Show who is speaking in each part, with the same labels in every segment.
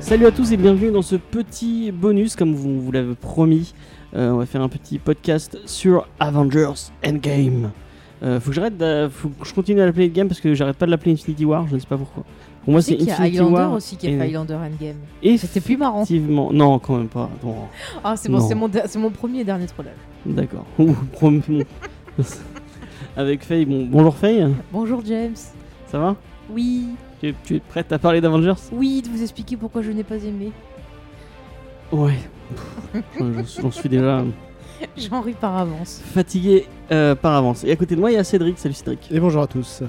Speaker 1: Salut à tous et bienvenue dans ce petit bonus, comme vous, vous l'avez promis. Euh, on va faire un petit podcast sur Avengers Endgame. Euh, faut que j'arrête, d'a- faut que je continue à l'appeler Endgame parce que j'arrête pas de l'appeler Infinity War, je ne sais pas pourquoi. Pour moi,
Speaker 2: Tu sais
Speaker 1: c'est
Speaker 2: qu'il y a
Speaker 1: Infinity
Speaker 2: Highlander
Speaker 1: War.
Speaker 2: aussi qui a
Speaker 1: et-
Speaker 2: fait Highlander Endgame.
Speaker 1: et
Speaker 2: C'était plus marrant.
Speaker 1: Effectivement, non, quand même pas. Bon,
Speaker 2: Ah, c'est bon,
Speaker 1: Non.
Speaker 2: c'est mon, c'est mon premier et dernier trollage.
Speaker 1: d'accord. Ouh, prom- bon. Avec Faye, bon, bonjour Faye,
Speaker 2: Bonjour James.
Speaker 1: ça va
Speaker 2: Oui,
Speaker 1: tu, es- tu es prête à parler d'Avengers
Speaker 2: oui, de vous expliquer pourquoi je n'ai pas aimé.
Speaker 1: Ouais. Pff, J'en suis déjà
Speaker 2: J'en ris par avance.
Speaker 1: fatigué euh, par avance. Et à côté de moi, il y a Cédric. Salut Cédric.
Speaker 3: Et bonjour à tous.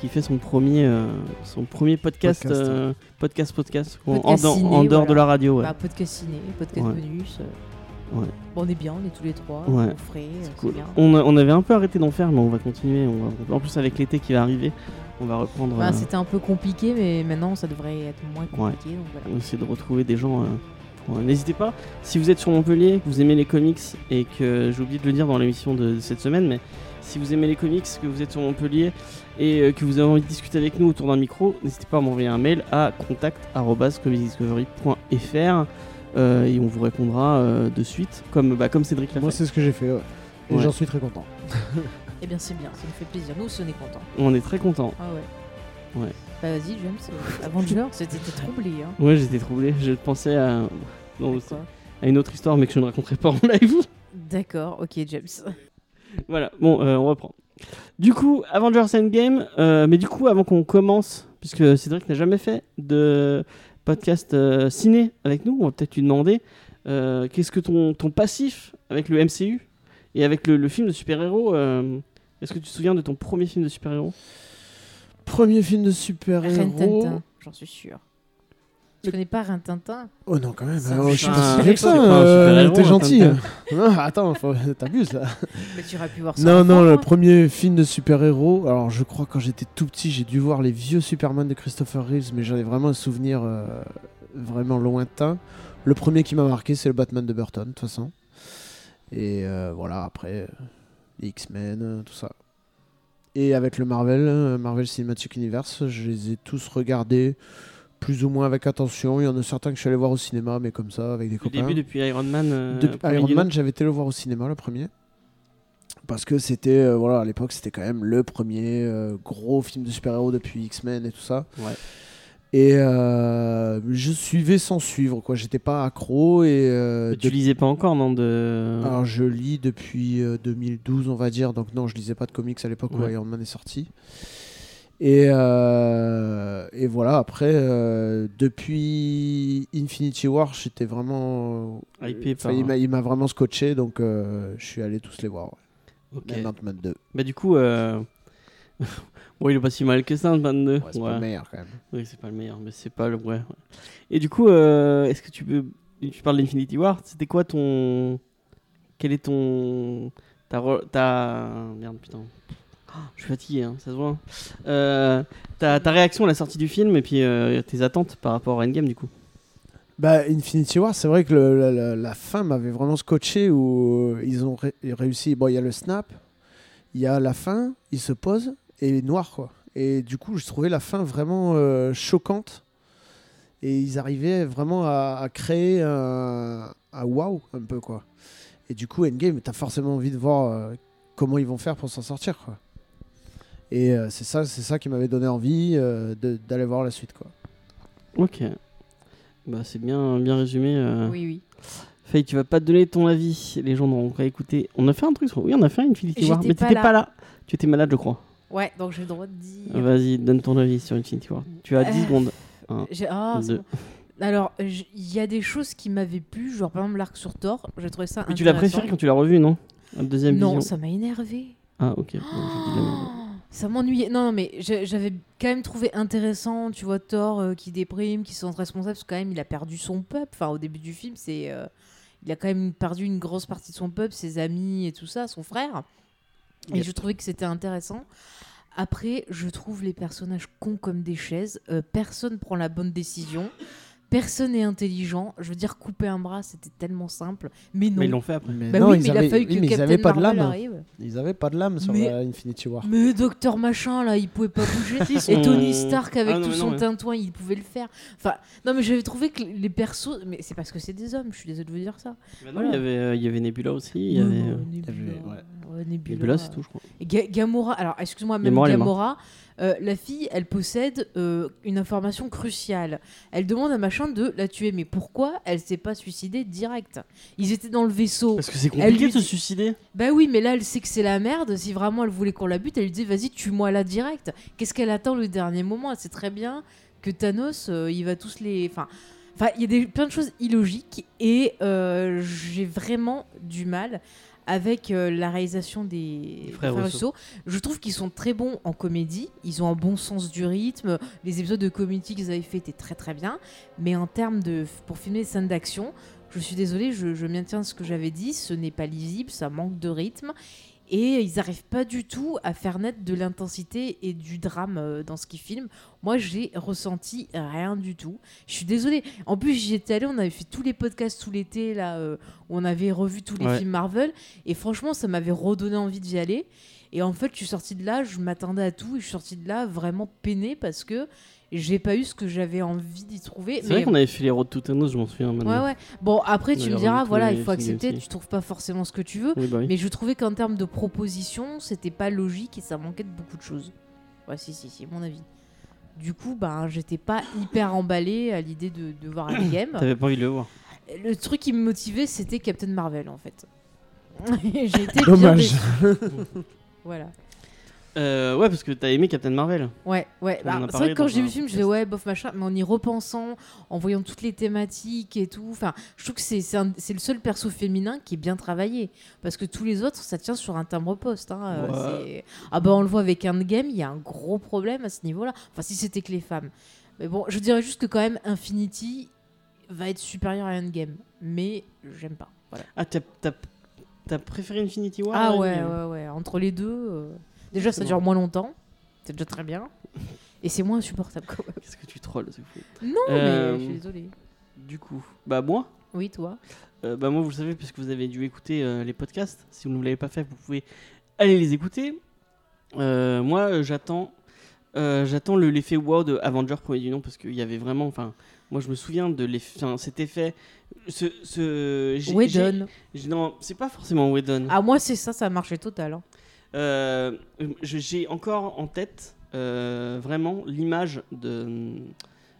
Speaker 1: qui fait son premier, euh, son premier podcast,
Speaker 3: Podcast.
Speaker 1: euh, podcast, podcast, en- en,
Speaker 2: Podcast ciné,
Speaker 1: en dehors de la
Speaker 2: voilà.
Speaker 1: radio. ouais.
Speaker 2: Bah, podcast ciné, podcast
Speaker 1: Ouais.
Speaker 2: bonus. euh.
Speaker 1: Ouais.
Speaker 2: Bon, on est bien, on est tous les trois.
Speaker 1: Ouais.
Speaker 2: On frais, euh, c'est
Speaker 1: Cool.
Speaker 2: bien.
Speaker 1: On, a- on avait un peu arrêté d'en faire, mais on va continuer. On va- en plus, avec l'été qui va arriver, on va reprendre.
Speaker 2: Bah,
Speaker 1: euh,
Speaker 2: C'était un peu compliqué, mais maintenant ça devrait être moins compliqué. Donc voilà.
Speaker 1: on essaie de retrouver des gens. euh, pour- N'hésitez pas, si vous êtes sur Montpellier, que vous aimez les comics, et que j'ai oublié de le dire dans l'émission de, de cette semaine, mais si vous aimez les comics, que vous êtes sur Montpellier, et euh, que vous avez envie de discuter avec nous autour d'un micro, n'hésitez pas à m'envoyer un mail à contact.comicsdiscovery.fr euh, et on vous répondra euh, de suite, comme, bah, comme Cédric l'a
Speaker 3: Moi,
Speaker 1: fait.
Speaker 3: c'est ce que j'ai fait. ouais. Et
Speaker 1: Ouais.
Speaker 3: j'en suis très content.
Speaker 2: Eh bien, c'est bien, ça nous fait plaisir. Nous aussi, on est contents.
Speaker 1: On est très contents.
Speaker 2: Ah ouais.
Speaker 1: Ouais.
Speaker 2: Bah, vas-y, James. euh, Avenger, c'était t'étais troublé. Hein.
Speaker 1: Ouais, j'étais troublé, je pensais à, non,
Speaker 2: Quoi
Speaker 1: à une autre histoire, mais que je ne raconterai pas en live.
Speaker 2: D'accord, ok, James.
Speaker 1: Voilà, bon, euh, on reprend. Du coup, Avengers Endgame, euh, mais du coup, avant qu'on commence, puisque Cédric n'a jamais fait de podcast euh, ciné avec nous, on va peut-être lui demander euh, qu'est-ce que ton, ton passif avec le MCU et avec le, le film de super-héros euh, Est-ce que tu te souviens de ton premier film de super-héros
Speaker 3: Premier film de super-héros.
Speaker 2: Rintintin, j'en suis sûr. Tu connais pas Rintintin
Speaker 3: Oh non, quand même.
Speaker 2: Ça
Speaker 3: oh, je suis
Speaker 2: fait
Speaker 3: pas
Speaker 2: un-
Speaker 3: si vieux que
Speaker 1: Ah, c'est
Speaker 3: ça.
Speaker 1: pas un
Speaker 3: euh,
Speaker 1: super-héros,
Speaker 3: T'es
Speaker 1: hein,
Speaker 3: gentil.
Speaker 1: comme
Speaker 3: Non, attends, faut- t'abuses là.
Speaker 2: Mais tu aurais pu voir ça.
Speaker 3: Non,
Speaker 2: enfant,
Speaker 3: non, le
Speaker 2: toi.
Speaker 3: premier film de super-héros. Alors, je crois quand j'étais tout petit, j'ai dû voir les vieux Superman de Christopher Reeves, mais j'en ai vraiment un souvenir euh, vraiment lointain. Le premier qui m'a marqué, c'est le Batman de Burton, de toute façon. Et euh, voilà, après, euh, les X-Men, euh, tout ça. Et avec le Marvel, euh, Marvel Cinematic Universe, je les ai tous regardés plus ou moins avec attention. Il y en a certains que je suis allé voir au cinéma, mais comme ça, avec des
Speaker 1: Au
Speaker 3: copains.
Speaker 1: début, depuis Iron Man. euh,
Speaker 3: Depuis
Speaker 1: premier
Speaker 3: Iron
Speaker 1: du nom.
Speaker 3: Man, j'avais été le voir au cinéma le premier. Parce que c'était, euh, voilà, à l'époque, c'était quand même le premier euh, gros film de super-héros depuis X-Men et tout ça.
Speaker 1: Ouais.
Speaker 3: Et euh, je suivais sans suivre, quoi. J'étais pas accro et. euh,
Speaker 1: Tu hein.
Speaker 3: de-
Speaker 1: lisais pas encore, non de...
Speaker 3: Alors, je lis depuis euh, 2012, on va dire. Donc, non, je lisais pas de comics à l'époque où
Speaker 1: Ouais.
Speaker 3: Iron Man est sorti. Et, euh, et voilà, après, euh, depuis Infinity War, j'étais vraiment
Speaker 1: Hypé
Speaker 3: Enfin,
Speaker 1: par-
Speaker 3: il m'a- il m'a vraiment scotché, donc euh, je suis allé tous les voir. ouais.
Speaker 1: Ok.
Speaker 3: Même Ant-Man 2.
Speaker 1: Bah, du coup. euh, bon, il est pas si mal que ça, Ant-Man 2.
Speaker 3: Ouais, c'est pas
Speaker 1: Ouais.
Speaker 3: le meilleur quand même.
Speaker 1: Oui, c'est pas le meilleur, mais c'est pas le ouais. ouais. Et du coup, euh, est-ce que tu peux. Tu parles d'Infinity War, c'était quoi ton. Quel est ton. Ta. re- ta... Merde, putain. Oh, je suis fatigué, hein, ça se voit. Euh, ta, ta réaction à la sortie du film et puis euh, tes attentes par rapport à Endgame, du coup.
Speaker 3: Bah, Infinity War, c'est vrai que le- la, la- la fin m'avait vraiment scotché où euh, ils ont ré- réussi. Bon, il y a le snap, il y a la fin, ils se posent et noir quoi. Et du coup, je trouvais la fin vraiment euh, choquante. Et ils arrivaient vraiment à, à créer un, un wow un peu quoi. Et du coup, Endgame, t'as forcément envie de voir euh, comment ils vont faire pour s'en sortir quoi. Et euh, c'est ça, c'est ça qui m'avait donné envie euh, de- d'aller voir la suite quoi.
Speaker 1: Ok. Bah, c'est bien, bien résumé. euh.
Speaker 2: Oui, oui.
Speaker 1: Faye, tu vas pas te donner ton avis. Les gens n'auront pas écouté. On a fait un truc sur. Oui, on a fait Infinity War,
Speaker 2: J'étais
Speaker 1: mais
Speaker 2: pas
Speaker 1: t'étais
Speaker 2: là.
Speaker 1: pas là. Tu étais malade, je crois.
Speaker 2: Ouais, donc j'ai le droit de
Speaker 3: Ah,
Speaker 2: dire.
Speaker 3: bah,
Speaker 1: Vas-y, donne ton avis sur Infinity War. Tu as 10
Speaker 2: Euh,
Speaker 1: secondes. un,
Speaker 2: J'ai- ah, c'est
Speaker 1: deux.
Speaker 2: bon. Alors, j- il y a des choses qui m'avaient plu, genre par exemple l'arc sur Thor, j'ai trouvé ça
Speaker 1: Mais tu l'as préféré quand tu l'as revu, non Un deuxième
Speaker 2: Non,
Speaker 1: vision.
Speaker 2: ça m'a énervé.
Speaker 1: Ah, ok. Bon, je dis la merde.
Speaker 2: Oh, Ça m'ennuyait. Non, non, mais j'a- j'avais quand même trouvé intéressant, tu vois, Thor euh, qui déprime, qui se sent responsable, parce que quand même, il a perdu son peuple. Enfin, au début du film, c'est. euh, il a quand même perdu une grosse partie de son peuple, ses amis et tout ça, son frère. Et
Speaker 1: Yep.
Speaker 2: je trouvais que c'était intéressant. Après, je trouve les personnages cons comme des chaises. Euh, personne prend la bonne décision. Personne n'est intelligent. Je veux dire, couper un bras, c'était tellement simple. Mais non.
Speaker 1: Mais ils l'ont fait après.
Speaker 2: Bah oui, mais il a fallu que Captain
Speaker 3: n'avaient pas de
Speaker 2: Marvel
Speaker 3: lame.
Speaker 2: arrive.
Speaker 3: Ils avaient pas de lame sur
Speaker 2: Mais-
Speaker 3: la Infinity War.
Speaker 2: Mais docteur machin là, il pouvait pas bouger.
Speaker 1: sont-
Speaker 2: Et Tony Stark avec
Speaker 1: Ah non,
Speaker 2: tout
Speaker 1: mais non,
Speaker 2: son
Speaker 1: mais-
Speaker 2: tintouin, il pouvait le faire. Enfin, non mais j'avais trouvé que les persos, mais c'est parce que c'est des hommes. Je suis désolée de vous dire ça.
Speaker 1: Bah non,
Speaker 2: Voilà.
Speaker 1: il, y avait, euh, il y avait Nebula aussi. Il y avait, euh,
Speaker 3: avait-
Speaker 2: Nebula, ouais, Nebula,
Speaker 1: Nebula, c'est tout, je crois.
Speaker 2: Et Ga- Gamora. Alors excuse-moi, même
Speaker 1: Gamora, elle est
Speaker 2: Gamora, euh, la fille, elle possède euh, une information cruciale. Elle demande à machin de la tuer, mais pourquoi elle s'est pas suicidée direct Ils étaient dans le vaisseau.
Speaker 1: Parce que c'est
Speaker 2: Elle
Speaker 1: compliqué
Speaker 2: lui
Speaker 1: de se
Speaker 2: dit-
Speaker 1: suicider.
Speaker 2: Bah oui, mais là, elle sait que c'est la merde. Si vraiment elle voulait qu'on la bute, elle lui dit vas-y, tue-moi là direct. Qu'est-ce qu'elle attend le dernier moment Elle sait très bien que Thanos, euh, il va tous les. Enfin, enfin, il y a des, plein de choses illogiques et euh, j'ai vraiment du mal avec euh, la réalisation des,
Speaker 1: Des frères
Speaker 2: des
Speaker 1: Russo.
Speaker 2: Je trouve qu'ils sont très bons en comédie. Ils ont un bon sens du rythme. Les épisodes de comédie qu'ils avaient fait étaient très très bien. Mais en termes de. pour filmer des scènes d'action, je suis désolée, je, je maintiens ce que j'avais dit. Ce n'est pas lisible, ça manque de rythme. Et ils n'arrivent pas du tout à faire naître de l'intensité et du drame euh, dans ce qu'ils filment. Moi, j'ai ressenti rien du tout. Je suis désolée. En plus, j'y étais allée, on avait fait tous les podcasts tout l'été, là, euh, où on avait revu tous les
Speaker 1: Ouais.
Speaker 2: films Marvel. Et franchement, ça m'avait redonné envie d'y aller. Et en fait, je suis sortie de là, je m'attendais à tout, et je suis sortie de là vraiment peinée parce que j'ai pas eu ce que j'avais envie d'y trouver.
Speaker 1: C'est vrai
Speaker 2: Mais-
Speaker 1: qu'on avait fait les Road to Thanos, je m'en souviens maintenant.
Speaker 2: Ouais, ouais. Bon, après,
Speaker 1: Ouais,
Speaker 2: tu
Speaker 1: il
Speaker 2: me
Speaker 1: a
Speaker 2: diras,
Speaker 1: remis tous
Speaker 2: voilà,
Speaker 1: les
Speaker 2: il faut
Speaker 1: signes
Speaker 2: accepter,
Speaker 1: aussi.
Speaker 2: tu trouves pas forcément ce que tu veux.
Speaker 1: Oui, bah oui.
Speaker 2: Mais je trouvais qu'en termes de proposition, c'était pas logique et ça manquait de beaucoup de choses. Ouais, si, si, si, mon avis. Du coup, ben, j'étais pas hyper emballée à l'idée de, de voir Endgame.
Speaker 1: T'avais pas envie de le voir.
Speaker 2: Le truc qui me motivait, c'était Captain Marvel, en fait. J'ai été bien
Speaker 3: Dommage.
Speaker 2: déçue. voilà.
Speaker 1: Euh, ouais, parce que t'as aimé Captain Marvel.
Speaker 2: Ouais, ouais.
Speaker 1: On
Speaker 2: Bah,
Speaker 1: en a
Speaker 2: c'est
Speaker 1: parlé
Speaker 2: vrai que quand
Speaker 1: dans
Speaker 2: j'ai vu
Speaker 1: un
Speaker 2: le film, je vais
Speaker 1: podcast.
Speaker 2: ouais, bof, machin. Mais en y repensant, en voyant toutes les thématiques et tout, enfin, je trouve que c'est c'est un- c'est le seul perso féminin qui est bien travaillé. Parce que tous les autres, ça tient sur un timbre-poste. hein, euh, c'est- Ah bah, on le voit avec Endgame, il y a un gros problème à ce niveau-là. Enfin, si c'était que les femmes. Mais bon, je dirais juste que quand même, Infinity va être supérieur à Endgame. Mais j'aime pas. Voilà.
Speaker 1: Ah, t'as- t'as t'as préféré Infinity War
Speaker 2: Ah
Speaker 1: à
Speaker 2: ouais,
Speaker 1: Endgame
Speaker 2: ouais, ouais. Entre les deux, euh, déjà, ça
Speaker 1: Exactement.
Speaker 2: dure moins longtemps. C'est déjà très bien. Et c'est moins insupportable quand même.
Speaker 1: Qu'est-ce que tu trolles, c'est fou.
Speaker 2: Non,
Speaker 1: Euh,
Speaker 2: mais je suis désolée.
Speaker 1: Du coup, bah moi,
Speaker 2: Oui, toi.
Speaker 1: Euh, bah moi vous le savez puisque vous avez dû écouter euh, les podcasts. Si vous ne l'avez pas fait, vous pouvez aller les écouter. Euh, moi euh, j'attends euh, j'attends le- l'effet wow de Avenger premier du nom parce qu'il y avait vraiment enfin moi je me souviens de l'effet enfin, cet effet ce, ce j'ai-
Speaker 2: Whedon.
Speaker 1: j'ai- j'ai- non c'est pas forcément Whedon.
Speaker 2: Ah, moi, c'est ça, ça a marché total. hein.
Speaker 1: Euh, je- j'ai encore en tête euh, vraiment l'image de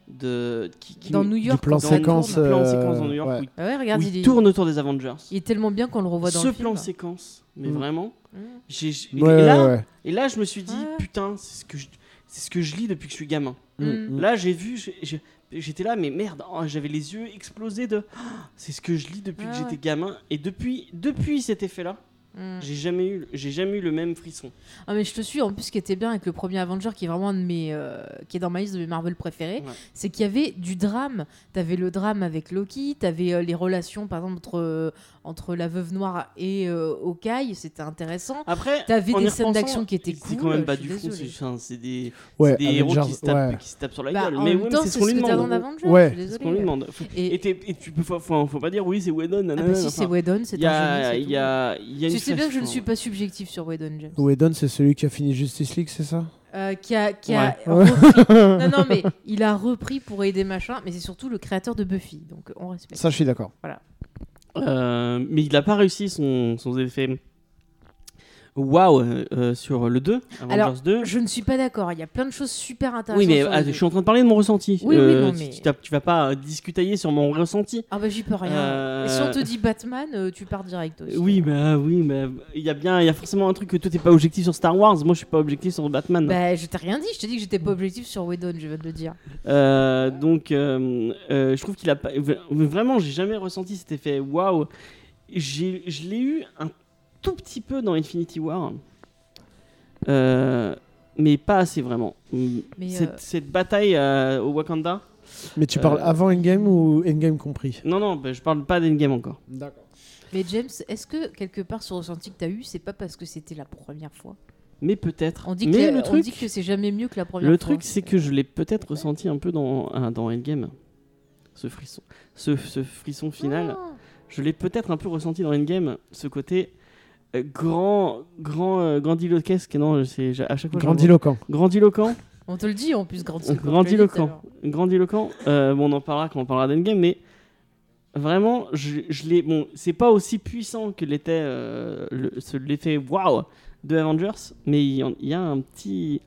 Speaker 1: de qui, qui
Speaker 2: Dans
Speaker 1: nous-
Speaker 2: New York.
Speaker 3: plan
Speaker 2: on
Speaker 1: dans-
Speaker 2: s'en
Speaker 3: séquence,
Speaker 1: du plan
Speaker 3: euh,
Speaker 1: séquence dans New York
Speaker 3: ouais.
Speaker 1: où il-
Speaker 2: Ah ouais,
Speaker 1: où
Speaker 2: regarde,
Speaker 1: il,
Speaker 2: il, est...
Speaker 1: tourne autour des Avengers.
Speaker 2: il est tellement bien qu'on le revoit dans
Speaker 1: ce
Speaker 2: le film.
Speaker 1: plan séquence mais
Speaker 3: Mm.
Speaker 1: vraiment
Speaker 2: Mm.
Speaker 1: j'ai- j'ai-
Speaker 3: Ouais, ouais,
Speaker 1: et, là,
Speaker 3: ouais.
Speaker 1: et là, je me suis dit,
Speaker 2: Ouais.
Speaker 1: putain, c'est ce, que je- c'est ce que je lis depuis que je suis gamin.
Speaker 3: Mm, mm.
Speaker 1: Là, j'ai vu, j'ai- j'ai- j'étais là, mais merde, oh, j'avais les yeux explosés de. Ah, c'est ce que je lis depuis
Speaker 2: Ah
Speaker 1: que
Speaker 2: ouais.
Speaker 1: j'étais gamin. Et depuis, depuis cet effet-là,
Speaker 2: Mm.
Speaker 1: j'ai jamais, eu, j'ai jamais eu le même frisson.
Speaker 2: Ah, mais je te suis. En plus, ce qui était bien avec le premier Avenger, qui est vraiment un de mes. euh, qui est dans ma liste de mes Marvel préférés,
Speaker 1: Ouais.
Speaker 2: c'est qu'il y avait du drame. T'avais le drame avec Loki, t'avais euh, les relations, par exemple, entre, euh, entre la veuve noire et euh, Hawkeye, c'était intéressant.
Speaker 1: Après,
Speaker 2: T'avais
Speaker 1: en
Speaker 2: des
Speaker 1: y
Speaker 2: scènes
Speaker 1: repensant,
Speaker 2: d'action qui étaient
Speaker 1: C'est
Speaker 2: cool,
Speaker 1: quand même pas
Speaker 2: je
Speaker 1: du
Speaker 2: suis
Speaker 1: fond, c'est,
Speaker 2: désolée.
Speaker 1: enfin, c'est des,
Speaker 3: Ouais,
Speaker 1: c'est des héros qui
Speaker 3: Avengers,
Speaker 1: se, tapent,
Speaker 3: ouais.
Speaker 1: qui se tapent sur la
Speaker 2: Bah,
Speaker 1: gueule.
Speaker 2: en
Speaker 1: Mais
Speaker 2: même
Speaker 1: oui, mais
Speaker 2: temps,
Speaker 1: c'est ce
Speaker 2: c'est
Speaker 1: qu'on
Speaker 2: ce
Speaker 1: lui
Speaker 2: que t'as dans
Speaker 1: demande.
Speaker 2: Avenger.
Speaker 3: Ouais.
Speaker 2: je suis
Speaker 1: C'est ce qu'on lui
Speaker 2: désolée.
Speaker 1: demande.
Speaker 2: Et-
Speaker 1: Et, t'es- et tu peux, faut, faut, faut pas dire, oui, c'est Whedon.
Speaker 2: Ah,
Speaker 1: nanana,
Speaker 2: bah si,
Speaker 1: enfin,
Speaker 2: c'est Whedon, c'est
Speaker 1: Il y
Speaker 2: un
Speaker 1: a,
Speaker 2: génie.
Speaker 1: il
Speaker 2: c'est
Speaker 1: y a,
Speaker 2: tout.
Speaker 1: il y a une
Speaker 2: Tu sais bien que je ne
Speaker 1: façon-
Speaker 2: suis pas subjectif sur Whedon James.
Speaker 3: Whedon, c'est celui qui a fini Justice League, c'est ça
Speaker 2: Euh, qui a, qui a
Speaker 3: Ouais.
Speaker 2: repris- non, non, mais il a repris pour aider machin, mais c'est surtout le créateur de Buffy, donc on respecte.
Speaker 3: Ça, je suis d'accord.
Speaker 1: Euh, mais il n'a pas réussi son, son effet waouh euh, euh, sur le 2, Avengers
Speaker 2: Alors,
Speaker 1: 2.
Speaker 2: Je ne suis pas d'accord, il y a plein de choses super
Speaker 1: Oui,
Speaker 2: intéressantes.
Speaker 1: mais
Speaker 2: sur
Speaker 1: ah,
Speaker 2: les
Speaker 1: je
Speaker 2: deux.
Speaker 1: suis en train de parler de mon ressenti. Euh,
Speaker 2: Oui, oui, non,
Speaker 1: tu-
Speaker 2: mais-
Speaker 1: tu, t'as- tu vas pas euh, discutailler sur mon ressenti.
Speaker 2: Ah bah j'y peux rien.
Speaker 1: Euh,
Speaker 2: Et si on te dit Batman, euh, tu pars direct aussi.
Speaker 1: Oui, bah oui, mais il y a bien, il y a forcément un truc que toi t'es pas objectif sur Star Wars. Moi, je suis pas objectif sur Batman.
Speaker 2: Bah je t'ai rien dit, je t'ai dit que j'étais pas objectif sur Whedon, je viens de le dire.
Speaker 1: Euh, donc, euh, euh, je trouve qu'il a pas. v- Vraiment, j'ai jamais ressenti cet effet waouh. J'ai- Je l'ai eu un tout petit peu dans Infinity War. Euh, mais pas assez vraiment. Mm.
Speaker 2: Mais,
Speaker 1: Cette,
Speaker 2: euh,
Speaker 1: cette bataille euh, au Wakanda,
Speaker 3: Mais tu parles
Speaker 1: Euh,
Speaker 3: avant Endgame ou Endgame compris
Speaker 1: non, non, bah, je parle pas d'Endgame encore.
Speaker 3: D'accord.
Speaker 2: mais James, est-ce que quelque part ce ressenti que t'as eu, c'est pas parce que c'était la première fois
Speaker 1: Mais peut-être.
Speaker 2: On dit que,
Speaker 1: mais
Speaker 2: la-
Speaker 1: le
Speaker 2: on
Speaker 1: truc,
Speaker 2: dit que c'est jamais mieux que la première
Speaker 1: le
Speaker 2: fois.
Speaker 1: truc, c'est que je l'ai peut-être ressenti un peu dans, ah, dans Endgame. Ce frisson, ce, ce frisson final.
Speaker 2: Ah.
Speaker 1: Je l'ai peut-être un peu ressenti dans Endgame, ce côté euh, grand, grand, euh, grandiloquesque. Non, c'est j'ai- à chaque fois. j'en vois-
Speaker 3: Grandiloquent.
Speaker 1: Grandiloquent.
Speaker 2: On te le dit en plus, grande
Speaker 1: Grandiloquent. Grandiloquent. Euh, bon, on en parlera quand on parlera d'Endgame, mais vraiment, je, je l'ai. Bon, c'est pas aussi puissant que l'était euh, le- ce- l'effet waouh de Avengers, mais il y, en- il y a un petit.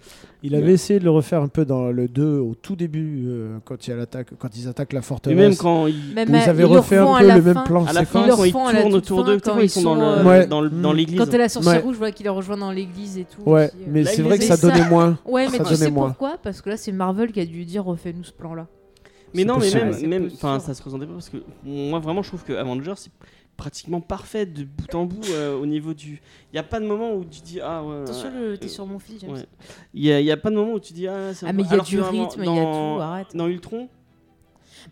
Speaker 3: Il avait essayé de le refaire un peu dans le 2 au tout début euh, quand, il y a l'attaque, quand ils attaquent la
Speaker 1: Et
Speaker 3: forteresse.
Speaker 1: même quand il.
Speaker 2: Même
Speaker 3: Vous
Speaker 2: à-
Speaker 3: avez
Speaker 2: ils le
Speaker 3: refait un
Speaker 2: refont à
Speaker 3: peu
Speaker 2: la
Speaker 3: le même
Speaker 2: fin.
Speaker 3: plan
Speaker 1: À la
Speaker 3: séquence.
Speaker 1: fin,
Speaker 2: Ils leur
Speaker 1: quand ils
Speaker 2: font à la
Speaker 1: tournent
Speaker 2: toute
Speaker 1: autour
Speaker 2: fin,
Speaker 1: d'eux,
Speaker 2: quand
Speaker 1: quand ils
Speaker 2: ils
Speaker 1: sont dans
Speaker 2: sont,
Speaker 1: le-
Speaker 3: euh,
Speaker 1: dans le-
Speaker 3: Ouais.
Speaker 1: dans l'église.
Speaker 2: Quand elle a sorcière
Speaker 3: Ouais.
Speaker 2: rouge, je vois qu'il les rejoint dans l'église et tout.
Speaker 3: Ouais,
Speaker 2: puis, euh,
Speaker 3: mais
Speaker 1: Là,
Speaker 3: c'est
Speaker 1: il
Speaker 3: vrai
Speaker 1: les
Speaker 3: que ça
Speaker 2: a-
Speaker 3: donnait moins.
Speaker 2: Ouais, mais
Speaker 3: Ça
Speaker 2: tu sais
Speaker 3: donnait moins.
Speaker 2: pourquoi Parce que là, c'est Marvel qui a dû dire refais-nous ce plan-là.
Speaker 1: Mais
Speaker 3: C'est
Speaker 1: non, mais
Speaker 3: possible.
Speaker 1: même,
Speaker 2: Ouais,
Speaker 1: même
Speaker 2: c'est
Speaker 1: enfin, ça
Speaker 2: possible.
Speaker 1: se ressentait pas parce que moi vraiment je trouve que Avengers c'est pratiquement parfait de bout en bout euh, au niveau du. Il y a pas de moment où tu dis ah ouais.
Speaker 2: Attention,
Speaker 1: ouais.
Speaker 2: le- t'es sur mon fil, James.
Speaker 1: Ouais. Il y, a- il y a pas de moment où tu dis ah. c'est
Speaker 2: Ah,
Speaker 1: un-
Speaker 2: mais il y a
Speaker 1: alors
Speaker 2: du
Speaker 1: que vraiment,
Speaker 2: rythme, il y a
Speaker 1: dans-
Speaker 2: tout, hein. arrête.
Speaker 1: Dans Ultron,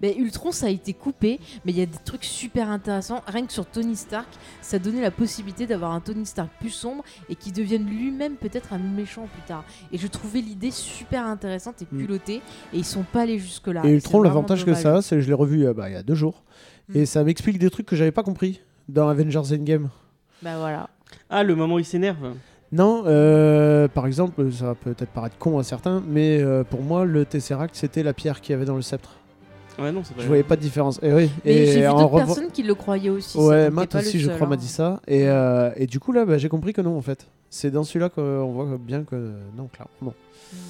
Speaker 2: Mais Ultron, ça a été coupé, mais il y a des trucs super intéressants. Rien que sur Tony Stark, ça donnait la possibilité d'avoir un Tony Stark plus sombre et qui devienne lui-même peut-être un méchant plus tard. Et je trouvais l'idée super intéressante et
Speaker 3: Mm.
Speaker 2: culottée, et ils sont pas allés jusque-là.
Speaker 3: Et
Speaker 2: Bah, C'est
Speaker 3: Ultron,
Speaker 2: vraiment
Speaker 3: l'avantage que
Speaker 2: dommage.
Speaker 3: ça a, c'est que je l'ai revu euh, bah, il y a deux jours.
Speaker 2: Mm.
Speaker 3: Et ça m'explique des trucs que j'avais pas compris dans Avengers Endgame.
Speaker 2: Bah voilà.
Speaker 1: ah le moment où il s'énerve.
Speaker 3: Non, euh, par exemple, ça va peut-être paraître con à certains, mais euh, pour moi, le Tesseract, c'était la pierre qu'il y avait dans le sceptre.
Speaker 1: Ouais non c'est pas.
Speaker 3: Je voyais pas de différence. Et oui,
Speaker 2: Mais j'ai
Speaker 3: et
Speaker 2: vu
Speaker 3: en
Speaker 2: d'autres
Speaker 3: revo-
Speaker 2: personnes qui le croyaient aussi.
Speaker 3: Ouais,
Speaker 2: moi
Speaker 3: Matt aussi, je
Speaker 2: hein.
Speaker 3: crois, m'a dit ça. Et, euh, et du coup, là, bah, j'ai compris que non, en fait. C'est dans celui-là qu'on voit bien que non, clairement. non.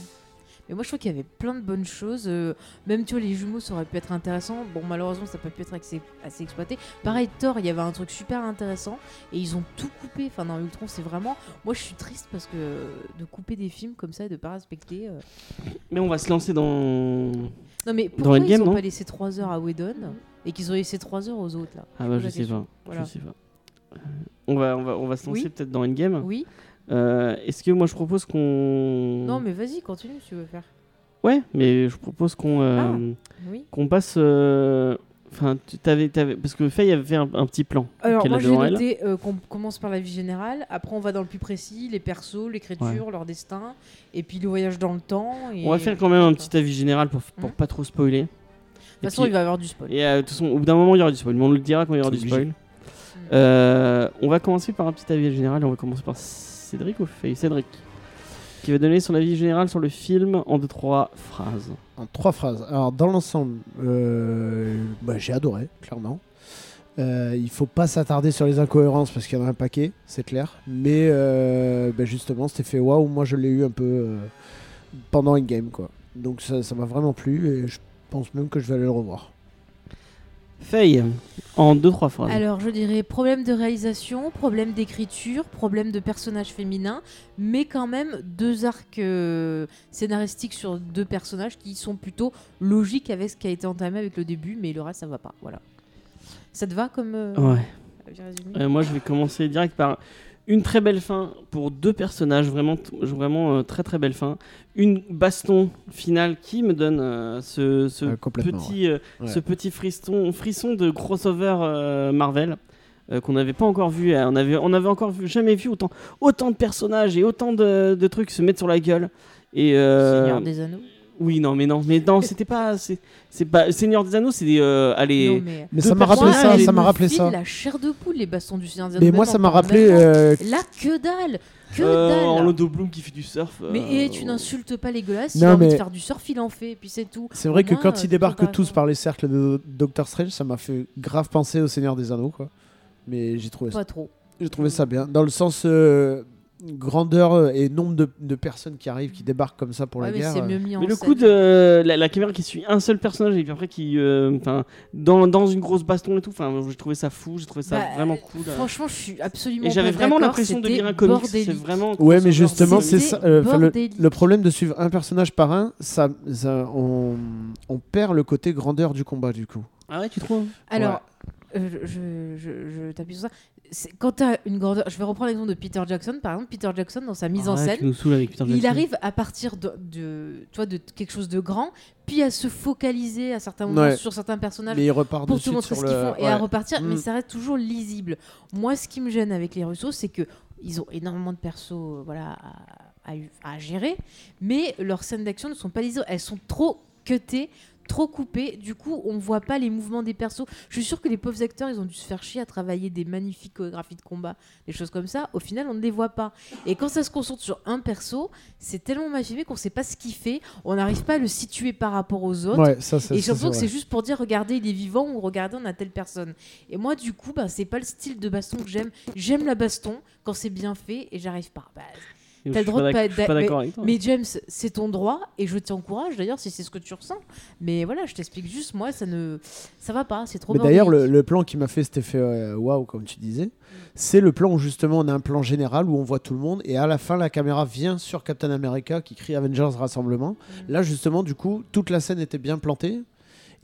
Speaker 2: Mais moi, je trouve qu'il y avait plein de bonnes choses. euh, même, tu vois, les jumeaux, ça aurait pu être intéressant. Bon, malheureusement, ça n'a pas pu être assez, assez exploité. Pareil, Thor, il y avait un truc super intéressant. Et ils ont tout coupé. Enfin, dans Ultron, c'est vraiment. Moi, je suis triste parce que euh, de couper des films comme ça et de pas respecter. euh.
Speaker 1: Mais on va se lancer dans.
Speaker 2: Non, mais pourquoi
Speaker 1: Endgame,
Speaker 2: ils ont
Speaker 1: non
Speaker 2: pas laissé 3 heures à Whedon et qu'ils ont laissé 3 heures aux autres, là
Speaker 1: Ah bah
Speaker 2: pose
Speaker 1: je
Speaker 2: la
Speaker 1: sais pas.
Speaker 2: Voilà.
Speaker 1: Je sais pas. Euh, On va, on, va, on va se lancer
Speaker 2: Oui.
Speaker 1: peut-être dans Endgame.
Speaker 2: Oui
Speaker 1: Euh, Est-ce que moi je propose qu'on.
Speaker 2: Non, mais vas-y, continue si tu veux faire.
Speaker 1: Ouais, mais je propose qu'on.
Speaker 2: Ah.
Speaker 1: euh,
Speaker 2: Oui.
Speaker 1: qu'on passe. euh, Enfin, tu t'avais, t'avais- parce que Faye avait fait un, un petit plan.
Speaker 2: Alors
Speaker 1: qu'elle
Speaker 2: moi
Speaker 1: a
Speaker 2: j'ai
Speaker 1: devant elle.
Speaker 2: noté euh, qu'on commence par la vie générale, après on va dans le plus précis, les persos, l'écriture, leur destin, et puis le voyage dans le temps. et-
Speaker 1: On va faire quand même un petit avis général pour, pour
Speaker 2: Mhm.
Speaker 1: pas trop spoiler.
Speaker 2: De toute façon il va y avoir du spoil.
Speaker 1: Et euh, de toute façon, au bout d'un moment, il y aura du spoil, mais on le dira quand il y aura du
Speaker 3: Obligé.
Speaker 1: spoil.
Speaker 2: Mmh.
Speaker 1: Euh, on va commencer par un petit avis général, et on va commencer par Cédric ou Faye Cédric, qui va donner son avis général sur le film en deux trois phrases.
Speaker 3: En trois phrases. Alors, dans l'ensemble, euh, bah, j'ai adoré, clairement. Euh, il faut pas s'attarder sur les incohérences parce qu'il y en a un paquet, c'est clair. Mais euh, bah, justement, cet effet waouh, moi je l'ai eu un peu euh, pendant Endgame, quoi. Donc ça ça m'a vraiment plu et je pense même que je vais aller le revoir.
Speaker 1: Faye, en deux trois phrases.
Speaker 2: Alors je dirais problème de réalisation, problème d'écriture, problème de personnage féminin, mais quand même deux arcs euh, scénaristiques sur deux personnages qui sont plutôt logiques avec ce qui a été entamé avec le début, mais le reste ça va pas. Voilà. Ça te va comme euh,
Speaker 1: Ouais.
Speaker 2: avis résumé
Speaker 1: Euh, moi, je vais commencer direct par une très belle fin pour deux personnages, vraiment, t- vraiment euh, très très belle fin. Une baston finale qui me donne euh, ce, ce
Speaker 3: Ouais, complètement,
Speaker 1: petit, euh,
Speaker 3: Ouais.
Speaker 1: ce petit frisson, frisson de crossover euh, Marvel. euh, qu'on n'avait pas encore vu, Euh, on avait, on avait encore vu- jamais vu autant, autant de personnages et autant de, de trucs se mettre sur la gueule. Et euh,
Speaker 2: Seigneur des Anneaux.
Speaker 1: oui, non, mais non, mais non, c'était pas, c'est c'est pas Seigneur des Anneaux, c'est des, euh, allez,
Speaker 2: Non, mais...
Speaker 3: Mais
Speaker 1: Deux
Speaker 3: ça m'a rappelé
Speaker 1: personnages,
Speaker 3: ça,
Speaker 1: il
Speaker 3: ça m'a
Speaker 2: me
Speaker 3: rappelé
Speaker 2: file
Speaker 3: ça.
Speaker 2: la chair de poule, les bastons du Seigneur des
Speaker 3: Mais
Speaker 2: Anneaux.
Speaker 3: moi
Speaker 2: Même
Speaker 3: ça m'a
Speaker 2: en-
Speaker 3: rappelé
Speaker 2: même en-
Speaker 3: euh,
Speaker 2: Là, que dalle Que
Speaker 1: euh,
Speaker 2: dalle
Speaker 1: Orlando Bloom qui fait du surf.
Speaker 2: Mais et
Speaker 1: euh,
Speaker 2: tu n'insultes pas les gueulasses, il
Speaker 3: Non,
Speaker 2: a envie de
Speaker 3: mais-
Speaker 2: faire du surf, il en fait, et puis c'est tout.
Speaker 3: C'est vrai
Speaker 2: Au
Speaker 3: que
Speaker 2: moins, euh,
Speaker 3: quand ils
Speaker 2: c'est
Speaker 3: débarquent
Speaker 2: intéressant.
Speaker 3: tous par les cercles de Doctor Strange, ça m'a fait grave penser au Seigneur des Anneaux, quoi. Mais j'ai trouvé,
Speaker 2: Pas trop.
Speaker 3: j'ai trouvé ça bien. Dans le sens euh, grandeur et nombre de, de personnes qui arrivent, qui débarquent comme ça pour
Speaker 2: Ouais,
Speaker 3: la
Speaker 2: Ah, mais
Speaker 3: guerre.
Speaker 2: c'est
Speaker 3: euh,
Speaker 2: mieux mis en
Speaker 1: Mais le
Speaker 2: scène.
Speaker 1: coup de la, la caméra qui suit un seul personnage et puis après qui, euh, enfin, dans, dans une grosse baston et tout. Enfin, j'ai trouvé ça fou, j'ai trouvé ça
Speaker 2: Bah,
Speaker 1: vraiment cool.
Speaker 2: Franchement, je suis absolument
Speaker 1: et j'avais
Speaker 2: pas
Speaker 1: vraiment
Speaker 2: d'accord,
Speaker 1: l'impression de
Speaker 2: c'était
Speaker 1: lire un comics.
Speaker 2: bordélique.
Speaker 1: C'est vraiment.
Speaker 3: Ouais, mais
Speaker 1: crossover,
Speaker 3: justement, c'est
Speaker 2: C'était
Speaker 3: ça. euh, enfin, le,
Speaker 2: bordélique.
Speaker 3: le problème de suivre un personnage par un, ça, ça- on, on perd le côté grandeur du combat, du coup.
Speaker 1: Ah ouais, tu trouves
Speaker 2: Alors, euh, je, je, je- je t'appuie sur ça. C'est- Quand t'as une grandeur, je vais reprendre l'exemple de Peter Jackson, par exemple. Peter Jackson, dans sa mise en
Speaker 1: Arrête,
Speaker 2: scène,
Speaker 1: tu nous saoules avec Peter
Speaker 2: il
Speaker 1: Jackson.
Speaker 2: arrive à partir de, de, tu vois, de quelque chose de grand, puis à se focaliser à certains moments
Speaker 3: Ouais.
Speaker 2: sur certains personnages
Speaker 3: Mais il repart de
Speaker 2: pour te
Speaker 3: suite
Speaker 2: montrer
Speaker 3: sur
Speaker 2: ce
Speaker 3: le.
Speaker 2: qu'ils font et
Speaker 3: ouais.
Speaker 2: à repartir, mais
Speaker 3: Mm.
Speaker 2: ça reste toujours lisible. Moi, ce qui me gêne avec les Russos, c'est que ils ont énormément de persos euh, voilà, à, à- à gérer, mais leurs scènes d'action ne sont pas lisibles. Elles sont trop cutées, trop coupées. Du coup, on ne voit pas les mouvements des persos. Je suis sûre que les pauvres acteurs, ils ont dû se faire chier à travailler des magnifiques chorégraphies de combat, des choses comme ça. Au final, on ne les voit pas. Et quand ça se concentre sur un perso, c'est tellement mal filmé qu'on ne sait pas ce qu'il fait. On n'arrive pas à le situer par rapport aux autres.
Speaker 3: Ouais, ça, ça,
Speaker 2: Et
Speaker 3: ça,
Speaker 2: surtout que
Speaker 3: vrai.
Speaker 2: c'est juste pour dire regardez il est vivant ou regardez on a telle personne. Et moi du coup bah c'est pas le style de baston que j'aime. J'aime la baston quand c'est bien fait et j'arrive pas. Bah,
Speaker 1: Je
Speaker 2: T'as le
Speaker 1: suis
Speaker 2: droit de
Speaker 1: d'ac-
Speaker 2: pas être
Speaker 1: je suis
Speaker 2: d'a-
Speaker 1: d'accord avec toi.
Speaker 2: mais James c'est ton droit et je t'encourage d'ailleurs si c'est ce que tu ressens. Mais voilà je t'explique juste moi ça ne ça va pas c'est trop.
Speaker 3: Mais d'ailleurs, le,
Speaker 2: bordélique.
Speaker 3: le plan qui m'a fait cet effet euh, waouh, comme tu disais, c'est le plan où justement on a un plan général où on voit tout le monde et à la fin la caméra vient sur Captain America qui crie Avengers Rassemblement.
Speaker 2: Mm.
Speaker 3: Là justement, du coup, toute la scène était bien plantée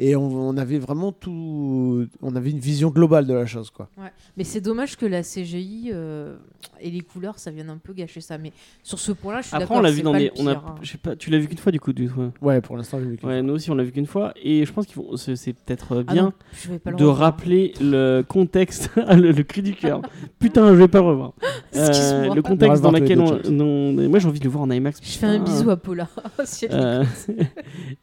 Speaker 3: et on, on avait vraiment tout. On avait une vision globale de la chose quoi.
Speaker 2: Mais c'est dommage que la CGI euh, et les couleurs ça vienne un peu gâcher ça. Mais sur ce point là je suis
Speaker 1: Après,
Speaker 2: d'accord.
Speaker 1: on l'a
Speaker 2: c'est
Speaker 1: vu dans
Speaker 2: pas
Speaker 1: des.
Speaker 2: le
Speaker 1: On a,
Speaker 2: pire, hein.
Speaker 1: je sais pas, tu l'as vu qu'une fois du coup, du coup.
Speaker 3: Ouais, pour l'instant, j'ai vu que-
Speaker 1: Ouais, nous aussi on l'a vu qu'une fois et je pense qu'ils vont c'est c'est peut-être euh,
Speaker 2: Ah non,
Speaker 1: bien
Speaker 2: je vais pas le
Speaker 1: de
Speaker 2: revoir.
Speaker 1: rappeler le contexte, Ah, le, le cri du cœur. Putain, je vais pas le revoir. Euh,
Speaker 2: Excuse-moi.
Speaker 1: le
Speaker 3: On va
Speaker 1: contexte dans
Speaker 3: voir tous les
Speaker 1: lequel on,
Speaker 3: deux, James.
Speaker 1: non, mais moi j'ai envie de le voir en IMAX.
Speaker 2: Je fais un
Speaker 1: putain.
Speaker 2: bisou à Paula. si elle
Speaker 1: Euh,
Speaker 2: écoute.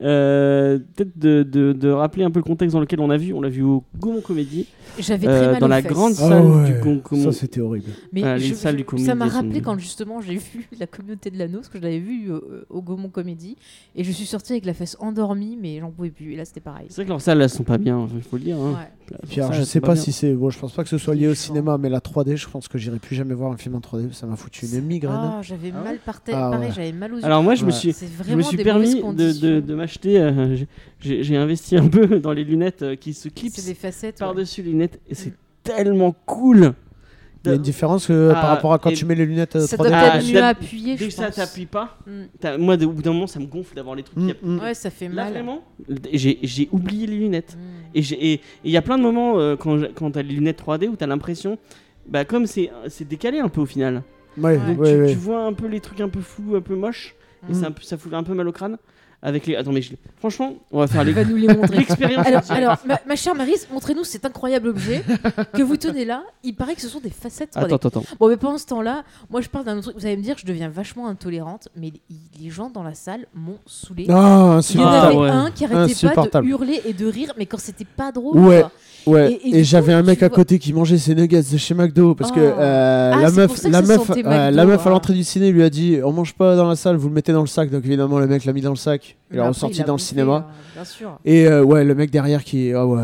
Speaker 1: euh, peut-être de, de- de rappeler un peu le contexte dans lequel on l'a vu. On l'a vu au Gaumont Comédie,
Speaker 2: J'avais très
Speaker 1: euh,
Speaker 2: mal
Speaker 1: dans
Speaker 2: aux
Speaker 1: la
Speaker 2: fesses.
Speaker 1: grande
Speaker 3: Ah
Speaker 1: salle
Speaker 3: ouais,
Speaker 1: du con- comment-
Speaker 3: Ça c'était horrible.
Speaker 2: Mais
Speaker 1: Voilà, Euh, les
Speaker 2: je-
Speaker 1: salles
Speaker 2: je-
Speaker 1: du
Speaker 2: ça m'a
Speaker 1: comédie sont-
Speaker 2: rappelé quand justement j'ai vu la communauté de l'anneau, parce que je l'avais vu euh, au Gaumont Comédie, et je suis sortie avec la fesse endormie, mais j'en pouvais plus. Et là, c'était pareil.
Speaker 1: C'est vrai que leurs salles elles sont pas bien, il faut le dire. hein.
Speaker 2: Ouais.
Speaker 1: Elles
Speaker 3: Pierre,
Speaker 1: sont-
Speaker 3: je
Speaker 1: elles
Speaker 3: sais
Speaker 1: sont
Speaker 3: pas
Speaker 1: bien.
Speaker 3: si c'est. Bon, je pense pas que ce soit lié au
Speaker 2: Chiant.
Speaker 3: cinéma, mais la 3D, je pense que j'irai plus jamais voir un film en 3D. Ça m'a foutu une migraine.
Speaker 2: Ah, j'avais
Speaker 1: Ah ouais
Speaker 2: mal par terre.
Speaker 3: Ah
Speaker 2: pareil,
Speaker 3: ouais.
Speaker 2: j'avais mal aux yeux.
Speaker 1: Alors moi je me
Speaker 3: Ouais.
Speaker 1: suis
Speaker 2: C'est
Speaker 1: Je
Speaker 2: vraiment
Speaker 1: me suis
Speaker 2: des
Speaker 1: permis
Speaker 2: mauvaises
Speaker 1: de, de-
Speaker 2: conditions.
Speaker 1: de m'acheter. euh, j'ai- j'ai j'ai investi un peu dans les lunettes euh, qui se
Speaker 2: C'est
Speaker 1: clipsent
Speaker 2: des facettes. ouais.
Speaker 1: par-dessus les lunettes et c'est
Speaker 2: Mm.
Speaker 1: tellement cool.
Speaker 3: Il y a une différence euh, par
Speaker 1: Ah,
Speaker 3: rapport à quand
Speaker 1: et-
Speaker 3: tu mets les lunettes euh,
Speaker 2: Ça doit
Speaker 3: 3D.
Speaker 1: Ah,
Speaker 2: peut-être mieux
Speaker 1: d'hab-
Speaker 2: appuyer,
Speaker 1: Dès
Speaker 2: je
Speaker 1: que ça
Speaker 2: pense.
Speaker 1: t'appuie pas,
Speaker 2: Mm.
Speaker 1: t'as- moi de- au bout d'un moment ça me gonfle d'avoir les trucs.
Speaker 3: Mm,
Speaker 1: qui
Speaker 3: mm.
Speaker 2: Ouais, ça fait
Speaker 1: Là
Speaker 2: mal.
Speaker 1: vraiment, j'ai j'ai oublié les lunettes.
Speaker 2: Mm.
Speaker 1: Et j'ai- et- et il y a plein de moments euh, quand, j'ai- quand t'as les lunettes 3D où t'as l'impression, bah comme c'est c'est décalé un peu au final.
Speaker 3: Ouais,
Speaker 2: Ouais.
Speaker 3: ouais,
Speaker 1: Donc tu,
Speaker 3: ouais.
Speaker 1: tu vois un peu les trucs un peu flous, un peu moches et
Speaker 2: Mm.
Speaker 1: ça, ça fout un peu mal au crâne. Avec les... Attends mais je- franchement, on va faire les-
Speaker 2: Elle va nous les montrer.
Speaker 1: l'expérience.
Speaker 2: Alors, alors, ma, ma chère Maryse, montrez-nous cet incroyable objet que vous tenez là. Il paraît que ce sont des facettes 3D.
Speaker 1: Attends, attends, attends.
Speaker 2: Bon, mais pendant ce temps-là, moi je parle d'un autre truc. Vous allez me dire, je deviens vachement intolérante, mais les- les gens dans la salle m'ont saoulé.
Speaker 3: Ah,
Speaker 2: Il y en avait
Speaker 3: insupportable.
Speaker 1: ouais.
Speaker 2: un qui arrêtait pas de
Speaker 3: Insupportable.
Speaker 2: hurler et de rire, mais quand c'était pas drôle.
Speaker 3: Ouais.
Speaker 2: quoi.
Speaker 3: Ouais.
Speaker 2: Et- et
Speaker 3: Et,
Speaker 2: du
Speaker 3: j'avais
Speaker 2: coup,
Speaker 3: un mec
Speaker 2: tu
Speaker 3: à
Speaker 2: vois-
Speaker 3: côté qui mangeait ses nuggets de chez McDo parce que
Speaker 2: Oh.
Speaker 3: euh,
Speaker 2: Ah,
Speaker 3: la
Speaker 2: c'est pour
Speaker 3: meuf,
Speaker 2: ça que
Speaker 3: la
Speaker 2: ça
Speaker 3: meuf,
Speaker 2: sentait
Speaker 3: ouais,
Speaker 2: McDo,
Speaker 3: la meuf
Speaker 2: hein.
Speaker 3: à l'entrée du ciné lui a dit on mange pas dans la salle, vous le mettez dans le sac. Donc évidemment le mec l'a mis dans le sac. Il
Speaker 2: Mais
Speaker 3: est
Speaker 2: après,
Speaker 3: ressorti
Speaker 2: il a
Speaker 3: dans le
Speaker 2: bouffé,
Speaker 3: cinéma.
Speaker 2: hein, bien sûr.
Speaker 3: Et euh, ouais, le mec derrière qui ah ouais.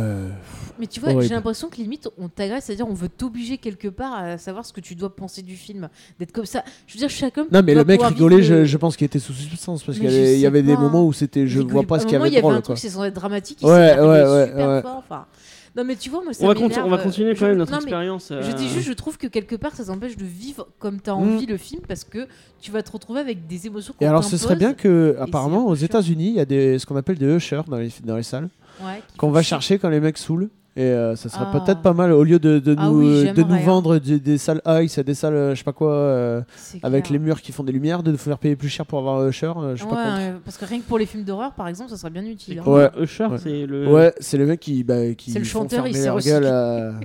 Speaker 2: Mais tu vois,
Speaker 3: Horrible.
Speaker 2: j'ai l'impression que limite on t'agresse, c'est-à-dire on veut t'obliger quelque part à savoir ce que tu dois penser du film, d'être comme ça. Je veux dire, chacun.
Speaker 3: Non mais
Speaker 2: doit
Speaker 3: le mec
Speaker 2: pouvoir
Speaker 3: rigolait,
Speaker 2: vivre le-
Speaker 3: je, je pense qu'il était sous substance parce
Speaker 2: Mais
Speaker 3: qu'il y
Speaker 2: je
Speaker 3: avait, il y
Speaker 2: sais
Speaker 3: avait des
Speaker 2: pas.
Speaker 3: moments où c'était je
Speaker 2: rigolait.
Speaker 3: vois pas
Speaker 2: À
Speaker 3: ce
Speaker 2: un
Speaker 3: qu'il y
Speaker 2: moment,
Speaker 3: avait
Speaker 2: il y avait
Speaker 3: drôle
Speaker 2: un
Speaker 3: quoi.
Speaker 2: truc, c'est censé être dramatique, il
Speaker 3: Ouais,
Speaker 2: s'est
Speaker 3: ouais,
Speaker 2: ouais,
Speaker 3: ouais,
Speaker 2: super
Speaker 3: ouais.
Speaker 2: fort. enfin. Non mais tu vois, moi ça
Speaker 1: On va, conti-
Speaker 2: m'énerve. euh,
Speaker 1: on va continuer quand même
Speaker 2: Je-
Speaker 1: notre
Speaker 2: non, mais-
Speaker 1: expérience. euh,
Speaker 2: Je dis juste, je trouve que quelque part, ça t'empêche de vivre comme t'as
Speaker 3: Mm.
Speaker 2: envie le film parce que tu vas te retrouver avec des émotions. qu'on
Speaker 3: Et alors ce serait bien
Speaker 2: t'impose,
Speaker 3: que
Speaker 2: c'est un
Speaker 3: apparemment
Speaker 2: peu
Speaker 3: aux
Speaker 2: chiant.
Speaker 3: États-Unis il y a des ce qu'on appelle des ushers dans les dans les salles.
Speaker 2: ouais, qu'il
Speaker 3: qu'on
Speaker 2: faut
Speaker 3: va
Speaker 2: chier.
Speaker 3: chercher quand les mecs saoulent. Et euh, ça serait
Speaker 2: Ah.
Speaker 3: peut-être pas mal au lieu de, de
Speaker 2: Ah
Speaker 3: nous,
Speaker 2: oui,
Speaker 3: euh, de nous
Speaker 2: j'aimerais, hein.
Speaker 3: vendre des, des salles ice à des salles, euh, je sais pas quoi, euh,
Speaker 2: C'est
Speaker 3: avec les
Speaker 2: clair.
Speaker 3: murs qui font des lumières, de nous faire payer plus cher pour avoir Usher. euh, je suis
Speaker 2: Ouais,
Speaker 3: pas
Speaker 2: euh, parce que rien que pour les films d'horreur, par exemple, ça serait bien utile. hein.
Speaker 3: cool. Ouais.
Speaker 1: Usher,
Speaker 3: Ouais.
Speaker 1: c'est le.
Speaker 3: contre. Ouais, c'est les mecs qui, bah, qui
Speaker 2: C'est le
Speaker 3: font
Speaker 2: chanteur, il
Speaker 3: fermer
Speaker 2: s'est
Speaker 3: leur
Speaker 2: recyclé.
Speaker 3: gueule. à-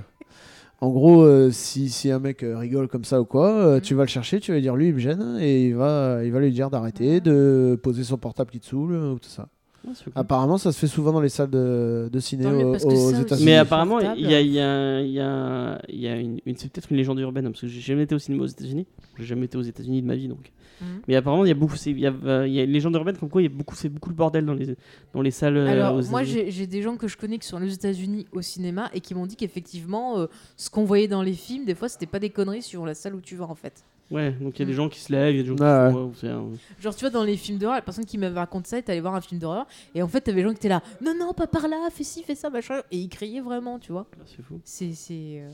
Speaker 3: En gros, euh, si, si un mec euh, rigole comme ça ou quoi, euh,
Speaker 2: Mhm.
Speaker 3: tu vas le chercher, tu vas lui dire lui il me gêne et il va, il va lui dire d'arrêter, de poser son portable qui te saoule euh, ou tout
Speaker 2: Mm.
Speaker 3: ça.
Speaker 1: Ouais, c'est cool.
Speaker 3: Apparemment, ça se fait souvent dans les salles de, de ciné
Speaker 2: Tant mieux,
Speaker 3: aux,
Speaker 2: parce que ça
Speaker 3: aux
Speaker 2: aussi-
Speaker 3: États-Unis.
Speaker 1: Mais
Speaker 2: c'est
Speaker 1: apparemment,
Speaker 2: confortable.
Speaker 1: il y a, il y a- il y a- il y a une, une- c'est peut-être une légende urbaine hein, parce que j'ai jamais été au cinéma aux États-Unis. J'ai jamais été aux États-Unis de ma vie donc.
Speaker 2: Mhm.
Speaker 1: Mais apparemment, il y a beaucoup, c'est- il y a, euh, il y a une légende urbaine comme quoi il y a beaucoup, c'est beaucoup le bordel dans les dans les salles. euh,
Speaker 2: Alors,
Speaker 1: aux
Speaker 2: moi,
Speaker 1: États-Unis.
Speaker 2: j'ai j'ai des gens que je connais qui sont allés aux États-Unis au cinéma et qui m'ont dit qu'effectivement, euh, ce qu'on voyait dans les films, des fois, c'était pas des conneries suivant la salle où tu vas en fait.
Speaker 1: Ouais, donc il y a des
Speaker 2: Mm.
Speaker 1: gens qui se lèvent, il y a des gens
Speaker 3: Ouais,
Speaker 1: qui font, ouais, c'est un-
Speaker 2: Genre, tu vois, dans les films d'horreur, la personne qui m'avait raconté ça était allée voir un film d'horreur, et en fait, t'avais des gens qui étaient là, non, non, pas par là, fais ci, fais ça, machin, et ils criaient vraiment, tu vois.
Speaker 1: Ah, c'est fou.
Speaker 2: C'est. c'est, euh,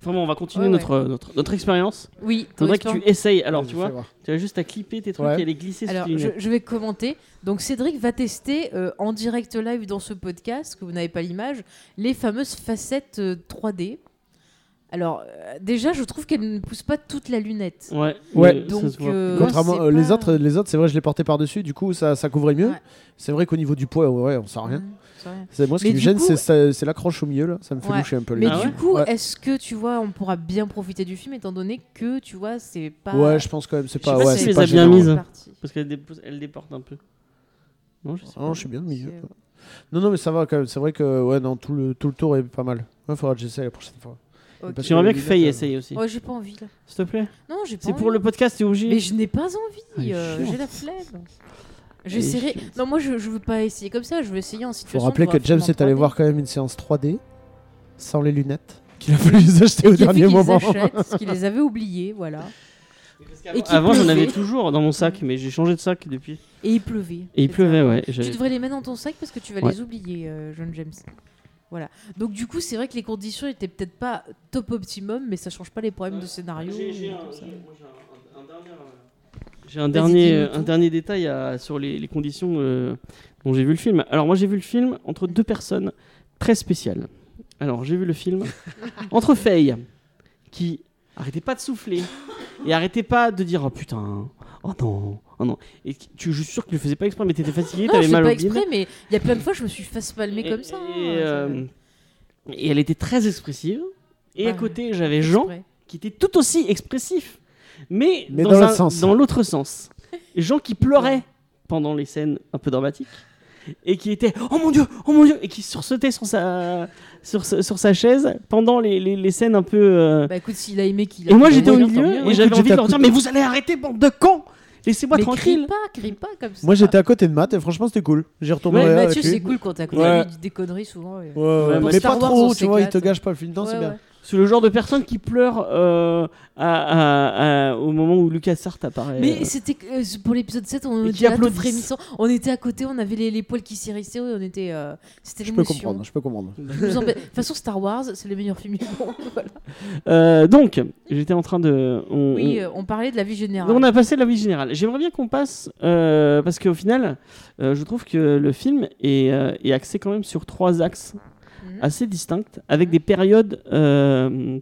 Speaker 1: Enfin bon, on va continuer
Speaker 2: Ouais, ouais.
Speaker 1: notre, notre, notre expérience.
Speaker 2: Oui, ton
Speaker 1: Faudrait que
Speaker 2: expérience.
Speaker 1: tu essayes. Alors,
Speaker 3: Ouais,
Speaker 1: tu
Speaker 3: je vais
Speaker 1: vois,
Speaker 3: voir.
Speaker 1: tu as juste à clipper tes trucs
Speaker 3: Ouais.
Speaker 1: et à les glisser sur
Speaker 2: Alors,
Speaker 1: tes
Speaker 2: je,
Speaker 1: lunettes.
Speaker 2: je vais commenter. Donc, Cédric va tester euh, en direct live dans ce podcast, que vous n'avez pas l'image, les fameuses facettes euh, 3D. Alors, euh, déjà, je trouve qu'elles ne poussent pas toute la lunette.
Speaker 1: Ouais,
Speaker 3: Ouais.
Speaker 1: mais ça
Speaker 2: Donc,
Speaker 1: se voit.
Speaker 2: euh,
Speaker 3: Contrairement
Speaker 2: c'est
Speaker 3: euh, les
Speaker 2: pas-
Speaker 3: autres, les autres, c'est vrai, je les portais par dessus. Du coup, ça, ça couvrait mieux.
Speaker 2: Ouais.
Speaker 3: C'est vrai qu'au niveau du poids, ouais, on sent rien.
Speaker 2: Mmh, c'est vrai.
Speaker 3: C'est moi ce
Speaker 2: Mais
Speaker 3: qui me
Speaker 2: du
Speaker 3: gêne,
Speaker 2: coup-
Speaker 3: c'est ça- c'est l'accroche au milieu là. Ça me fait
Speaker 2: Ouais.
Speaker 3: loucher un peu. les
Speaker 2: Mais
Speaker 1: Ah
Speaker 3: yeux.
Speaker 2: du
Speaker 1: ouais
Speaker 2: coup,
Speaker 3: ouais.
Speaker 2: est-ce que tu vois, on pourra bien profiter du film étant donné que tu vois, c'est pas.
Speaker 3: Ouais, je pense quand même. C'est
Speaker 1: Je sais
Speaker 3: pas.
Speaker 1: pas
Speaker 3: ouais,
Speaker 1: si
Speaker 3: c'est
Speaker 1: tu les
Speaker 3: pas
Speaker 1: as bien
Speaker 3: gênant.
Speaker 1: mises.
Speaker 2: parti.
Speaker 1: Parce qu'elle dépose- elle déporte un peu. Non, je sais
Speaker 3: Ah non,
Speaker 1: pas.
Speaker 3: je suis bien au milieu.
Speaker 2: C'est-
Speaker 3: Non, non, mais ça va quand même. C'est vrai que ouais, non, tout le tout le tour est pas mal. Ouais, faudra que j'essaie la prochaine fois.
Speaker 2: Ok.
Speaker 3: Parce
Speaker 1: J'aimerais bien que
Speaker 3: les
Speaker 1: Faye
Speaker 3: lunettes, euh,
Speaker 1: essaye aussi.
Speaker 2: Ouais, j'ai pas envie là.
Speaker 1: S'il te plaît.
Speaker 2: Non, j'ai pas
Speaker 1: C'est
Speaker 2: envie.
Speaker 1: pour le podcast, t'es obligé.
Speaker 2: Mais je n'ai pas
Speaker 1: Elle Ah, est
Speaker 2: envie, euh,
Speaker 1: chiante.
Speaker 2: j'ai la flemme. J'essaierai.
Speaker 1: chiante.
Speaker 2: Non, moi je, je veux pas essayer comme ça, je veux essayer en
Speaker 3: Faut
Speaker 2: situation.
Speaker 3: rappeler
Speaker 2: de voir
Speaker 3: que
Speaker 2: un film
Speaker 3: James
Speaker 2: en
Speaker 3: est allé
Speaker 2: 3D.
Speaker 3: voir quand même une séance 3D sans les lunettes qu'il a fallu les acheter au
Speaker 2: Qui a fait
Speaker 3: dernier
Speaker 2: qu'ils
Speaker 3: moment.
Speaker 2: achètent, parce qu'il les avait oubliés, voilà. Et qu'il
Speaker 1: Avant, j'en
Speaker 2: pleuvait.
Speaker 1: avais toujours dans mon sac, mais j'ai changé de sac depuis.
Speaker 2: Et il pleuvait.
Speaker 1: Et il
Speaker 2: C'est
Speaker 1: pleuvait,
Speaker 2: ça.
Speaker 1: ouais.
Speaker 2: Tu
Speaker 1: j'avais-
Speaker 2: devrais les mettre dans ton sac parce que tu vas
Speaker 1: Ouais.
Speaker 2: les oublier, euh, jeune James. Voilà. Donc du coup, c'est vrai que les conditions étaient peut-être pas top optimum, mais ça change pas les problèmes de scénario. ou tout ça.
Speaker 1: J'ai un
Speaker 2: Vas-y,
Speaker 1: dernier,
Speaker 2: dis-nous
Speaker 1: euh, un
Speaker 2: tout.
Speaker 1: dernier détail à- sur les, les conditions euh, dont j'ai vu le film. Alors moi j'ai vu le film entre deux personnes très spéciales. Alors j'ai vu le film entre Faye qui arrêtait pas de souffler et arrêtait pas de dire oh putain oh non oh non et qui- tu je suis sûr que tu le faisais pas exprès mais t'étais fatigué
Speaker 2: Non,
Speaker 1: t'avais
Speaker 2: je
Speaker 1: mal
Speaker 2: sais
Speaker 1: au
Speaker 2: pas
Speaker 1: bide.
Speaker 2: exprès, mais il y a plein de fois, je me suis face palmée
Speaker 1: Et-
Speaker 2: comme ça. hein,
Speaker 1: et,
Speaker 2: ça-
Speaker 1: euh, et elle était très expressive et à
Speaker 2: Ouais.
Speaker 1: côté j'avais Jean
Speaker 2: exprès.
Speaker 1: qui était tout aussi expressif, mais,
Speaker 3: Mais dans l'autre
Speaker 1: un-
Speaker 3: sens.
Speaker 1: dans l'autre sens. Gens qui pleuraient pendant les scènes un peu dramatiques et qui était oh mon dieu oh mon dieu et qui sursautait sur sa sur, sa- sur sa chaise pendant les, les- les scènes un peu euh,
Speaker 2: Bah écoute, s'il a aimé qu'il.
Speaker 1: et moi
Speaker 2: aimé,
Speaker 1: j'étais au
Speaker 2: tant mieux. hein.
Speaker 1: milieu et
Speaker 3: Écoute,
Speaker 1: j'avais envie
Speaker 3: j'étais
Speaker 1: de
Speaker 3: à
Speaker 1: leur dire
Speaker 3: côté.
Speaker 1: mais vous allez arrêter bande de cons laissez-moi
Speaker 2: Mais
Speaker 1: tranquille
Speaker 2: Crie pas, crie pas comme ça.
Speaker 3: Moi, j'étais à côté de Matt et franchement, c'était cool. J'y retournerai.
Speaker 2: Ouais,
Speaker 3: avec
Speaker 2: Mathieu,
Speaker 3: lui.
Speaker 2: c'est cool quand t'as connu
Speaker 3: Ouais.
Speaker 2: des conneries souvent. et-
Speaker 3: Ouais, ouais,
Speaker 1: Ouais,
Speaker 3: mais
Speaker 2: Star
Speaker 3: pas
Speaker 2: Wars, on
Speaker 3: trop, tu vois, il te
Speaker 2: s'éclate.
Speaker 3: gage pas le film. Non,
Speaker 2: Ouais,
Speaker 3: c'est bien.
Speaker 2: ouais.
Speaker 1: c'est le genre de personne qui pleure euh, à- à- à- au moment où Lucas Sartre apparaît
Speaker 2: Mais
Speaker 1: euh,
Speaker 2: c'était euh, pour l'épisode 7, on
Speaker 1: Et qui
Speaker 2: était là tout
Speaker 1: applaudissent.
Speaker 2: frémissant. On était à côté, on avait les, les poils qui s'hérissaient, on était. euh, C'était
Speaker 3: Je peux
Speaker 2: l'émotion.
Speaker 3: comprendre, je peux comprendre.
Speaker 2: Je vous embête- De toute façon, Star Wars, c'est le meilleur film du monde. voilà.
Speaker 1: euh, donc j'étais en train de on- on-
Speaker 2: Oui, euh, on parlait de la vie générale.
Speaker 1: Donc, on a passé de la vie générale. J'aimerais bien qu'on passe, euh, parce qu'au final, euh, je trouve que le film est, euh, est axé quand même sur trois axes
Speaker 2: Mhm.
Speaker 1: assez distincts, avec des périodes euh,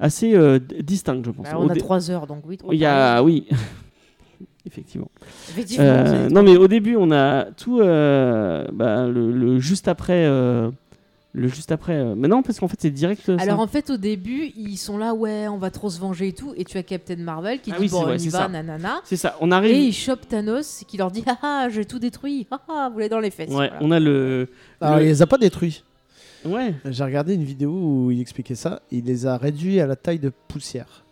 Speaker 1: assez euh, d- distinctes, je pense.
Speaker 2: Bah,
Speaker 1: Au
Speaker 2: on a
Speaker 1: dé-
Speaker 2: 3 heures, donc oui. trois
Speaker 1: Il y
Speaker 2: heures.
Speaker 1: a, oui, effectivement.
Speaker 2: Effectivement,
Speaker 1: Euh,
Speaker 2: c'est-
Speaker 1: non, mais au début, on a tout euh, bah, le, le juste après. euh, le juste après. euh, Mais non, parce qu'en fait, c'est direct. euh, ça.
Speaker 2: Alors en fait au début ils sont là ouais on va trop se venger et tout et tu as Captain Marvel qui
Speaker 1: Ah
Speaker 2: dit
Speaker 1: oui, c'est
Speaker 2: bon
Speaker 1: vrai,
Speaker 2: on y
Speaker 1: c'est
Speaker 2: va
Speaker 1: ça.
Speaker 2: nanana
Speaker 1: C'est ça. On
Speaker 2: et
Speaker 1: arrive.
Speaker 2: il chope Thanos qui leur dit ah ah j'ai tout détruit ah ah vous l'avez dans les fesses
Speaker 1: Ouais,
Speaker 2: Voilà.
Speaker 1: on a le.
Speaker 3: Alors,
Speaker 1: Le-
Speaker 3: Ah, il les a pas détruits.
Speaker 1: Ouais.
Speaker 3: J'ai regardé une vidéo où il expliquait ça. Il les a réduits à la taille de poussière.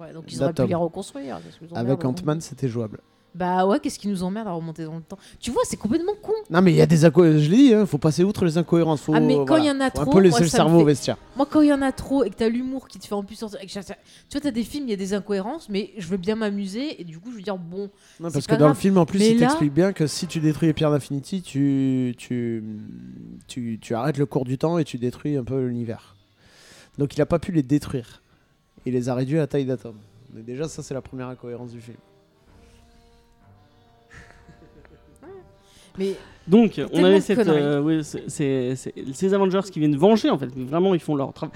Speaker 2: Ouais, donc ils auraient pu
Speaker 3: Datum.
Speaker 2: les reconstruire qu'est-ce qu'ils nous emmerdent,
Speaker 3: Avec
Speaker 2: hein.
Speaker 3: Ant-Man, c'était jouable.
Speaker 2: Bah ouais, qu'est-ce qui nous emmerde à remonter dans le temps Tu vois, c'est complètement con.
Speaker 3: Non, mais il y a des incohérences. Je l'ai dit, hein, faut passer outre les incohérences. Faut,
Speaker 2: Ah, mais quand
Speaker 3: Oh, voilà,
Speaker 2: il y en a
Speaker 3: faut
Speaker 2: trop,
Speaker 3: un peu laisser
Speaker 2: moi,
Speaker 3: le
Speaker 2: ça me
Speaker 3: cerveau au
Speaker 2: fait-
Speaker 3: vestiaire.
Speaker 2: Moi, quand il y en a trop et que t'as l'humour qui te fait en plus sortir. et que ça- ça- Tu vois, t'as des films, il y a des incohérences, mais je veux bien m'amuser et du coup, je veux dire bon.
Speaker 3: Non,
Speaker 2: C'est
Speaker 3: parce que
Speaker 2: pas
Speaker 3: dans le
Speaker 2: grave.
Speaker 3: film, en plus,
Speaker 2: Mais
Speaker 3: il
Speaker 2: là-
Speaker 3: t'explique bien que si tu détruis les pierres d'Infinity, tu, tu, tu, tu arrêtes le cours du temps et tu détruis un peu l'univers. Donc il a pas pu les détruire. Il les a réduits à la taille d'atomes. Mais déjà, ça, c'est la première incohérence du film.
Speaker 2: Mais
Speaker 1: Donc, on
Speaker 2: tellement
Speaker 1: avait
Speaker 2: de
Speaker 1: cette,
Speaker 2: conneries.
Speaker 1: euh, ouais, c'est- c'est- c'est- ces Avengers qui viennent venger, en fait. Vraiment, ils font leur, tra-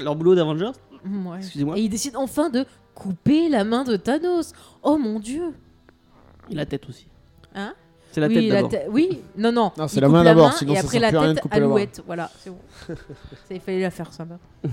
Speaker 1: leur boulot d'Avengers.
Speaker 2: Mm, ouais.
Speaker 1: Excusez-moi.
Speaker 2: Et il décide enfin de couper la main de Thanos. Oh mon dieu.
Speaker 1: Et la tête aussi.
Speaker 2: Hein
Speaker 1: C'est la
Speaker 2: oui,
Speaker 1: tête d'abord.
Speaker 2: tête- oui, non, non.
Speaker 3: Non, c'est
Speaker 2: Il
Speaker 3: la
Speaker 2: coupe
Speaker 3: main d'abord, sinon
Speaker 2: et
Speaker 3: ça
Speaker 2: après
Speaker 3: sert
Speaker 2: la
Speaker 3: plus à rien de
Speaker 2: tête
Speaker 3: couper la main.
Speaker 2: alouette. Voilà, c'est bon. Ça, il fallait la faire, ça. va.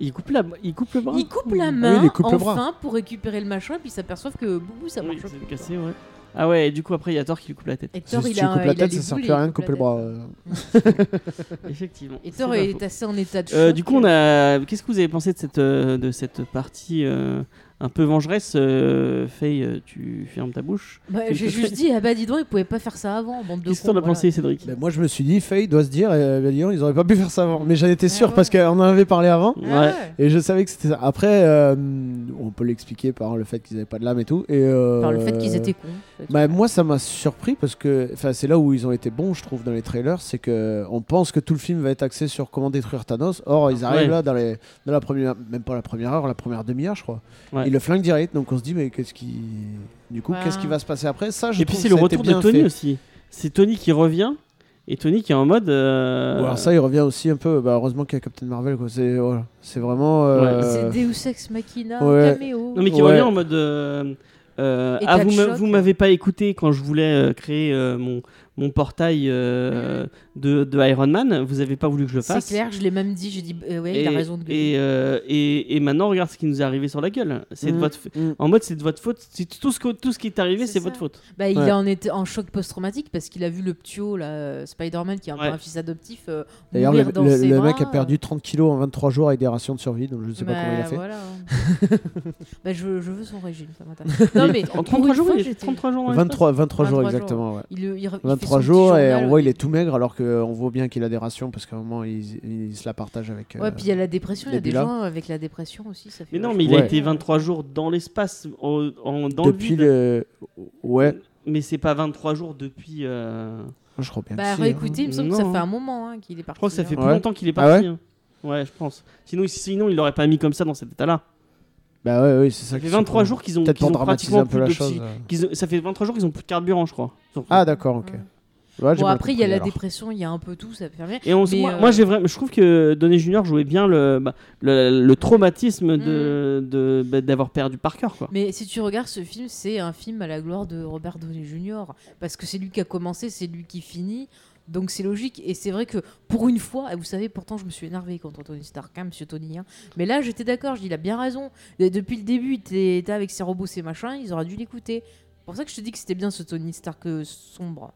Speaker 1: Il coupe, la... il coupe le bras.
Speaker 2: Il coupe la
Speaker 3: Ah Oui,
Speaker 2: main
Speaker 3: il coupe le bras.
Speaker 2: enfin pour récupérer le machin, puis ils s'aperçoivent que boubou, ça
Speaker 1: Oui,
Speaker 2: marche
Speaker 1: c'est
Speaker 2: plus, quoi.
Speaker 1: cassé, ouais. Ah ouais, et du coup, après, il y a Thor qui lui coupe la tête.
Speaker 2: Et
Speaker 3: Si
Speaker 2: Thor,
Speaker 3: tu
Speaker 2: il a,
Speaker 3: coupes
Speaker 2: il a
Speaker 3: la tête,
Speaker 2: les
Speaker 3: ça sert
Speaker 2: boules
Speaker 3: plus
Speaker 2: et
Speaker 3: à rien
Speaker 2: il
Speaker 3: de
Speaker 2: coupe la
Speaker 3: couper le
Speaker 2: tête.
Speaker 3: bras. euh.
Speaker 1: Effectivement.
Speaker 2: Et
Speaker 1: c'est
Speaker 2: Thor
Speaker 1: pas
Speaker 2: il
Speaker 1: faux.
Speaker 2: est assez en état de choc.
Speaker 1: Euh, du coup, on a. Qu'est-ce que vous avez pensé de cette, euh, de cette partie euh, un peu vengeresse, euh, Faye, euh, tu fermes ta bouche.
Speaker 2: Bah,
Speaker 1: Quelque
Speaker 2: J'ai
Speaker 1: chose.
Speaker 2: juste dit, ah bah dis donc, ils pouvaient pas faire ça avant, bande de
Speaker 1: Qu'est-ce que
Speaker 2: cons,
Speaker 1: t'en as
Speaker 2: voilà.
Speaker 1: pensé, Cédric
Speaker 3: Ben, moi, je me suis dit, Faye doit se dire, euh, ben, dis donc, ils auraient pas pu faire ça avant. Mais j'en étais sûr
Speaker 2: Ah ouais.
Speaker 3: parce qu'on en avait parlé avant.
Speaker 2: Ah
Speaker 1: Ouais.
Speaker 2: ouais.
Speaker 3: Et je savais que c'était ça. Après, euh, on peut l'expliquer par le fait qu'ils avaient pas de lame et tout. Et, euh,
Speaker 2: Par le fait qu'ils étaient cons. en fait.
Speaker 3: Bah, moi, ça m'a surpris parce que enfin, c'est là où ils ont été bons, je trouve, dans les trailers. C'est que on pense que tout le film va être axé sur comment détruire Thanos. Or,
Speaker 2: Ah,
Speaker 3: ils arrivent
Speaker 1: Ouais.
Speaker 3: là dans, les, dans la première, même pas la première heure, la première demi-heure, je crois.
Speaker 1: Ouais.
Speaker 3: Ils le flinguent direct. Donc, on se dit, mais qu'est-ce qui. Du coup,
Speaker 2: Ouais.
Speaker 3: qu'est-ce qui va se passer après Ça, je
Speaker 1: Et puis
Speaker 3: trouve
Speaker 1: c'est
Speaker 3: que
Speaker 1: le
Speaker 3: ça a été
Speaker 1: retour de
Speaker 3: bien
Speaker 1: Tony
Speaker 3: fait.
Speaker 1: aussi. C'est Tony qui revient et Tony qui est en mode. euh,
Speaker 3: Ou alors, ça, il revient aussi un peu. Bah, heureusement qu'il y a Captain Marvel. quoi. C'est voilà. C'est vraiment. euh,
Speaker 2: C'est Deus Ex Machina,
Speaker 3: ouais.
Speaker 2: caméo.
Speaker 1: Non mais qui
Speaker 3: Ouais.
Speaker 1: revient en mode. euh, euh,
Speaker 2: Et
Speaker 1: ah
Speaker 2: Jack
Speaker 1: vous m'a-
Speaker 2: Shock.
Speaker 1: vous m'avez pas écouté quand je voulais euh, créer euh, mon mon portail euh, de, de Iron Man. Vous avez pas voulu que je le
Speaker 2: C'est
Speaker 1: fasse.
Speaker 2: clair, je l'ai même dit, j'ai dit, euh, ouais,
Speaker 1: Et,
Speaker 2: il a raison de gueuler.
Speaker 1: et, euh, et, et maintenant, regarde ce qui nous est arrivé sur la gueule. C'est de
Speaker 3: Mm.
Speaker 1: votre, f-
Speaker 3: Mm.
Speaker 1: en mode, c'est de votre faute. C'est tout ce que, tout ce qui est arrivé,
Speaker 2: C'est
Speaker 1: c'est
Speaker 2: ça.
Speaker 1: votre faute.
Speaker 2: Bah, il
Speaker 3: Ouais.
Speaker 2: en était en choc post-traumatique parce qu'il a vu le ptio, là, euh, Spider-Man, qui est un
Speaker 1: Ouais.
Speaker 2: peu un fils adoptif, euh,
Speaker 3: D'ailleurs, le,
Speaker 2: mourir dans
Speaker 3: le-
Speaker 2: ses
Speaker 3: le
Speaker 2: bras, euh,
Speaker 3: mec a perdu 30 kilos en 23 jours avec des rations de survie, donc je ne sais pas
Speaker 2: Bah,
Speaker 3: comment il a fait.
Speaker 2: voilà. Bah, je, je veux son régime, ça m'intéresse. Non, mais
Speaker 1: en
Speaker 2: pour une
Speaker 1: 33 jours,
Speaker 2: fois,
Speaker 1: il est
Speaker 2: j'étais-
Speaker 1: 33 jours. dans l'espace.
Speaker 3: 23, 23 jours
Speaker 2: 23 jours.
Speaker 3: exactement, ouais.
Speaker 2: il- euh, il- il fait
Speaker 3: 23
Speaker 2: son petit
Speaker 3: jours et
Speaker 2: journal.
Speaker 3: on voit il est tout maigre alors qu'on voit bien qu'il a des rations parce qu'à un moment il, il se la partage avec. euh,
Speaker 2: Ouais, puis il y a la dépression, il y a des
Speaker 3: Nebula.
Speaker 2: gens avec la dépression aussi. Ça fait
Speaker 1: Mais non,
Speaker 2: vachement
Speaker 1: mais il
Speaker 3: Ouais.
Speaker 1: a été 23 jours dans l'espace, en, en- dans le
Speaker 3: depuis
Speaker 1: vide.
Speaker 3: le. Ouais,
Speaker 1: Mais c'est pas 23 jours depuis. euh,
Speaker 3: je crois bien.
Speaker 2: Bah,
Speaker 3: que si, hein.
Speaker 2: réécoutez, il me semble que ça
Speaker 1: Non.
Speaker 2: fait un moment hein, qu'il est parti.
Speaker 1: Je crois que ça fait
Speaker 2: hein.
Speaker 1: plus
Speaker 3: Ouais.
Speaker 1: longtemps qu'il est
Speaker 3: Ah
Speaker 1: parti. hein. ouais, je pense. Sinon, sinon, il l'aurait pas mis comme ça dans cet état-là.
Speaker 3: hein. Bah ouais, oui, c'est ça.
Speaker 1: Ça fait
Speaker 3: qui
Speaker 1: 23
Speaker 3: surprend.
Speaker 1: jours qu'ils ont,
Speaker 3: Peut-être
Speaker 1: qu'ils
Speaker 3: pour
Speaker 1: ont
Speaker 3: dramatiser
Speaker 1: pratiquement
Speaker 3: un peu
Speaker 1: plus
Speaker 3: la
Speaker 1: de
Speaker 3: chose.
Speaker 1: psy-
Speaker 3: euh.
Speaker 1: qu'ils ont- Ça fait 23 jours qu'ils ont plus de carburant, je crois. surtout.
Speaker 3: Ah d'accord, ok.
Speaker 2: Ouais.
Speaker 3: Ouais, j'ai
Speaker 2: Bon,
Speaker 3: mal
Speaker 2: après, il y a
Speaker 3: compris,
Speaker 2: la
Speaker 3: alors.
Speaker 2: dépression, il y a un peu tout, ça fait rien.
Speaker 1: Et on, s-
Speaker 2: Mais,
Speaker 1: moi,
Speaker 2: euh,
Speaker 1: moi, j'ai vraiment, je trouve que Downey Junior jouait bien le, bah, le, le traumatisme de
Speaker 2: Mm.
Speaker 1: de- bah, d'avoir perdu Parker quoi.
Speaker 2: Mais si tu regardes ce film, c'est un film à la gloire de Robert Downey Jr. Parce que c'est lui qui a commencé, c'est lui qui finit. Donc c'est logique. Et c'est vrai que pour une fois, et vous savez, pourtant je me suis énervé contre Tony Stark, hein, monsieur Tony. hein. Mais là, j'étais d'accord, je dis, il a bien raison. Et depuis le début, il était était avec ses robots, ses machins, ils auraient dû l'écouter. C'est pour ça que je te dis que c'était bien ce Tony Stark euh, sombre.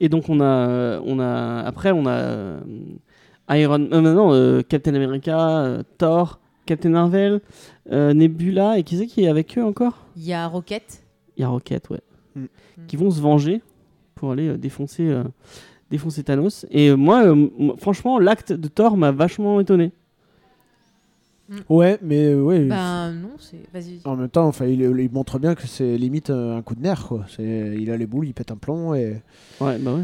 Speaker 1: Et donc on a euh, on a après on a euh, Iron euh, non, euh, Captain America, euh, Thor, Captain Marvel, euh, Nebula et qui c'est qui est avec eux encore
Speaker 2: Il y a Rocket.
Speaker 1: Il y a Rocket ouais.
Speaker 3: Mm.
Speaker 1: Qui vont se venger pour aller euh, défoncer euh, défoncer Thanos. Et euh, moi euh, m- franchement l'acte de Thor m'a vachement étonné.
Speaker 3: Ouais, mais euh, ouais.
Speaker 2: Ben non, c'est. Vas-y.
Speaker 3: En même temps, enfin, il, il montre bien que c'est limite euh, un coup de nerf quoi. C'est- Il a les boules, il pète un plomb et.
Speaker 1: Ouais bah ouais.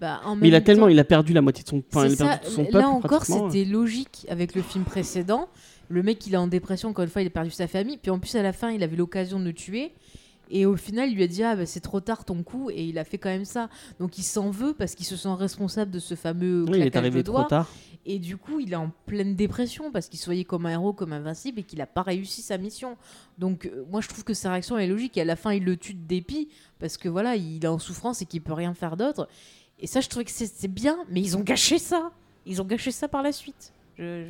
Speaker 2: Bah, en
Speaker 1: Mais il a
Speaker 2: même temps-
Speaker 1: tellement il a perdu la moitié de son enfin, il
Speaker 2: C'est
Speaker 1: a perdu
Speaker 2: ça.
Speaker 1: tout son peuple
Speaker 2: Là encore,
Speaker 1: pratiquement. euh.
Speaker 2: c'était logique avec le film précédent. Le mec, il est en dépression, encore une fois, il a perdu sa famille. Puis en plus, à la fin, il avait l'occasion de le tuer. Et au final, il lui a dit Ah, bah, c'est trop tard ton coup. Et il a fait quand même ça. Donc il s'en veut parce qu'il se sent responsable de ce fameux
Speaker 1: euh. Oui, il est
Speaker 2: claquage de
Speaker 1: arrivé trop
Speaker 2: doigts.
Speaker 1: tard.
Speaker 2: Et du coup, il est en pleine dépression parce qu'il se voyait comme un héros, comme invincible et qu'il n'a pas réussi sa mission. Donc, euh, moi, je trouve que sa réaction est logique. Et à la fin, il le tue de dépit parce que voilà, il est en souffrance et qu'il peut rien faire d'autre. Et ça, je trouvais que c'est- c'est bien, mais ils ont gâché ça. Ils ont gâché ça par la suite. Je-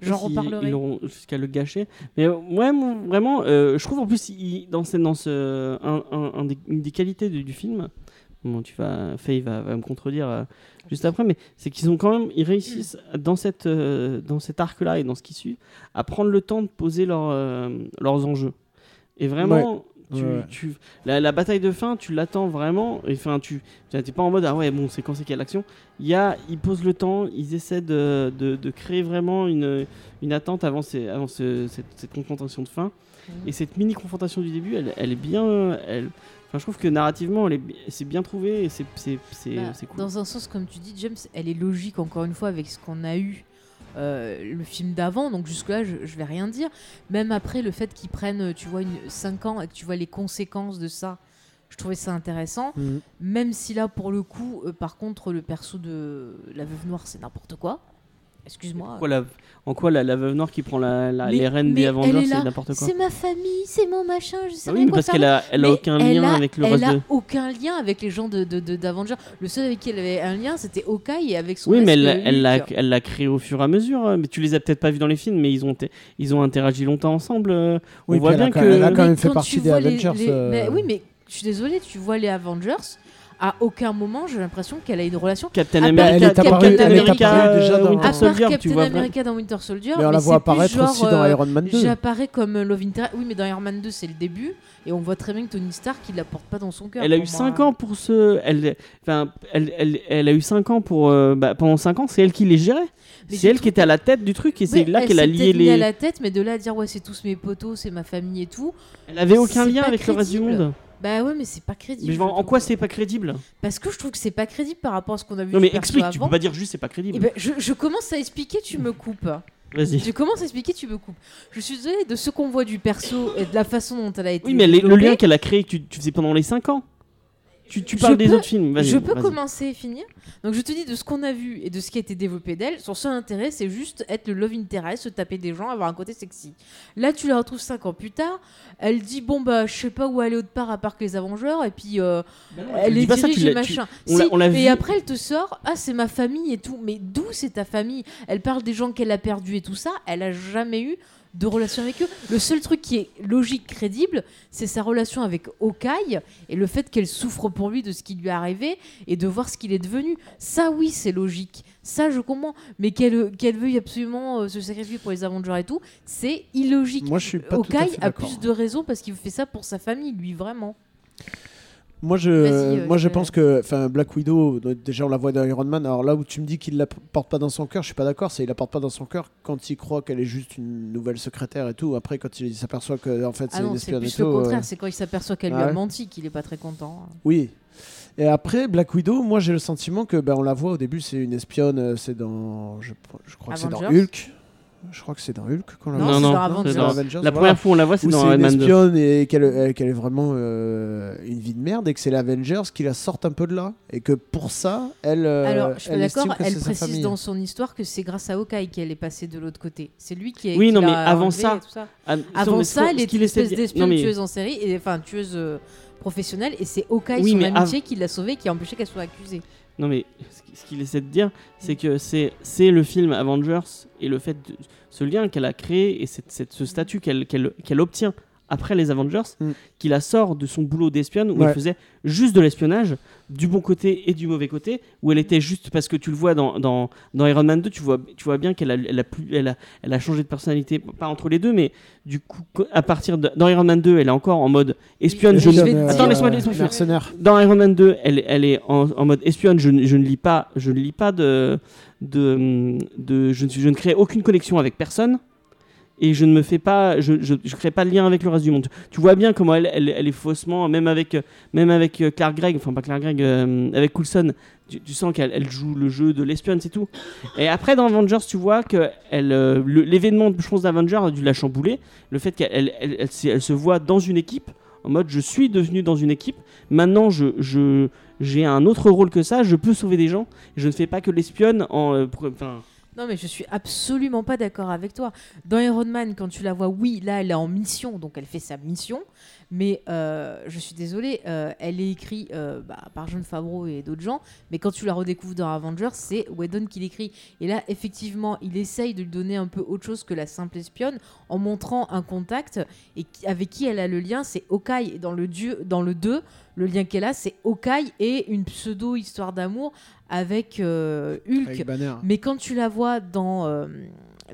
Speaker 2: je- J'en
Speaker 1: S'ils-
Speaker 2: reparlerai.
Speaker 1: Ils l'auront jusqu'à le gâcher. Mais euh, ouais, mon- vraiment, euh, je trouve en plus, il- dans, ce, dans ce, un, un- un des, une des qualités du, du film, bon, tu vas, Faye va, va me contredire euh, juste après, mais c'est qu'ils ont quand même, ils réussissent dans, cette, euh, dans cet arc-là et dans ce qui suit, à prendre le temps de poser leurs euh, leurs enjeux. Et vraiment. Tu,
Speaker 3: Ouais.
Speaker 1: tu- la, la bataille de fin, tu l'attends vraiment. Et Enfin, tu n'es pas en mode ah ouais bon c'est quand c'est qu'il y a l'action. Il y a, ils posent le temps, ils essaient de, de, de créer vraiment une, une attente avant, ces- avant ce- cette, cette confrontation de fin.
Speaker 2: Mhm.
Speaker 1: Et cette mini confrontation du début, elle, elle est bien. Elle, enfin, je trouve que narrativement, elle est bi- c'est bien trouvé et c'est c'est- c'est-
Speaker 2: Bah,
Speaker 1: c'est cool.
Speaker 2: Dans un sens, comme tu dis, James, elle est logique encore une fois avec ce qu'on a eu euh, le film d'avant. Donc jusque-là, je, je vais rien dire. Même après, le fait qu'ils prennent, tu vois, une, 5 ans et que tu vois les conséquences de ça, je trouvais ça intéressant.
Speaker 1: Mhm.
Speaker 2: Même si là, pour le coup, euh, par contre, le perso de la veuve noire, c'est n'importe quoi. Excuse-moi.
Speaker 1: Pourquoi la- en quoi la, la veuve noire qui prend la, la-
Speaker 2: Mais-
Speaker 1: les rênes des
Speaker 2: mais elle
Speaker 1: Avengers,
Speaker 2: est là,
Speaker 1: c'est n'importe quoi.
Speaker 2: C'est ma famille, c'est mon machin, je sais
Speaker 1: Ah
Speaker 2: rien
Speaker 1: oui, mais
Speaker 2: quoi
Speaker 1: parce
Speaker 2: faire
Speaker 1: qu'elle a, elle a
Speaker 2: mais
Speaker 1: aucun
Speaker 2: elle
Speaker 1: lien
Speaker 2: a-
Speaker 1: avec le reste
Speaker 2: Elle
Speaker 1: de.
Speaker 2: a aucun lien avec les gens de, de, de- d'Avengers. Le seul avec qui elle avait un lien, c'était Hawkeye et avec son
Speaker 1: Oui, mais elle
Speaker 2: masque,
Speaker 1: elle l'a
Speaker 2: Hulk.
Speaker 1: elle l'a créé au fur et à mesure. hein. Mais tu les as peut-être pas vus dans les films, mais ils ont, été- ils ont interagi longtemps ensemble. euh.
Speaker 3: Oui,
Speaker 1: On voit
Speaker 3: puis elle a
Speaker 1: bien
Speaker 3: quand-
Speaker 1: que-
Speaker 3: elle a quand
Speaker 2: Euh, Mais
Speaker 3: même fait
Speaker 2: quand
Speaker 3: partie
Speaker 2: tu
Speaker 3: des
Speaker 2: vois les-
Speaker 3: Avengers.
Speaker 2: les-
Speaker 3: euh,
Speaker 2: mais oui, mais je suis désolée, tu vois les Avengers. à aucun moment, j'ai l'impression qu'elle a une relation.
Speaker 1: Captain
Speaker 2: Ah,
Speaker 1: America,
Speaker 2: bah, elle est
Speaker 1: Captain
Speaker 2: apparue- elle est
Speaker 1: America,
Speaker 3: apparue déjà
Speaker 1: euh, Winter
Speaker 3: dans-
Speaker 2: À
Speaker 3: Ah, par
Speaker 2: part
Speaker 1: Soldier, tu
Speaker 2: Captain
Speaker 1: vois.
Speaker 2: America dans Winter Soldier,
Speaker 3: Mais on la
Speaker 2: mais
Speaker 3: voit
Speaker 2: c'est plus
Speaker 3: apparaître
Speaker 2: genre,
Speaker 3: aussi dans
Speaker 2: euh,
Speaker 3: Iron Man 2.
Speaker 2: J'apparais comme Love Inter. Oui, mais dans Iron Man 2, c'est le début. Et on voit très bien que Tony Stark, il la porte pas dans son cœur.
Speaker 1: Elle a
Speaker 2: pour
Speaker 1: eu
Speaker 2: moi. hein.
Speaker 1: 5 ans pour ce. Elle, enfin, elle, elle, elle a eu 5 ans pour. euh, bah, pendant 5 ans, c'est elle qui les gérait.
Speaker 2: Mais
Speaker 1: C'est
Speaker 2: je
Speaker 1: elle qui
Speaker 2: trouve-
Speaker 1: était à la tête du truc et
Speaker 2: Oui,
Speaker 1: c'est là
Speaker 2: elle
Speaker 1: qu'elle a
Speaker 2: s'est
Speaker 1: lié
Speaker 2: peut-être mis à
Speaker 1: les.
Speaker 2: la tête, mais de là à dire, ouais, c'est tous mes potos, c'est ma famille et tout.
Speaker 1: Elle avait aucun
Speaker 2: C'est
Speaker 1: lien
Speaker 2: pas
Speaker 1: avec le reste du
Speaker 2: crédible.
Speaker 1: monde.
Speaker 2: Bah ouais, mais c'est pas crédible.
Speaker 1: Mais je vois
Speaker 2: je
Speaker 1: en
Speaker 2: trouve.
Speaker 1: quoi c'est pas crédible
Speaker 2: Parce que je trouve que c'est pas crédible par rapport à ce qu'on a vu
Speaker 1: Non, mais
Speaker 2: du perso
Speaker 1: explique, tu
Speaker 2: avant.
Speaker 1: peux pas dire juste c'est pas crédible.
Speaker 2: Eh ben, je, je commence à expliquer, tu me coupes.
Speaker 1: Vas-y.
Speaker 2: Je commence à expliquer, tu me coupes. Je suis désolée de ce qu'on voit du perso et de la façon dont elle a été.
Speaker 1: Oui, mais les- le
Speaker 2: développée.
Speaker 1: lien qu'elle a créé que tu, tu faisais pendant les 5 ans. Tu, tu
Speaker 2: Je
Speaker 1: parles des
Speaker 2: peux-
Speaker 1: autres films. Vas-y,
Speaker 2: Je peux
Speaker 1: vas-y.
Speaker 2: commencer et finir. Donc je te dis de ce qu'on a vu et de ce qui a été développé d'elle, son seul intérêt c'est juste être le love interest, se taper des gens, avoir un côté sexy. Là tu la retrouves 5 ans plus tard, elle dit bon bah je sais pas où aller autre part à part que les Avengers et puis euh, elle
Speaker 1: dis
Speaker 2: est
Speaker 1: pas ça, Bah tu
Speaker 2: dirige et
Speaker 1: l'as- tu-
Speaker 2: machin.
Speaker 1: on l'a- on l'a
Speaker 2: et
Speaker 1: vu.
Speaker 2: après elle te sort ah c'est ma famille et tout, mais d'où c'est ta famille Elle parle des gens qu'elle a perdus et tout ça, elle a jamais eu de relation avec eux. Le seul truc qui est logique, crédible, c'est sa relation avec Hawkeye et le fait qu'elle souffre pour lui de ce qui lui est arrivé et de voir ce qu'il est devenu. Ça, oui, c'est logique. Ça, je comprends. Mais qu'elle qu'elle veuille absolument euh, se sacrifier pour les Avengers et tout, c'est illogique.
Speaker 3: Moi, je suis pas tout à
Speaker 2: Hawkeye
Speaker 3: fait
Speaker 2: a
Speaker 3: d'accord.
Speaker 2: plus de raisons parce qu'il fait ça pour sa famille, lui, vraiment.
Speaker 3: Moi, je,
Speaker 2: Vas-y, euh,
Speaker 3: moi, je
Speaker 2: je-
Speaker 3: pense que, enfin, Black Widow. euh, Déjà, on la voit dans Iron Man. Alors là où tu me dis qu'il la p- porte pas dans son cœur, je suis pas d'accord. C'est il la porte pas dans son cœur quand il croit qu'elle est juste une nouvelle secrétaire et tout. Après, quand il s'aperçoit que en fait c'est
Speaker 2: Ah non,
Speaker 3: une
Speaker 2: c'est
Speaker 3: espionne et
Speaker 2: plus
Speaker 3: tout.
Speaker 2: le contraire.
Speaker 3: euh,
Speaker 2: C'est quand il s'aperçoit qu'elle lui
Speaker 3: Ah
Speaker 2: a
Speaker 3: ouais.
Speaker 2: menti qu'il est pas très content.
Speaker 3: Oui. Et après, Black Widow, moi j'ai le sentiment que ben, on la voit au début, c'est une espionne, euh, c'est dans. Je, je crois que c'est dans
Speaker 2: Avengers
Speaker 3: Hulk. Je crois que c'est dans Hulk qu'on la
Speaker 2: Non,
Speaker 3: voit.
Speaker 2: c'est dans
Speaker 1: non,
Speaker 2: Avengers.
Speaker 1: c'est
Speaker 3: C'est
Speaker 1: dans-
Speaker 3: dans
Speaker 2: La
Speaker 3: Avengers.
Speaker 1: La
Speaker 3: voilà.
Speaker 1: première fois, on la voit, c'est
Speaker 3: Où
Speaker 1: dans
Speaker 3: c'est
Speaker 1: Iron
Speaker 3: une
Speaker 1: Man 2.
Speaker 3: espionne et qu'elle euh, qu'elle est vraiment euh, une vie de merde et que c'est l'Avengers qui la sorte un peu de là. Et que pour ça, elle. euh,
Speaker 2: Alors, je suis pas
Speaker 3: elle
Speaker 2: d'accord.
Speaker 3: estime que
Speaker 2: Elle
Speaker 3: c'est sa
Speaker 2: précise
Speaker 3: famille.
Speaker 2: dans son histoire que c'est grâce à Hawkeye qu'elle est passée de l'autre côté. C'est lui qui est.
Speaker 1: Oui,
Speaker 2: qui
Speaker 1: non, mais
Speaker 2: l'a
Speaker 1: avant
Speaker 2: enlevée
Speaker 1: ça-
Speaker 2: et tout ça.
Speaker 1: Ah, non,
Speaker 2: Avant
Speaker 1: mais
Speaker 2: ça,
Speaker 1: ce
Speaker 2: elle
Speaker 1: qu'il
Speaker 2: est une
Speaker 1: essaie de
Speaker 2: espèce
Speaker 1: dire-
Speaker 2: d'espionne
Speaker 1: non, mais-
Speaker 2: tueuse en série, et, enfin tueuse euh, professionnelle, et c'est Hawkeye,
Speaker 1: Oui,
Speaker 2: son
Speaker 1: mais
Speaker 2: amitié, qui l'a sauvée, qui a empêché qu'elle soit accusée.
Speaker 1: Non mais ce qui- ce qu'il essaie de dire, c'est que c'est c'est le film Avengers et le fait de ce lien qu'elle a créé et cette, cette- ce statut qu'elle qu'elle qu'elle obtient après les Avengers,
Speaker 3: Mm.
Speaker 1: qui la sort de son boulot d'espionne où
Speaker 3: Ouais.
Speaker 1: elle faisait juste de l'espionnage du bon côté et du mauvais côté, où elle était juste parce que tu le vois dans, dans, dans Iron Man 2, tu vois, tu vois bien qu'elle a, elle a, plus- elle a, elle a changé de personnalité, pas entre les deux, mais du coup, à partir de, dans Iron Man 2, elle est encore en mode espionne,
Speaker 2: Oui,
Speaker 1: je,
Speaker 2: oui,
Speaker 1: ne-
Speaker 2: vais te
Speaker 3: euh,
Speaker 2: dire-
Speaker 1: Attends, laisse-moi- laisse-moi finir.
Speaker 3: mercenaire.
Speaker 1: dans Iron Man 2, elle, elle est en, en mode espionne. Je, ne- je ne lis pas, je ne lis pas de, de, de- je, ne, suis- je ne crée aucune connexion avec personne et je ne me fais pas, je, je, je crée pas de lien avec le reste du monde. Tu vois bien comment elle, elle, elle est faussement, même avec, euh, même avec euh, Clark Gregg, enfin pas Clark Gregg, euh, avec Coulson, tu, tu sens qu'elle elle joue le jeu de l'espionne, c'est tout. Et après dans Avengers, tu vois que elle, euh, le- l'événement, je pense d'Avengers a dû la chambouler. Le fait qu'elle, elle, elle- elle s'est- elle se voit dans une équipe. En mode, je suis devenu dans une équipe, maintenant je, je, j'ai un autre rôle que ça, je peux sauver des gens, je ne fais pas que l'espionne en... euh, pro- enfin,
Speaker 2: Non, mais je suis absolument pas d'accord avec toi. Dans Iron Man, quand tu la vois, oui, là, elle est en mission, donc elle fait sa mission. Mais euh, je suis désolée, euh, elle est écrite euh, bah, par John Favreau et d'autres gens. Mais quand tu la redécouvres dans Avengers, c'est Whedon qui l'écrit. Et là, effectivement, il essaye de lui donner un peu autre chose que la simple espionne en montrant un contact et qui- avec qui elle a le lien, c'est Hawkeye. Et dans le, dieu, dans le 2, le lien qu'elle a, c'est Hawkeye et une pseudo-histoire d'amour avec euh, Hulk.
Speaker 3: Avec Banner.
Speaker 2: Mais quand tu la vois dans, euh,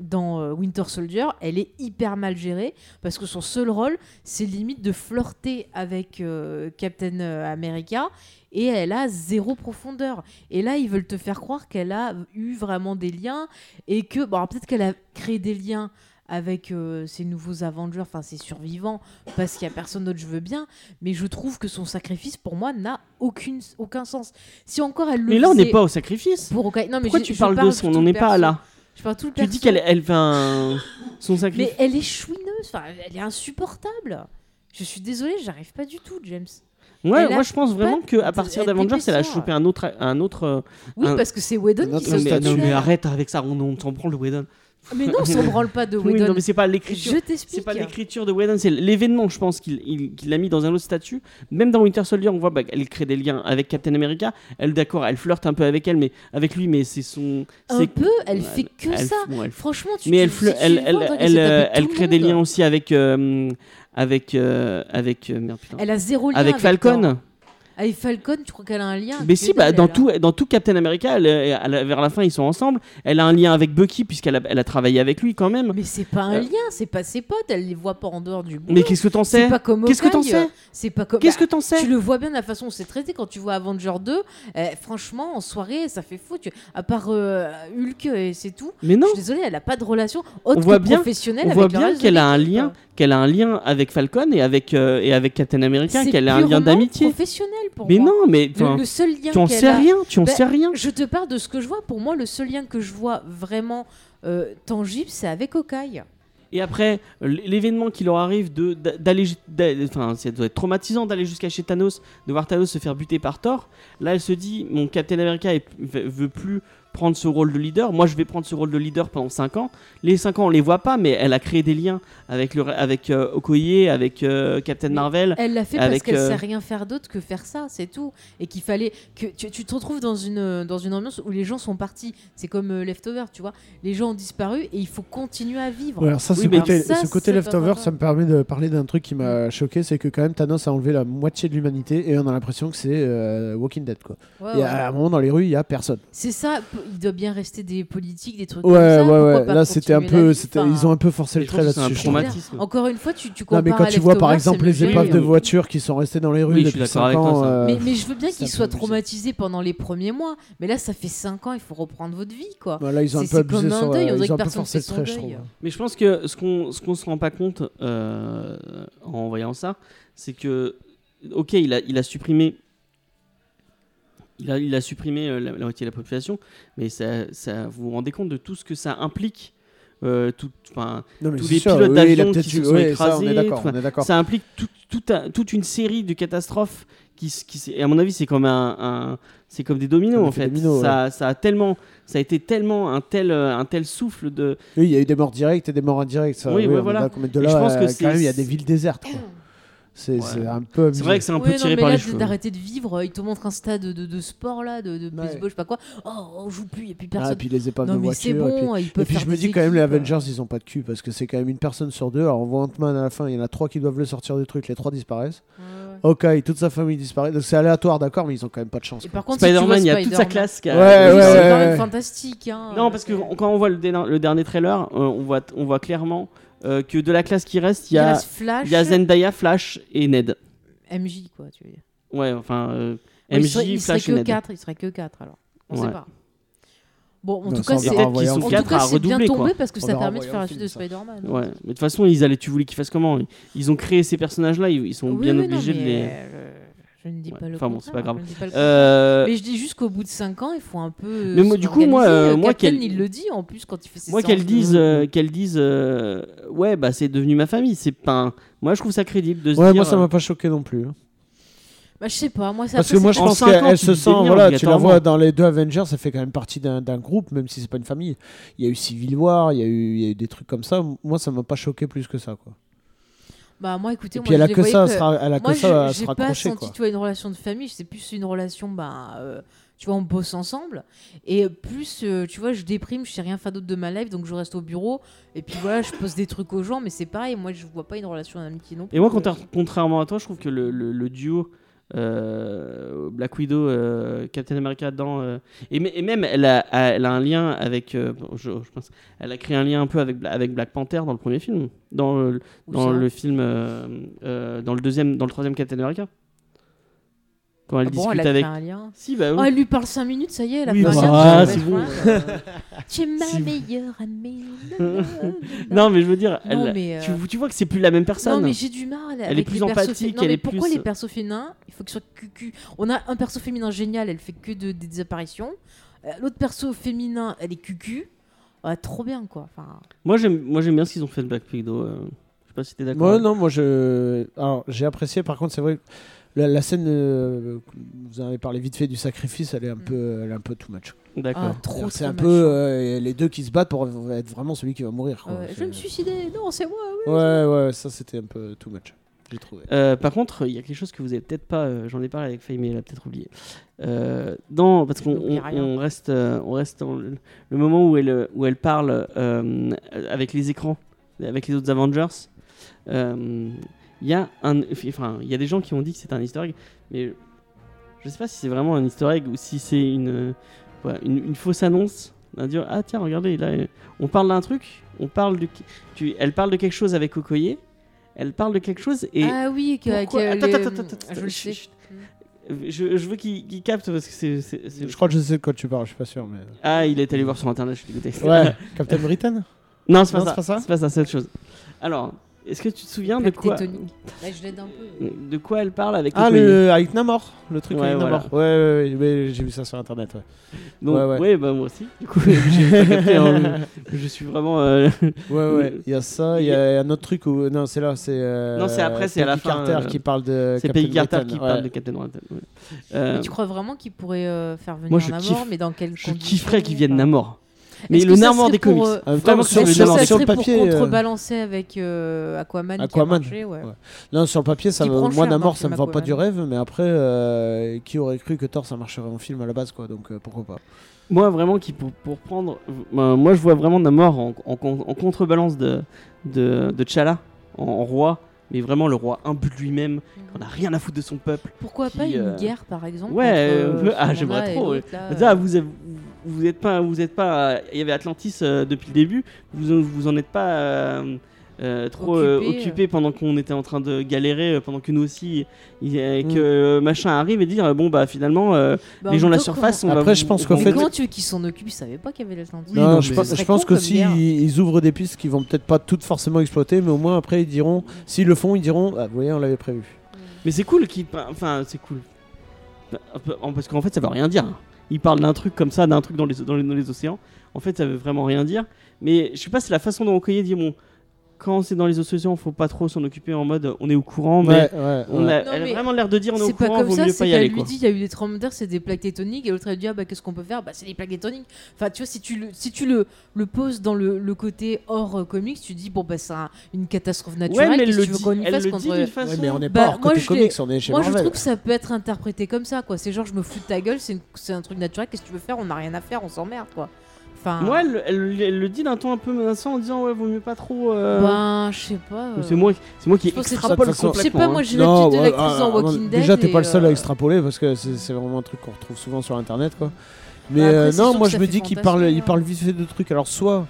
Speaker 2: dans euh, Winter Soldier, elle est hyper mal gérée parce que son seul rôle, c'est limite de flirter avec euh, Captain America et elle a zéro profondeur. Et là, ils veulent te faire croire qu'elle a eu vraiment des liens et que, bon, alors peut-être qu'elle a créé des liens avec euh, ses nouveaux Avengers, enfin ses survivants, parce qu'il n'y a personne d'autre, je veux bien, mais je trouve que son sacrifice, pour moi, n'a aucune, aucun sens. Si encore elle le
Speaker 1: Mais là on n'est
Speaker 2: faisait-
Speaker 1: pas au sacrifice.
Speaker 2: pour Hawkeye. Non, mais
Speaker 1: Pourquoi
Speaker 2: je-
Speaker 1: tu
Speaker 2: je
Speaker 1: parles de
Speaker 2: parle
Speaker 1: ça On
Speaker 2: tout
Speaker 1: n'en
Speaker 2: le
Speaker 1: est pas
Speaker 2: perso.
Speaker 1: là.
Speaker 2: Je parle tout le
Speaker 1: Tu dis qu'elle elle, fait un- son
Speaker 2: Mais
Speaker 1: sacrifice.
Speaker 2: elle est chouineuse, enfin, elle est insupportable. Je suis désolée, j'arrive pas du tout, James.
Speaker 1: ouais,
Speaker 2: elle a
Speaker 1: moi je pense vraiment qu'à
Speaker 2: de-
Speaker 1: partir
Speaker 2: elle
Speaker 1: d'Avengers, elle a
Speaker 2: d'épaisseur.
Speaker 1: chopé un autre... Un autre euh,
Speaker 2: Oui,
Speaker 1: Un-
Speaker 2: parce que c'est Whedon
Speaker 3: Un
Speaker 2: qui
Speaker 3: autre
Speaker 2: se
Speaker 1: non, mais,
Speaker 3: statut.
Speaker 1: non, mais
Speaker 2: mais,
Speaker 1: arrête avec ça, on, on s'en prend le Whedon.
Speaker 2: mais non, on s'en branle pas de
Speaker 1: Oui, non
Speaker 2: Whedon.
Speaker 1: mais c'est pas
Speaker 2: je
Speaker 1: l'écriture. C'est
Speaker 2: t'explique.
Speaker 1: pas l'écriture de Whedon, c'est l'événement, je pense, qu'il il- qu'il l'a mis dans un autre statut. Même dans Winter Soldier, on voit bah, qu'elle crée des liens avec Captain America. Elle, d'accord, elle flirte un peu avec elle, mais avec lui, mais c'est son.
Speaker 2: Un
Speaker 1: c'est-
Speaker 2: peu, elle
Speaker 1: Ouais,
Speaker 2: fait que
Speaker 1: elle-
Speaker 2: ça.
Speaker 1: bon, elle-
Speaker 2: Franchement, tu
Speaker 1: mais
Speaker 2: tu-
Speaker 1: elle,
Speaker 2: si
Speaker 1: fle-
Speaker 2: tu
Speaker 1: elle,
Speaker 2: vois,
Speaker 1: elle,
Speaker 2: t'as qu'à
Speaker 1: elle,
Speaker 2: se taper
Speaker 1: euh,
Speaker 2: tout
Speaker 1: elle
Speaker 2: le
Speaker 1: crée des
Speaker 2: monde.
Speaker 1: liens aussi avec. euh, avec. euh, avec. euh, merde, putain.
Speaker 2: Elle a zéro lien
Speaker 1: avec Falcon.
Speaker 2: Thor. Avec Falcon, tu crois qu'elle a un lien
Speaker 1: Mais si, bah, dans, tout, dans tout Captain America, elle- elle- vers la fin, ils sont ensemble. Elle a un lien avec Bucky, puisqu'elle a, elle a travaillé avec lui quand même.
Speaker 2: Mais c'est pas un
Speaker 1: Euh.
Speaker 2: lien, c'est pas ses potes, elle les voit pas en dehors du boulot.
Speaker 1: Mais qu'est-ce que t'en sais
Speaker 2: C'est pas comme
Speaker 1: Qu'est-ce que t'en
Speaker 2: Hawkeye, euh,
Speaker 1: sais
Speaker 2: C'est pas comme.
Speaker 1: Qu'est-ce que t'en sais
Speaker 2: Tu le vois bien de la façon dont c'est traité quand tu vois Avenger 2. eh, franchement, en soirée, ça fait fou. tu- À part euh, Hulk et c'est tout.
Speaker 1: Mais non
Speaker 2: Je suis désolée, elle a pas de relation autre
Speaker 1: voit
Speaker 2: que
Speaker 1: bien-
Speaker 2: professionnelle
Speaker 1: on
Speaker 2: avec
Speaker 1: voit
Speaker 2: le
Speaker 1: bien
Speaker 2: reste de
Speaker 1: qu'elle a un
Speaker 2: l'équipe.
Speaker 1: lien, qu'elle a un lien avec Falcon et avec euh, et avec Captain America,
Speaker 2: C'est
Speaker 1: qu'elle a un lien
Speaker 2: purement
Speaker 1: d'amitié.
Speaker 2: professionnel pour
Speaker 1: Mais
Speaker 2: moi.
Speaker 1: non, mais
Speaker 2: Le-
Speaker 1: enfin,
Speaker 2: le, seul lien
Speaker 1: tu en
Speaker 2: qu'elle
Speaker 1: sais
Speaker 2: a-
Speaker 1: rien, tu en
Speaker 2: Ben,
Speaker 1: sais rien.
Speaker 2: Je te parle de ce que je vois. Pour moi, le seul lien que je vois vraiment euh, tangible, c'est avec Hawkeye.
Speaker 1: Et après, l- l'événement qui leur arrive de d'a- d'aller, ju- d'a- enfin, ça doit être traumatisant d'aller jusqu'à chez Thanos, de voir Thanos se faire buter par Thor. Là, elle se dit, mon Captain America est- v- veut plus prendre ce rôle de leader. Moi, je vais prendre ce rôle de leader pendant 5 ans. Les 5 ans, on les voit pas, mais elle a créé des liens avec le, re- avec euh, Okoye, avec euh, Captain
Speaker 2: Mais
Speaker 1: Marvel.
Speaker 2: Elle l'a fait
Speaker 1: Avec,
Speaker 2: parce qu'elle
Speaker 1: euh,
Speaker 2: sait rien faire d'autre que faire ça, c'est tout. Et qu'il fallait que tu, tu te retrouves dans une euh, dans une ambiance où les gens sont partis. C'est comme euh, Leftover, tu vois. Les gens ont disparu et il faut continuer à vivre.
Speaker 3: Ouais, alors ça,
Speaker 1: Oui,
Speaker 3: ce,
Speaker 1: mais
Speaker 3: côté,
Speaker 2: ça,
Speaker 3: ce côté
Speaker 2: c'est pas Mm.
Speaker 3: leftover,
Speaker 2: grave.
Speaker 3: ça me permet de parler d'un truc qui m'a choqué, c'est que quand même Thanos a enlevé la moitié de l'humanité et on a l'impression que c'est euh, Walking Dead quoi.
Speaker 2: Ouais,
Speaker 3: Et
Speaker 2: ouais.
Speaker 1: euh,
Speaker 3: à un moment dans les rues, il y a personne.
Speaker 2: C'est ça. p- Il doit bien rester des politiques, des trucs
Speaker 3: Ouais,
Speaker 2: comme ça.
Speaker 3: ouais,
Speaker 2: pourquoi
Speaker 3: ouais.
Speaker 2: pas
Speaker 3: Là, c'était un
Speaker 2: continuer la
Speaker 3: peu,
Speaker 2: vie,
Speaker 3: c'était,
Speaker 2: enfin,
Speaker 3: ils ont un peu forcé le
Speaker 1: Mais je
Speaker 3: trait
Speaker 1: trouve que c'est
Speaker 3: là-dessus.
Speaker 1: un
Speaker 3: je trouve.
Speaker 1: traumatisme.
Speaker 2: Encore une fois, tu, tu
Speaker 3: Non
Speaker 2: compares
Speaker 3: mais quand
Speaker 2: à
Speaker 3: tu vois par
Speaker 2: Leftover,
Speaker 3: exemple
Speaker 2: c'est
Speaker 3: les
Speaker 2: le
Speaker 3: épaves
Speaker 2: jeu.
Speaker 3: de voitures qui sont restées dans les rues
Speaker 1: Oui, je suis
Speaker 3: depuis
Speaker 1: d'accord
Speaker 3: 5
Speaker 1: avec toi,
Speaker 3: ans,
Speaker 1: ça.
Speaker 3: euh,
Speaker 2: Mais, mais je veux bien
Speaker 3: c'est un
Speaker 2: qu'ils
Speaker 3: peu
Speaker 2: soient
Speaker 3: abusé.
Speaker 2: traumatisés pendant les premiers mois. Mais là, ça fait 5 ans, il faut reprendre votre vie, quoi.
Speaker 3: bah, là ils ont un
Speaker 2: c'est-
Speaker 3: peu
Speaker 2: c'est
Speaker 3: abusé
Speaker 2: comme un
Speaker 3: sur,
Speaker 2: deuil, on dirait
Speaker 3: euh, ils ont un
Speaker 2: que
Speaker 3: peu
Speaker 2: personne
Speaker 3: forcé
Speaker 2: fait
Speaker 3: le
Speaker 2: son
Speaker 3: trait, je
Speaker 2: deuil.
Speaker 3: trouve.
Speaker 1: Mais je pense que ce qu'on ce qu'on se rend pas compte euh, en voyant ça, c'est que ok, il a il a supprimé. Il a, il a supprimé euh, la, la moitié de la population, mais ça, ça- vous vous rendez compte de tout ce que ça implique euh, tout, enfin,
Speaker 3: Non, mais
Speaker 1: Tous
Speaker 3: c'est
Speaker 1: les
Speaker 3: sûr,
Speaker 1: pilotes
Speaker 3: oui,
Speaker 1: d'avion
Speaker 3: il a
Speaker 1: qui
Speaker 3: peut-être
Speaker 1: se
Speaker 3: eu-
Speaker 1: sont
Speaker 3: ouais, ça, on
Speaker 1: écrasés,
Speaker 3: est d'accord,
Speaker 1: enfin,
Speaker 3: on est d'accord.
Speaker 1: Ça implique tout- tout un- toute une série de catastrophes qui, s- qui s- et à mon avis, c'est comme un, un- c'est comme des dominos
Speaker 3: Comme
Speaker 1: en
Speaker 3: des
Speaker 1: fait.
Speaker 3: dominos,
Speaker 1: ça, ça a tellement, ça a été tellement un tel, euh, un tel souffle de,
Speaker 3: Oui, il y a eu des morts directes et des morts indirectes. Ça,
Speaker 1: Oui,
Speaker 3: oui,
Speaker 1: ouais,
Speaker 3: on est
Speaker 1: voilà.
Speaker 3: d'accord, mais de
Speaker 1: Et
Speaker 3: là,
Speaker 1: je pense que
Speaker 3: euh,
Speaker 1: c'est-
Speaker 3: quand même, il y a des villes désertes. quoi. C'est
Speaker 1: Ouais.
Speaker 3: c'est un peu.
Speaker 1: C'est
Speaker 3: abusé.
Speaker 1: vrai que c'est un peu
Speaker 2: Ouais, non,
Speaker 1: tiré
Speaker 2: mais
Speaker 1: par
Speaker 2: là,
Speaker 1: les
Speaker 2: de-
Speaker 1: cheveux.
Speaker 2: d'arrêter de vivre. Il te montre un stade de, de sport, là, de, de baseball, je sais pas quoi. Oh, on joue plus, il n'y a plus
Speaker 3: Ah, et
Speaker 2: personne.
Speaker 3: puis les épaves
Speaker 2: non,
Speaker 3: de
Speaker 2: mais c'est
Speaker 3: voitures. et puis-
Speaker 2: bon, ils peuvent
Speaker 3: Et puis
Speaker 2: faire
Speaker 3: je me
Speaker 2: des
Speaker 3: dis quand même, les
Speaker 2: équipes.
Speaker 3: Avengers, ils ont pas de cul parce que c'est quand même une personne sur deux. Alors on voit Ant-Man à la fin, il y en a trois qui doivent le sortir du truc, les trois disparaissent.
Speaker 2: Ouais, hein. ouais.
Speaker 3: Ok, toute sa famille disparaît. Donc c'est aléatoire, d'accord, mais ils ont quand même pas de chance.
Speaker 2: Et
Speaker 3: quoi.
Speaker 2: par contre, si tu vois
Speaker 1: Spider-Man, il y a toute sa
Speaker 2: Spider-Man,
Speaker 1: classe qui a-
Speaker 3: Ouais,
Speaker 2: oui,
Speaker 3: ouais,
Speaker 2: c'est
Speaker 3: ouais,
Speaker 2: quand même
Speaker 3: ouais.
Speaker 2: fantastique. hein.
Speaker 1: Non, parce que
Speaker 2: Il
Speaker 1: quand on voit le, déna- le dernier trailer, euh, on, voit, on voit clairement euh, que de la classe qui reste, il y a,
Speaker 2: reste Flash,
Speaker 1: il y a Zendaya, Flash et Ned.
Speaker 2: MJ, quoi, tu veux dire.
Speaker 1: Ouais, enfin, euh,
Speaker 2: Ouais,
Speaker 1: MJ,
Speaker 2: il serait, il serait
Speaker 1: Flash et
Speaker 2: que
Speaker 1: Ned.
Speaker 2: 4, il serait que 4 alors. On
Speaker 1: Ouais.
Speaker 2: sait pas. Bon, en
Speaker 3: Non,
Speaker 2: tout
Speaker 3: ça,
Speaker 2: cas,
Speaker 3: on
Speaker 2: c'est
Speaker 3: verra
Speaker 1: Peut-être qu'ils sont
Speaker 3: en voyant
Speaker 2: en
Speaker 3: le
Speaker 2: tout
Speaker 3: film.
Speaker 1: quatre
Speaker 2: cas,
Speaker 1: à
Speaker 2: c'est bien
Speaker 1: redoubler, quoi.
Speaker 2: tombé parce que
Speaker 3: On
Speaker 2: ça
Speaker 3: verra en
Speaker 2: permet de
Speaker 3: voyant
Speaker 2: faire
Speaker 3: le
Speaker 2: la suite de
Speaker 3: film, ça.
Speaker 2: Spider-Man.
Speaker 1: Ouais, mais de toute façon, ils allaient, tu voulais qu'ils fassent comment Ils ont créé ces personnages-là, ils, ils sont
Speaker 2: Oui,
Speaker 1: bien
Speaker 2: oui, non,
Speaker 1: obligés de
Speaker 2: mais,
Speaker 1: les.
Speaker 2: euh, Je ne dis
Speaker 1: Ouais.
Speaker 2: pas le
Speaker 1: Enfin bon, c'est pas
Speaker 2: contraire,
Speaker 1: grave.
Speaker 2: je ne dis pas le
Speaker 1: Euh,
Speaker 2: Mais je dis juste qu'au bout de 5 ans, il faut un peu. euh,
Speaker 1: Mais moi,
Speaker 2: se
Speaker 1: du coup, moi,
Speaker 2: réorganiser.
Speaker 1: euh,
Speaker 2: Euh,
Speaker 1: moi,
Speaker 2: Captain,
Speaker 1: qu'elle-
Speaker 2: il le dit en plus quand il fait ses
Speaker 1: moi,
Speaker 2: séances
Speaker 1: qu'elles
Speaker 2: de-
Speaker 1: disent, euh, qu'elles disent euh, ouais, bah c'est devenu ma famille, c'est pas. un- Moi, je trouve ça crédible de se
Speaker 3: Ouais,
Speaker 1: dire.
Speaker 3: moi ça
Speaker 1: euh,
Speaker 3: m'a pas choqué non plus. hein.
Speaker 2: Bah, je sais pas, moi, ça
Speaker 3: Parce
Speaker 2: après,
Speaker 3: que moi
Speaker 2: c'est
Speaker 3: je
Speaker 1: en
Speaker 3: pense
Speaker 1: cinq ans,
Speaker 3: qu'elle
Speaker 1: tu
Speaker 3: se
Speaker 1: vis
Speaker 3: sent,
Speaker 1: des liens
Speaker 3: voilà, tu la vois
Speaker 1: obligatoirement.
Speaker 3: dans les deux Avengers, ça fait quand même partie d'un d'un groupe, même si c'est pas une famille. Il y a eu Civil War, il y a eu, il y a eu des trucs comme ça. Moi ça m'a pas choqué plus que ça. Quoi.
Speaker 2: Bah, moi, écoutez,
Speaker 3: Et
Speaker 2: moi,
Speaker 3: puis elle
Speaker 2: je
Speaker 3: a
Speaker 2: les
Speaker 3: que
Speaker 2: voyais
Speaker 3: ça, à
Speaker 2: que-
Speaker 3: se ra- elle a
Speaker 2: Moi,
Speaker 3: que ça à
Speaker 2: je-
Speaker 3: se
Speaker 2: j'ai pas
Speaker 3: raccrocher.
Speaker 2: senti
Speaker 3: quoi.
Speaker 2: tu vois, une relation de famille, c'est plus une relation, bah, euh, tu vois, on bosse ensemble. Et plus, euh, tu vois, je déprime, je sais rien faire d'autre de ma life, donc je reste au bureau. Et puis voilà, je pose des trucs aux gens, mais c'est pareil, moi, je vois pas une relation d'amitié non plus. euh,
Speaker 1: Et moi, contra- contrairement à toi, je trouve que le, le- le duo euh, Black Widow, euh, Captain America dedans, euh, et, mê- et même elle a, a- elle a un lien avec, euh, bon, je, je pense, elle a créé un lien un peu avec, Bla- avec Black Panther dans le premier film, dans le,
Speaker 2: Ou
Speaker 1: dans
Speaker 2: ça.
Speaker 1: le film, euh, euh, dans le deuxième, dans le troisième Captain America, quand elle
Speaker 2: Ah bon,
Speaker 1: discute
Speaker 2: elle a créé
Speaker 1: avec.
Speaker 2: un lien.
Speaker 1: Si, bah oui.
Speaker 2: Oh, elle lui parle 5 minutes, ça y est, elle a
Speaker 1: Oui,
Speaker 2: fait un
Speaker 3: bah,
Speaker 2: lien,
Speaker 3: ah,
Speaker 2: je
Speaker 1: c'est
Speaker 2: sais
Speaker 1: bon.
Speaker 2: pas. Tu es ma
Speaker 1: Si.
Speaker 2: meilleure amie.
Speaker 1: non, mais je veux dire,
Speaker 2: Non,
Speaker 1: elle-
Speaker 2: mais,
Speaker 1: tu,
Speaker 2: euh,
Speaker 1: tu vois que c'est plus la même personne.
Speaker 2: Non, mais j'ai du mal. avec
Speaker 1: est plus
Speaker 2: les persos
Speaker 1: empathique,
Speaker 2: fé- non,
Speaker 1: elle
Speaker 2: mais
Speaker 1: est
Speaker 2: Pourquoi
Speaker 1: plus- euh,
Speaker 2: les persos féminins Il faut qu'ils soient cucu. On a un perso féminin génial, elle fait que de, des apparitions. Euh, L'autre perso féminin, elle est cucu. Ah, trop bien, quoi. Enfin,
Speaker 1: Moi, j'aime, moi, j'aime bien ce qu'ils ont fait de Black Widow. euh, je sais pas si t'es d'accord.
Speaker 3: Moi,
Speaker 1: avec-
Speaker 3: non, moi, je. Alors, j'ai apprécié, par contre, c'est vrai. que La, la scène, euh, vous en avez parlé vite fait du sacrifice, elle est un,
Speaker 2: Mm.
Speaker 3: peu, elle est un peu too much.
Speaker 1: D'accord.
Speaker 2: ah, trop,
Speaker 3: C'est
Speaker 2: trop
Speaker 3: un peu
Speaker 2: machin.
Speaker 3: euh, les deux qui se battent pour être vraiment celui qui va mourir. quoi.
Speaker 2: Ah Ouais,
Speaker 3: C'est-
Speaker 2: euh, je me suis suicidée. Non, c'est moi. oui.
Speaker 3: Ouais, ouais, ça c'était un peu too much, j'ai trouvé.
Speaker 1: Euh, par contre, il y a quelque chose que vous avez peut-être pas. euh, J'en ai parlé avec Faye, mais elle a peut-être oublié. Euh, dans, parce qu'on
Speaker 2: N'oublie
Speaker 1: on-
Speaker 2: rien.
Speaker 1: on reste, euh, on reste dans le, le moment où elle, où elle parle euh, avec les écrans, avec les autres Avengers. Euh, Il y a un, enfin, il y a des gens qui ont dit que c'est un easter egg, mais Je sais pas si c'est vraiment un easter egg ou si c'est une, euh, voilà, une, une fausse annonce. On va dire, ah tiens, regardez, là, euh, on parle d'un truc, on parle du, tu- elle parle de quelque chose avec Okoye, elle parle de quelque chose et...
Speaker 2: Ah oui, que,
Speaker 1: Pourquoi-
Speaker 2: que
Speaker 1: Attends,
Speaker 2: les-
Speaker 1: attends, attends, attends,
Speaker 2: je le
Speaker 1: chut,
Speaker 2: sais. Hmm.
Speaker 1: chut. Je, je veux qu'il qu'il capte parce que c'est... c'est- c'est-
Speaker 3: Je crois que je sais de quoi tu parles, je suis pas sûr. Mais...
Speaker 1: Ah, il est allé voir sur internet, je suis dégoûté.
Speaker 3: Ouais, Captain Britain
Speaker 1: non, c'est pas,
Speaker 3: Non,
Speaker 1: ça.
Speaker 3: c'est pas ça
Speaker 1: C'est pas ça, c'est autre chose. Alors, est-ce que tu te souviens de
Speaker 2: Plaque
Speaker 1: quoi,
Speaker 2: tectonique. Là, Bah, je l'aide un peu.
Speaker 1: de quoi elle parle avec
Speaker 3: Ah,
Speaker 1: Okoye
Speaker 3: le, avec Namor, le truc
Speaker 1: Ouais,
Speaker 3: avec
Speaker 1: voilà.
Speaker 3: Namor. Ouais, ouais, ouais, ouais, j'ai vu ça sur internet. Ouais,
Speaker 1: Donc,
Speaker 3: Ouais,
Speaker 1: ouais,
Speaker 3: ouais.
Speaker 1: bah moi aussi. Du coup, j'ai pas capté, hein. je suis vraiment. euh,
Speaker 3: ouais, ouais. Il y a ça, il y a un autre truc où. Non, c'est là, c'est. euh,
Speaker 1: Non, c'est après, c'est à la
Speaker 3: Peggy
Speaker 1: fin,
Speaker 3: Carter
Speaker 1: euh,
Speaker 3: qui parle de.
Speaker 1: C'est
Speaker 3: Captain
Speaker 1: Peggy Carter
Speaker 3: Britain,
Speaker 1: qui
Speaker 3: ouais.
Speaker 1: parle de Captain Britain. ouais. Euh,
Speaker 2: Mais tu crois vraiment qu'il pourrait euh, faire venir
Speaker 1: moi, je
Speaker 2: Namor,
Speaker 1: kiffe.
Speaker 2: mais dans quelles
Speaker 1: je
Speaker 2: conditions
Speaker 1: kifferais qu'ils viennent
Speaker 2: enfin.
Speaker 1: Namor. Mais
Speaker 2: Est-ce
Speaker 1: le
Speaker 2: que ça
Speaker 1: Namor
Speaker 2: serait
Speaker 1: des
Speaker 2: pour,
Speaker 1: comics.
Speaker 2: euh,
Speaker 3: En même temps,
Speaker 1: Vraiment,
Speaker 3: sur
Speaker 1: c'est
Speaker 3: le,
Speaker 2: Est-ce que
Speaker 1: évidemment,
Speaker 3: sur
Speaker 2: ça
Speaker 3: le
Speaker 2: serait
Speaker 3: papier.
Speaker 2: pour
Speaker 3: euh,
Speaker 2: contrebalancer avec euh, Aquaman,
Speaker 3: Aquaman.
Speaker 2: qui a marché, ouais.
Speaker 3: Ouais. Non, sur le papier, ça
Speaker 2: Qui
Speaker 3: me-
Speaker 2: prend
Speaker 3: moi,
Speaker 2: cher,
Speaker 3: Namor,
Speaker 2: Mark
Speaker 3: ça me vend pas
Speaker 2: McGowan.
Speaker 3: du rêve, mais après, euh, qui aurait cru que Thor, ça marcherait en film à la base, quoi, donc euh, pourquoi pas.
Speaker 1: Moi, vraiment, qui pour, pour prendre. euh, moi, je vois vraiment Namor en, en con- en contrebalance de, de, de T'Challa, en, en roi. Mais vraiment, le roi un but de lui-même, on n'a rien à foutre de son peuple.
Speaker 2: Pourquoi
Speaker 1: Qui,
Speaker 2: pas une
Speaker 1: euh,
Speaker 2: guerre, par exemple
Speaker 1: ouais,
Speaker 2: entre,
Speaker 1: un peu-
Speaker 2: ce
Speaker 1: ah,
Speaker 2: monde-là
Speaker 1: j'aimerais
Speaker 2: et
Speaker 1: trop,
Speaker 2: l'autre, là,
Speaker 1: Ah,
Speaker 2: euh,
Speaker 1: vous êtes, vous êtes pas, vous êtes pas. Il y avait Atlantis euh, depuis le début. Vous, vous en êtes pas euh, euh, trop
Speaker 2: Occupé, euh.
Speaker 1: occupé pendant qu'on était en train de galérer, euh, pendant que nous aussi, il y a- que euh, machin arrive et dire euh, bon bah finalement euh,
Speaker 2: Mm. bah, en
Speaker 1: les gens de la
Speaker 2: même temps,
Speaker 1: surface.
Speaker 3: comment-
Speaker 1: on va
Speaker 3: Après,
Speaker 1: vous-
Speaker 3: je pense
Speaker 1: on
Speaker 3: qu'au
Speaker 1: va
Speaker 2: comment-
Speaker 3: fait-
Speaker 2: Mais
Speaker 1: vous-
Speaker 2: Comment tu veux qu'ils s'en occupent Ils savaient pas qu'il y avait l'Atlantique.
Speaker 1: Oui, non,
Speaker 3: non, je,
Speaker 1: mais
Speaker 3: pense-
Speaker 1: ce
Speaker 3: je
Speaker 2: serait
Speaker 3: pense
Speaker 2: con
Speaker 3: que
Speaker 2: comme
Speaker 3: si
Speaker 2: guerre.
Speaker 3: ils ils ouvrent des pistes qu'ils vont peut-être pas toutes forcément exploiter, mais au moins après ils diront, s'ils le font, ils diront, ah, vous voyez, on l'avait prévu.
Speaker 1: Mais c'est cool qu'il. Enfin, c'est cool. Bah, en- Parce qu'en fait, ça veut rien dire. Il parle d'un truc comme ça, d'un truc dans les, dans, les, dans les océans. En fait, ça veut vraiment rien dire. Mais je sais pas, c'est la façon dont Okoye dit bon, quand c'est dans les océans, faut pas trop s'en occuper en mode on est au courant, mais.
Speaker 3: ouais, ouais,
Speaker 1: On
Speaker 3: ouais.
Speaker 1: a,
Speaker 2: Non,
Speaker 1: elle a
Speaker 2: mais
Speaker 1: vraiment l'air de dire on est au
Speaker 2: C'est pas
Speaker 1: courant,
Speaker 2: comme
Speaker 1: vaut
Speaker 2: ça,
Speaker 1: mieux
Speaker 2: c'est
Speaker 1: pas y aller
Speaker 2: qu'elle lui
Speaker 1: quoi.
Speaker 2: dit il y a eu des tremblements de terre, c'est des plaques tectoniques, et l'autre elle dit ah bah qu'est-ce qu'on peut faire Bah c'est des plaques tectoniques. Enfin tu vois, si tu le, si tu le, le poses dans le, le côté hors euh, comics, tu dis bon bah c'est un- une catastrophe naturelle,
Speaker 1: ouais, mais elle
Speaker 2: qu'est-ce que
Speaker 1: le
Speaker 2: tu veux
Speaker 1: dit,
Speaker 2: qu'on y
Speaker 1: elle
Speaker 2: fasse
Speaker 1: le
Speaker 2: contre-
Speaker 1: dit d'une façon.
Speaker 3: Ouais, mais on n'est
Speaker 2: Bah,
Speaker 3: pas hors
Speaker 2: moi,
Speaker 3: côté
Speaker 2: je
Speaker 3: comics, on est chez
Speaker 2: Moi je
Speaker 3: Marvel.
Speaker 2: trouve que ça peut être interprété comme ça quoi, c'est genre je me fous de ta gueule, c'est une- c'est un truc naturel, qu'est-ce que tu veux faire On n'a rien à faire, on s'emmerde quoi. Enfin,
Speaker 1: Moi, elle, elle- elle le dit d'un ton un peu menaçant en disant ouais, vaut mieux pas trop. euh,
Speaker 2: ben je sais pas. euh,
Speaker 1: C'est moi, c'est moi qui
Speaker 2: je pense que c'est-
Speaker 1: extrapole
Speaker 3: de toute façon-
Speaker 1: complètement.
Speaker 2: Je sais pas, moi
Speaker 1: hein.
Speaker 2: j'ai l'habitude de
Speaker 3: ouais,
Speaker 2: l'actrice
Speaker 3: ah,
Speaker 2: dans
Speaker 3: ah,
Speaker 2: Walking Dead.
Speaker 3: Déjà, t'es
Speaker 2: et,
Speaker 3: pas le
Speaker 2: euh,
Speaker 3: seul
Speaker 2: Bah,
Speaker 3: à extrapoler parce que c'est c'est vraiment un truc qu'on retrouve souvent sur internet, quoi. Mais
Speaker 2: après,
Speaker 3: euh,
Speaker 2: c'est sûr
Speaker 3: non,
Speaker 2: que
Speaker 3: moi
Speaker 2: ça
Speaker 3: je me
Speaker 2: fait hein.
Speaker 3: dis qu'il
Speaker 2: fantasmer,
Speaker 3: parle, il
Speaker 2: ouais.
Speaker 3: parle vite fait de trucs. Alors, soit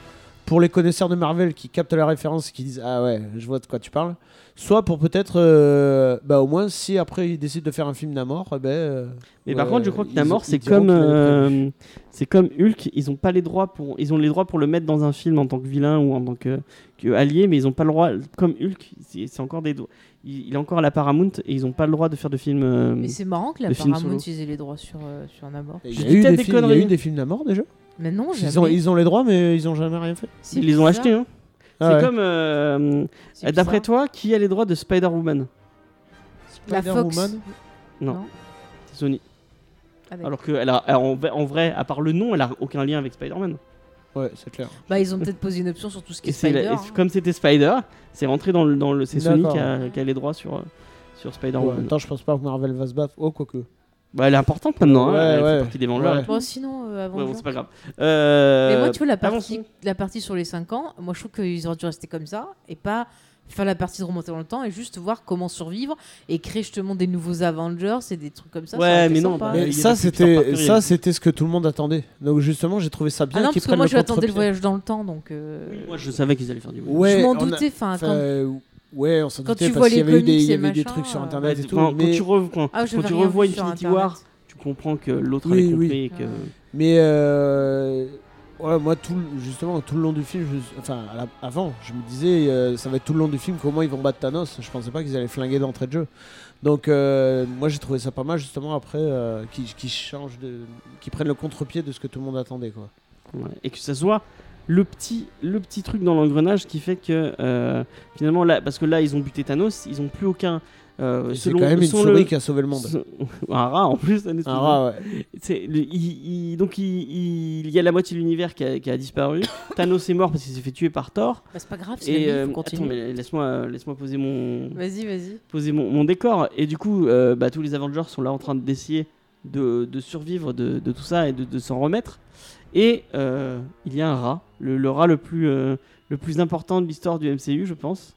Speaker 3: pour les connaisseurs de Marvel qui captent la référence et qui disent Ah ouais, je vois de quoi tu parles. Soit pour peut-être, euh, bah au moins, si après ils décident de faire un film d'Amor, eh ben. euh,
Speaker 1: Mais par
Speaker 3: ouais,
Speaker 1: contre, je crois que
Speaker 3: ils-
Speaker 1: Namor,
Speaker 3: ils
Speaker 1: c'est
Speaker 3: diront
Speaker 1: comme
Speaker 3: qu'il l'avait
Speaker 1: euh,
Speaker 3: prévu.
Speaker 1: c'est comme Hulk, ils ont pas les droits pour ils ont les droits pour le mettre dans un film en tant que vilain ou en tant que, que allié, mais ils ont pas le droit comme Hulk, c'est c'est encore des droits. Il, il est encore à la Paramount et ils ont pas le droit de faire de films. euh,
Speaker 2: Mais c'est marrant que la
Speaker 1: Le film
Speaker 2: Paramount
Speaker 1: solo.
Speaker 2: utilise les droits sur, euh, sur un abord.
Speaker 3: Il
Speaker 1: Je
Speaker 3: y, a
Speaker 1: dis
Speaker 3: eu
Speaker 1: peut-être
Speaker 3: des
Speaker 1: des
Speaker 3: films- il y a
Speaker 1: conneries.
Speaker 3: eu des films d'Amor déjà
Speaker 2: Mais non, jamais.
Speaker 3: ils ont, ils ont les droits, mais ils ont jamais rien fait.
Speaker 2: C'est
Speaker 1: ils les ont
Speaker 2: bizarre,
Speaker 1: achetés. Hein.
Speaker 3: Ah
Speaker 1: c'est
Speaker 3: ouais.
Speaker 1: comme euh,
Speaker 2: c'est
Speaker 1: d'après
Speaker 2: bizarre.
Speaker 1: toi, qui a les droits de Spider-Woman
Speaker 2: La Fox.
Speaker 3: Spider-Woman.
Speaker 1: Non.
Speaker 2: Non.
Speaker 1: C'est Sony.
Speaker 2: Ah, d'accord.
Speaker 1: Alors que elle a, elle a- en, vrai- en vrai, à part le nom, elle a aucun lien avec Spider-Man.
Speaker 3: Ouais, c'est clair.
Speaker 2: Bah, ils ont peut-être posé une option sur tout ce qui
Speaker 1: Et
Speaker 2: est
Speaker 1: c'est la-
Speaker 2: Spider.
Speaker 1: et
Speaker 2: hein.
Speaker 1: c'est- comme c'était Spider, c'est rentré dans le dans le c'est Sony
Speaker 3: D'accord.
Speaker 1: qui a, qui a les droits sur euh, sur
Speaker 3: En
Speaker 1: Spider-Woman.
Speaker 3: même temps, je pense pas que Marvel va se battre. Oh, quoique.
Speaker 1: Bah, elle est importante maintenant, hein,
Speaker 3: Ouais,
Speaker 1: elle
Speaker 3: ouais.
Speaker 1: fait partie des Vengeurs.
Speaker 3: Ouais.
Speaker 1: et tout.
Speaker 2: Bon, sinon, euh, avant.
Speaker 1: Ouais,
Speaker 2: de
Speaker 1: bon,
Speaker 2: voir.
Speaker 1: c'est pas grave. Euh, hein.
Speaker 2: Mais moi, tu vois, la
Speaker 1: avançons.
Speaker 2: partie, la partie sur les 5 ans, moi, je trouve qu'ils auraient dû rester comme ça et pas faire la partie de remonter dans le temps et juste voir comment survivre et créer justement des nouveaux Avengers et des trucs comme ça. ça
Speaker 1: Ouais,
Speaker 2: aurait été
Speaker 1: mais non,
Speaker 2: sympa.
Speaker 1: bah,
Speaker 3: Mais
Speaker 1: il y
Speaker 3: ça,
Speaker 1: avait plus Peter
Speaker 3: c'était
Speaker 1: Parker, il y
Speaker 3: ça,
Speaker 1: avait-
Speaker 3: c'était ce que tout le monde attendait. Donc justement, j'ai trouvé ça bien
Speaker 2: Ah non,
Speaker 3: qu'ils
Speaker 2: parce que
Speaker 3: prennent
Speaker 2: moi,
Speaker 3: le
Speaker 2: j'attendais le
Speaker 3: contre-pied.
Speaker 2: voyage dans le temps, donc. euh,
Speaker 1: Moi, je savais qu'ils allaient faire du bruit.
Speaker 3: Ouais,
Speaker 2: je m'en
Speaker 3: on a-
Speaker 2: doutais, enfin,
Speaker 3: enfin,
Speaker 2: quand
Speaker 3: euh, ouais, on s'en
Speaker 2: quand
Speaker 3: doutait
Speaker 2: tu
Speaker 3: parce
Speaker 2: vois
Speaker 3: qu'il y
Speaker 2: les
Speaker 3: avait eu des,
Speaker 2: comics
Speaker 3: il y
Speaker 2: et
Speaker 3: avait des
Speaker 2: machin,
Speaker 3: trucs sur
Speaker 2: euh,
Speaker 3: internet
Speaker 1: Ouais,
Speaker 3: et tout.
Speaker 1: quand, quand
Speaker 3: mais
Speaker 1: tu rev- quand-
Speaker 2: Ah, je
Speaker 1: quand
Speaker 2: vais
Speaker 1: tu
Speaker 2: rien
Speaker 1: revois
Speaker 2: voir sur
Speaker 1: Infinity
Speaker 2: Internet.
Speaker 1: War, tu comprends que l'autre
Speaker 3: Oui,
Speaker 1: avait
Speaker 3: oui.
Speaker 1: compris et que.
Speaker 3: mais, euh, voilà, moi, tout, le- justement, tout le long du film, je- enfin, à la- avant, je me disais, euh, ça va être tout le long du film comment ils vont battre Thanos. Je pensais pas qu'ils allaient flinguer d'entrée de jeu. Donc, euh, moi, j'ai trouvé ça pas mal, justement, après, euh, qu'ils qu'ils changent de, qu'ils prennent le contre-pied de ce que tout le monde attendait, quoi.
Speaker 1: Ouais, Et que ça soit le petit, le petit truc dans l'engrenage qui fait que euh, finalement, là, parce que là, ils ont buté Thanos, ils ont plus aucun. euh,
Speaker 3: Et C'est
Speaker 1: selon-
Speaker 3: quand même une
Speaker 1: selon
Speaker 3: souris
Speaker 1: le-
Speaker 3: qui a sauvé le monde.
Speaker 1: se- un rat en plus. un espèce
Speaker 3: Un
Speaker 1: de-
Speaker 3: rat, ouais.
Speaker 1: C'est- le- il- il- donc il, il- il y a la moitié de l'univers qui a, qui a disparu. Thanos est mort parce qu'il s'est fait tuer par Thor.
Speaker 2: Bah, c'est pas grave, c'est
Speaker 1: Et
Speaker 2: la vie, faut
Speaker 1: euh, attends,
Speaker 2: continuer.
Speaker 1: mais laisse-moi, laisse-moi poser mon,
Speaker 2: Vas-y, vas-y.
Speaker 1: poser mon, mon décor. Et du coup, euh, bah, tous les Avengers sont là en train d'essayer de, de survivre de, de tout ça et de, de s'en remettre. Et euh, il y a un rat, le, le rat le plus, euh, le plus important de l'histoire du MCU, je pense,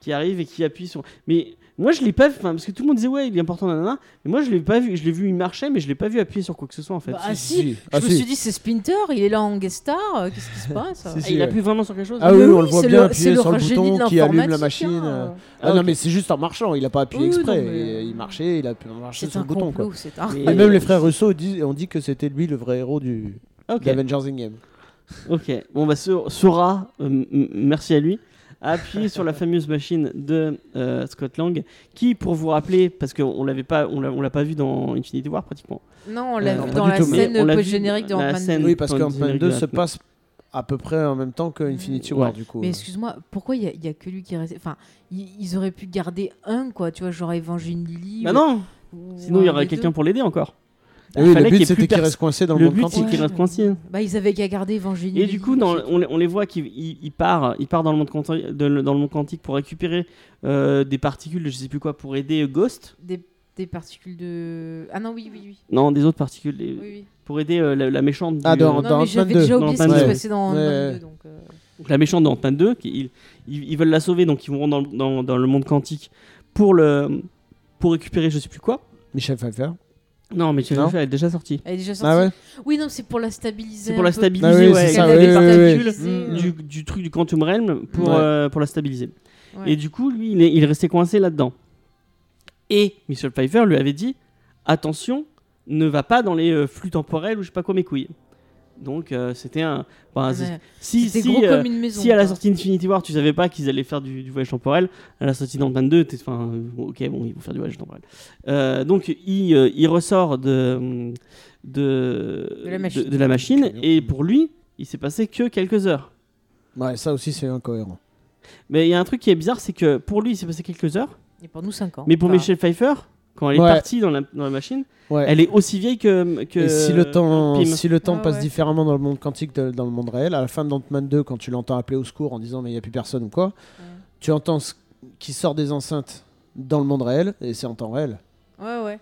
Speaker 1: qui arrive et qui appuie sur. Mais Moi, je l'ai pas vu, enfin, parce que tout le monde disait, ouais, il est important, nanana. Mais moi, je l'ai pas vu, je l'ai vu, il marchait, mais je l'ai pas vu appuyer sur quoi que ce soit, en fait.
Speaker 2: Bah, Ah, si,
Speaker 3: Ah,
Speaker 2: je me
Speaker 3: si.
Speaker 2: suis dit, c'est Splinter, il est là en guest star, euh, qu'est-ce qui se passe
Speaker 3: Si,
Speaker 1: Ah,
Speaker 3: si,
Speaker 1: il
Speaker 3: ouais.
Speaker 1: appuie vraiment sur quelque chose
Speaker 3: Ah
Speaker 1: hein
Speaker 3: oui,
Speaker 2: Mais
Speaker 3: on le voit
Speaker 2: c'est
Speaker 3: bien
Speaker 2: le- c'est
Speaker 3: appuyer sur le
Speaker 2: génie
Speaker 3: bouton
Speaker 2: de
Speaker 3: qui allume la
Speaker 2: l'informatique,
Speaker 3: machine.
Speaker 2: hein.
Speaker 3: Ah,
Speaker 1: Ah,
Speaker 3: non,
Speaker 1: ok.
Speaker 3: mais c'est juste en marchant, il a pas appuyé
Speaker 2: Oui, oui,
Speaker 3: exprès.
Speaker 2: non, mais-
Speaker 3: Il marchait, il a pu marcher
Speaker 2: C'est
Speaker 3: sur
Speaker 2: un
Speaker 3: le bouton. quoi. Ah,
Speaker 2: complot, c'est un.
Speaker 1: Mais-
Speaker 3: Et même les frères Russo disent, on dit que c'était lui le vrai héros du
Speaker 1: Ok,
Speaker 3: d'Avengers Endgame.
Speaker 1: ok. Bon, bah, Sor- Sora, euh, m- m- merci à lui, a appuyé sur la fameuse machine de euh, Scott Lang, qui, pour vous rappeler, parce qu'on l'avait pas, on l'a on l'a pas vu dans Infinity War pratiquement.
Speaker 2: Non, on
Speaker 1: Euh,
Speaker 2: l'a
Speaker 3: non,
Speaker 2: vu
Speaker 3: pas
Speaker 2: dans
Speaker 3: du
Speaker 2: la
Speaker 3: tout, mais
Speaker 1: on
Speaker 2: scène
Speaker 1: l'a vu
Speaker 2: post-générique de
Speaker 1: dans la
Speaker 2: Ant-Man
Speaker 1: scène.
Speaker 2: deux.
Speaker 1: Oui,
Speaker 3: Oui, parce
Speaker 1: Point
Speaker 3: qu'en
Speaker 1: de
Speaker 3: Plan
Speaker 1: vue
Speaker 3: 2
Speaker 1: de
Speaker 3: se
Speaker 1: Ant-Man.
Speaker 3: passe à peu près en même temps que Infinity War,
Speaker 1: Ouais.
Speaker 3: du coup. euh.
Speaker 2: Mais excuse-moi, pourquoi il y a- il y, a que lui qui reste Enfin, i- ils auraient pu garder un, quoi, tu vois, genre Evangeline Lily.
Speaker 1: Bah
Speaker 2: ou-
Speaker 1: non,
Speaker 2: ou
Speaker 1: sinon il y
Speaker 2: un
Speaker 1: aurait
Speaker 2: des deux.
Speaker 1: quelqu'un pour l'aider encore.
Speaker 3: Et Ah oui,
Speaker 1: fallait
Speaker 3: le
Speaker 1: qu'il y ait
Speaker 3: but
Speaker 1: plus
Speaker 3: c'était qu'il
Speaker 1: personne.
Speaker 3: reste coincé dans le,
Speaker 1: Le
Speaker 3: monde
Speaker 1: but c'est
Speaker 3: quantique.
Speaker 1: qu'il reste coincé.
Speaker 2: Bah, ils avaient qu'à garder Evangeline
Speaker 1: Et
Speaker 2: Lily.
Speaker 1: du coup, dans, on, les- on les voit qu'il il- il part, il part dans le monde quanti- de- dans le monde quantique pour récupérer euh, des particules, de je sais plus quoi, pour aider Ghost.
Speaker 2: Des, des particules de. Ah non, oui, oui, oui.
Speaker 1: Non, des autres particules, les-
Speaker 2: oui, oui.
Speaker 1: pour aider euh, la, la méchante. du-
Speaker 3: Ah, dans-
Speaker 1: euh,
Speaker 2: Non, mais j'avais
Speaker 3: Ant-Man
Speaker 1: 2.
Speaker 2: déjà oublié ce
Speaker 1: Dans
Speaker 2: qui se
Speaker 1: Ant-Man 2.
Speaker 2: passait dans
Speaker 3: Ouais,
Speaker 2: Ant-Man
Speaker 3: ouais.
Speaker 2: 2, donc. euh,
Speaker 1: donc la méchante dans Ant-Man 2, qui- ils, ils, ils veulent la sauver, donc ils vont dans, dans- dans le monde quantique pour le pour récupérer je sais plus quoi.
Speaker 3: Michel Pfeiffer.
Speaker 1: Non, mais tu
Speaker 3: Non.
Speaker 1: l'as fait, elle est déjà sortie.
Speaker 2: Elle est déjà sortie.
Speaker 3: Ah ouais
Speaker 2: Oui, non, c'est pour la stabiliser.
Speaker 1: C'est pour la
Speaker 2: un peu.
Speaker 1: stabiliser,
Speaker 3: Ah oui,
Speaker 1: ouais,
Speaker 3: c'est
Speaker 1: elle
Speaker 3: ça.
Speaker 1: a
Speaker 3: oui,
Speaker 1: des
Speaker 3: oui,
Speaker 1: particules
Speaker 3: oui.
Speaker 2: particules,
Speaker 1: Du, du truc du Quantum Realm pour,
Speaker 3: Ouais.
Speaker 1: euh, pour la stabiliser.
Speaker 2: Ouais.
Speaker 1: Et du coup, lui, il est, il est resté coincé là-dedans. Et Michel Pfeiffer lui avait dit attention, ne va pas dans les euh, flux temporels ou je sais pas quoi mes couilles. Donc euh, c'était un. bah, c'est-
Speaker 2: Ah Ouais.
Speaker 1: si,
Speaker 2: C'était
Speaker 1: si,
Speaker 2: gros
Speaker 1: euh,
Speaker 2: comme une maison.
Speaker 1: si à la
Speaker 2: quoi.
Speaker 1: sortie d'Infinity War, tu savais pas qu'ils allaient faire du, du voyage temporel, à la sortie d'Ant-Man 2, t'es- enfin, euh, bon, ok, bon, ils vont faire du voyage temporel. Euh, donc, il, euh, il ressort de, de,
Speaker 2: De la machine.
Speaker 1: de la machine, et pour lui, il s'est passé que quelques heures.
Speaker 3: Ouais, ça aussi c'est incohérent.
Speaker 1: Mais il y a un truc qui est bizarre, c'est que pour lui, il s'est passé quelques heures,
Speaker 2: Et pour nous, 5 ans.
Speaker 1: mais pour
Speaker 2: Enfin,
Speaker 1: Michelle Pfeiffer, quand elle est
Speaker 3: Ouais.
Speaker 1: partie dans la, dans la machine,
Speaker 3: Ouais.
Speaker 1: elle est aussi vieille que. que
Speaker 3: Et si le temps,
Speaker 1: Pym.
Speaker 3: si le temps
Speaker 2: Ah
Speaker 3: passe
Speaker 2: ouais.
Speaker 3: différemment dans le monde quantique que dans le monde réel, à la fin d'Ant-Man 2, quand tu l'entends appeler au secours en disant mais il n'y a plus personne ou quoi, tu entends ce qui sort des enceintes dans le monde réel et c'est en temps réel.
Speaker 2: Ouais, ouais.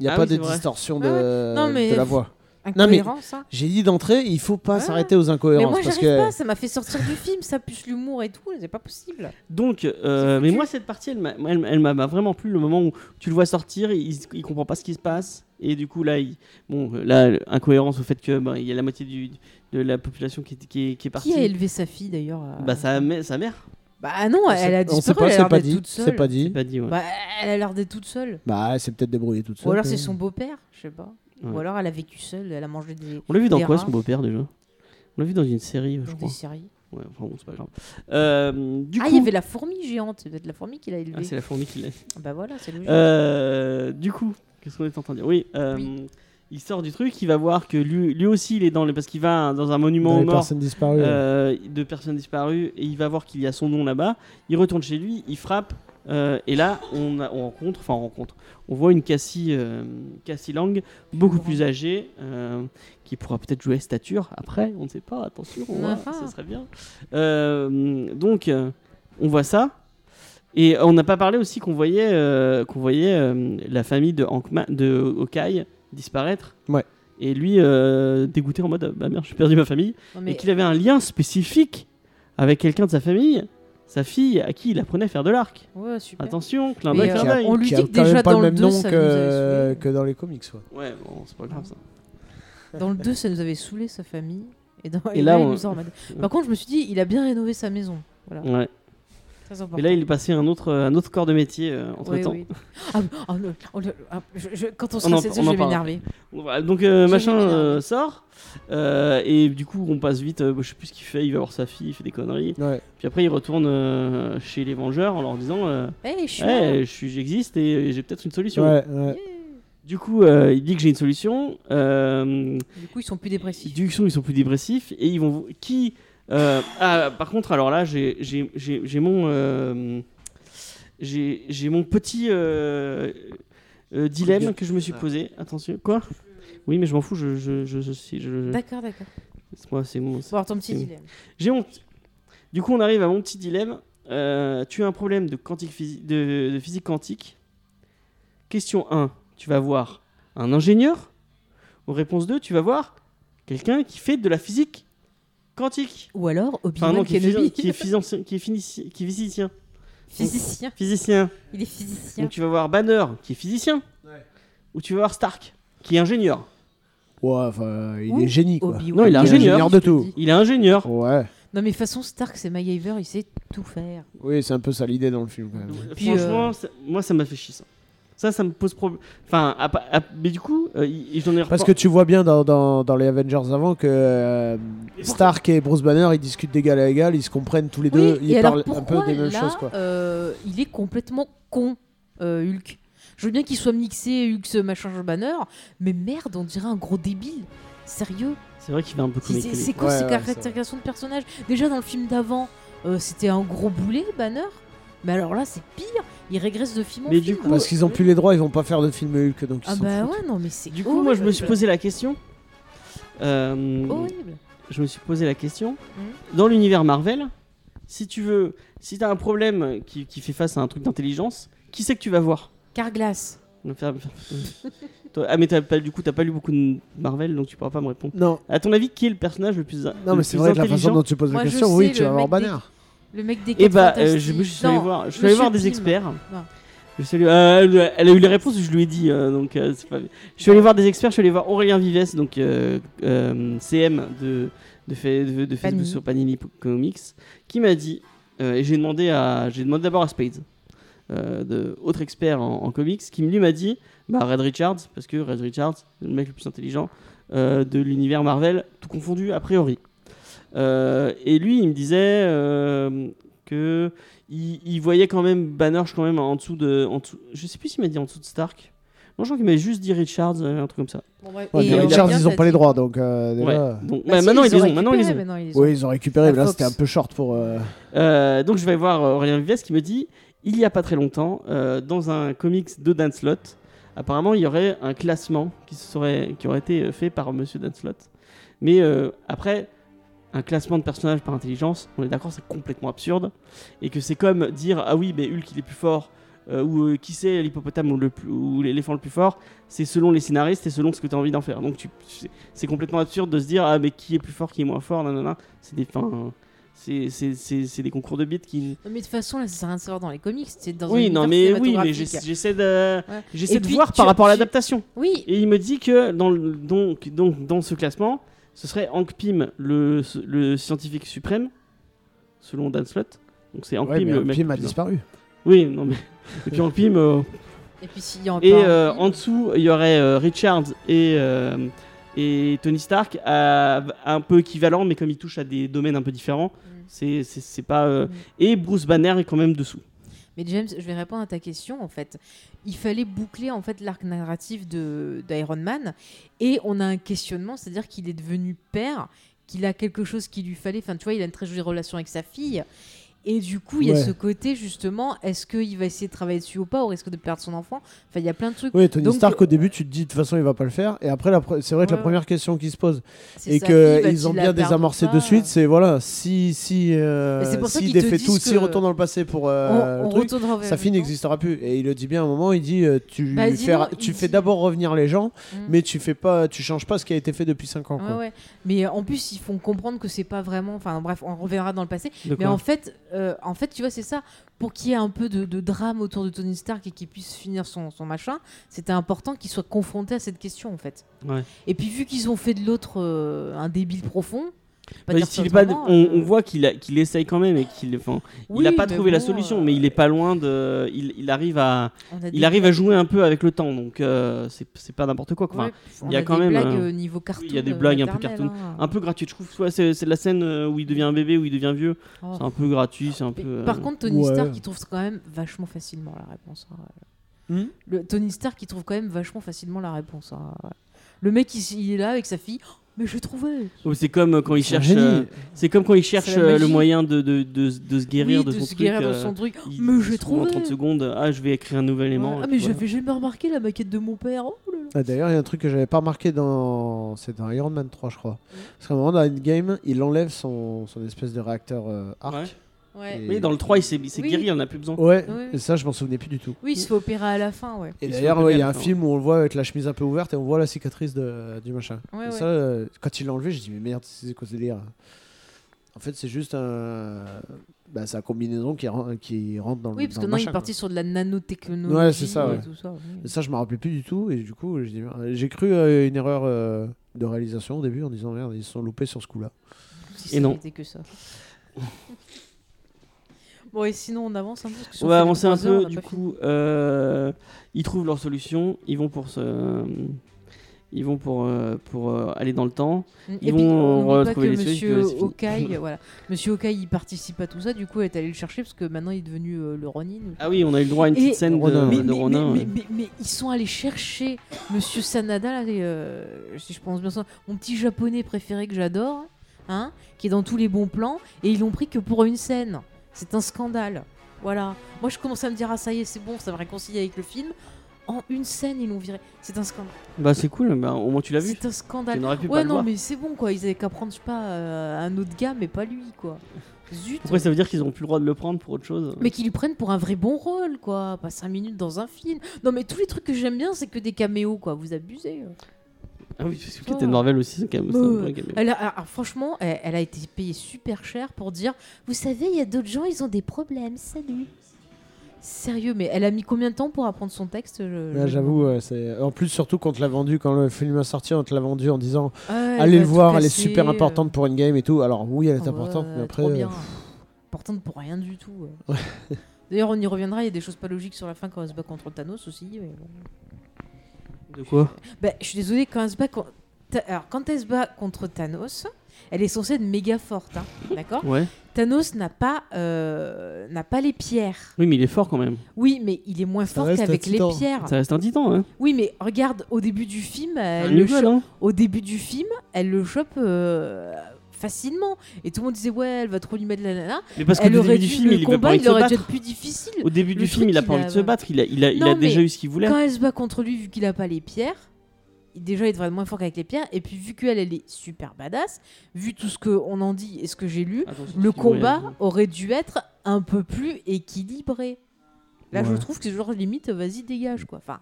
Speaker 3: Il n'y a
Speaker 1: Ah
Speaker 3: pas
Speaker 1: oui,
Speaker 3: de
Speaker 1: c'est vrai.
Speaker 3: distorsion
Speaker 2: Ouais,
Speaker 3: de,
Speaker 2: Non, mais-
Speaker 3: de la voix. Non, mais-
Speaker 2: Incohérent, ça.
Speaker 3: J'ai dit d'entrée, il faut pas
Speaker 2: Ouais.
Speaker 3: s'arrêter aux
Speaker 2: Mais
Speaker 3: incohérences
Speaker 2: moi,
Speaker 3: parce
Speaker 2: j'arrive
Speaker 3: que
Speaker 2: pas, ça m'a fait sortir du film, ça, plus l'humour et tout, c'est pas possible.
Speaker 1: Donc, euh,
Speaker 2: C'est
Speaker 1: mais
Speaker 2: foutu.
Speaker 1: moi, cette partie, elle m'a- elle m'a- elle m'a vraiment plu. Le moment où tu le vois sortir, il, il comprend pas ce qui se passe. Et du coup, là, il, bon, euh, là, incohérence au fait que ben, il y a la moitié du, de la population qui, est- qui, est- qui est partie.
Speaker 2: Qui a élevé sa fille d'ailleurs euh
Speaker 1: bah, sa, mè- sa mère,
Speaker 2: Bah non,
Speaker 3: on
Speaker 2: elle
Speaker 3: sait-
Speaker 2: a
Speaker 3: on sait
Speaker 2: disparu,
Speaker 3: pas,
Speaker 2: elle a
Speaker 3: c'est
Speaker 2: l'air
Speaker 3: pas
Speaker 2: d'être
Speaker 3: dit,
Speaker 2: toute
Speaker 3: c'est
Speaker 2: seule.
Speaker 3: pas
Speaker 1: j'ai
Speaker 3: dit.
Speaker 1: pas dit. ouais.
Speaker 2: Bah, elle a l'air d'être toute seule.
Speaker 3: Bah, elle s'est peut-être débrouillée toute seule.
Speaker 2: Ou alors
Speaker 3: quoi.
Speaker 2: c'est son beau-père, je sais pas.
Speaker 1: Ouais.
Speaker 2: Ou alors elle a vécu seule, elle a mangé des,
Speaker 1: On l'a vu dans
Speaker 2: des
Speaker 1: quoi,
Speaker 2: rats.
Speaker 1: son beau-père déjà On l'a vu dans une série, je
Speaker 2: dans
Speaker 1: crois.
Speaker 2: des séries.
Speaker 1: Ouais, enfin, bon, c'est pas grave. Euh, du
Speaker 2: Ah,
Speaker 1: coup,
Speaker 2: il y avait la fourmi géante, c'est peut-être la fourmi qu'il a élevée.
Speaker 1: Ah, c'est la fourmi qui l'a.
Speaker 2: Bah voilà, c'est logique.
Speaker 1: Euh, du coup, qu'est-ce qu'on est en train de dire oui, euh,
Speaker 2: Oui.
Speaker 1: il sort du truc, il va voir que lui, lui aussi, il est dans le. Parce qu'il va dans un monument
Speaker 3: Dans
Speaker 1: aux
Speaker 3: les
Speaker 1: morts.
Speaker 3: personnes disparues.
Speaker 1: euh, de personnes disparues et il va voir qu'il y a son nom là-bas. Il retourne chez lui, il frappe euh, et là on, a- on rencontre, enfin on rencontre, on voit une Cassie, euh, Cassie Lang beaucoup plus âgée euh, qui pourra peut-être jouer stature après, on ne sait pas, attention, on voit,
Speaker 2: Enfin.
Speaker 1: ça serait bien. Euh, donc euh, on voit ça. Et on n'a pas parlé aussi qu'on voyait, euh, qu'on voyait euh, la famille de, Hankma- de Hawkeye disparaître.
Speaker 3: Ouais.
Speaker 1: Et lui, euh, dégoûté en mode, bah merde, j'ai perdu ma famille
Speaker 2: Non,
Speaker 1: et
Speaker 2: mais
Speaker 1: qu'il avait un lien spécifique avec quelqu'un de sa famille, sa fille à qui il apprenait à faire de l'arc.
Speaker 2: ouais, super.
Speaker 1: Attention, clin
Speaker 2: Mais,
Speaker 1: d'œil,
Speaker 2: euh,
Speaker 1: clin d'œil.
Speaker 2: on lui
Speaker 3: qui
Speaker 2: dit
Speaker 3: a
Speaker 2: que
Speaker 3: quand
Speaker 2: déjà
Speaker 3: même pas
Speaker 2: dans
Speaker 3: le
Speaker 2: le
Speaker 3: même
Speaker 2: 2,
Speaker 3: nom
Speaker 2: ça nous avait
Speaker 3: que...
Speaker 2: saoulé.
Speaker 3: que dans les comics. quoi.
Speaker 1: Ouais, bon, c'est pas grave ça.
Speaker 2: Dans le 2, ça nous avait saoulé sa famille. Et, dans...
Speaker 1: Et
Speaker 2: et,
Speaker 1: là,
Speaker 2: là,
Speaker 1: on-
Speaker 2: il nous a remis- Par contre, je me suis dit, il a bien rénové sa maison.
Speaker 1: Ouais.
Speaker 2: Très important.
Speaker 1: Et là, il est passé à un autre, un autre corps de métier euh, entre temps.
Speaker 2: Oui, oui. Ah, oh, non, oh, le- ah, je- je- quand on se
Speaker 1: On en-
Speaker 2: casse dessus,
Speaker 1: on en
Speaker 2: je vais
Speaker 1: parle.
Speaker 2: m'énerver.
Speaker 1: Donc, euh,
Speaker 2: Je
Speaker 1: machin
Speaker 2: vais m'énerver.
Speaker 1: euh, sort. euh, et du coup, on passe vite. euh, je sais plus ce qu'il fait. Il va voir sa fille, il fait des conneries.
Speaker 3: Ouais.
Speaker 1: Puis après, il retourne euh, chez les Vengeurs en leur disant euh,
Speaker 2: Eh, je suis là.
Speaker 1: Ouais, je suis- j'existe et j'ai peut-être une solution.
Speaker 3: Ouais, ouais.
Speaker 1: Du coup, euh, il dit que j'ai une solution. Euh,
Speaker 2: hein. Du coup, ils sont plus dépressifs.
Speaker 1: Du coup, ils sont plus dépressifs et ils vont qui euh, ah, par contre alors là j'ai j'ai- j'ai j'ai mon euh, j'ai j'ai mon petit euh, euh, dilemme que je me suis posé attention quoi oui mais je m'en fous je je je, je, si, je-
Speaker 2: D'accord, d'accord.
Speaker 1: c'est moi c'est mon
Speaker 2: Faut avoir ton petit
Speaker 1: Mm.
Speaker 2: dilemme.
Speaker 1: j'ai mon du coup on arrive à mon petit dilemme Euh, tu as un problème de quantique physi- de, de physique quantique question 1 tu vas voir un ingénieur ou réponse 2 tu vas voir quelqu'un qui fait de la physique quantique
Speaker 2: Ou alors, Obi-Wan
Speaker 1: Enfin, non, qui est, physicien-
Speaker 2: Kenobi.
Speaker 1: qui, est physicien- qui, est physicien- qui est physicien.
Speaker 2: Physicien.
Speaker 1: physicien.
Speaker 2: Il est physicien.
Speaker 1: Donc tu vas voir Banner, qui est physicien. Ou tu vas voir Stark, qui est ingénieur.
Speaker 3: Ouais, enfin, il
Speaker 2: Ou
Speaker 3: est génie, quoi.
Speaker 2: Obi-Wan.
Speaker 1: Non, il est
Speaker 3: Il est
Speaker 1: ingénieur.
Speaker 3: ingénieur de tout.
Speaker 1: Il est ingénieur.
Speaker 3: Ouais.
Speaker 2: Non, mais de toute façon, Stark, c'est MacGyver, il sait tout faire.
Speaker 3: Oui, c'est un peu ça l'idée dans le film, quand même.
Speaker 1: Donc,
Speaker 2: Puis, euh,
Speaker 1: Franchement, ça- moi, ça m'a fait chier, ça. Ça, ça me pose problème. Enfin, à pa- à- mais du coup, euh, il- j'en ai
Speaker 3: Parce que
Speaker 1: repor-
Speaker 3: tu vois bien dans, dans, dans les Avengers avant que euh, Stark et Bruce Banner ils discutent d'égal à égal, ils se comprennent tous les
Speaker 2: Oui,
Speaker 3: deux,
Speaker 2: et
Speaker 3: ils
Speaker 2: alors
Speaker 3: parlent un peu
Speaker 2: pourquoi,
Speaker 3: des mêmes
Speaker 2: là,
Speaker 3: choses quoi.
Speaker 2: euh, il est complètement con, euh, Hulk. Je veux bien qu'il soit mixé Hulk ce machin je banner, mais merde, on dirait un gros débile. Sérieux
Speaker 1: C'est vrai qu'il fait un peu
Speaker 2: C'est-
Speaker 1: comique.
Speaker 2: C'est c'est quoi
Speaker 3: Ouais,
Speaker 2: ces
Speaker 3: ouais,
Speaker 2: caractérisations de personnages Déjà dans le film d'avant, euh, c'était un gros boulet, Banner. Mais alors là, c'est pire. Il régresse de film en
Speaker 1: Mais
Speaker 2: film.
Speaker 1: du coup-
Speaker 3: Parce qu'ils ont plus les droits, ils vont pas faire de film Hulk donc ils
Speaker 2: Ah
Speaker 3: s'en
Speaker 2: bah
Speaker 3: foutent.
Speaker 2: ouais, non, mais c'est
Speaker 1: Du coup, moi, je me suis
Speaker 2: horrible. Oh
Speaker 1: posé la question. Euh,
Speaker 2: Horrible.
Speaker 1: je me suis posé la question.
Speaker 2: Mmh.
Speaker 1: Dans l'univers Marvel, si tu veux, si t'as un problème qui, qui fait face à un truc d'intelligence, qui c'est que tu vas voir
Speaker 2: Carglass.
Speaker 1: Me faire- me faire- Toi- Ah, mais t'as pas, du coup, t'as pas lu beaucoup de Marvel, donc tu pourras pas me répondre.
Speaker 3: Non,
Speaker 1: À ton avis, qui est le personnage le plus,
Speaker 3: non mais c'est vrai que la façon dont tu poses
Speaker 2: Moi,
Speaker 3: la
Speaker 2: je
Speaker 3: question,
Speaker 2: sais,
Speaker 3: oui,
Speaker 2: le
Speaker 3: tu vas avoir
Speaker 2: mec des-
Speaker 3: Banner.
Speaker 2: Le mec des
Speaker 1: Et
Speaker 2: Quatre
Speaker 1: bah,
Speaker 2: Fantastiques.
Speaker 1: je, me suis allé
Speaker 2: Non,
Speaker 1: voir, je suis allé voir
Speaker 2: Monsieur
Speaker 1: des
Speaker 2: Pym.
Speaker 1: experts.
Speaker 2: Non.
Speaker 1: Je suis allé- euh, elle- elle a eu les réponses, je lui ai dit. euh, donc, euh, c'est pas... Je suis allé voir des experts, je suis allé voir Aurélien Vives, donc euh, euh, CM de, de, fa- de- de Facebook
Speaker 2: Panini.
Speaker 1: sur Panini Comics, qui m'a dit, euh, et j'ai demandé, à, j'ai demandé d'abord à Spades, euh, de, autre expert en, en comics, qui lui m'a dit bah, Red Richards, parce que Red Richards, c'est le mec le plus intelligent euh, de l'univers Marvel, tout confondu a priori. Euh, et lui, il me disait euh, que il, il voyait quand même Banner je suis quand même en dessous de, en dessous, je sais plus s'il m'a dit en dessous de Stark. Non, je crois qu'il m'avait juste dit Richards, euh, un truc comme ça.
Speaker 2: Bon, bref.
Speaker 3: Ouais,
Speaker 2: Et
Speaker 3: mais
Speaker 1: on
Speaker 2: euh,
Speaker 1: l'a
Speaker 3: Richards,
Speaker 2: bien,
Speaker 3: ils ont
Speaker 2: t'as
Speaker 3: pas les
Speaker 2: dit-
Speaker 3: droits donc euh, déjà.
Speaker 1: Ouais. Donc,
Speaker 2: Bah
Speaker 1: bah,
Speaker 2: si,
Speaker 1: maintenant, ils
Speaker 2: ils
Speaker 1: les
Speaker 2: ont
Speaker 1: ont. Maintenant, ils les
Speaker 2: récupéré,
Speaker 1: ont.
Speaker 2: maintenant, ils les ont.
Speaker 3: Oui, ils ont récupéré,
Speaker 2: La
Speaker 3: mais là c'était un
Speaker 2: Fox.
Speaker 3: peu short pour. euh,
Speaker 1: Euh, donc je vais voir Aurélien Vives qui me dit il y a pas très longtemps, euh, dans un comics de Dan Slott, apparemment il y aurait un classement qui, se serait, qui aurait été euh, fait par Monsieur Dan Slott. Mais euh, après, un classement de personnages par intelligence, on est d'accord, c'est complètement absurde. Et que c'est comme dire ah oui, mais Hulk il est plus fort, euh, ou euh, qui c'est l'hippopotame ou le plus- ou l'éléphant le plus fort, c'est selon les scénaristes et selon ce que tu as envie d'en faire. Donc tu, c'est- c'est complètement absurde de se dire ah mais qui est plus fort, qui est moins fort, nanana. C'est des fins. C'est c'est- c'est- c'est des concours de bits qui.
Speaker 2: Non, mais de toute façon, là, ça sert à rien de savoir dans les comics. C'est dans un
Speaker 1: oui, non,
Speaker 2: univers
Speaker 1: mais oui, mais
Speaker 2: cinématographique.
Speaker 1: j'essa- j'essaie de,
Speaker 2: Ouais.
Speaker 1: j'essaie
Speaker 2: Et
Speaker 1: de
Speaker 2: puis,
Speaker 1: voir
Speaker 2: tu-
Speaker 1: par rapport à
Speaker 2: tu-
Speaker 1: l'adaptation.
Speaker 2: Oui,
Speaker 1: Et il me dit que dans, le- donc, donc, dans ce classement, ce serait Hank Pym, le, le scientifique suprême, selon Dan Slott. Donc c'est Hank
Speaker 3: ouais,
Speaker 1: Pym
Speaker 3: mais
Speaker 1: le
Speaker 3: un
Speaker 1: mec.
Speaker 3: film a
Speaker 1: le plus-
Speaker 3: disparu.
Speaker 1: Oui, non, mais. Et puis Hank Pym. euh,
Speaker 2: Et puis s'il y a encore.
Speaker 1: Et euh, en dessous, il y aurait euh, Richards et, euh, et Tony Stark, à- un peu équivalent, mais comme ils touchent à des domaines un peu différents,
Speaker 2: Mm.
Speaker 1: c'est- c'est c'est pas. euh,
Speaker 2: Mm.
Speaker 1: Et Bruce Banner est quand même dessous.
Speaker 2: Mais James, je vais répondre à ta question en fait. Il fallait boucler en fait l'arc narratif de d'Iron Man et on a un questionnement, c'est-à-dire qu'il est devenu père, qu'il a quelque chose qu'il lui fallait. Enfin, tu vois, il a une très jolie relation avec sa fille. Et du coup, il y
Speaker 3: Ouais.
Speaker 2: a ce côté justement, est-ce qu'il va essayer de travailler dessus ou pas, au risque de perdre son enfant Enfin, il y a plein de trucs.
Speaker 3: Oui, Tony
Speaker 2: Donc, euh,
Speaker 3: Stark au début tu te dis de toute façon il va pas le faire et après la pre- c'est vrai que la
Speaker 2: Ouais.
Speaker 3: première question qui se pose
Speaker 2: c'est
Speaker 3: et
Speaker 2: sa fille,
Speaker 3: que
Speaker 2: va-t-il
Speaker 3: ils ont
Speaker 2: la
Speaker 3: bien
Speaker 2: perdre ou
Speaker 3: désamorcé de
Speaker 2: pas
Speaker 3: suite, c'est voilà, si si euh,
Speaker 2: Mais c'est pour ça
Speaker 3: s'il
Speaker 2: qu'ils te
Speaker 3: défait
Speaker 2: disent
Speaker 3: tout,
Speaker 2: que-
Speaker 3: s'il retourne dans le passé pour
Speaker 2: On,
Speaker 3: euh,
Speaker 2: on
Speaker 3: le truc,
Speaker 2: retourne en
Speaker 3: sa fille n'existera plus et il le dit bien à un moment, il dit euh, tu
Speaker 2: Bah,
Speaker 3: lui
Speaker 2: dis
Speaker 3: fais
Speaker 2: non,
Speaker 3: tu
Speaker 2: il
Speaker 3: fais
Speaker 2: dit-
Speaker 3: d'abord revenir les gens
Speaker 2: Mm.
Speaker 3: mais tu fais pas tu changes pas ce qui a été fait depuis 5 ans
Speaker 2: Ouais,
Speaker 3: quoi.
Speaker 2: ouais. Mais euh, en plus, ils font comprendre que c'est pas vraiment. Enfin, bref, on reviendra dans le passé.
Speaker 1: De
Speaker 2: Mais
Speaker 1: quoi
Speaker 2: en fait, euh, en fait, tu vois, c'est ça. Pour qu'il y ait un peu de, de drame autour de Tony Stark et qu'il puisse finir son, son machin, c'était important qu'il soit confronté à cette question, en fait.
Speaker 1: Ouais.
Speaker 2: Et puis, vu qu'ils ont fait de l'autre euh, un débile profond, pas
Speaker 1: Bah,
Speaker 2: dire
Speaker 1: s'il
Speaker 2: ça
Speaker 1: est pas-
Speaker 2: autrement,
Speaker 1: on,
Speaker 2: euh,
Speaker 1: on voit qu'il a- qu'il essaye quand même et qu'il enfin,
Speaker 2: oui,
Speaker 1: il a pas
Speaker 2: mais
Speaker 1: trouvé la
Speaker 2: bon,
Speaker 1: solution,
Speaker 2: euh,
Speaker 1: mais il est pas loin de. Il, il arrive à
Speaker 2: on a des
Speaker 1: il arrive à jouer un peu avec le temps, donc euh, c'est c'est pas n'importe quoi. quoi.
Speaker 2: blagues-
Speaker 1: Enfin,
Speaker 2: ouais, on
Speaker 1: il y a
Speaker 2: des
Speaker 1: quand même,
Speaker 2: blagues
Speaker 1: euh,
Speaker 2: euh, niveau cartoon.
Speaker 1: il y a des
Speaker 2: euh,
Speaker 1: blagues un peu
Speaker 2: maternelles, hein.
Speaker 1: Un peu gratuit, je trouve. soit c'est c'est la scène euh, où il devient un bébé, où il devient vieux.
Speaker 2: Oh.
Speaker 1: C'est un peu gratuit, c'est un
Speaker 2: Mais
Speaker 1: peu. euh,
Speaker 2: Par contre, Tony
Speaker 3: Ouais.
Speaker 2: Stark, il trouve quand même vachement facilement la réponse. hein.
Speaker 3: Hmm
Speaker 2: Le Tony Stark, il trouve quand même vachement facilement la réponse. hein. Le mec, il, il est là avec sa fille. Oh, mais je trouvais.
Speaker 1: oh, c'est comme euh, quand il
Speaker 3: C'est un
Speaker 1: cherche.
Speaker 3: génie.
Speaker 1: euh, C'est comme quand il cherche
Speaker 2: C'est la
Speaker 1: euh,
Speaker 2: magie.
Speaker 1: le moyen de, de, de, de se guérir
Speaker 2: oui,
Speaker 1: de
Speaker 2: de
Speaker 1: son
Speaker 2: se
Speaker 1: truc.
Speaker 2: guérir de
Speaker 1: euh,
Speaker 2: son truc.
Speaker 1: il-
Speaker 2: mais je
Speaker 1: souvent,
Speaker 2: trouve.
Speaker 1: En 30 secondes, euh, ah, je vais écrire un nouvel élément.
Speaker 2: Ah,
Speaker 1: et
Speaker 2: mais
Speaker 1: puis voilà.
Speaker 2: j'avais jamais remarqué la maquette de mon père. Oh là là.
Speaker 3: Ah, D'ailleurs, il y a un truc que j'avais pas remarqué dans. C'est dans Iron Man 3, je crois. Parce qu'à un moment, dans Endgame, il enlève son, son espèce de réacteur euh,
Speaker 1: Ouais.
Speaker 3: arc.
Speaker 2: Ouais.
Speaker 3: Et-
Speaker 1: Oui, dans le 3, il s'est il s'est
Speaker 2: Oui.
Speaker 1: guéri, il en a plus besoin.
Speaker 3: Ouais,
Speaker 2: Oui, oui.
Speaker 3: et ça, je m'en souvenais plus du tout.
Speaker 2: Oui, il se fait opérer à la fin, ouais.
Speaker 3: Et
Speaker 1: Ils
Speaker 3: d'ailleurs,
Speaker 1: sont
Speaker 3: ouais, il y a
Speaker 1: bien,
Speaker 3: un
Speaker 1: ça.
Speaker 3: film où on le voit avec la chemise un peu ouverte et on voit la cicatrice de- du machin.
Speaker 2: Ouais,
Speaker 3: et
Speaker 2: ouais.
Speaker 3: ça, euh, quand il l'a enlevé, j'ai dit, mais merde, c'est quoi ce délire hein. En fait, c'est juste un... bah, sa combinaison qui, ren- qui rentre dans le.
Speaker 2: Oui, parce
Speaker 3: dans
Speaker 2: que
Speaker 3: le
Speaker 2: maintenant, il
Speaker 3: machin,
Speaker 2: est
Speaker 3: quoi.
Speaker 2: parti sur de la nanotechnologie.
Speaker 3: Ouais, c'est ça,
Speaker 2: et
Speaker 3: ouais.
Speaker 2: tout ça, oui.
Speaker 3: Ça, je me rappelais plus du tout. Et du coup, j'ai dit- j'ai cru euh, une erreur euh, de réalisation au début en disant merde, ils se sont loupés sur ce coup-là.
Speaker 2: Si
Speaker 1: Et
Speaker 2: ça
Speaker 1: non.
Speaker 2: n'était que ça. bon, et sinon, on avance un peu. parce que si
Speaker 1: On va
Speaker 2: fait
Speaker 1: avancer un
Speaker 2: trois heures, on
Speaker 1: peu,
Speaker 2: n'a
Speaker 1: du
Speaker 2: pas fini.
Speaker 1: coup, euh, ils trouvent leur solution, ils vont pour se... Ils vont pour, euh, pour euh, aller dans le temps.
Speaker 2: Mm. Et
Speaker 1: ils
Speaker 2: puis,
Speaker 1: vont
Speaker 2: on oublie pas
Speaker 1: retrouver
Speaker 2: que
Speaker 1: les suites,
Speaker 2: Monsieur
Speaker 1: ouais, c'est fini.
Speaker 2: Hawkeye, euh, voilà. Monsieur Hawkeye, il participe à tout ça, du coup, elle est allée le chercher parce que maintenant, il est devenu euh, le Ronin.
Speaker 1: Ah oui, on a eu le droit à une
Speaker 2: Et-
Speaker 1: petite scène de,
Speaker 3: Ronin,
Speaker 1: de
Speaker 3: ouais.
Speaker 2: mais, mais-
Speaker 1: Ronin.
Speaker 2: mais-
Speaker 1: ouais.
Speaker 2: mais- mais ils sont allés chercher Monsieur Sanada, là, et, euh, si je pense bien ça, mon petit japonais préféré que j'adore, hein, qui est dans tous les bons plans, et ils l'ont pris que pour une scène. C'est un scandale. Voilà. Moi, je commence à me dire, ah ça y est, c'est bon, ça me réconcilie avec le film. En une scène, ils l'ont viré. C'est un scandale.
Speaker 1: Bah c'est cool, bah, au moins tu l'as vu.
Speaker 2: C'est un
Speaker 1: Tu
Speaker 2: scandale.
Speaker 1: n'aurais pu pas
Speaker 2: Ouais,
Speaker 1: le
Speaker 2: non,
Speaker 1: voir.
Speaker 2: mais c'est bon, quoi. Ils avaient qu'à prendre, je sais pas, euh, un autre gars, mais pas lui, quoi. Zut.
Speaker 1: Après, ça veut dire qu'ils n'ont plus le droit de le prendre pour autre chose.
Speaker 2: Mais qu'ils lui prennent pour un vrai bon rôle, quoi. Pas 5 minutes dans un film. Non, mais tous les trucs que j'aime bien, c'est que des caméos, quoi. Vous abusez. hein.
Speaker 1: Ah oui, parce que Captain Marvel aussi, c'est quand même c'est un
Speaker 2: Bah,
Speaker 1: vrai caméo.
Speaker 2: Elle a- alors, franchement, elle, elle a été payée super cher pour dire Vous savez, il y a d'autres gens, ils ont des problèmes. Salut. Sérieux, mais elle a mis combien de temps pour apprendre son texte je-
Speaker 3: Là,
Speaker 2: je-
Speaker 3: j'avoue, euh, c'est en plus surtout qu'on te l'a vendu quand le film est sorti, on te l'a vendu en disant
Speaker 2: Ah, elle
Speaker 3: allez
Speaker 2: va
Speaker 3: le
Speaker 2: tout
Speaker 3: voir, elle est
Speaker 2: casser,
Speaker 3: super
Speaker 2: euh,
Speaker 3: importante pour une game et tout. Alors oui, elle
Speaker 2: ah
Speaker 3: est
Speaker 2: ouais,
Speaker 3: importante, mais après,
Speaker 2: trop
Speaker 3: euh,
Speaker 2: bien. Importante pour rien du tout. ouais. D'ailleurs, on y reviendra. Il y a des choses pas logiques sur la fin quand elle se bat contre Thanos aussi. mais bon.
Speaker 1: De quoi
Speaker 2: Bah, je suis désolée, quand elle se bat contre... Alors, quand elle se bat contre Thanos, elle est censée être méga forte, hein, d'accord
Speaker 1: Ouais.
Speaker 2: Thanos n'a pas, euh, n'a pas les pierres.
Speaker 1: Oui, mais il est fort quand même.
Speaker 2: Oui, mais il est moins fort
Speaker 3: reste un
Speaker 2: qu'avec les
Speaker 3: titan.
Speaker 2: pierres.
Speaker 1: Ça reste un titan, hein.
Speaker 2: Oui, mais regarde, au début du film,
Speaker 1: Un
Speaker 2: elle le
Speaker 1: Newell,
Speaker 2: chope-
Speaker 1: hein.
Speaker 2: au début du film, elle le chope euh, facilement. Et tout le monde disait, ouais, elle va trop lui mettre la nana.
Speaker 1: Mais parce que
Speaker 2: Elle
Speaker 1: au
Speaker 2: aurait
Speaker 1: début du
Speaker 2: dû
Speaker 1: film,
Speaker 2: le
Speaker 1: il avait pas
Speaker 2: combat,
Speaker 1: envie de
Speaker 2: il
Speaker 1: se
Speaker 2: aurait dû
Speaker 1: battre.
Speaker 2: être plus difficile.
Speaker 1: Au début
Speaker 2: le
Speaker 1: du film, il a
Speaker 2: truc,
Speaker 1: pas
Speaker 2: il
Speaker 1: envie de
Speaker 2: a-
Speaker 1: se battre. Il a, il a, il a
Speaker 2: Non, mais
Speaker 1: déjà eu ce qu'il voulait.
Speaker 2: Quand elle se bat contre lui, vu qu'il a pas les pierres, il- déjà il devrait être moins fort qu'avec les pierres. Et puis vu qu'elle, elle est super badass, vu tout ce qu'on en dit et ce que j'ai lu,
Speaker 1: Attention,
Speaker 2: le
Speaker 1: parce qu'ils vont y
Speaker 2: combat
Speaker 1: aller.
Speaker 2: aurait dû être un peu plus équilibré. Là, je
Speaker 3: Ouais.
Speaker 2: trouve que c'est genre limite, vas-y, dégage quoi. Enfin,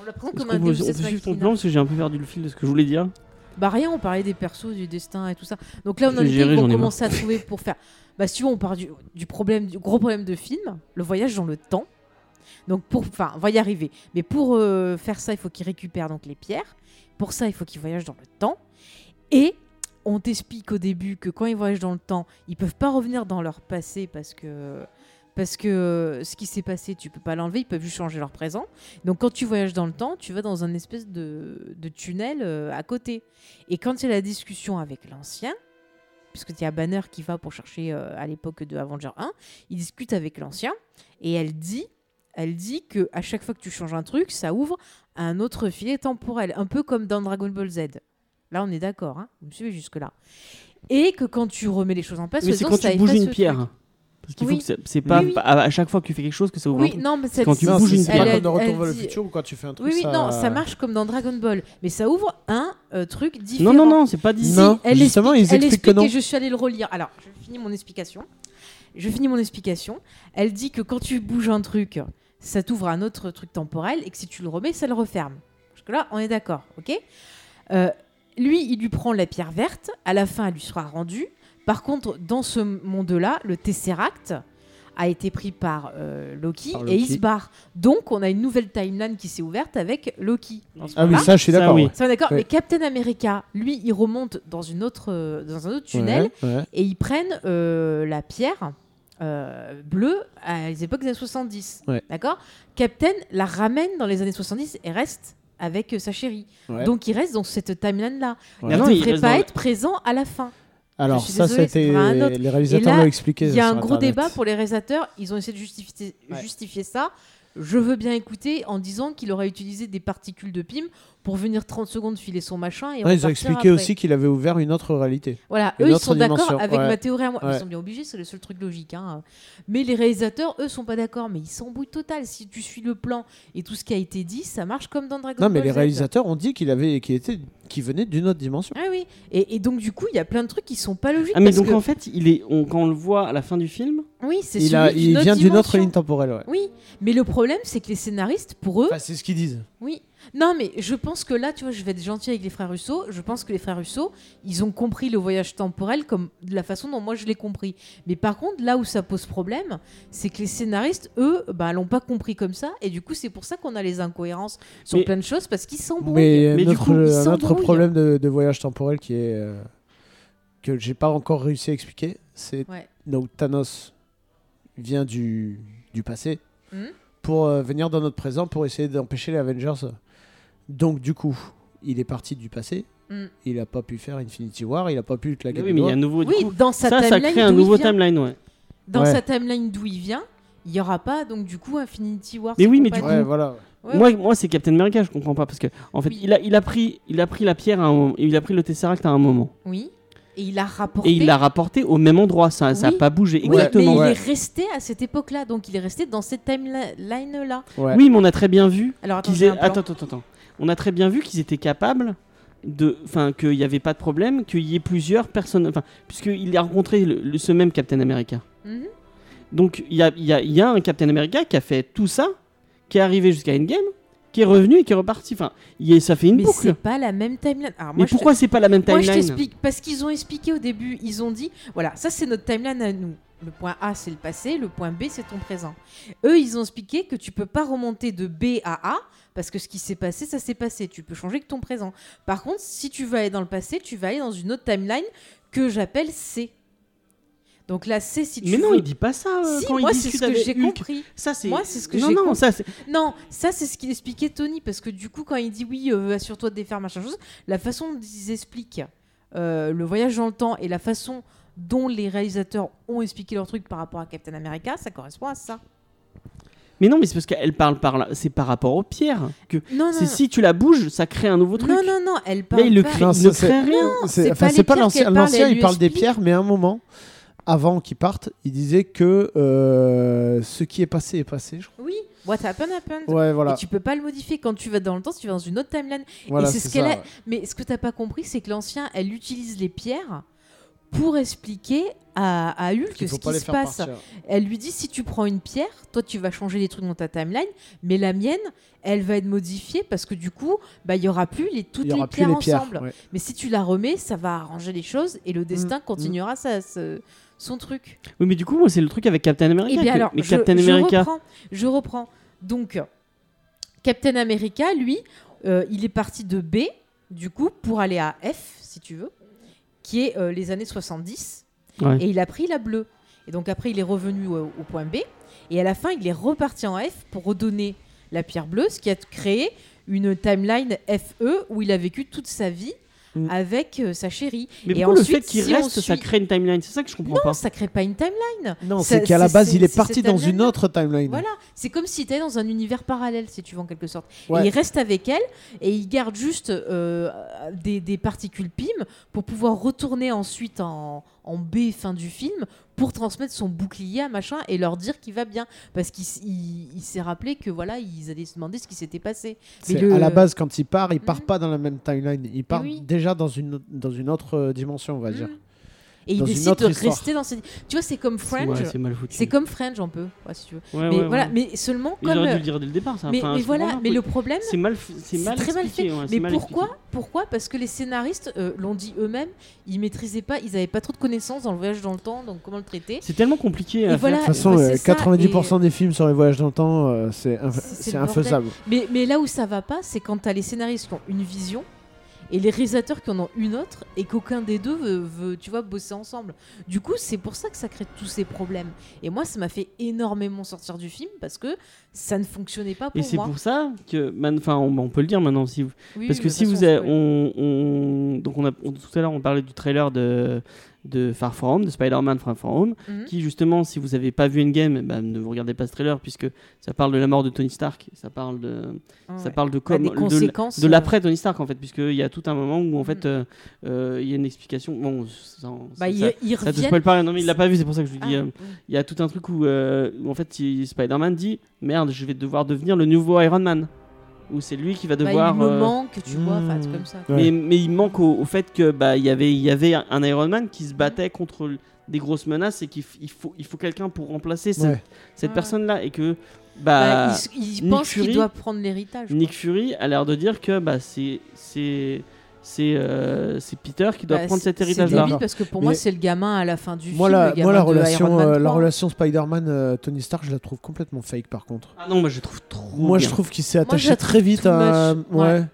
Speaker 2: on la prend
Speaker 1: Est-ce
Speaker 2: comme un
Speaker 1: qu'on peut, on peut
Speaker 2: Deus Ex
Speaker 1: suivre ton
Speaker 2: Machina.
Speaker 1: plan parce que j'ai un peu perdu le fil de ce que je voulais dire.
Speaker 2: Bah rien, on parlait des persos, du destin et tout ça. Donc là, on
Speaker 1: Je
Speaker 2: a
Speaker 1: vais
Speaker 2: dit
Speaker 1: gérer,
Speaker 2: qu'on
Speaker 1: j'en ai
Speaker 2: commençait à trouver pour faire. Bah si tu veux, on part du, du problème, du gros problème de film, le voyage dans le temps. Donc pour, enfin, on va y arriver. Mais pour euh, faire ça, il faut qu'il récupère donc les pierres. Pour ça, il faut qu'il voyage dans le temps. Et on t'explique au début que quand ils voyagent dans le temps, ils peuvent pas revenir dans leur passé parce que parce que ce qui s'est passé, tu peux pas l'enlever, ils peuvent juste changer leur présent. Donc quand tu voyages dans le temps, tu vas dans un espèce de, de tunnel euh, à côté. Et quand il y a la discussion avec l'ancien, puisque il y a Banner qui va pour chercher euh, à l'époque de Avenger 1, il discute avec l'ancien et elle dit, elle dit que à chaque fois que tu changes un truc, ça ouvre un autre filet temporel, un peu comme dans Dragon Ball Z. Là, on est d'accord, hein vous me suivez jusque-là. Et que quand tu remets les choses en place,
Speaker 1: Mais
Speaker 2: le
Speaker 1: c'est
Speaker 2: temps,
Speaker 1: quand
Speaker 2: ça
Speaker 1: tu bouges
Speaker 2: efface
Speaker 1: une
Speaker 2: le truc.
Speaker 1: pierre. hein. Parce qu'il faut
Speaker 2: Oui.
Speaker 1: que c'est- c'est pas
Speaker 2: Oui, oui.
Speaker 1: à à chaque fois que tu fais quelque chose que ça ouvre un
Speaker 2: Oui,
Speaker 1: truc.
Speaker 2: non, mais celle-ci,
Speaker 1: quand tu
Speaker 3: non,
Speaker 1: bouges
Speaker 3: c'est-
Speaker 1: une
Speaker 3: c'est
Speaker 2: elle
Speaker 3: pas
Speaker 1: pierre.
Speaker 2: a-
Speaker 3: comme dans Retour
Speaker 2: elle
Speaker 3: vers le
Speaker 2: dit-
Speaker 3: futur ou quand tu fais un truc.
Speaker 2: Oui, oui,
Speaker 3: ça...
Speaker 2: non, ça marche comme dans Dragon Ball, mais ça ouvre un euh, truc différent.
Speaker 1: Non, non, non, c'est pas dit.
Speaker 3: Non,
Speaker 2: Si, elle
Speaker 3: justement, ils
Speaker 2: elle
Speaker 3: expliquent que
Speaker 2: explique
Speaker 3: non.
Speaker 2: et je suis allée le relire. Alors, je finis mon explication. Je finis mon explication. Elle dit que quand tu bouges un truc, ça t'ouvre un autre truc temporel et que si tu le remets, ça le referme. Jusque là, on est d'accord, ok Euh, Lui, il lui prend la pierre verte. À la fin, elle lui sera rendue. Par contre, dans ce monde-là, le Tesseract a été pris par, euh, Loki,
Speaker 3: Par
Speaker 2: et il
Speaker 3: Loki.
Speaker 2: se barre. Donc, on a une nouvelle timeline qui s'est ouverte avec Loki. dans ce
Speaker 3: Ah oui,
Speaker 2: moment-là.
Speaker 3: ça, je suis
Speaker 1: Ça,
Speaker 3: d'accord.
Speaker 1: oui.
Speaker 3: ouais.
Speaker 2: Ça, on est d'accord,
Speaker 3: Ouais.
Speaker 2: mais Captain America, lui, il remonte dans, une autre, euh, dans un autre tunnel
Speaker 3: Ouais, ouais.
Speaker 2: et ils prennent euh, la pierre euh, bleue à les époques des années 70.
Speaker 3: Ouais.
Speaker 2: D'accord Captain la ramène dans les années 70 et reste avec euh, sa chérie.
Speaker 3: Ouais.
Speaker 2: Donc il reste dans cette timeline-là.
Speaker 3: Ouais.
Speaker 2: Il
Speaker 1: Non,
Speaker 2: ne
Speaker 1: il
Speaker 2: devrait
Speaker 1: reste dans
Speaker 2: pas
Speaker 1: le-
Speaker 2: être présent à la fin.
Speaker 3: Alors
Speaker 2: je suis
Speaker 3: ça,
Speaker 2: désolée,
Speaker 3: c'était
Speaker 2: c'est un autre.
Speaker 3: les réalisateurs
Speaker 2: là,
Speaker 3: l'ont expliqué.
Speaker 2: Il y a
Speaker 3: sur
Speaker 2: un gros
Speaker 3: Internet.
Speaker 2: débat pour les réalisateurs. Ils ont essayé de justifier,
Speaker 3: Ouais.
Speaker 2: justifier ça. Je veux bien écouter en disant qu'il aurait utilisé des particules de Pym pour venir 30 secondes filer son machin. Et
Speaker 3: Ouais, ils ont
Speaker 2: repartir
Speaker 3: expliqué
Speaker 2: après.
Speaker 3: aussi qu'il avait ouvert une autre réalité.
Speaker 2: Voilà,
Speaker 3: Une
Speaker 2: eux ils
Speaker 3: autre
Speaker 2: sont d'accord
Speaker 3: dimension,
Speaker 2: avec
Speaker 3: ouais.
Speaker 2: ma théorie à moi.
Speaker 3: Ouais.
Speaker 2: Ils sont bien obligés, c'est le seul truc logique. hein. Mais les réalisateurs, eux, sont pas d'accord. Mais ils s'embrouillent total. Si tu suis le plan et tout ce qui a été dit, ça marche comme dans Dragon
Speaker 3: Non,
Speaker 2: Ball.
Speaker 3: mais les
Speaker 2: Z.
Speaker 3: réalisateurs ont dit qu'il avait, qu'il était, qu'il venait d'une autre dimension.
Speaker 2: Ah oui, et, et donc du coup, il y a plein de trucs qui sont pas logiques.
Speaker 1: Ah mais
Speaker 2: parce
Speaker 1: donc
Speaker 2: que-
Speaker 1: en fait, il est on- quand on le voit à la fin du film,
Speaker 2: Oui, c'est
Speaker 3: Il, a,
Speaker 2: celui
Speaker 3: il vient d'une autre
Speaker 2: dimension.
Speaker 3: ligne temporelle. Ouais.
Speaker 2: Oui, mais le problème, c'est que les scénaristes, pour eux,
Speaker 3: Enfin, c'est ce qu'ils disent.
Speaker 2: oui, Non, mais je pense que là, tu vois, je vais être gentil avec les frères Russo. Je pense que les frères Russo, ils ont compris le voyage temporel comme de la façon dont moi je l'ai compris. Mais par contre, là où ça pose problème, c'est que les scénaristes, eux, bah, l'ont pas compris comme ça. Et du coup, c'est pour ça qu'on a les incohérences sur
Speaker 1: Mais-
Speaker 2: plein de choses parce qu'ils s'embrouillent.
Speaker 3: Mais, euh,
Speaker 1: Mais du
Speaker 3: notre,
Speaker 1: coup, ils
Speaker 3: un autre
Speaker 2: s'embrouillent.
Speaker 3: problème de, de voyage temporel qui est euh, que j'ai pas encore réussi à expliquer, c'est
Speaker 2: Ouais.
Speaker 3: donc Thanos vient du, du passé
Speaker 2: Mhm.
Speaker 3: pour euh, venir dans notre présent pour essayer d'empêcher les Avengers. Donc du coup, il est parti du passé.
Speaker 1: euh,
Speaker 2: Mhm.
Speaker 3: Il a pas pu faire Infinity War, il a pas pu claquer
Speaker 1: Oui,
Speaker 3: du
Speaker 1: mais il y
Speaker 3: doigt.
Speaker 1: a un nouveau. du
Speaker 2: Oui,
Speaker 1: coup,
Speaker 2: dans sa
Speaker 1: ça, ça
Speaker 2: timeline.
Speaker 1: crée un
Speaker 2: d'où il
Speaker 1: nouveau
Speaker 2: vient.
Speaker 1: timeline, ouais.
Speaker 2: Dans
Speaker 3: Ouais.
Speaker 2: sa timeline d'où il vient, il y aura pas donc du coup Infinity War.
Speaker 1: Mais
Speaker 2: c'est
Speaker 1: oui, mais du
Speaker 2: compagnie.
Speaker 3: Ouais, voilà.
Speaker 2: Ouais,
Speaker 1: Moi, moi c'est Captain America, je comprends pas. Parce que, en fait,
Speaker 2: Oui.
Speaker 1: il, a, il, a pris, il a pris la pierre, à un moment- il a pris le Tesseract à un moment.
Speaker 2: Oui. Et il a rapporté.
Speaker 1: Et il l'a rapporté au même endroit, ça n'a
Speaker 2: Oui.
Speaker 1: pas bougé.
Speaker 2: Oui,
Speaker 1: Exactement.
Speaker 2: mais
Speaker 3: Ouais.
Speaker 2: il est resté à cette époque-là, donc il est resté dans cette timeline-là.
Speaker 3: Ouais.
Speaker 1: Oui, mais on a très bien vu
Speaker 2: Alors attends,
Speaker 1: qu'ils
Speaker 2: j'ai
Speaker 1: aient-
Speaker 2: un plan.
Speaker 1: attends, attends, attends. On a très bien vu qu'ils étaient capables de, enfin, qu'il n'y avait pas de problème, qu'il y ait plusieurs personnes, enfin, puisqu'il a rencontré le- le- ce même Captain America.
Speaker 2: Mhm.
Speaker 1: Donc il y a, il y a- il y a un Captain America qui a fait tout ça, qui est arrivé jusqu'à Endgame, qui est revenu et qui est reparti. Enfin, il y a- ça fait une
Speaker 2: Mais c'est
Speaker 1: boucle.
Speaker 2: pas la même timeline. Alors,
Speaker 1: Mais
Speaker 2: moi, je te-
Speaker 1: pourquoi c'est pas la même
Speaker 2: Moi, je
Speaker 1: timeline
Speaker 2: t'explique. Parce qu'ils ont expliqué au début, ils ont dit voilà, ça c'est notre timeline à nous. Le point A c'est le passé, le point B c'est ton présent. Eux, ils ont expliqué que tu peux pas remonter de B à A parce que ce qui s'est passé, ça s'est passé. Tu peux changer que ton présent. Par contre, si tu veux aller dans le passé, tu vas aller dans une autre timeline que j'appelle C. Donc la C, si tu
Speaker 1: Mais non,
Speaker 2: veux-
Speaker 1: il dit pas ça euh,
Speaker 2: si,
Speaker 1: quand
Speaker 2: moi
Speaker 1: il
Speaker 2: c'est
Speaker 1: discute
Speaker 2: ce que
Speaker 1: avec
Speaker 2: j'ai
Speaker 1: Hulk.
Speaker 2: compris.
Speaker 1: Ça c'est.
Speaker 2: Moi, c'est ce que
Speaker 1: non,
Speaker 2: j'ai
Speaker 1: non,
Speaker 2: compris.
Speaker 1: ça c'est.
Speaker 2: Non, ça c'est ce qu'il expliquait Tony, parce que du coup, quand il dit oui, euh, assure-toi de défaire machin chose, la façon dont ils expliquent euh, le voyage dans le temps et la façon dont les réalisateurs ont expliqué leur truc par rapport à Captain America, ça correspond à ça.
Speaker 1: Mais non, mais c'est parce qu'elle parle par là. C'est par rapport aux pierres que.
Speaker 2: Non, non,
Speaker 1: C'est si tu la bouges, ça crée un nouveau
Speaker 2: non,
Speaker 1: truc.
Speaker 2: non, non, non, elle
Speaker 1: Là,
Speaker 2: parle
Speaker 1: il le
Speaker 2: pas.
Speaker 1: crée,
Speaker 3: Non,
Speaker 1: il ne
Speaker 3: ça,
Speaker 1: crée rien.
Speaker 2: c'est
Speaker 3: C'est
Speaker 2: pas
Speaker 3: enfin,
Speaker 2: les
Speaker 3: c'est pas
Speaker 2: pierres
Speaker 3: l'ancien,
Speaker 2: qu'elle parle,
Speaker 3: l'ancien,
Speaker 2: elle
Speaker 3: il
Speaker 2: lui
Speaker 3: parle des
Speaker 2: explique.
Speaker 3: pierres, mais à un moment, avant qu'il parte, il disait que euh, ce qui est passé est passé. Je
Speaker 2: Oui, what happened happened.
Speaker 3: crois. Ouais,
Speaker 2: Et
Speaker 3: voilà.
Speaker 2: tu peux pas le modifier. Quand tu vas dans le temps, tu vas dans une autre timeline.
Speaker 3: voilà
Speaker 2: et c'est ce
Speaker 3: c'est
Speaker 2: qu'elle
Speaker 3: ça,
Speaker 2: a-
Speaker 3: ouais.
Speaker 2: Mais ce que t'as pas compris, c'est que l'ancien, elle utilise les pierres pour expliquer à, à Hulk
Speaker 3: Qu'il
Speaker 2: ce
Speaker 3: faut pas
Speaker 2: qui
Speaker 3: les
Speaker 2: se
Speaker 3: faire
Speaker 2: passe.
Speaker 3: partir.
Speaker 2: Elle lui dit si tu prends une pierre, toi tu vas changer les trucs dans ta timeline, mais la mienne, elle va être modifiée parce que du coup, bah il y aura plus les toutes
Speaker 3: Il y aura
Speaker 2: les
Speaker 3: plus
Speaker 2: pierres
Speaker 3: les pierres.
Speaker 2: ensemble.
Speaker 3: ouais. Mm.
Speaker 2: Mais si tu la remets, ça va arranger les choses et le destin continuera sa- ce- son truc.
Speaker 1: Oui, mais du coup, moi, c'est le truc avec Captain America.
Speaker 2: et Eh bien
Speaker 1: que-
Speaker 2: alors,
Speaker 1: Ah, mais
Speaker 2: je,
Speaker 1: Captain
Speaker 2: je
Speaker 1: America.
Speaker 2: reprends, je reprends. Donc Captain America, lui, euh, il est parti de B du coup pour aller à F si tu veux, qui est euh, les années 70
Speaker 1: Ouais.
Speaker 2: et il a pris la bleue. Et donc après, il est revenu au, au point B. Et à la fin, il est reparti en F pour redonner la pierre bleue, ce qui a créé une timeline FE où il a vécu toute sa vie
Speaker 1: Mm.
Speaker 2: avec euh, sa chérie.
Speaker 1: Mais
Speaker 2: et
Speaker 1: pourquoi
Speaker 2: ensuite,
Speaker 1: le fait qu'il
Speaker 2: si on
Speaker 1: reste, ça
Speaker 2: suit-
Speaker 1: crée une timeline C'est ça que je comprends pas.
Speaker 2: Non, ça crée pas une timeline.
Speaker 3: Non,
Speaker 2: Ça-
Speaker 3: c'est qu'à la
Speaker 2: c'est-
Speaker 3: base,
Speaker 2: c'est-
Speaker 3: il est
Speaker 2: c'est
Speaker 3: parti
Speaker 2: cette
Speaker 3: dans une
Speaker 2: timeline-là.
Speaker 3: autre timeline.
Speaker 2: Voilà, c'est comme s'il était dans un univers parallèle, si tu veux, en quelque sorte.
Speaker 3: Ouais.
Speaker 2: Et il reste avec elle et il garde juste euh, des, des particules PIM pour pouvoir retourner ensuite en, en B fin du film pour transmettre son bouclier à machin et leur dire qu'il va bien. Parce qu'il s- il- il s'est rappelé que voilà, ils allaient se demander ce qui s'était passé.
Speaker 3: C'est-
Speaker 2: Mais le-
Speaker 3: À la base, quand il part, il part
Speaker 2: Mhm.
Speaker 3: pas dans la même timeline. Il part
Speaker 2: oui.
Speaker 3: déjà dans une, dans une autre euh, dimension, on va dire.
Speaker 2: Mm. Et il
Speaker 3: Dans une
Speaker 2: décide
Speaker 3: autre
Speaker 2: de
Speaker 3: histoire.
Speaker 2: rester dans cette. Tu vois, c'est comme Fringe.
Speaker 1: Ouais, c'est mal foutu.
Speaker 2: c'est comme Fringe un peu, ouais, si tu veux.
Speaker 1: Ouais,
Speaker 2: mais
Speaker 1: Ah ouais,
Speaker 2: voilà,
Speaker 1: ouais.
Speaker 2: mais seulement
Speaker 1: Ils
Speaker 2: comme.
Speaker 1: auraient dû
Speaker 2: euh,
Speaker 1: le dire dès le départ, ça.
Speaker 2: Mais,
Speaker 1: Enfin, à
Speaker 2: mais
Speaker 1: ce
Speaker 2: voilà,
Speaker 1: moment-là,
Speaker 2: mais le
Speaker 1: oui.
Speaker 2: problème,
Speaker 1: C'est mal, f- c'est
Speaker 2: C'est
Speaker 1: mal
Speaker 2: très mal
Speaker 1: expliqué, ouais, c'est
Speaker 2: Mais
Speaker 1: mal
Speaker 2: pourquoi
Speaker 1: expliqué.
Speaker 2: Pourquoi Parce que les scénaristes euh, l'ont dit eux-mêmes, ils maîtrisaient pas, ils avaient pas trop de connaissances dans le voyage dans le temps, donc comment le traiter.
Speaker 1: C'est tellement compliqué. à
Speaker 2: Et voilà.
Speaker 3: De toute façon,
Speaker 2: bah,
Speaker 3: euh,
Speaker 2: c'est ça,
Speaker 3: 90% des films sur les voyages dans le temps, euh, c'est inf-
Speaker 2: C'est- c'est
Speaker 3: c'est
Speaker 2: le bordel.
Speaker 3: infaisable.
Speaker 2: Mais, mais là où ça va pas, c'est quand t'as les scénaristes qui ont une vision et les réalisateurs qui en ont une autre et qu'aucun des deux veut, veut, tu vois, bosser ensemble. Du coup, c'est pour ça que ça crée tous ces problèmes. Et moi, ça m'a fait énormément sortir du film parce que ça ne fonctionnait pas
Speaker 1: Et
Speaker 2: pour
Speaker 1: c'est
Speaker 2: moi.
Speaker 1: pour ça que, man- enfin, on, on peut le dire maintenant si vous-
Speaker 2: Oui,
Speaker 1: parce
Speaker 2: oui,
Speaker 1: que
Speaker 2: de
Speaker 1: si
Speaker 2: toute
Speaker 1: vous
Speaker 2: façon,
Speaker 1: avez,
Speaker 2: c'est-
Speaker 1: on, on- donc on a, on- tout à l'heure on parlait du trailer de de Far From Home, de Spider-Man Far From Home,
Speaker 2: Mhm.
Speaker 1: qui justement, si vous n'avez pas vu Endgame, bah, ne vous regardez pas ce trailer puisque ça parle de la mort de Tony Stark, ça parle de,
Speaker 2: Ah
Speaker 1: ça
Speaker 2: ouais.
Speaker 1: parle de
Speaker 2: Bah,
Speaker 1: comment,
Speaker 2: des
Speaker 1: de l-
Speaker 2: conséquences,
Speaker 1: de
Speaker 2: euh,
Speaker 1: l'après Tony Stark en fait, puisqu'il y a tout un moment où en
Speaker 2: Mhm.
Speaker 1: fait euh, euh, il y a une explication. Bon, sans-
Speaker 2: bah,
Speaker 1: ça,
Speaker 2: ils,
Speaker 1: ça-
Speaker 2: ils
Speaker 1: ça te
Speaker 2: reviennent.
Speaker 1: spoil pas, non mais il l'a pas vu, c'est pour ça que je lui
Speaker 2: Ah,
Speaker 1: dis. euh,
Speaker 2: oui.
Speaker 1: il y a tout un truc où, euh, où en fait il- Spider-Man dit merde, je vais devoir devenir le nouveau Iron Man. où c'est lui qui va
Speaker 2: Bah,
Speaker 1: devoir.
Speaker 2: il me
Speaker 1: euh,
Speaker 2: manque, tu vois, enfin, c'est
Speaker 3: hmm.
Speaker 2: comme ça.
Speaker 3: Ouais.
Speaker 1: mais, mais il manque au, au fait que bah il y avait il y avait un Iron Man qui se battait contre l- des grosses menaces et qu'il f- il faut il faut quelqu'un pour remplacer cette,
Speaker 3: Ouais.
Speaker 1: cette
Speaker 2: Ouais.
Speaker 1: personne là et que
Speaker 2: Bah,
Speaker 1: bah,
Speaker 2: il s- il,
Speaker 1: Nick
Speaker 2: pense
Speaker 1: Fury-
Speaker 2: qu'il doit prendre l'héritage. quoi.
Speaker 1: Nick Fury a l'air de dire que bah c'est c'est c'est euh, c'est Peter qui doit
Speaker 2: Bah,
Speaker 1: prendre
Speaker 2: c'est-
Speaker 1: cet héritage là.
Speaker 2: C'est débile parce que pour moi,
Speaker 3: Mais-
Speaker 2: c'est le gamin à la fin du
Speaker 3: Moi,
Speaker 2: film.
Speaker 3: la,
Speaker 2: le gamin
Speaker 3: moi, la
Speaker 2: de Iron
Speaker 3: relation,
Speaker 2: Man
Speaker 3: euh, la
Speaker 2: 3.
Speaker 3: relation Spider-Man euh, Tony Stark, je la trouve complètement fake par contre.
Speaker 1: Ah non, moi je le trouve trop
Speaker 3: Moi,
Speaker 1: bien.
Speaker 3: je trouve qu'il s'est
Speaker 2: Moi, je
Speaker 3: attaché
Speaker 2: la
Speaker 3: très vite
Speaker 2: too
Speaker 3: à.
Speaker 2: much.
Speaker 3: Ouais.
Speaker 2: Ouais. Ouais, ouais.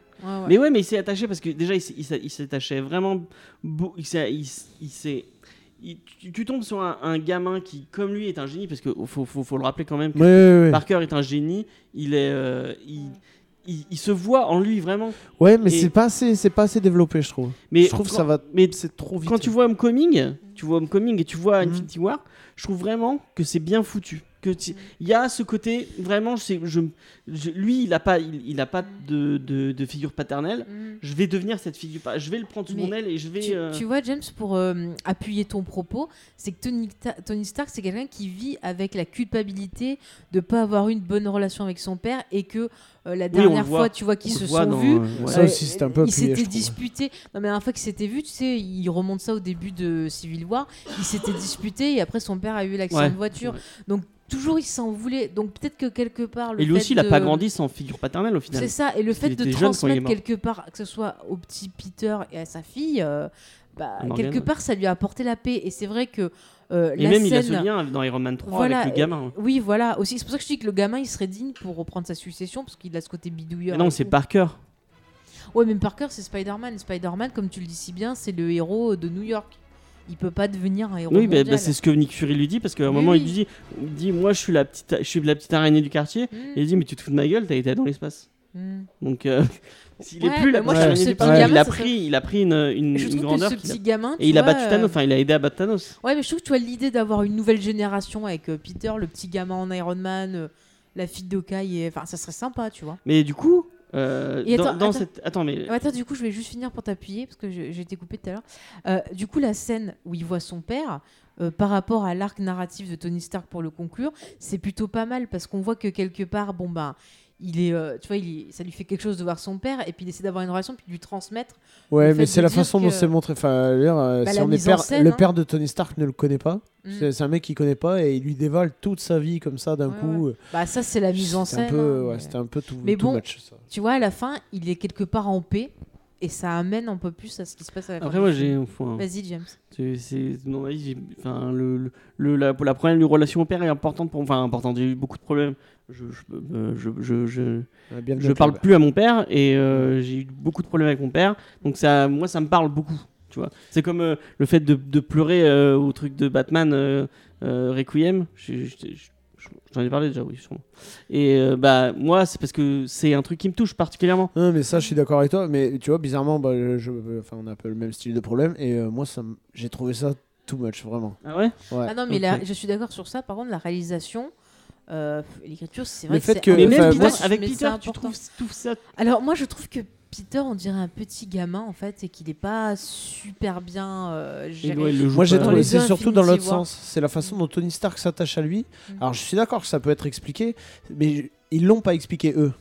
Speaker 1: Mais ouais, mais il s'est attaché parce que déjà il s'est- il s'est- il s'attachait vraiment. beau- Il s'est. Il, s- il s'est- il- tu, tu tombes sur un, un gamin qui, comme lui, est un génie parce que faut, faut, faut le rappeler quand même. Que
Speaker 3: Ouais, ouais, ouais.
Speaker 1: Parker est un génie. Il est. euh, il, il- il se voit en lui vraiment.
Speaker 3: Ouais, mais
Speaker 1: Et-
Speaker 3: c'est pas assez, c'est pas assez développé, je trouve.
Speaker 1: Mais
Speaker 3: je trouve
Speaker 1: quand,
Speaker 3: ça va,
Speaker 1: Mais
Speaker 3: c'est trop vite.
Speaker 1: quand tu vois Homecoming, tu vois Homecoming et tu vois
Speaker 3: Mhm.
Speaker 1: Infinity War, je trouve vraiment que c'est bien foutu. Que tu- il y a ce côté vraiment. Je, sais- je, je- lui, il a pas, il, il a pas de, de- de figure paternelle.
Speaker 2: Mhm.
Speaker 1: Je vais devenir cette figure. pa- Je vais le prendre sous
Speaker 2: Mais
Speaker 1: mon aile et je vais.
Speaker 2: Tu,
Speaker 1: euh,
Speaker 2: tu vois, James, pour euh, appuyer ton propos, c'est que Tony, Ta- Tony Stark, c'est quelqu'un qui vit avec la culpabilité de pas avoir eu une bonne relation avec son père et que euh, la
Speaker 1: on le
Speaker 2: dernière
Speaker 1: voit.
Speaker 2: fois, tu vois, qu'ils
Speaker 1: on
Speaker 2: se
Speaker 1: le voit
Speaker 2: sont
Speaker 1: dans,
Speaker 2: vus,
Speaker 1: euh, ouais.
Speaker 3: Ça aussi, c'était un peu
Speaker 2: Ils
Speaker 3: appuyé, je
Speaker 2: s'étaient
Speaker 3: trouve.
Speaker 2: disputés. Non, mais la fois qu'ils s'étaient vus, tu sais, ils remontent ça au début de Civil War. Ils s'étaient disputés et après son père a eu l'accident
Speaker 1: Ouais.
Speaker 2: de voiture. Donc toujours ils s'en voulaient. Donc peut-être que quelque part. Le
Speaker 1: Et lui
Speaker 2: fait
Speaker 1: aussi, il a pas
Speaker 2: de-
Speaker 1: grandi sans figure paternelle au final.
Speaker 2: C'est ça. Et le
Speaker 1: Parce
Speaker 2: fait
Speaker 1: qu'il
Speaker 2: de
Speaker 1: était jeune quand il est
Speaker 2: transmettre
Speaker 1: mort.
Speaker 2: quelque part, que ce soit au petit Peter et à sa fille, euh, bah,
Speaker 1: À Morgan,
Speaker 2: quelque
Speaker 1: ouais.
Speaker 2: part, ça lui a apporté la paix. Et c'est vrai que euh,
Speaker 1: Et
Speaker 2: la
Speaker 1: même
Speaker 2: scène.
Speaker 1: il a ce lien dans Iron Man 3
Speaker 2: Voilà,
Speaker 1: avec le gamin.
Speaker 2: Oui, voilà. Aussi, c'est pour ça que je dis que le gamin, il serait digne pour reprendre sa succession parce qu'il a ce côté bidouilleur.
Speaker 1: Mais non,
Speaker 2: et
Speaker 1: c'est
Speaker 2: tout.
Speaker 1: Parker.
Speaker 2: Ouais, même Parker, c'est Spider-Man. Spider-Man, comme tu le dis si bien, c'est le héros de New York. Il peut pas devenir un héros.
Speaker 1: Oui, bah,
Speaker 2: mondial.
Speaker 1: bah, c'est ce que Nick Fury lui dit parce qu'à un
Speaker 2: Oui,
Speaker 1: moment il
Speaker 2: oui.
Speaker 1: lui dit, il dit moi je suis la petite, je suis la petite araignée du quartier.
Speaker 2: Mm,
Speaker 1: Et il dit mais tu te fous de ma gueule, t'as été dans l'espace.
Speaker 2: mm.
Speaker 1: Donc euh, s'il
Speaker 2: Ouais,
Speaker 1: est plus
Speaker 2: bah,
Speaker 1: la
Speaker 2: moi,
Speaker 1: petite
Speaker 3: je
Speaker 1: araignée du
Speaker 2: trouve ce
Speaker 1: quartier,
Speaker 2: petit
Speaker 1: il a
Speaker 2: gamin, ça
Speaker 1: pris, il a pris une, une-
Speaker 2: Je
Speaker 1: une
Speaker 2: trouve que
Speaker 1: grandeur.
Speaker 2: ce
Speaker 1: qu'il a-
Speaker 2: petit gamin.
Speaker 1: Et
Speaker 2: tu
Speaker 1: il a
Speaker 2: vois,
Speaker 1: battu
Speaker 2: euh,
Speaker 1: Thanos. hein. Enfin, il a aidé à battre Thanos.
Speaker 2: Ouais, mais je trouve que tu vois l'idée d'avoir une nouvelle génération avec euh, Peter, le petit gamin en Iron Man, euh, la fille d'Okai, et... enfin, ça serait sympa, tu vois.
Speaker 1: Mais du coup, euh,
Speaker 2: Et
Speaker 1: dans,
Speaker 2: attends,
Speaker 1: dans
Speaker 2: attends.
Speaker 1: cette, attends mais
Speaker 2: Ah, bah, attends, du coup, je vais juste finir pour t'appuyer parce que je- j'ai été coupé tout à l'heure. Euh, du coup, la scène où il voit son père, euh, par rapport à l'arc narratif de Tony Stark pour le conclure, c'est plutôt pas mal parce qu'on voit que quelque part, bon bah, il est, euh, tu vois, il est- ça lui fait quelque chose de voir son père et puis il essaie d'avoir une relation puis de lui transmettre.
Speaker 3: Ouais,
Speaker 2: le
Speaker 3: mais
Speaker 2: fait
Speaker 3: c'est
Speaker 2: de
Speaker 3: la
Speaker 2: dire
Speaker 3: façon dont
Speaker 2: que-
Speaker 3: c'est montré. Enfin, d'ailleurs, euh,
Speaker 2: Bah,
Speaker 3: si
Speaker 2: la
Speaker 3: on est
Speaker 2: mise en
Speaker 3: père-
Speaker 2: scène,
Speaker 3: le
Speaker 2: hein.
Speaker 3: père de Tony Stark ne le connaît pas.
Speaker 2: Mm.
Speaker 3: C'est c'est un mec qu'il connaît pas et il lui dévale toute sa vie comme ça d'un
Speaker 2: Ouais,
Speaker 3: coup.
Speaker 2: Bah ça, c'est la mise en
Speaker 3: C'était
Speaker 2: scène.
Speaker 3: un peu,
Speaker 2: hein,
Speaker 3: ouais,
Speaker 2: mais-
Speaker 3: c'était un peu tout,
Speaker 2: Mais
Speaker 3: tout
Speaker 2: bon.
Speaker 3: match. Ça.
Speaker 2: Tu vois, à la fin, il est quelque part en paix et ça amène un peu plus à ce qui se passe à la fin.
Speaker 1: après
Speaker 2: du
Speaker 1: moi
Speaker 2: film.
Speaker 1: j'ai enfin,
Speaker 2: Vas-y, James.
Speaker 1: C'est, c'est- mon avis, j'ai- enfin, le, le- le- la, la problème, relation au père est importante pour enfin importante. J'ai eu beaucoup de problèmes. Je, je, euh, je, je, je-
Speaker 3: On a bien
Speaker 1: je
Speaker 3: noté,
Speaker 1: parle
Speaker 3: bah.
Speaker 1: plus à mon père et euh, j'ai eu beaucoup de problèmes avec mon père. Donc ça, moi, ça me parle beaucoup. Tu vois, c'est comme euh, le fait de, de pleurer euh, au truc de Batman euh, euh, Requiem. Je- je- je- je- J'en ai parlé déjà, oui, sûrement. Et euh, bah moi, c'est parce que c'est un truc qui me touche particulièrement.
Speaker 3: Non, mais ça, je suis d'accord avec toi. Mais tu vois, bizarrement, bah, je- je- enfin, on a un peu le même style de problème. Et euh, moi, ça m- j'ai trouvé ça too much, vraiment.
Speaker 1: Ah ouais.
Speaker 3: Ouais.
Speaker 2: Ah non, mais
Speaker 1: ok.
Speaker 2: la- je suis d'accord sur ça. Par contre, la réalisation, euh, pff, l'écriture, c'est vrai
Speaker 3: Le
Speaker 2: que
Speaker 3: fait
Speaker 2: c'est
Speaker 3: que-
Speaker 1: Mais
Speaker 3: Euh,
Speaker 1: même
Speaker 3: enfin,
Speaker 1: Peter-
Speaker 3: moi,
Speaker 2: important,
Speaker 1: avec
Speaker 2: mais c'est
Speaker 1: Peter, tu
Speaker 2: important.
Speaker 1: trouves tout ça
Speaker 2: Alors moi, je trouve que Peter, on dirait un petit gamin en fait, et qu'il n'est pas super bien euh, géré.
Speaker 1: ouais, il le joue
Speaker 3: Moi, j'ai
Speaker 1: pas.
Speaker 2: Dans
Speaker 3: trouvé,
Speaker 2: les
Speaker 3: c'est
Speaker 2: deux
Speaker 3: surtout dans l'autre
Speaker 2: Infinity War.
Speaker 3: sens. C'est la façon dont Tony Stark s'attache à lui.
Speaker 2: Mhm.
Speaker 3: Alors, je suis d'accord que ça peut être expliqué, mais je- ils l'ont pas expliqué eux.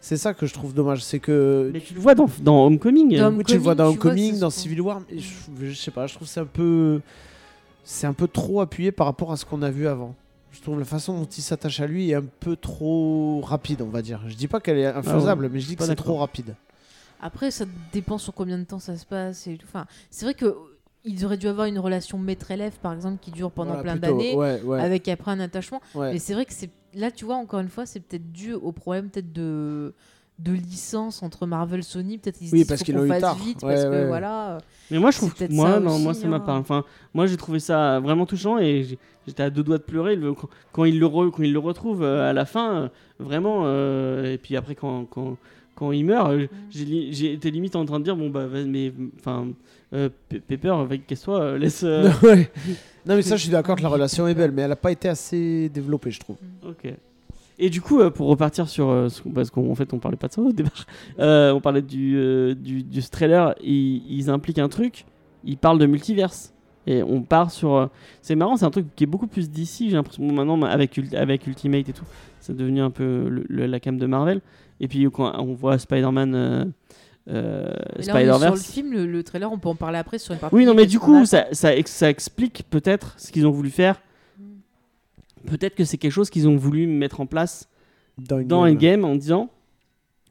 Speaker 3: C'est ça que je trouve dommage. C'est que
Speaker 1: Mais tu le vois dans, dans Homecoming.
Speaker 2: Dans-
Speaker 3: Oui, tu le vois dans
Speaker 2: Homecoming, tu vois,
Speaker 3: Homecoming,
Speaker 2: c'est
Speaker 3: dans
Speaker 2: ce qu'on-
Speaker 3: Civil War, mais je, je sais pas, je trouve c'est un peu. C'est un peu trop appuyé par rapport à ce qu'on a vu avant. Je trouve la façon dont il s'attache à lui est un peu trop rapide, on va dire. Je dis pas qu'elle est
Speaker 2: Ah
Speaker 3: infaisable, mais je dis que
Speaker 1: Pas
Speaker 3: c'est
Speaker 1: d'accord.
Speaker 3: trop rapide.
Speaker 2: Après, ça dépend sur combien de temps ça se passe et tout. Enfin, c'est vrai que euh, ils auraient dû avoir une relation maître-élève, par exemple, qui dure pendant
Speaker 3: Voilà,
Speaker 2: plein
Speaker 3: plutôt,
Speaker 2: d'années,
Speaker 3: Ouais, ouais,
Speaker 2: avec après un attachement.
Speaker 3: ouais.
Speaker 2: Mais c'est vrai que c'est là, tu vois, encore une fois, c'est peut-être dû au problème peut-être de de licence entre Marvel, Sony. Peut-être ils se
Speaker 3: Oui,
Speaker 2: disent,
Speaker 3: parce
Speaker 2: faut
Speaker 3: qu'ils
Speaker 2: qu'on
Speaker 3: l'ont eu
Speaker 2: fasse
Speaker 3: tard.
Speaker 2: vite,
Speaker 3: Ouais,
Speaker 2: parce que
Speaker 3: ouais.
Speaker 2: voilà. euh,
Speaker 1: Mais moi, je trouve
Speaker 2: C'est
Speaker 1: que
Speaker 2: peut-être
Speaker 1: moi,
Speaker 2: ça
Speaker 1: non,
Speaker 2: aussi,
Speaker 1: moi, ça
Speaker 2: hein.
Speaker 1: m'a parlé. Enfin, moi, j'ai trouvé ça vraiment touchant et j'ai- j'étais à deux doigts de pleurer le- quand, quand il le re- quand il le retrouve euh, à la fin, euh, vraiment. euh, et puis après, quand, quand, quand il meurt,
Speaker 2: Mm.
Speaker 1: euh, j'ai li- j'ai été limite en train de dire bon bah vas- mais enfin euh, Pe- Pepper, vas-y, casse-toi, euh, laisse. euh,
Speaker 3: Non, ouais. non, mais ça, je suis d'accord que la relation est belle, mais elle a pas été assez développée, je trouve.
Speaker 1: Ok. Et du coup, euh, pour repartir sur. euh, ce qu'on- parce qu'en fait, on parlait pas de ça au départ. Euh, on parlait du, euh, du, du trailer. Ils, ils impliquent un truc. Ils parlent de multiverse. Et on part sur. euh, C'est marrant, c'est un truc qui est beaucoup plus d'ici. J'ai l'impression bon, maintenant avec, Ult- avec Ultimate et tout, c'est devenu un peu le- le- la cam de Marvel. Et puis quand on voit Spider-Man, euh, euh,
Speaker 2: Mais là, on est Sur le
Speaker 1: Spider-Verse.
Speaker 2: film, le, le trailer, on peut en parler après sur une partie.
Speaker 1: Oui, non, mais
Speaker 2: des
Speaker 1: du
Speaker 2: questions qu'on
Speaker 1: coup,
Speaker 2: a.
Speaker 1: ça, ça, ex- ça explique peut-être ce qu'ils ont voulu faire.
Speaker 2: Mm.
Speaker 1: Peut-être que c'est quelque chose qu'ils ont voulu mettre en place dans
Speaker 3: Euh,
Speaker 1: Endgame en disant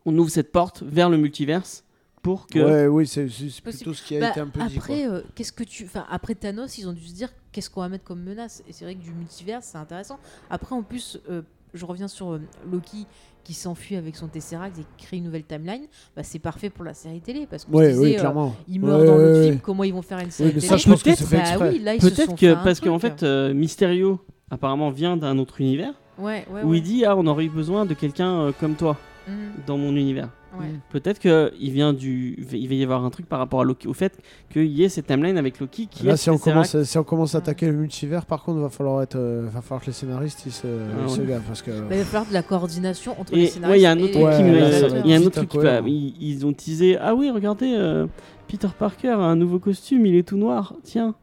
Speaker 1: on ouvre cette porte vers le multiverse pour que.
Speaker 3: Ouais, oui, c'est c'est- c'est
Speaker 2: Possible.
Speaker 3: plutôt ce qui a
Speaker 2: Bah,
Speaker 3: été un peu dit. quoi.
Speaker 2: après, euh, qu'est-ce que tu, enfin après Thanos, ils ont dû se dire qu'est-ce qu'on va mettre comme menace. Et c'est vrai que du multivers, c'est intéressant. Après, en plus, euh, je reviens sur euh, Loki qui s'enfuit avec son Tesseract et qui crée une nouvelle timeline. Bah, c'est parfait pour la série télé parce qu'on
Speaker 3: Ouais,
Speaker 2: se
Speaker 3: oui,
Speaker 2: disait, euh,
Speaker 3: clairement.
Speaker 2: ils meurent
Speaker 3: Ouais,
Speaker 2: dans l'autre
Speaker 3: ouais,
Speaker 2: film.
Speaker 3: ouais.
Speaker 2: Comment ils vont faire une série
Speaker 3: Oui, mais
Speaker 2: télé
Speaker 3: ça, je pense que
Speaker 1: Peut-être-
Speaker 3: c'est fait
Speaker 2: Bah
Speaker 3: exprès.
Speaker 2: oui, là, ils se sont
Speaker 1: Peut-être que
Speaker 2: fait un
Speaker 1: parce
Speaker 2: truc.
Speaker 1: qu'en fait euh, Mysterio apparemment vient d'un autre univers
Speaker 2: ouais, ouais,
Speaker 1: où
Speaker 2: ouais.
Speaker 1: il dit ah on aurait eu besoin de quelqu'un euh, comme toi
Speaker 2: Mm,
Speaker 1: dans mon univers.
Speaker 2: ouais.
Speaker 1: Peut-être que il vient du il va y avoir un truc par rapport à Loki au fait qu'il y ait cette timeline avec Loki qui
Speaker 3: Là,
Speaker 1: est
Speaker 3: si on,
Speaker 1: Tesseract.
Speaker 3: commence à, si on commence à attaquer le multivers, par contre, va falloir être, euh, va falloir que les scénaristes ils se,
Speaker 1: Ah,
Speaker 3: ils se
Speaker 1: ouais.
Speaker 3: gavent, parce que
Speaker 2: Bah, il va falloir de la coordination entre
Speaker 1: Et
Speaker 2: les
Speaker 1: ouais, il
Speaker 2: scénaristes.
Speaker 1: y a un autre
Speaker 2: et
Speaker 1: truc
Speaker 3: Ouais,
Speaker 1: qui
Speaker 2: les
Speaker 1: me-
Speaker 3: là, ça va
Speaker 2: réalisateurs.
Speaker 1: il y a un
Speaker 3: être
Speaker 1: autre truc
Speaker 3: vite
Speaker 1: qui va-
Speaker 3: incohérent.
Speaker 1: ils, ils ont teasé ah oui regardez euh, Peter Parker a un nouveau costume il est tout noir tiens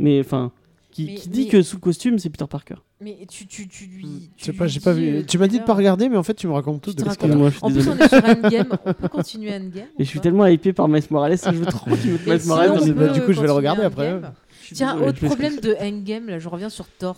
Speaker 1: mais enfin qui,
Speaker 2: Mais-
Speaker 1: qui dit
Speaker 2: mais-
Speaker 1: que sous le costume c'est Peter Parker.
Speaker 2: Mais tu, tu, tu lui.
Speaker 3: Mm. je
Speaker 2: tu
Speaker 3: sais
Speaker 2: lui
Speaker 3: pas, j'ai pas
Speaker 2: dis, euh,
Speaker 3: vu. Tu m'as dit de pas
Speaker 2: trailer.
Speaker 3: regarder, mais en fait, tu me racontes tout
Speaker 2: Tu te
Speaker 3: depuis tout à l'heure.
Speaker 2: racontes.
Speaker 1: Excuse-moi je suis
Speaker 2: En plus,
Speaker 1: désolé.
Speaker 2: on est sur Endgame. On peut continuer Endgame.
Speaker 1: Et
Speaker 2: ou
Speaker 1: je suis
Speaker 2: pas
Speaker 1: tellement hypé par Miles Morales, je veux trop qu'il mette
Speaker 2: Mais
Speaker 1: Miles Morales
Speaker 2: sinon,
Speaker 1: dans
Speaker 2: on
Speaker 1: une
Speaker 3: Bah,
Speaker 2: peut
Speaker 3: du coup, je vais le
Speaker 2: continuer
Speaker 3: regarder après,
Speaker 2: Endgame. Tiens, autre problème de Endgame, là, je reviens sur Thor.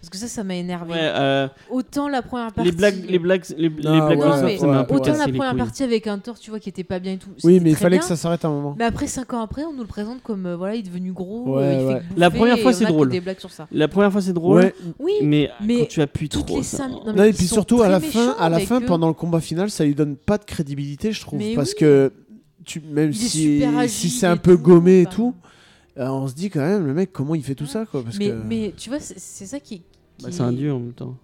Speaker 2: Parce que ça, ça m'a énervé.
Speaker 1: Ouais, euh,
Speaker 2: Autant la première partie.
Speaker 1: les blagues, les blagues, les, les
Speaker 3: Non,
Speaker 1: blagues
Speaker 2: ouais,
Speaker 1: Microsoft,
Speaker 2: mais
Speaker 1: ça m'a un peu
Speaker 2: Autant
Speaker 1: cassé
Speaker 2: la
Speaker 1: les
Speaker 2: première
Speaker 1: couilles.
Speaker 2: partie avec un Thor, tu vois, qui était pas bien et tout.
Speaker 3: Oui,
Speaker 2: c'était
Speaker 3: mais il
Speaker 2: très
Speaker 3: fallait
Speaker 2: bien.
Speaker 3: que ça s'arrête un moment.
Speaker 2: Mais après 5 ans après, on nous le présente comme euh, voilà, il est devenu gros.
Speaker 3: Ouais,
Speaker 2: euh, il
Speaker 3: ouais.
Speaker 2: fait que bouffer,
Speaker 1: La première fois,
Speaker 2: et on
Speaker 1: c'est
Speaker 2: a que
Speaker 1: drôle.
Speaker 2: Des blagues sur ça.
Speaker 1: La première fois c'est drôle,
Speaker 3: Ouais.
Speaker 2: Oui.
Speaker 1: mais,
Speaker 3: Mm.
Speaker 2: Mais
Speaker 1: quand tu appuies
Speaker 2: toutes
Speaker 1: trop,
Speaker 2: les
Speaker 1: ça-
Speaker 2: cinq- non, mais
Speaker 3: Non, et
Speaker 2: ils
Speaker 3: puis
Speaker 2: sont
Speaker 3: surtout à
Speaker 2: très
Speaker 3: la fin,
Speaker 2: méchants
Speaker 3: à la
Speaker 2: avec
Speaker 3: fin,
Speaker 2: eux.
Speaker 3: pendant le combat final, ça lui donne pas de crédibilité, je trouve,
Speaker 2: Mais
Speaker 3: parce
Speaker 2: oui.
Speaker 3: que tu,
Speaker 2: Il
Speaker 3: même
Speaker 2: est
Speaker 3: si
Speaker 2: super
Speaker 3: si
Speaker 2: agile
Speaker 3: c'est un
Speaker 2: et
Speaker 3: peu
Speaker 2: tout,
Speaker 3: gommé et
Speaker 2: enfin.
Speaker 3: tout, euh, on se dit quand même, le mec, comment il fait tout
Speaker 2: Ouais.
Speaker 3: ça, quoi, parce
Speaker 2: mais,
Speaker 3: que.
Speaker 2: mais tu vois, c'est c'est ça qui.
Speaker 1: Bah,
Speaker 2: qui-
Speaker 1: c'est un dieu en même temps.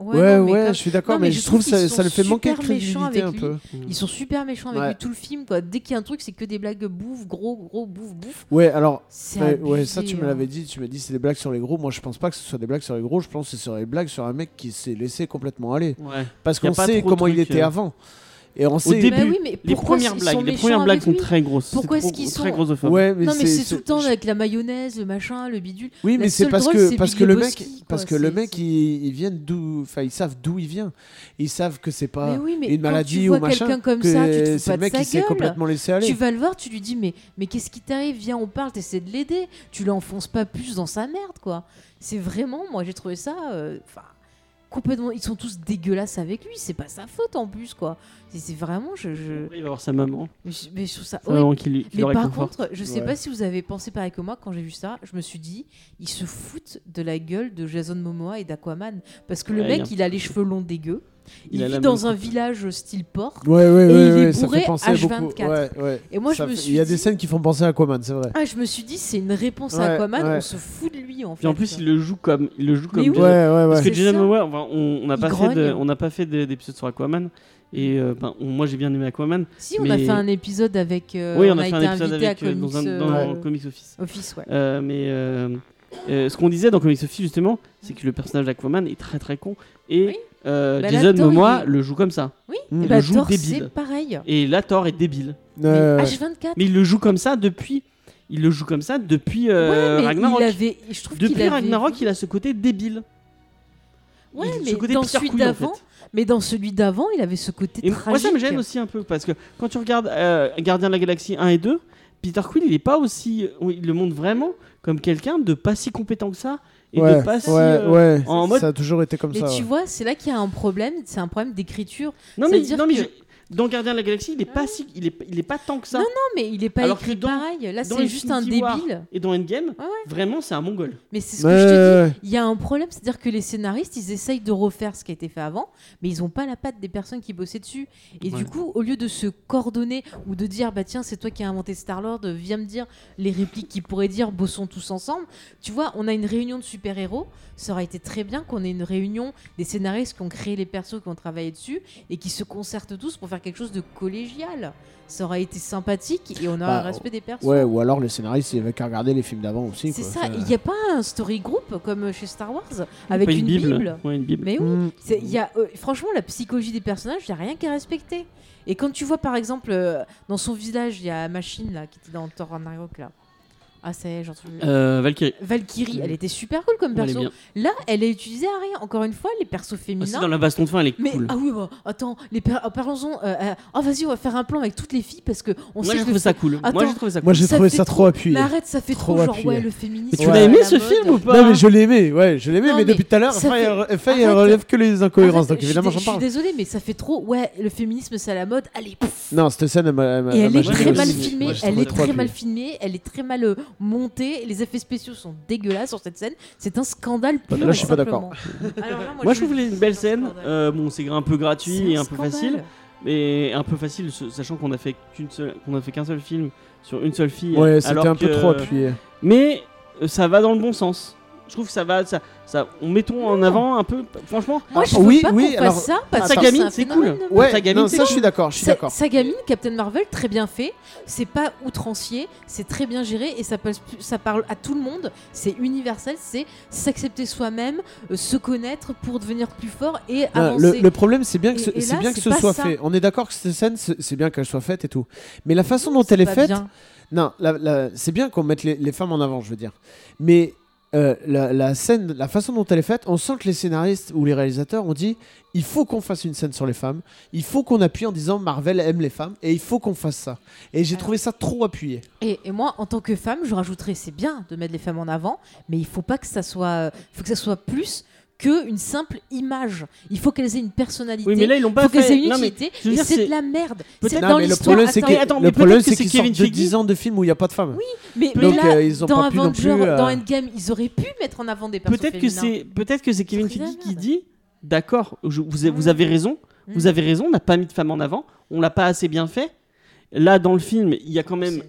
Speaker 2: Ouais,
Speaker 3: Ouais,
Speaker 2: non, mais
Speaker 3: ouais,
Speaker 2: comme-
Speaker 3: je suis d'accord,
Speaker 2: Non,
Speaker 3: mais, je trouve
Speaker 2: qu'ils
Speaker 3: ça,
Speaker 2: sont
Speaker 3: ça lui fait manquer de
Speaker 2: super méchants
Speaker 3: crédibilité un
Speaker 2: avec
Speaker 3: peu.
Speaker 2: Ils sont super méchants avec
Speaker 3: Ouais.
Speaker 2: lui tout le film, quoi. Dès qu'il y a un truc, c'est que des blagues bouffe, gros, gros, bouffe, bouffe.
Speaker 3: Ouais, alors,
Speaker 2: C'est
Speaker 3: ouais,
Speaker 2: abusé,
Speaker 3: ouais, ça tu me
Speaker 2: hein.
Speaker 3: l'avais dit, tu m'as dit c'est des blagues sur les gros. Moi, je pense pas que ce soit des blagues sur les gros, je pense que ce serait des blagues sur un mec qui s'est laissé complètement aller.
Speaker 1: Ouais.
Speaker 3: Parce
Speaker 1: Y a
Speaker 3: qu'on
Speaker 1: pas
Speaker 3: sait
Speaker 1: trop de
Speaker 3: comment il
Speaker 1: trucs,
Speaker 3: était
Speaker 1: euh.
Speaker 3: avant. Et on sait.
Speaker 1: début,
Speaker 2: Bah oui, mais
Speaker 1: Les
Speaker 2: pourquoi
Speaker 1: premières
Speaker 2: ils sont
Speaker 1: blagues, les
Speaker 2: méchants
Speaker 1: premières
Speaker 2: avec
Speaker 1: blagues sont
Speaker 2: lui
Speaker 1: très grosses.
Speaker 2: Pourquoi
Speaker 1: C'est
Speaker 2: est-ce
Speaker 1: trop-
Speaker 2: qu'ils
Speaker 1: très
Speaker 2: sont-
Speaker 1: grossophobe.
Speaker 3: Ouais, mais
Speaker 2: Non, mais c'est tout le temps
Speaker 3: je-
Speaker 2: avec la mayonnaise, le machin, le bidule.
Speaker 3: Oui,
Speaker 2: La
Speaker 3: mais c'est
Speaker 2: seule
Speaker 3: parce
Speaker 2: drôle,
Speaker 3: que
Speaker 2: c'est
Speaker 3: parce
Speaker 2: Big
Speaker 3: que le mec
Speaker 2: Lebowski, quoi.
Speaker 3: parce que le
Speaker 2: C'est-
Speaker 3: mec
Speaker 2: c'est-
Speaker 3: ils, ils viennent d'où enfin ils savent d'où ils vient. Ils savent que c'est pas
Speaker 2: mais oui, mais
Speaker 3: Ah, une
Speaker 2: quand
Speaker 3: maladie
Speaker 2: tu vois
Speaker 3: ou machin.
Speaker 2: quelqu'un comme
Speaker 3: que
Speaker 2: ça, tu te fous
Speaker 3: c'est
Speaker 2: pas
Speaker 3: le mec
Speaker 2: de
Speaker 3: qui
Speaker 2: sa
Speaker 3: s'est
Speaker 2: gueule.
Speaker 3: complètement laissé aller.
Speaker 2: Tu vas le voir, tu lui dis mais mais qu'est-ce qui t'arrive Viens, on parle, t'essaies de l'aider. Tu l'enfonces pas plus dans sa merde, quoi. C'est vraiment, moi j'ai trouvé ça, euh, enfin complètement. Ils sont tous dégueulasses avec lui. C'est pas sa faute en plus, quoi. C'est- C'est vraiment, je, je,
Speaker 1: Après, Il va voir sa maman,
Speaker 2: mais je- mais je trouve ça
Speaker 1: sa
Speaker 2: horrible.
Speaker 1: maman qui lui- qui
Speaker 2: Mais
Speaker 1: le
Speaker 2: par
Speaker 1: réconforte.
Speaker 2: contre, je sais
Speaker 3: Ouais.
Speaker 2: pas si vous avez pensé pareil que moi quand j'ai vu ça. Je me suis dit, ils se foutent de la gueule de Jason Momoa et d'Aquaman parce que le
Speaker 1: Ouais, il y a un
Speaker 2: mec, il a les cheveux longs dégueux.
Speaker 1: Il
Speaker 2: Il,
Speaker 1: a la
Speaker 2: vit
Speaker 1: même
Speaker 2: dans un
Speaker 1: coupe.
Speaker 2: village style port.
Speaker 3: Ouais, ouais,
Speaker 2: Et
Speaker 3: ouais,
Speaker 2: il est
Speaker 3: ouais, ça
Speaker 2: bourré
Speaker 3: fait penser à beaucoup.
Speaker 2: H24.
Speaker 3: Ouais, ouais.
Speaker 2: Et moi, je
Speaker 3: Ça
Speaker 2: me
Speaker 3: fait-
Speaker 2: suis
Speaker 3: Il y a
Speaker 2: dit-
Speaker 3: des scènes qui font penser à Aquaman, c'est vrai.
Speaker 2: Ah, je me suis dit, c'est une réponse
Speaker 3: Ouais,
Speaker 2: à Aquaman.
Speaker 3: ouais.
Speaker 2: On se fout de lui en fait.
Speaker 1: Puis en plus, il le joue comme il le joue comme
Speaker 2: Mais oui.
Speaker 3: Ouais,
Speaker 1: Jason-
Speaker 3: ouais,
Speaker 1: Parce
Speaker 3: ouais.
Speaker 1: que
Speaker 2: C'est
Speaker 1: Jason
Speaker 2: ça.
Speaker 1: Momoa, enfin, on on n'a
Speaker 2: Il
Speaker 1: pas, fait de-
Speaker 2: grogne.
Speaker 1: on n'a pas fait de- d'épisode sur Aquaman. Et euh, ben, on- moi j'ai bien aimé Aquaman.
Speaker 2: Si, on a
Speaker 1: mais-
Speaker 2: fait un épisode avec. euh,
Speaker 1: oui, on, a, fait
Speaker 2: été
Speaker 1: un épisode
Speaker 2: invité
Speaker 1: avec
Speaker 2: à
Speaker 1: euh,
Speaker 2: Comics,
Speaker 1: dans un
Speaker 2: euh,
Speaker 1: dans Comics Office.
Speaker 2: Office, ouais.
Speaker 1: Euh, mais euh, euh, ce qu'on disait dans Comics Office justement, c'est que le personnage d'Aquaman est très très con et
Speaker 2: Oui.
Speaker 1: euh,
Speaker 2: Bah,
Speaker 1: Jason
Speaker 2: là, Thor,
Speaker 1: Momoa
Speaker 2: il est-
Speaker 1: le joue comme ça.
Speaker 3: Mm.
Speaker 2: Et
Speaker 1: le
Speaker 2: bah,
Speaker 1: joue
Speaker 2: Thor,
Speaker 1: débile.
Speaker 2: c'est pareil.
Speaker 1: Et là Thor est débile,
Speaker 2: Mais
Speaker 3: Ouais, Euh, ouais.
Speaker 2: H24.
Speaker 1: mais il le joue comme ça depuis, il le joue comme ça depuis euh,
Speaker 2: ouais, mais
Speaker 1: Ragnarok.
Speaker 2: il avait. Je trouve qu'il
Speaker 1: Depuis
Speaker 2: avait-
Speaker 1: Ragnarok, il a ce côté débile.
Speaker 2: Ouais,
Speaker 1: Il- ce
Speaker 2: mais
Speaker 1: côté
Speaker 2: dans
Speaker 1: Peter
Speaker 2: celui
Speaker 1: Quill, en
Speaker 2: d'avant,
Speaker 1: fait.
Speaker 2: mais dans celui d'avant, il avait ce côté
Speaker 1: Et
Speaker 2: tragique.
Speaker 1: moi, ça me gêne aussi un peu parce que quand tu regardes euh, Gardien de la Galaxie 1 et 2, Peter Quill, il est pas aussi. on- Il le montre vraiment comme quelqu'un de pas si compétent que ça et
Speaker 3: Ouais,
Speaker 1: de pas si.
Speaker 3: ouais,
Speaker 1: euh,
Speaker 3: ouais.
Speaker 1: en mode-
Speaker 3: Ça a toujours été comme
Speaker 2: Mais
Speaker 3: ça.
Speaker 2: tu
Speaker 3: ouais.
Speaker 2: vois, c'est là qu'il y a un problème, c'est un problème d'écriture.
Speaker 1: Non, mais,
Speaker 2: c'est-à-dire
Speaker 1: non, mais
Speaker 2: que- Ah
Speaker 1: je- dans Gardien de la Galaxie, il est pas si. Il est, il est pas tant que ça.
Speaker 2: Non, mais il est pas
Speaker 1: Alors que
Speaker 2: écrit
Speaker 1: dans-
Speaker 2: pareil. Là,
Speaker 1: dans
Speaker 2: c'est
Speaker 1: les
Speaker 2: juste un
Speaker 1: Infinity War.
Speaker 2: débile.
Speaker 1: Et dans Endgame,
Speaker 2: Ouais, ouais.
Speaker 1: vraiment, c'est un mongol.
Speaker 2: Mais c'est ce que
Speaker 3: Ouais,
Speaker 2: je te
Speaker 3: ouais,
Speaker 2: dis. Il y a un problème, c'est-à-dire que les scénaristes, ils essayent de refaire ce qui a été fait avant, mais ils n'ont pas la patte des personnes qui bossaient dessus. Et
Speaker 1: Ouais.
Speaker 2: du coup, au lieu de se coordonner ou de dire, bah tiens, c'est toi qui as inventé Star-Lord, viens me dire les répliques qu'ils pourraient dire, bossons tous ensemble. Tu vois, on a une réunion de super-héros, ça aurait été très bien qu'on ait une réunion des scénaristes qui ont créé les persos, qui ont travaillé dessus, et qui se concertent tous pour faire quelque chose de collégial. Ça aurait été sympathique et on aurait
Speaker 3: Bah,
Speaker 2: un respect des persos.
Speaker 3: Ouais, ou alors les scénaristes, ils avaient qu'à regarder les films d'avant aussi.
Speaker 2: C'est
Speaker 3: quoi.
Speaker 2: ça, il n'y a pas un story group comme chez Star Wars avec
Speaker 1: Pas
Speaker 2: une, bible.
Speaker 1: Ouais, une Bible.
Speaker 2: Mais oui,
Speaker 3: Mm.
Speaker 2: c'est- il y a, euh, franchement, la psychologie des personnages, il n'y a rien qu'à respecter. Et quand tu vois, par exemple, euh, dans son village, il y a Machine là, qui était dans Thor Ragnarok. Là. Ah, ça y est, j'ai entendu.
Speaker 1: Euh, Valkyrie.
Speaker 2: Valkyrie, elle était super cool comme
Speaker 1: Elle est
Speaker 2: perso.
Speaker 1: bien.
Speaker 2: Là, elle est utilisée à rien. Encore une fois, les persos
Speaker 1: Aussi
Speaker 2: féminins.
Speaker 1: dans la baston de fin, elle est
Speaker 2: Mais
Speaker 1: cool.
Speaker 2: ah oui, bah, attends, les per- ah, parlons-en. euh, euh, ah, vas-y, on va faire un plan avec toutes les filles parce que on
Speaker 1: Moi
Speaker 2: sait
Speaker 1: j'ai
Speaker 2: que le
Speaker 1: trouvé ça cool. Moi
Speaker 2: Attends.
Speaker 1: j'ai trouvé ça cool.
Speaker 3: Moi, j'ai
Speaker 2: Ça
Speaker 3: trouvé
Speaker 2: fait
Speaker 3: ça
Speaker 2: trop-
Speaker 3: trop appuyé.
Speaker 2: Mais arrête, ça fait
Speaker 3: Trop
Speaker 2: trop, genre,
Speaker 3: appuyé.
Speaker 2: ouais, le féminisme.
Speaker 1: Mais tu
Speaker 3: Ouais.
Speaker 1: l'as aimé
Speaker 2: la
Speaker 1: ce
Speaker 2: mode.
Speaker 1: film ou pas
Speaker 3: Non, mais je l'ai aimé, ouais, je l'ai aimé,
Speaker 2: Non,
Speaker 3: mais,
Speaker 2: mais
Speaker 3: depuis tout à l'heure,
Speaker 2: ça
Speaker 3: Faye
Speaker 2: fait-
Speaker 3: elle- Faye, elle
Speaker 2: Arrête.
Speaker 3: relève que les incohérences,
Speaker 2: Arrête,
Speaker 3: donc évidemment,
Speaker 2: je
Speaker 3: j'en
Speaker 2: suis dé-
Speaker 3: parle.
Speaker 2: Je suis désolée, mais ça fait trop. Ouais, le féminisme, c'est à la mode. Allez, pouf
Speaker 3: Non, cette scène, elle m'a- elle m'a.
Speaker 2: Et elle
Speaker 3: Ah, m'a
Speaker 2: est
Speaker 1: moi,
Speaker 3: gêné
Speaker 2: très
Speaker 1: j'ai-
Speaker 2: mal
Speaker 3: aussi.
Speaker 1: moi,
Speaker 2: filmée,
Speaker 1: j'ai
Speaker 2: elle
Speaker 3: trouvé
Speaker 2: est
Speaker 3: trop
Speaker 2: très
Speaker 3: appuyé.
Speaker 2: mal filmée, elle est très mal euh, montée, les effets spéciaux sont dégueulasses sur cette scène, c'est un scandale pur
Speaker 3: Là, je suis
Speaker 2: et
Speaker 3: pas d'accord.
Speaker 2: simplement. Alors là,
Speaker 1: Moi je trouve les- une belle scène.
Speaker 2: C'est
Speaker 1: Euh, bon, c'est un peu gratuit et un peu
Speaker 2: scandale.
Speaker 1: facile, mais un peu facile ce- sachant qu'on a fait qu'une seule, qu'on a fait qu'un seul film sur une seule fille.
Speaker 3: Ouais,
Speaker 1: alors
Speaker 3: c'était un peu
Speaker 1: que-
Speaker 3: trop appuyé.
Speaker 1: Mais euh, ça va dans le bon sens. Je trouve que ça va, ça, ça, on mettons en avant un peu. Franchement,
Speaker 2: Moi, je
Speaker 3: Ah,
Speaker 2: veux
Speaker 3: oui,
Speaker 2: pas
Speaker 3: oui,
Speaker 2: qu'on
Speaker 3: alors- ah,
Speaker 2: fasse ça parce que
Speaker 1: Sagamine,
Speaker 2: un
Speaker 1: c'est
Speaker 2: phénomène,
Speaker 1: cool.
Speaker 2: non,
Speaker 1: Ouais,
Speaker 3: Ouais,
Speaker 1: Sagamine,
Speaker 3: non,
Speaker 1: c'est
Speaker 3: ça,
Speaker 1: cool.
Speaker 3: je suis d'accord, je suis
Speaker 2: Sa-
Speaker 3: d'accord.
Speaker 2: Sagamine, Captain Marvel, très bien fait. C'est pas outrancier, c'est très bien géré et ça, passe plus- ça parle à tout le monde. C'est universel, c'est s'accepter soi-même, euh, se connaître pour devenir plus fort et
Speaker 3: Non,
Speaker 2: avancer.
Speaker 3: le, le problème, c'est bien que
Speaker 2: Et-
Speaker 3: ce,
Speaker 2: et
Speaker 3: c'est
Speaker 2: là,
Speaker 3: bien que
Speaker 2: c'est
Speaker 3: ce
Speaker 2: pas
Speaker 3: soit
Speaker 2: ça.
Speaker 3: fait. On est d'accord que cette scène, c'est c'est bien qu'elle soit faite et tout. Mais la façon dont
Speaker 2: C'est
Speaker 3: elle est
Speaker 2: pas
Speaker 3: faite,
Speaker 2: bien.
Speaker 3: non, la- la- c'est bien qu'on mette les, les femmes en avant, je veux dire. Mais euh, la, la scène, la façon dont elle est faite, on sent que les scénaristes ou les réalisateurs ont dit il faut qu'on fasse une scène sur les femmes, il faut qu'on appuie en disant Marvel aime les femmes et il faut qu'on fasse ça. Et j'ai
Speaker 2: Alors-
Speaker 3: trouvé ça trop appuyé.
Speaker 2: Et, et moi, en tant que femme, je rajouterais, c'est bien de mettre les femmes en avant, mais il faut pas que ça soit, euh, faut que ça soit plus qu'une simple image. Il faut qu'elles aient une personnalité.
Speaker 1: oui, mais là ils l'ont
Speaker 2: il
Speaker 1: pas
Speaker 2: faut qu'elles
Speaker 1: fait.
Speaker 2: aient une
Speaker 1: Non, mais
Speaker 2: utilité.
Speaker 1: je veux
Speaker 2: et
Speaker 1: dire,
Speaker 2: c'est
Speaker 1: c'est-
Speaker 2: de la merde.
Speaker 1: Peut-être-
Speaker 2: C'est
Speaker 3: Non,
Speaker 2: dans
Speaker 3: mais le
Speaker 2: l'histoire.
Speaker 3: problème, c'est
Speaker 2: Attends,
Speaker 3: que-
Speaker 1: attends, mais
Speaker 3: le problème,
Speaker 1: peut-être que
Speaker 3: c'est
Speaker 1: c'est
Speaker 3: qu'ils sortent
Speaker 1: Kevin
Speaker 3: de
Speaker 1: Feige.
Speaker 3: 10 ans de films où il n'y a pas de femmes.
Speaker 2: Mais, mais
Speaker 3: Donc,
Speaker 2: là,
Speaker 3: euh, ils ont
Speaker 2: dans
Speaker 3: pas pu non
Speaker 2: Avenger,
Speaker 3: plus, euh,
Speaker 2: dans Endgame, ils auraient pu mettre en avant des personnages
Speaker 1: peut-être que c'est, peut-être que c'est Kevin
Speaker 2: C'est de la
Speaker 1: Feige qui
Speaker 2: merde.
Speaker 1: dit, d'accord, je- vous, a- vous
Speaker 2: Mm.
Speaker 1: avez raison, vous avez raison, on n'a pas mis de femme en avant, on l'a pas assez bien fait. Là dans le film, il y a quand même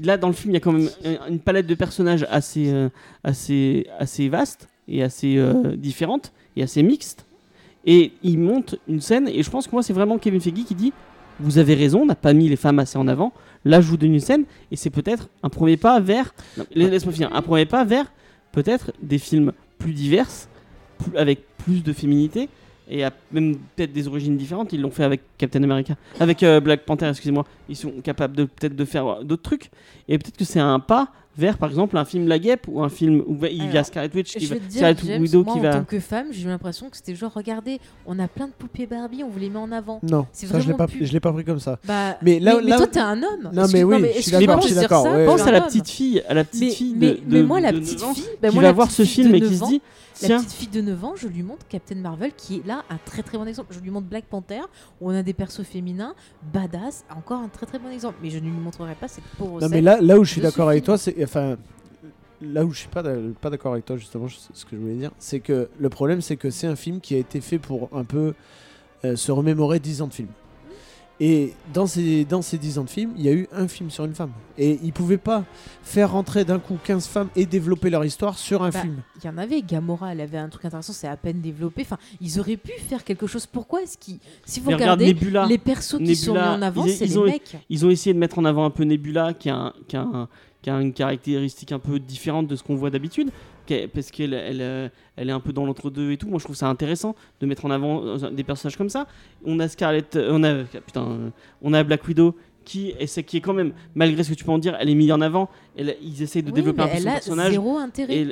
Speaker 1: là dans le film il y a quand même un- une palette de personnages assez euh, assez assez vaste et assez euh, différente et assez mixte et il monte une scène et je pense que moi c'est vraiment Kevin Feige qui dit vous avez raison on n'a pas mis les femmes assez en avant là je vous donne une scène et c'est peut-être un premier pas vers Non, la- laisse-moi finir un premier pas vers peut-être des films plus divers plus- avec plus de féminité et à- même peut-être des origines différentes ils l'ont fait avec Captain America avec euh, Black Panther excusez-moi ils sont capables de peut-être de faire euh, d'autres trucs et peut-être que c'est un pas vers par exemple un film La Guêpe ou un film où va- il y a
Speaker 2: Alors,
Speaker 1: Scarlet Witch qui
Speaker 2: Je
Speaker 1: va,
Speaker 2: vais te dire,
Speaker 1: Scarlet
Speaker 2: James,
Speaker 1: Widow
Speaker 2: moi,
Speaker 1: qui
Speaker 2: en
Speaker 1: va
Speaker 2: tant que femme, j'ai eu l'impression que c'était genre, regardez, on a plein de poupées Barbie, on vous les met en avant.
Speaker 3: Non,
Speaker 2: C'est
Speaker 3: ça, je l'ai
Speaker 2: vraiment
Speaker 3: pas,
Speaker 2: pu-
Speaker 3: je l'ai pas pris comme ça.
Speaker 2: Bah,
Speaker 3: Mais là- là-
Speaker 2: toi, t'es un homme.
Speaker 3: mais
Speaker 2: Excuse-
Speaker 3: oui, je suis
Speaker 2: excuse-moi
Speaker 3: d'accord,
Speaker 2: de
Speaker 3: je suis
Speaker 2: dire
Speaker 3: d'accord,
Speaker 2: ça,
Speaker 3: ouais,
Speaker 2: tu
Speaker 3: ouais.
Speaker 2: es
Speaker 1: pense
Speaker 2: un
Speaker 1: à la
Speaker 2: homme.
Speaker 1: petite fille, à la petite
Speaker 2: Mais,
Speaker 1: fille de,
Speaker 2: mais-
Speaker 1: de-
Speaker 2: mais moi, la
Speaker 1: de
Speaker 2: petite
Speaker 1: 9 ans,
Speaker 2: fille, bah,
Speaker 1: qui
Speaker 2: moi,
Speaker 1: va
Speaker 2: la
Speaker 1: voir
Speaker 2: petite
Speaker 1: ce
Speaker 2: fille de
Speaker 1: film et qui
Speaker 2: 9
Speaker 1: se
Speaker 2: ans,
Speaker 1: dit
Speaker 2: La
Speaker 1: tiens,
Speaker 2: petite fille de 9 ans, je lui montre Captain Marvel qui est là un très très bon exemple. Je lui montre Black Panther où on a des persos féminins, badass, encore un très très bon exemple. Mais je ne lui montrerai pas cette pauvre
Speaker 3: Non, mais
Speaker 2: scène.
Speaker 3: là, là où je suis
Speaker 2: de ce
Speaker 3: d'accord avec
Speaker 2: film.
Speaker 3: toi, c'est. Enfin, là où je suis pas, d'ac- pas d'accord avec toi, justement, je- ce que je voulais dire, c'est que le problème, c'est que c'est un film qui a été fait pour un peu euh, se remémorer 10 ans de film. Et dans ces, dans ces 10 ans de film, il y a eu un film sur une femme. Et ils pouvaient pas faire rentrer d'un coup 15 femmes et développer leur histoire sur un
Speaker 2: Bah,
Speaker 3: film.
Speaker 2: Il y en avait, Gamora, elle avait un truc intéressant, c'est à peine développé. Enfin, ils auraient pu faire quelque chose. Pourquoi est-ce qu'ils. Si vous
Speaker 1: mais regarde
Speaker 2: regardez,
Speaker 1: Nebula.
Speaker 2: les persos qui sont mis
Speaker 1: Nebula,
Speaker 2: en avant,
Speaker 1: ils-
Speaker 2: c'est
Speaker 1: ils
Speaker 2: les
Speaker 1: ont-
Speaker 2: mecs.
Speaker 1: Ils ont essayé de mettre en avant un peu Nebula, qui a, un- qui a, un- qui a une caractéristique un peu différente de ce qu'on voit d'habitude, qui est- parce qu'elle elle, euh, elle est un peu dans l'entre-deux et tout. Moi, je trouve ça intéressant de mettre en avant euh, des personnages comme ça. On a Scarlett, euh, on a putain, euh, on a Black Widow. Qui, et c'est qui est quand même, malgré ce que tu peux en dire, elle est mise en avant. Elle- ils essayent de
Speaker 2: Oui,
Speaker 1: développer un
Speaker 2: mais
Speaker 1: peu son
Speaker 2: elle a
Speaker 1: personnage.
Speaker 2: zéro intérêt.
Speaker 1: Et-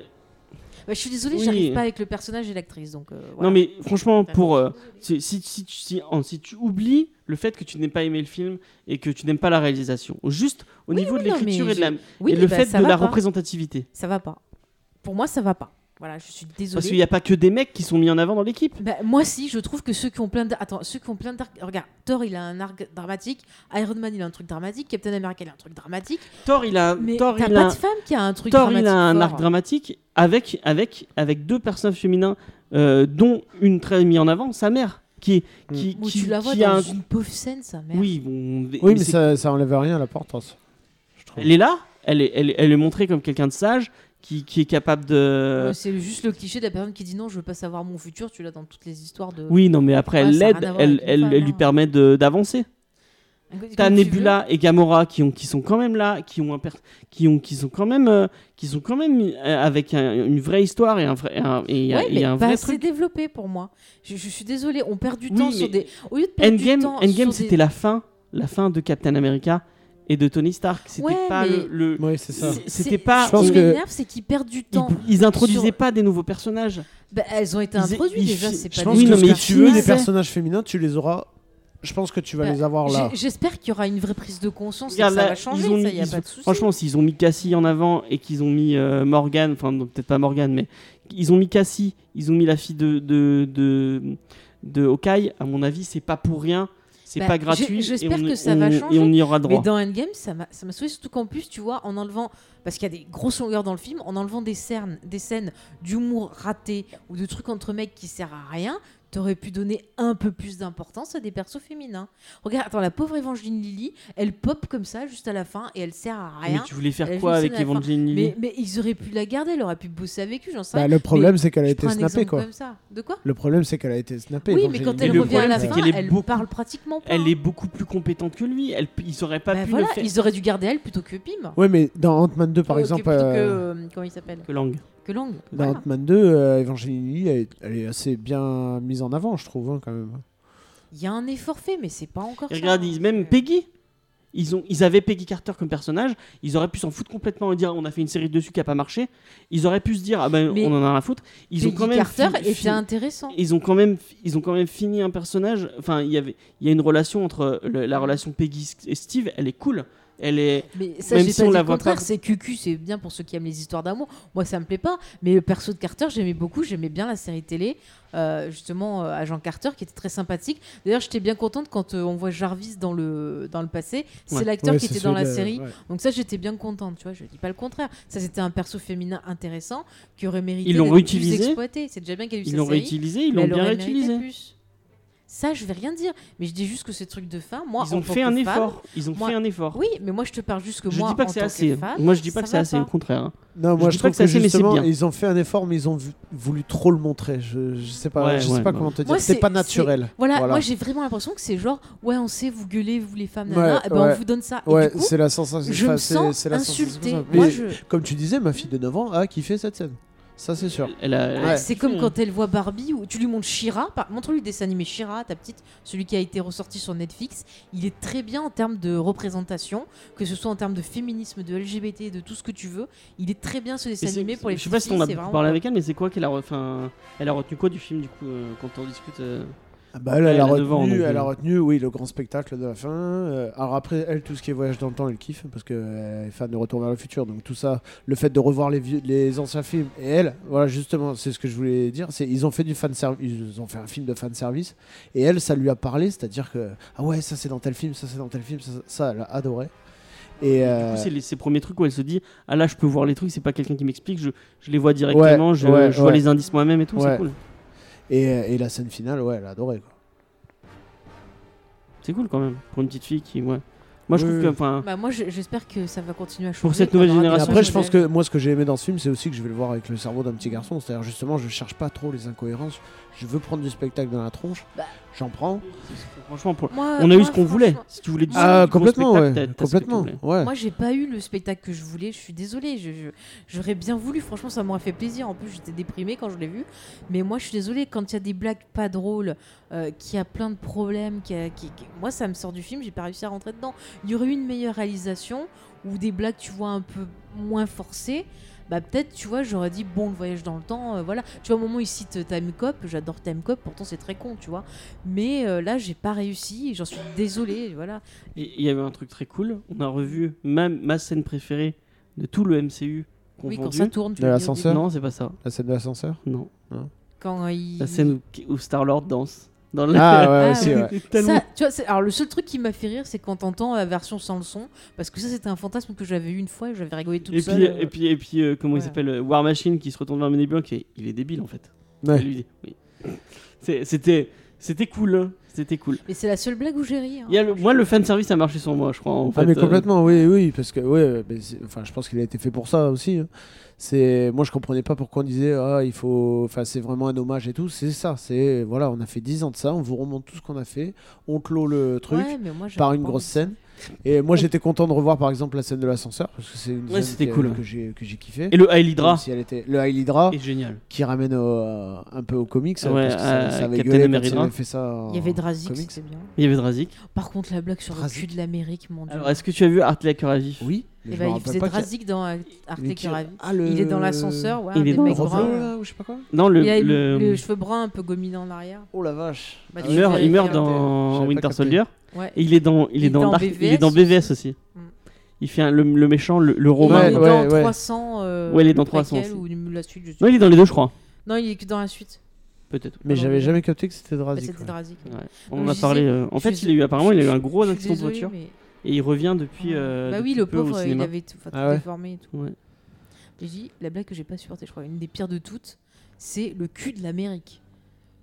Speaker 2: Bah, je suis désolée,
Speaker 1: Oui.
Speaker 2: j'arrive pas avec le personnage et l'actrice. Donc, euh, voilà.
Speaker 1: Non mais franchement
Speaker 2: Ouais.
Speaker 1: pour euh, si, si, si, tu- si- en- si tu oublies le fait que tu n'aies pas aimé le film et que tu n'aimes pas la réalisation juste au niveau
Speaker 2: oui,
Speaker 1: de
Speaker 2: non,
Speaker 1: l'écriture
Speaker 2: mais
Speaker 1: et, de la-
Speaker 2: je- Oui,
Speaker 1: et le
Speaker 2: bah,
Speaker 1: fait
Speaker 2: ça
Speaker 1: de
Speaker 2: va
Speaker 1: la
Speaker 2: pas.
Speaker 1: représentativité
Speaker 2: Ça va pas. Pour moi, ça va pas. Voilà, je suis désolée.
Speaker 1: parce qu'il n'y a pas que des mecs qui sont mis en avant dans l'équipe
Speaker 2: Bah, moi si, je trouve que ceux qui ont plein de... Attends, ceux qui ont plein d'arc... Regarde, Thor, il a un arc dramatique, Iron Man, il a un truc dramatique, Captain America, il a un truc dramatique,
Speaker 1: Thor il a Euh,
Speaker 2: mais
Speaker 1: Thor,
Speaker 2: t'as
Speaker 1: il
Speaker 2: pas
Speaker 1: a,
Speaker 2: de femme qui a un truc
Speaker 1: Thor,
Speaker 2: dramatique
Speaker 1: il a un
Speaker 2: fort.
Speaker 1: arc dramatique avec avec avec deux personnages féminins euh, dont une très mise en avant sa mère qui
Speaker 3: Mm.
Speaker 1: qui,
Speaker 2: Où
Speaker 1: qui,
Speaker 2: tu la vois
Speaker 1: qui a
Speaker 2: dans
Speaker 1: un-
Speaker 2: une pauvre scène, sa mère.
Speaker 1: oui bon
Speaker 3: Oui, mais,
Speaker 1: c'est-
Speaker 3: ça, ça enlève rien à la portance. Je trouve.
Speaker 1: elle est là elle est, elle, est- elle est montrée comme quelqu'un de sage qui, qui est capable de
Speaker 2: Ouais, C'est juste le cliché de la personne qui dit non, je veux pas savoir mon futur, tu l'as dans toutes les histoires de...
Speaker 1: Oui, non, mais après,
Speaker 2: Ouais,
Speaker 1: elle
Speaker 2: ça a rien
Speaker 1: l'aide,
Speaker 2: à voir
Speaker 1: elle,
Speaker 2: avec une
Speaker 1: elle,
Speaker 2: femme,
Speaker 1: elle
Speaker 2: hein.
Speaker 1: lui permet de- d'avancer.
Speaker 2: Comme tu
Speaker 1: T'as
Speaker 2: veux.
Speaker 1: Nebula et Gamora qui, ont, qui sont quand même là, qui, ont un per- qui, ont, qui sont quand même, euh, qui sont quand même euh, avec un- une vraie histoire et un vrai, un- et,
Speaker 2: Ouais,
Speaker 1: et
Speaker 2: mais bah,
Speaker 1: un
Speaker 2: pas
Speaker 1: vrai
Speaker 2: assez
Speaker 1: truc.
Speaker 2: développé pour moi. Je, je suis désolée, on perd du
Speaker 1: Oui,
Speaker 2: temps sur
Speaker 1: mais
Speaker 2: des... Au lieu de perdre du
Speaker 1: Endgame,
Speaker 2: temps
Speaker 1: Endgame
Speaker 2: sur des-
Speaker 1: c'était la fin, la fin de Captain America et de Tony Stark. C'était
Speaker 2: Ouais,
Speaker 1: pas
Speaker 2: mais-
Speaker 1: le- le.
Speaker 3: Ouais, c'est ça.
Speaker 1: C'est-
Speaker 2: C'est-
Speaker 1: C'était pas.
Speaker 3: Je
Speaker 2: Ce
Speaker 3: pense
Speaker 2: qui
Speaker 3: que-
Speaker 2: m'énerve, c'est qu'ils perdent du
Speaker 1: Ils,
Speaker 2: temps.
Speaker 1: ils introduisaient
Speaker 2: Sur-
Speaker 1: pas des nouveaux personnages.
Speaker 2: Bah, elles ont été
Speaker 1: Ils-
Speaker 2: introduites
Speaker 1: ils-
Speaker 2: déjà,
Speaker 1: ils-
Speaker 2: c'est
Speaker 3: Je
Speaker 2: pas
Speaker 3: pense
Speaker 1: Oui,
Speaker 3: que
Speaker 1: non, mais
Speaker 3: si
Speaker 1: ils
Speaker 3: tu veux des
Speaker 1: finissent.
Speaker 3: personnages féminins, tu les auras. Je pense que tu vas
Speaker 2: Bah,
Speaker 3: les avoir là.
Speaker 2: J'ai- J'espère qu'il y aura une vraie prise de conscience et que
Speaker 1: Regarde,
Speaker 2: ça
Speaker 1: là,
Speaker 2: va changer,
Speaker 1: ils ont
Speaker 2: ça,
Speaker 1: mis-
Speaker 2: y a
Speaker 1: ils
Speaker 2: pas
Speaker 1: ont-
Speaker 2: de souci.
Speaker 1: Franchement, s'ils ont mis Cassie en avant et qu'ils ont mis euh, Morgan, enfin donc peut-être pas Morgan, mais ils ont mis Cassie, ils ont mis la fille de de de, de Hawkeye, À mon avis, c'est pas pour rien, c'est
Speaker 2: Bah,
Speaker 1: pas
Speaker 2: j'ai-
Speaker 1: gratuit.
Speaker 2: j'espère
Speaker 1: et on-
Speaker 2: que ça va
Speaker 1: on-
Speaker 2: changer,
Speaker 1: et on y aura
Speaker 2: Mais
Speaker 1: droit.
Speaker 2: dans Endgame, ça m'a ça m'a saoulé, surtout qu'en plus, tu vois, en enlevant. Parce qu'il y a des grosses longueurs dans le film, en enlevant des, cernes, des scènes d'humour raté ou de trucs entre mecs qui servent à rien, t'aurais pu donner un peu plus d'importance à des persos féminins. Regarde, attends, la pauvre Evangeline Lilly, elle pop comme ça juste à la fin et elle sert à
Speaker 1: Mais
Speaker 2: rien.
Speaker 1: tu voulais
Speaker 2: Elle
Speaker 1: faire
Speaker 2: joue
Speaker 1: quoi
Speaker 2: ça
Speaker 1: avec
Speaker 2: à la fin.
Speaker 1: Evangeline Lilly
Speaker 2: Mais, mais ils auraient pu la garder, elle aurait pu bosser avec eux, j'en sais
Speaker 3: Bah,
Speaker 2: rien.
Speaker 3: le problème, c'est qu'elle a
Speaker 2: Je
Speaker 3: été
Speaker 2: prends un
Speaker 3: snappée,
Speaker 2: exemple
Speaker 3: quoi.
Speaker 2: comme ça. De quoi
Speaker 3: Le problème, c'est qu'elle a été snappée.
Speaker 2: Oui,
Speaker 3: donc
Speaker 2: mais
Speaker 3: j'ai
Speaker 2: quand
Speaker 3: dit-
Speaker 2: elle
Speaker 1: le
Speaker 2: revient à
Speaker 1: problème,
Speaker 2: la
Speaker 1: c'est
Speaker 2: fin,
Speaker 1: qu'elle est
Speaker 2: elle
Speaker 1: beaucoup-
Speaker 2: parle pratiquement pas.
Speaker 1: Elle est beaucoup plus compétente que lui. Elle, ils auraient pas
Speaker 2: Bah
Speaker 1: pu
Speaker 2: voilà,
Speaker 1: le faire
Speaker 2: Ils auraient dû garder elle plutôt que Pim.
Speaker 3: Ouais, mais dans Ant-Man 2, par
Speaker 2: Euh, que-
Speaker 3: exemple,
Speaker 2: plutôt que,
Speaker 3: euh,
Speaker 2: euh, comment il s'appelle
Speaker 1: que Lang.
Speaker 2: Que Lang.
Speaker 3: dans
Speaker 2: Voilà.
Speaker 3: Ant-Man 2, euh, Evangeline Lilly, elle, est- elle est assez bien mise en avant, je trouve, hein, quand même.
Speaker 2: Il y a un effort fait, mais c'est pas encore.
Speaker 1: Et
Speaker 2: ça.
Speaker 1: regarde, ils- même Peggy. Ils, ont, ils avaient Peggy Carter comme personnage, ils auraient pu s'en foutre complètement et dire on a fait une série dessus qui a pas marché. Ils auraient pu se dire ah ben
Speaker 2: Mais
Speaker 1: on en a rien à foutre. Ils ont
Speaker 2: Peggy
Speaker 1: quand même
Speaker 2: Carter
Speaker 1: fi-
Speaker 2: était
Speaker 1: fi-
Speaker 2: intéressant.
Speaker 1: ils ont quand même ils ont quand même fini un personnage. Enfin il y avait il y a une relation entre le- la relation Peggy et Steve, elle est cool. Elle est
Speaker 2: Mais ça,
Speaker 1: Même
Speaker 2: j'ai
Speaker 1: si
Speaker 2: pas
Speaker 1: on
Speaker 2: dit
Speaker 1: la
Speaker 2: le
Speaker 1: voit
Speaker 2: contraire.
Speaker 1: pas-
Speaker 2: C'est cucu, c'est bien pour ceux qui aiment les histoires d'amour. Moi, ça me plaît pas. Mais le perso de Carter, j'aimais beaucoup. J'aimais bien la série télé, euh, justement, euh, Agent Carter, qui était très sympathique. D'ailleurs, j'étais bien contente quand euh, on voit Jarvis dans le, dans le passé. C'est
Speaker 1: Ouais.
Speaker 2: l'acteur
Speaker 3: Ouais,
Speaker 2: qui
Speaker 3: c'est
Speaker 2: était dans la
Speaker 3: celui de-
Speaker 2: série.
Speaker 3: ouais.
Speaker 2: Donc ça, j'étais bien contente, tu vois, je dis pas le contraire. Ça, c'était un perso féminin intéressant qui aurait mérité
Speaker 1: Ils l'ont
Speaker 2: d'être
Speaker 1: réutilisé.
Speaker 2: plus exploité. C'est déjà bien qu'elle ait eu
Speaker 1: ils
Speaker 2: sa
Speaker 1: l'ont
Speaker 2: série,
Speaker 1: réutilisé, ils
Speaker 2: mais
Speaker 1: l'ont
Speaker 2: elle
Speaker 1: bien
Speaker 2: aurait mérité
Speaker 1: réutilisé.
Speaker 2: plus. Ça, je vais rien dire, mais je dis juste que ces trucs de fin, moi,
Speaker 1: Ils
Speaker 2: en
Speaker 1: ont
Speaker 2: tant
Speaker 1: fait
Speaker 2: que
Speaker 1: un
Speaker 2: femme-
Speaker 1: effort, ils ont
Speaker 2: moi-
Speaker 1: fait un effort.
Speaker 2: Oui, mais moi, je te parle juste que
Speaker 1: je
Speaker 2: moi,
Speaker 1: dis pas
Speaker 2: en
Speaker 1: que c'est
Speaker 2: tant
Speaker 1: assez.
Speaker 2: femme,
Speaker 1: Moi je dis pas
Speaker 2: ça
Speaker 1: que
Speaker 2: va
Speaker 1: c'est assez,
Speaker 2: pas.
Speaker 1: au contraire. hein.
Speaker 3: Non,
Speaker 1: Je
Speaker 3: moi je,
Speaker 1: dis pas
Speaker 3: trouve
Speaker 1: que c'est
Speaker 3: que,
Speaker 1: assez, mais c'est
Speaker 3: justement,
Speaker 1: bien.
Speaker 3: ils ont fait un effort, mais ils ont vu- voulu trop le montrer. Je, je sais pas,
Speaker 1: Ouais,
Speaker 3: je sais
Speaker 1: ouais,
Speaker 3: pas
Speaker 1: non.
Speaker 3: comment te dire.
Speaker 2: Moi,
Speaker 3: C'est
Speaker 2: c'est-
Speaker 3: pas naturel.
Speaker 2: Voilà,
Speaker 3: Voilà.
Speaker 2: moi, j'ai vraiment l'impression que c'est genre, ouais, on sait, vous gueulez, vous les femmes,
Speaker 3: Ouais,
Speaker 2: nanana, eh ben, on
Speaker 3: ouais.
Speaker 2: vous donne ça. Et
Speaker 3: Ouais,
Speaker 2: du coup,
Speaker 3: c'est la sensation.
Speaker 2: je me
Speaker 3: enfin, c'est-
Speaker 2: sens
Speaker 3: c'est la sensation
Speaker 2: insultée.
Speaker 3: comme ça.
Speaker 2: Moi,
Speaker 3: Mais
Speaker 2: je...
Speaker 3: Comme tu disais, ma fille de 9 ans a kiffé cette scène. Ça, c'est sûr.
Speaker 1: Elle a- elle a-
Speaker 3: Ouais.
Speaker 2: C'est comme quand elle voit Barbie ou tu lui montres Shira, par- montre-lui le dessin animé Shira, ta petite, celui qui a été ressorti sur Netflix. Il est très bien en termes de représentation, que ce soit en termes de féminisme, de LGBT, de tout ce que tu veux. Il est très bien ce dessin
Speaker 1: Mais c'est-
Speaker 2: animé pour les
Speaker 1: Je sais pas
Speaker 2: petites
Speaker 1: si on a
Speaker 2: filles, c'est
Speaker 1: parlé
Speaker 2: vraiment
Speaker 1: avec elle, mais c'est quoi qu'elle a, re- enfin, elle a retenu quoi du film du coup euh, quand on discute euh,
Speaker 3: Ah bah, elle, elle
Speaker 1: Elle
Speaker 3: a
Speaker 1: a 9 ans,
Speaker 3: retenu,
Speaker 1: donc,
Speaker 3: elle a
Speaker 1: euh.
Speaker 3: retenu, oui, le grand spectacle de la fin. Euh, alors après, elle, tout ce qui est voyage dans le temps, elle kiffe parce qu'elle est fan de Retour vers le futur. Donc tout ça, le fait de revoir les, vieux, les anciens films et elle, voilà justement, c'est ce que je voulais dire. C'est ils ont fait du fan service, ils ont fait un film de fan service et elle, ça lui a parlé, c'est-à-dire que ah ouais, ça c'est dans tel film, ça c'est dans tel film, ça, ça, elle a adoré. Et
Speaker 1: Du
Speaker 3: euh,
Speaker 1: coup, c'est les- ces premiers trucs où elle se dit Ah là, je peux voir les trucs, c'est pas quelqu'un qui m'explique, je, je les vois directement,
Speaker 3: Ouais,
Speaker 1: je,
Speaker 3: ouais,
Speaker 1: je vois
Speaker 3: ouais.
Speaker 1: les indices moi-même et tout, c'est
Speaker 3: Ouais.
Speaker 1: cool.
Speaker 3: et, et la scène finale, ouais, elle a adoré. quoi.
Speaker 1: C'est cool quand même, pour une petite fille qui. Ouais. Moi, je
Speaker 3: Oui,
Speaker 1: trouve
Speaker 3: oui.
Speaker 1: que. enfin,
Speaker 2: Bah moi, je- j'espère que ça va continuer à changer. Bah,
Speaker 1: cette
Speaker 2: qu'on
Speaker 1: nouvelle
Speaker 2: aura des
Speaker 3: Et
Speaker 1: génération,
Speaker 2: nouveaux
Speaker 3: après, je pense
Speaker 2: modèles.
Speaker 3: que moi, ce que j'ai aimé dans ce film, c'est aussi que je vais le voir avec le cerveau d'un petit garçon. C'est-à-dire, justement, je cherche pas trop les incohérences. Je veux prendre du spectacle dans la tronche.
Speaker 2: Bah.
Speaker 3: J'en prends.
Speaker 1: Franchement, pour-
Speaker 2: Moi-
Speaker 1: on a eu
Speaker 2: Euh, moi,
Speaker 1: ce qu'on voulait.
Speaker 2: franchement-
Speaker 1: Si tu voulais du
Speaker 3: Ah,
Speaker 1: du bon
Speaker 3: complètement,
Speaker 1: spectacle,
Speaker 3: ouais.
Speaker 1: t'as- t'as ce que tu
Speaker 3: Complètement,
Speaker 1: voulais.
Speaker 3: ouais.
Speaker 2: Moi, j'ai pas eu le spectacle que je voulais. Je suis désolée. je- je- J'aurais bien voulu. Franchement, ça m'aurait fait plaisir. En plus, j'étais déprimée quand je l'ai vu. Mais moi, je suis désolée. Quand il y a des blagues pas drôles, euh, qui a plein de problèmes, qui a- qui- qui- moi, ça me sort du film. J'ai pas réussi à rentrer dedans. Il y aurait eu une meilleure réalisation ou des blagues, tu vois, un peu moins forcées. Bah peut-être, tu vois, j'aurais dit bon, le voyage dans le temps, euh, voilà. Tu vois, au moment où il cite euh, Time Cop, j'adore Time Cop, pourtant c'est très con, tu vois. Mais euh, là, j'ai pas réussi, et j'en suis désolée, voilà.
Speaker 1: Et il y avait un truc très cool, on a revu ma, ma scène préférée de tout le MCU qu'on
Speaker 2: oui, quand
Speaker 1: vendue.
Speaker 2: ça tourne, tu
Speaker 3: De
Speaker 2: le dis au
Speaker 3: l'ascenseur.
Speaker 2: début.
Speaker 1: Non, c'est pas ça.
Speaker 3: La scène de l'ascenseur.
Speaker 1: Non.
Speaker 2: Quand il...
Speaker 1: La scène où, où Star-Lord danse. Dans le-
Speaker 3: Ah, ouais,
Speaker 2: Ah,
Speaker 3: aussi,
Speaker 2: oui.
Speaker 3: ouais.
Speaker 1: Tellement-
Speaker 2: Ça, tu vois, c'est- alors le seul truc qui m'a fait rire, c'est quand t'entends la version sans le son, parce que ça c'était un fantasme que j'avais eu une fois et j'avais rigolé toute
Speaker 1: Et
Speaker 2: seule.
Speaker 1: puis,
Speaker 2: euh.
Speaker 1: et puis, et puis euh, comment
Speaker 2: ouais.
Speaker 1: il s'appelle euh, War Machine qui se retourne vers Moneyblanc et il est débile en fait.
Speaker 3: Ouais.
Speaker 1: Elle lui dit, oui. C'est- C'était, c'était cool, hein. c'était cool.
Speaker 2: Mais c'est la seule blague où j'ai ri. hein.
Speaker 1: Il y a le- moi, le fan service a marché sur moi, je crois. En fait,
Speaker 3: ah mais
Speaker 1: euh,
Speaker 3: complètement, oui, oui, parce que ouais, mais c'est- enfin, je pense qu'il a été fait pour ça aussi. hein. C'est, moi, je comprenais pas pourquoi on disait ah il faut, enfin c'est vraiment un hommage et tout. C'est ça, c'est voilà, on a fait 10 ans de ça, on vous remonte tout ce qu'on a fait, on clôt le truc
Speaker 2: Ouais, mais moi, j'avais
Speaker 3: par une
Speaker 2: pas
Speaker 3: grosse
Speaker 2: envie.
Speaker 3: scène. Et moi, j'étais content de revoir, par exemple, la scène de l'ascenseur, parce que c'est une
Speaker 1: Ouais,
Speaker 3: scène
Speaker 1: c'était
Speaker 3: qui-
Speaker 1: cool.
Speaker 3: que j'ai que j'ai kiffé.
Speaker 1: Et le Hydra
Speaker 3: Même si elle était... Le Hail Hydra,
Speaker 1: est génial.
Speaker 3: qui ramène au, euh, un peu aux comics, hein,
Speaker 1: Ouais,
Speaker 3: parce que ça,
Speaker 1: à
Speaker 3: ça avait
Speaker 1: Captain
Speaker 3: gueulé
Speaker 1: America.
Speaker 3: quand ils avaient fait ça en
Speaker 2: Il y avait Drazik,
Speaker 3: comics.
Speaker 2: c'était bien.
Speaker 1: Il y avait Drazik.
Speaker 2: Par contre, la blague sur
Speaker 3: Drazik.
Speaker 2: le cul de l'Amérique, mon dieu.
Speaker 1: Alors, est-ce que tu as vu Art Laker à vif
Speaker 3: Oui, mais
Speaker 2: Eh
Speaker 3: je
Speaker 2: ben,
Speaker 3: me
Speaker 2: il
Speaker 3: rappelle
Speaker 2: faisait
Speaker 3: pas qu'il y a-
Speaker 2: Drazik dans euh, Arte
Speaker 3: mais qui-
Speaker 2: Keravi.
Speaker 3: Ah, le-
Speaker 2: Il est dans l'ascenseur,
Speaker 1: euh,
Speaker 2: ouais,
Speaker 1: Il
Speaker 2: un
Speaker 1: est
Speaker 2: des
Speaker 1: dans
Speaker 2: mecs
Speaker 1: le
Speaker 3: Revelo,
Speaker 2: bruns.
Speaker 3: là, ou je sais pas quoi
Speaker 1: Non, le.
Speaker 2: Il a
Speaker 1: le-
Speaker 2: le- les cheveux bruns un peu gominants en l'arrière.
Speaker 3: Oh la vache.
Speaker 2: Bah, tu
Speaker 3: Ah
Speaker 2: hein,
Speaker 1: Il
Speaker 3: oui,
Speaker 1: meurt,
Speaker 2: verrais
Speaker 1: il meurt
Speaker 2: faire,
Speaker 3: j'avais
Speaker 1: dans
Speaker 3: pas
Speaker 1: Winter
Speaker 3: capté.
Speaker 1: Soldier.
Speaker 2: Ouais.
Speaker 1: Et il est dans, il est dans, Dark- il est dans BVS aussi.
Speaker 2: Mm.
Speaker 1: Il fait un- le, le méchant, le, le
Speaker 2: Et
Speaker 1: Romain.
Speaker 3: Ouais,
Speaker 2: il
Speaker 1: là.
Speaker 2: est
Speaker 3: ouais,
Speaker 2: dans
Speaker 3: ouais.
Speaker 2: 300. euh,
Speaker 1: Ouais, il est dans
Speaker 2: le préquel
Speaker 1: 300 aussi.
Speaker 2: Ou la suite, je sais
Speaker 1: Non, il est dans les deux, je crois.
Speaker 2: pas. Non, il est que dans la suite.
Speaker 1: Peut-être.
Speaker 3: Mais
Speaker 2: Pardon,
Speaker 3: j'avais
Speaker 2: je-
Speaker 3: jamais capté que c'était
Speaker 2: Bah,
Speaker 3: Drazik.
Speaker 2: C'était
Speaker 3: ouais.
Speaker 2: Drazik.
Speaker 1: Ouais.
Speaker 2: ouais.
Speaker 1: On
Speaker 2: Donc,
Speaker 1: en
Speaker 2: je
Speaker 1: a
Speaker 2: disais-
Speaker 1: parlé. euh, en
Speaker 2: je
Speaker 1: fait,
Speaker 2: suis-
Speaker 1: il a eu apparemment,
Speaker 2: je-
Speaker 1: il a eu
Speaker 2: je-
Speaker 1: un gros
Speaker 2: je suis
Speaker 1: accident de
Speaker 2: désolée,
Speaker 1: voiture
Speaker 2: mais-
Speaker 1: et il revient depuis. euh,
Speaker 2: bah oui,
Speaker 1: depuis
Speaker 2: le
Speaker 1: peu au
Speaker 2: pauvre, il
Speaker 1: cinéma.
Speaker 2: avait tout, enfin, tout
Speaker 3: Ah ouais.
Speaker 2: déformé et tout.
Speaker 1: Ouais.
Speaker 2: Et je dis, la blague que j'ai pas supportée, je crois, une des pires de toutes, c'est le cul de l'Amérique.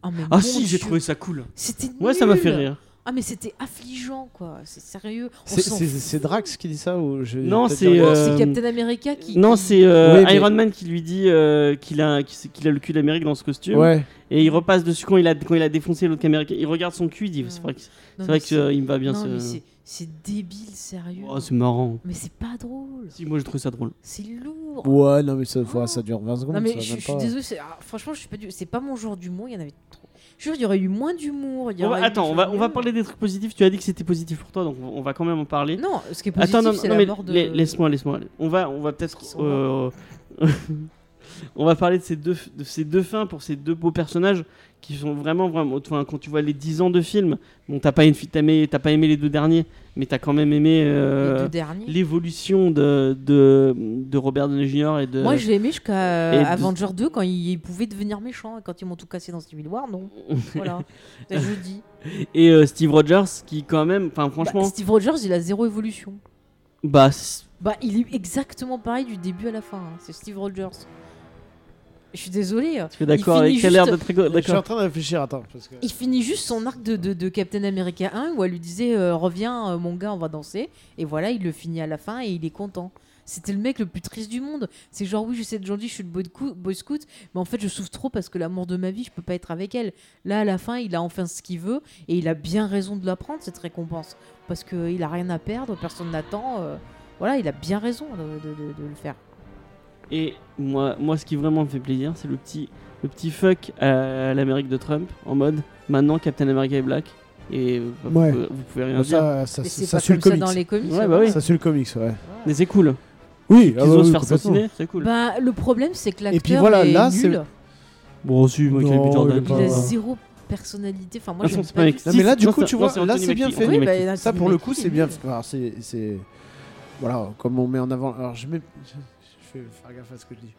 Speaker 2: Ah, mais mon
Speaker 1: Ah si, j'ai
Speaker 2: Dieu.
Speaker 1: trouvé ça cool.
Speaker 2: C'était
Speaker 1: Ouais, ça m'a
Speaker 2: nul.
Speaker 1: fait rire.
Speaker 2: Ah, mais c'était affligeant, quoi. C'est sérieux. On
Speaker 3: C'est-
Speaker 2: s'en
Speaker 3: C'est
Speaker 2: fout.
Speaker 3: c'est Drax qui dit ça ou je-
Speaker 1: Non,
Speaker 3: j'ai peut-être
Speaker 1: c'est,
Speaker 3: regardé.
Speaker 2: Non,
Speaker 1: euh,
Speaker 2: c'est Captain America qui.
Speaker 1: Non,
Speaker 2: qui-
Speaker 1: c'est euh,
Speaker 3: Oui, mais-
Speaker 1: Iron Man qui lui dit euh, qu'il a, qu'il qu'il a le cul d'Amérique dans ce costume.
Speaker 3: Ouais.
Speaker 1: Et il repasse dessus quand il a, quand il a défoncé l'autre américain. Il regarde son cul, il dit C'est vrai que- c'est
Speaker 2: Non,
Speaker 1: vrai
Speaker 2: mais
Speaker 1: que, euh, il me va bien
Speaker 2: non,
Speaker 1: ce-
Speaker 2: mais c'est- c'est débile, sérieux.
Speaker 1: Oh, c'est marrant.
Speaker 2: Mais c'est pas drôle.
Speaker 1: Si, moi je trouve ça drôle.
Speaker 2: C'est lourd.
Speaker 3: Ouais, non, mais ça, faut- ça dure 20 secondes.
Speaker 2: Non mais
Speaker 3: ça,
Speaker 2: je,
Speaker 3: même
Speaker 2: je suis
Speaker 3: pas.
Speaker 2: désolée, c'est- ah, franchement je suis pas du... c'est pas mon genre d'humour, il y en avait trop. Je jure, il y aurait eu moins d'humour. il y
Speaker 1: On va-
Speaker 2: aurait eu
Speaker 1: attends,
Speaker 2: des
Speaker 1: on va,
Speaker 2: gens
Speaker 1: on va
Speaker 2: mieux.
Speaker 1: parler des trucs positifs. Tu as dit que c'était positif pour toi, donc on on va quand même en parler.
Speaker 2: Non, ce qui est positif,
Speaker 1: attends, non,
Speaker 2: c'est
Speaker 1: non,
Speaker 2: la
Speaker 1: mais
Speaker 2: mort de.
Speaker 1: la- laisse-moi, laisse-moi. aller. On va, on va peut-être.
Speaker 2: qu'ils sont
Speaker 1: euh, on va parler de ces, deux, de ces deux fins pour ces deux beaux personnages qui sont vraiment. vraiment enfin, quand tu vois les 10 ans de film, bon, t'as pas, une fi- t'as aimé, t'as pas aimé les deux derniers, mais t'as quand même aimé euh,
Speaker 2: les deux derniers.
Speaker 1: l'évolution de, de, de Robert Downey Jr. et de.
Speaker 2: Moi, je l'ai aimé jusqu'à
Speaker 1: et
Speaker 2: euh,
Speaker 1: de-
Speaker 2: Avengers 2 quand ils pouvaient devenir méchants et quand ils m'ont tout cassé dans Civil War, non. Voilà, Ça, je le dis.
Speaker 1: et euh, Steve Rogers qui, quand même. Enfin, franchement.
Speaker 2: Bah, Steve Rogers, il a zéro évolution.
Speaker 1: bah, c'est-
Speaker 2: Bah, il est exactement pareil du début à la fin. hein. C'est Steve Rogers. Je suis désolée. euh,
Speaker 1: tu es d'accord avec
Speaker 2: finit
Speaker 1: quelle l'air
Speaker 2: juste-
Speaker 1: d'être d'accord
Speaker 3: Je suis en train de réfléchir, attends. Parce que...
Speaker 2: Il finit juste son arc de, de, de Captain America 1 où elle lui disait euh, Reviens, euh, mon gars, on va danser. Et voilà, il le finit à la fin et il est content. C'était le mec le plus triste du monde. C'est genre, oui, je sais de je suis le boy, de cou- boy scout, mais en fait, je souffre trop parce que l'amour de ma vie, je peux pas être avec elle. Là, à la fin, il a enfin ce qu'il veut et il a bien raison de la prendre, cette récompense. Parce qu'il a rien à perdre, personne n'attend. euh, voilà, il a bien raison de- de- de- de le faire.
Speaker 1: Et moi, moi, ce qui vraiment me fait plaisir, c'est le petit, le petit fuck à l'Amérique de Trump, en mode maintenant Captain America est black et euh, vous,
Speaker 3: Ouais.
Speaker 1: pouvez, vous pouvez rien
Speaker 3: Bah,
Speaker 1: dire.
Speaker 3: ça, ça,
Speaker 2: Mais
Speaker 3: ça,
Speaker 2: c'est
Speaker 3: ça
Speaker 2: pas
Speaker 3: suit le
Speaker 2: comme ça dans
Speaker 3: comics.
Speaker 2: les comics.
Speaker 1: Ouais, bah oui.
Speaker 3: Ça suit le comics, ouais.
Speaker 1: Mais c'est cool.
Speaker 3: Oui,
Speaker 1: Qu'ils
Speaker 3: ah bah
Speaker 1: osent
Speaker 3: oui,
Speaker 1: faire
Speaker 3: complètement.
Speaker 1: assassiner, c'est cool.
Speaker 2: Bah, le problème, c'est que l'acteur
Speaker 3: puis voilà,
Speaker 2: est
Speaker 3: là, c'est-
Speaker 2: nul.
Speaker 1: bon, aussi, moi,
Speaker 3: Non,
Speaker 1: Michael B. Jordan.
Speaker 3: il est
Speaker 2: Il
Speaker 3: pas-
Speaker 2: a
Speaker 3: Bah,
Speaker 2: zéro personnalité. Enfin, moi,
Speaker 1: Ah,
Speaker 2: j'aime
Speaker 1: c'est
Speaker 2: pas
Speaker 1: pas
Speaker 2: du-
Speaker 3: Non, mais là, du
Speaker 1: Non,
Speaker 3: coup,
Speaker 1: c'est-
Speaker 3: tu
Speaker 1: non,
Speaker 3: vois,
Speaker 1: c'est Anthony
Speaker 3: là, c'est bien
Speaker 1: Mackie,
Speaker 3: fait.
Speaker 1: Anthony
Speaker 2: Oui, bah,
Speaker 1: Mackie.
Speaker 2: là,
Speaker 3: Ça,
Speaker 2: c'est
Speaker 3: pour le
Speaker 2: nul.
Speaker 3: coup, c'est bien. Alors, c'est, c'est- Voilà, comme on met en avant. Alors, je, mets... je je vais faire gaffe à ce que je dis.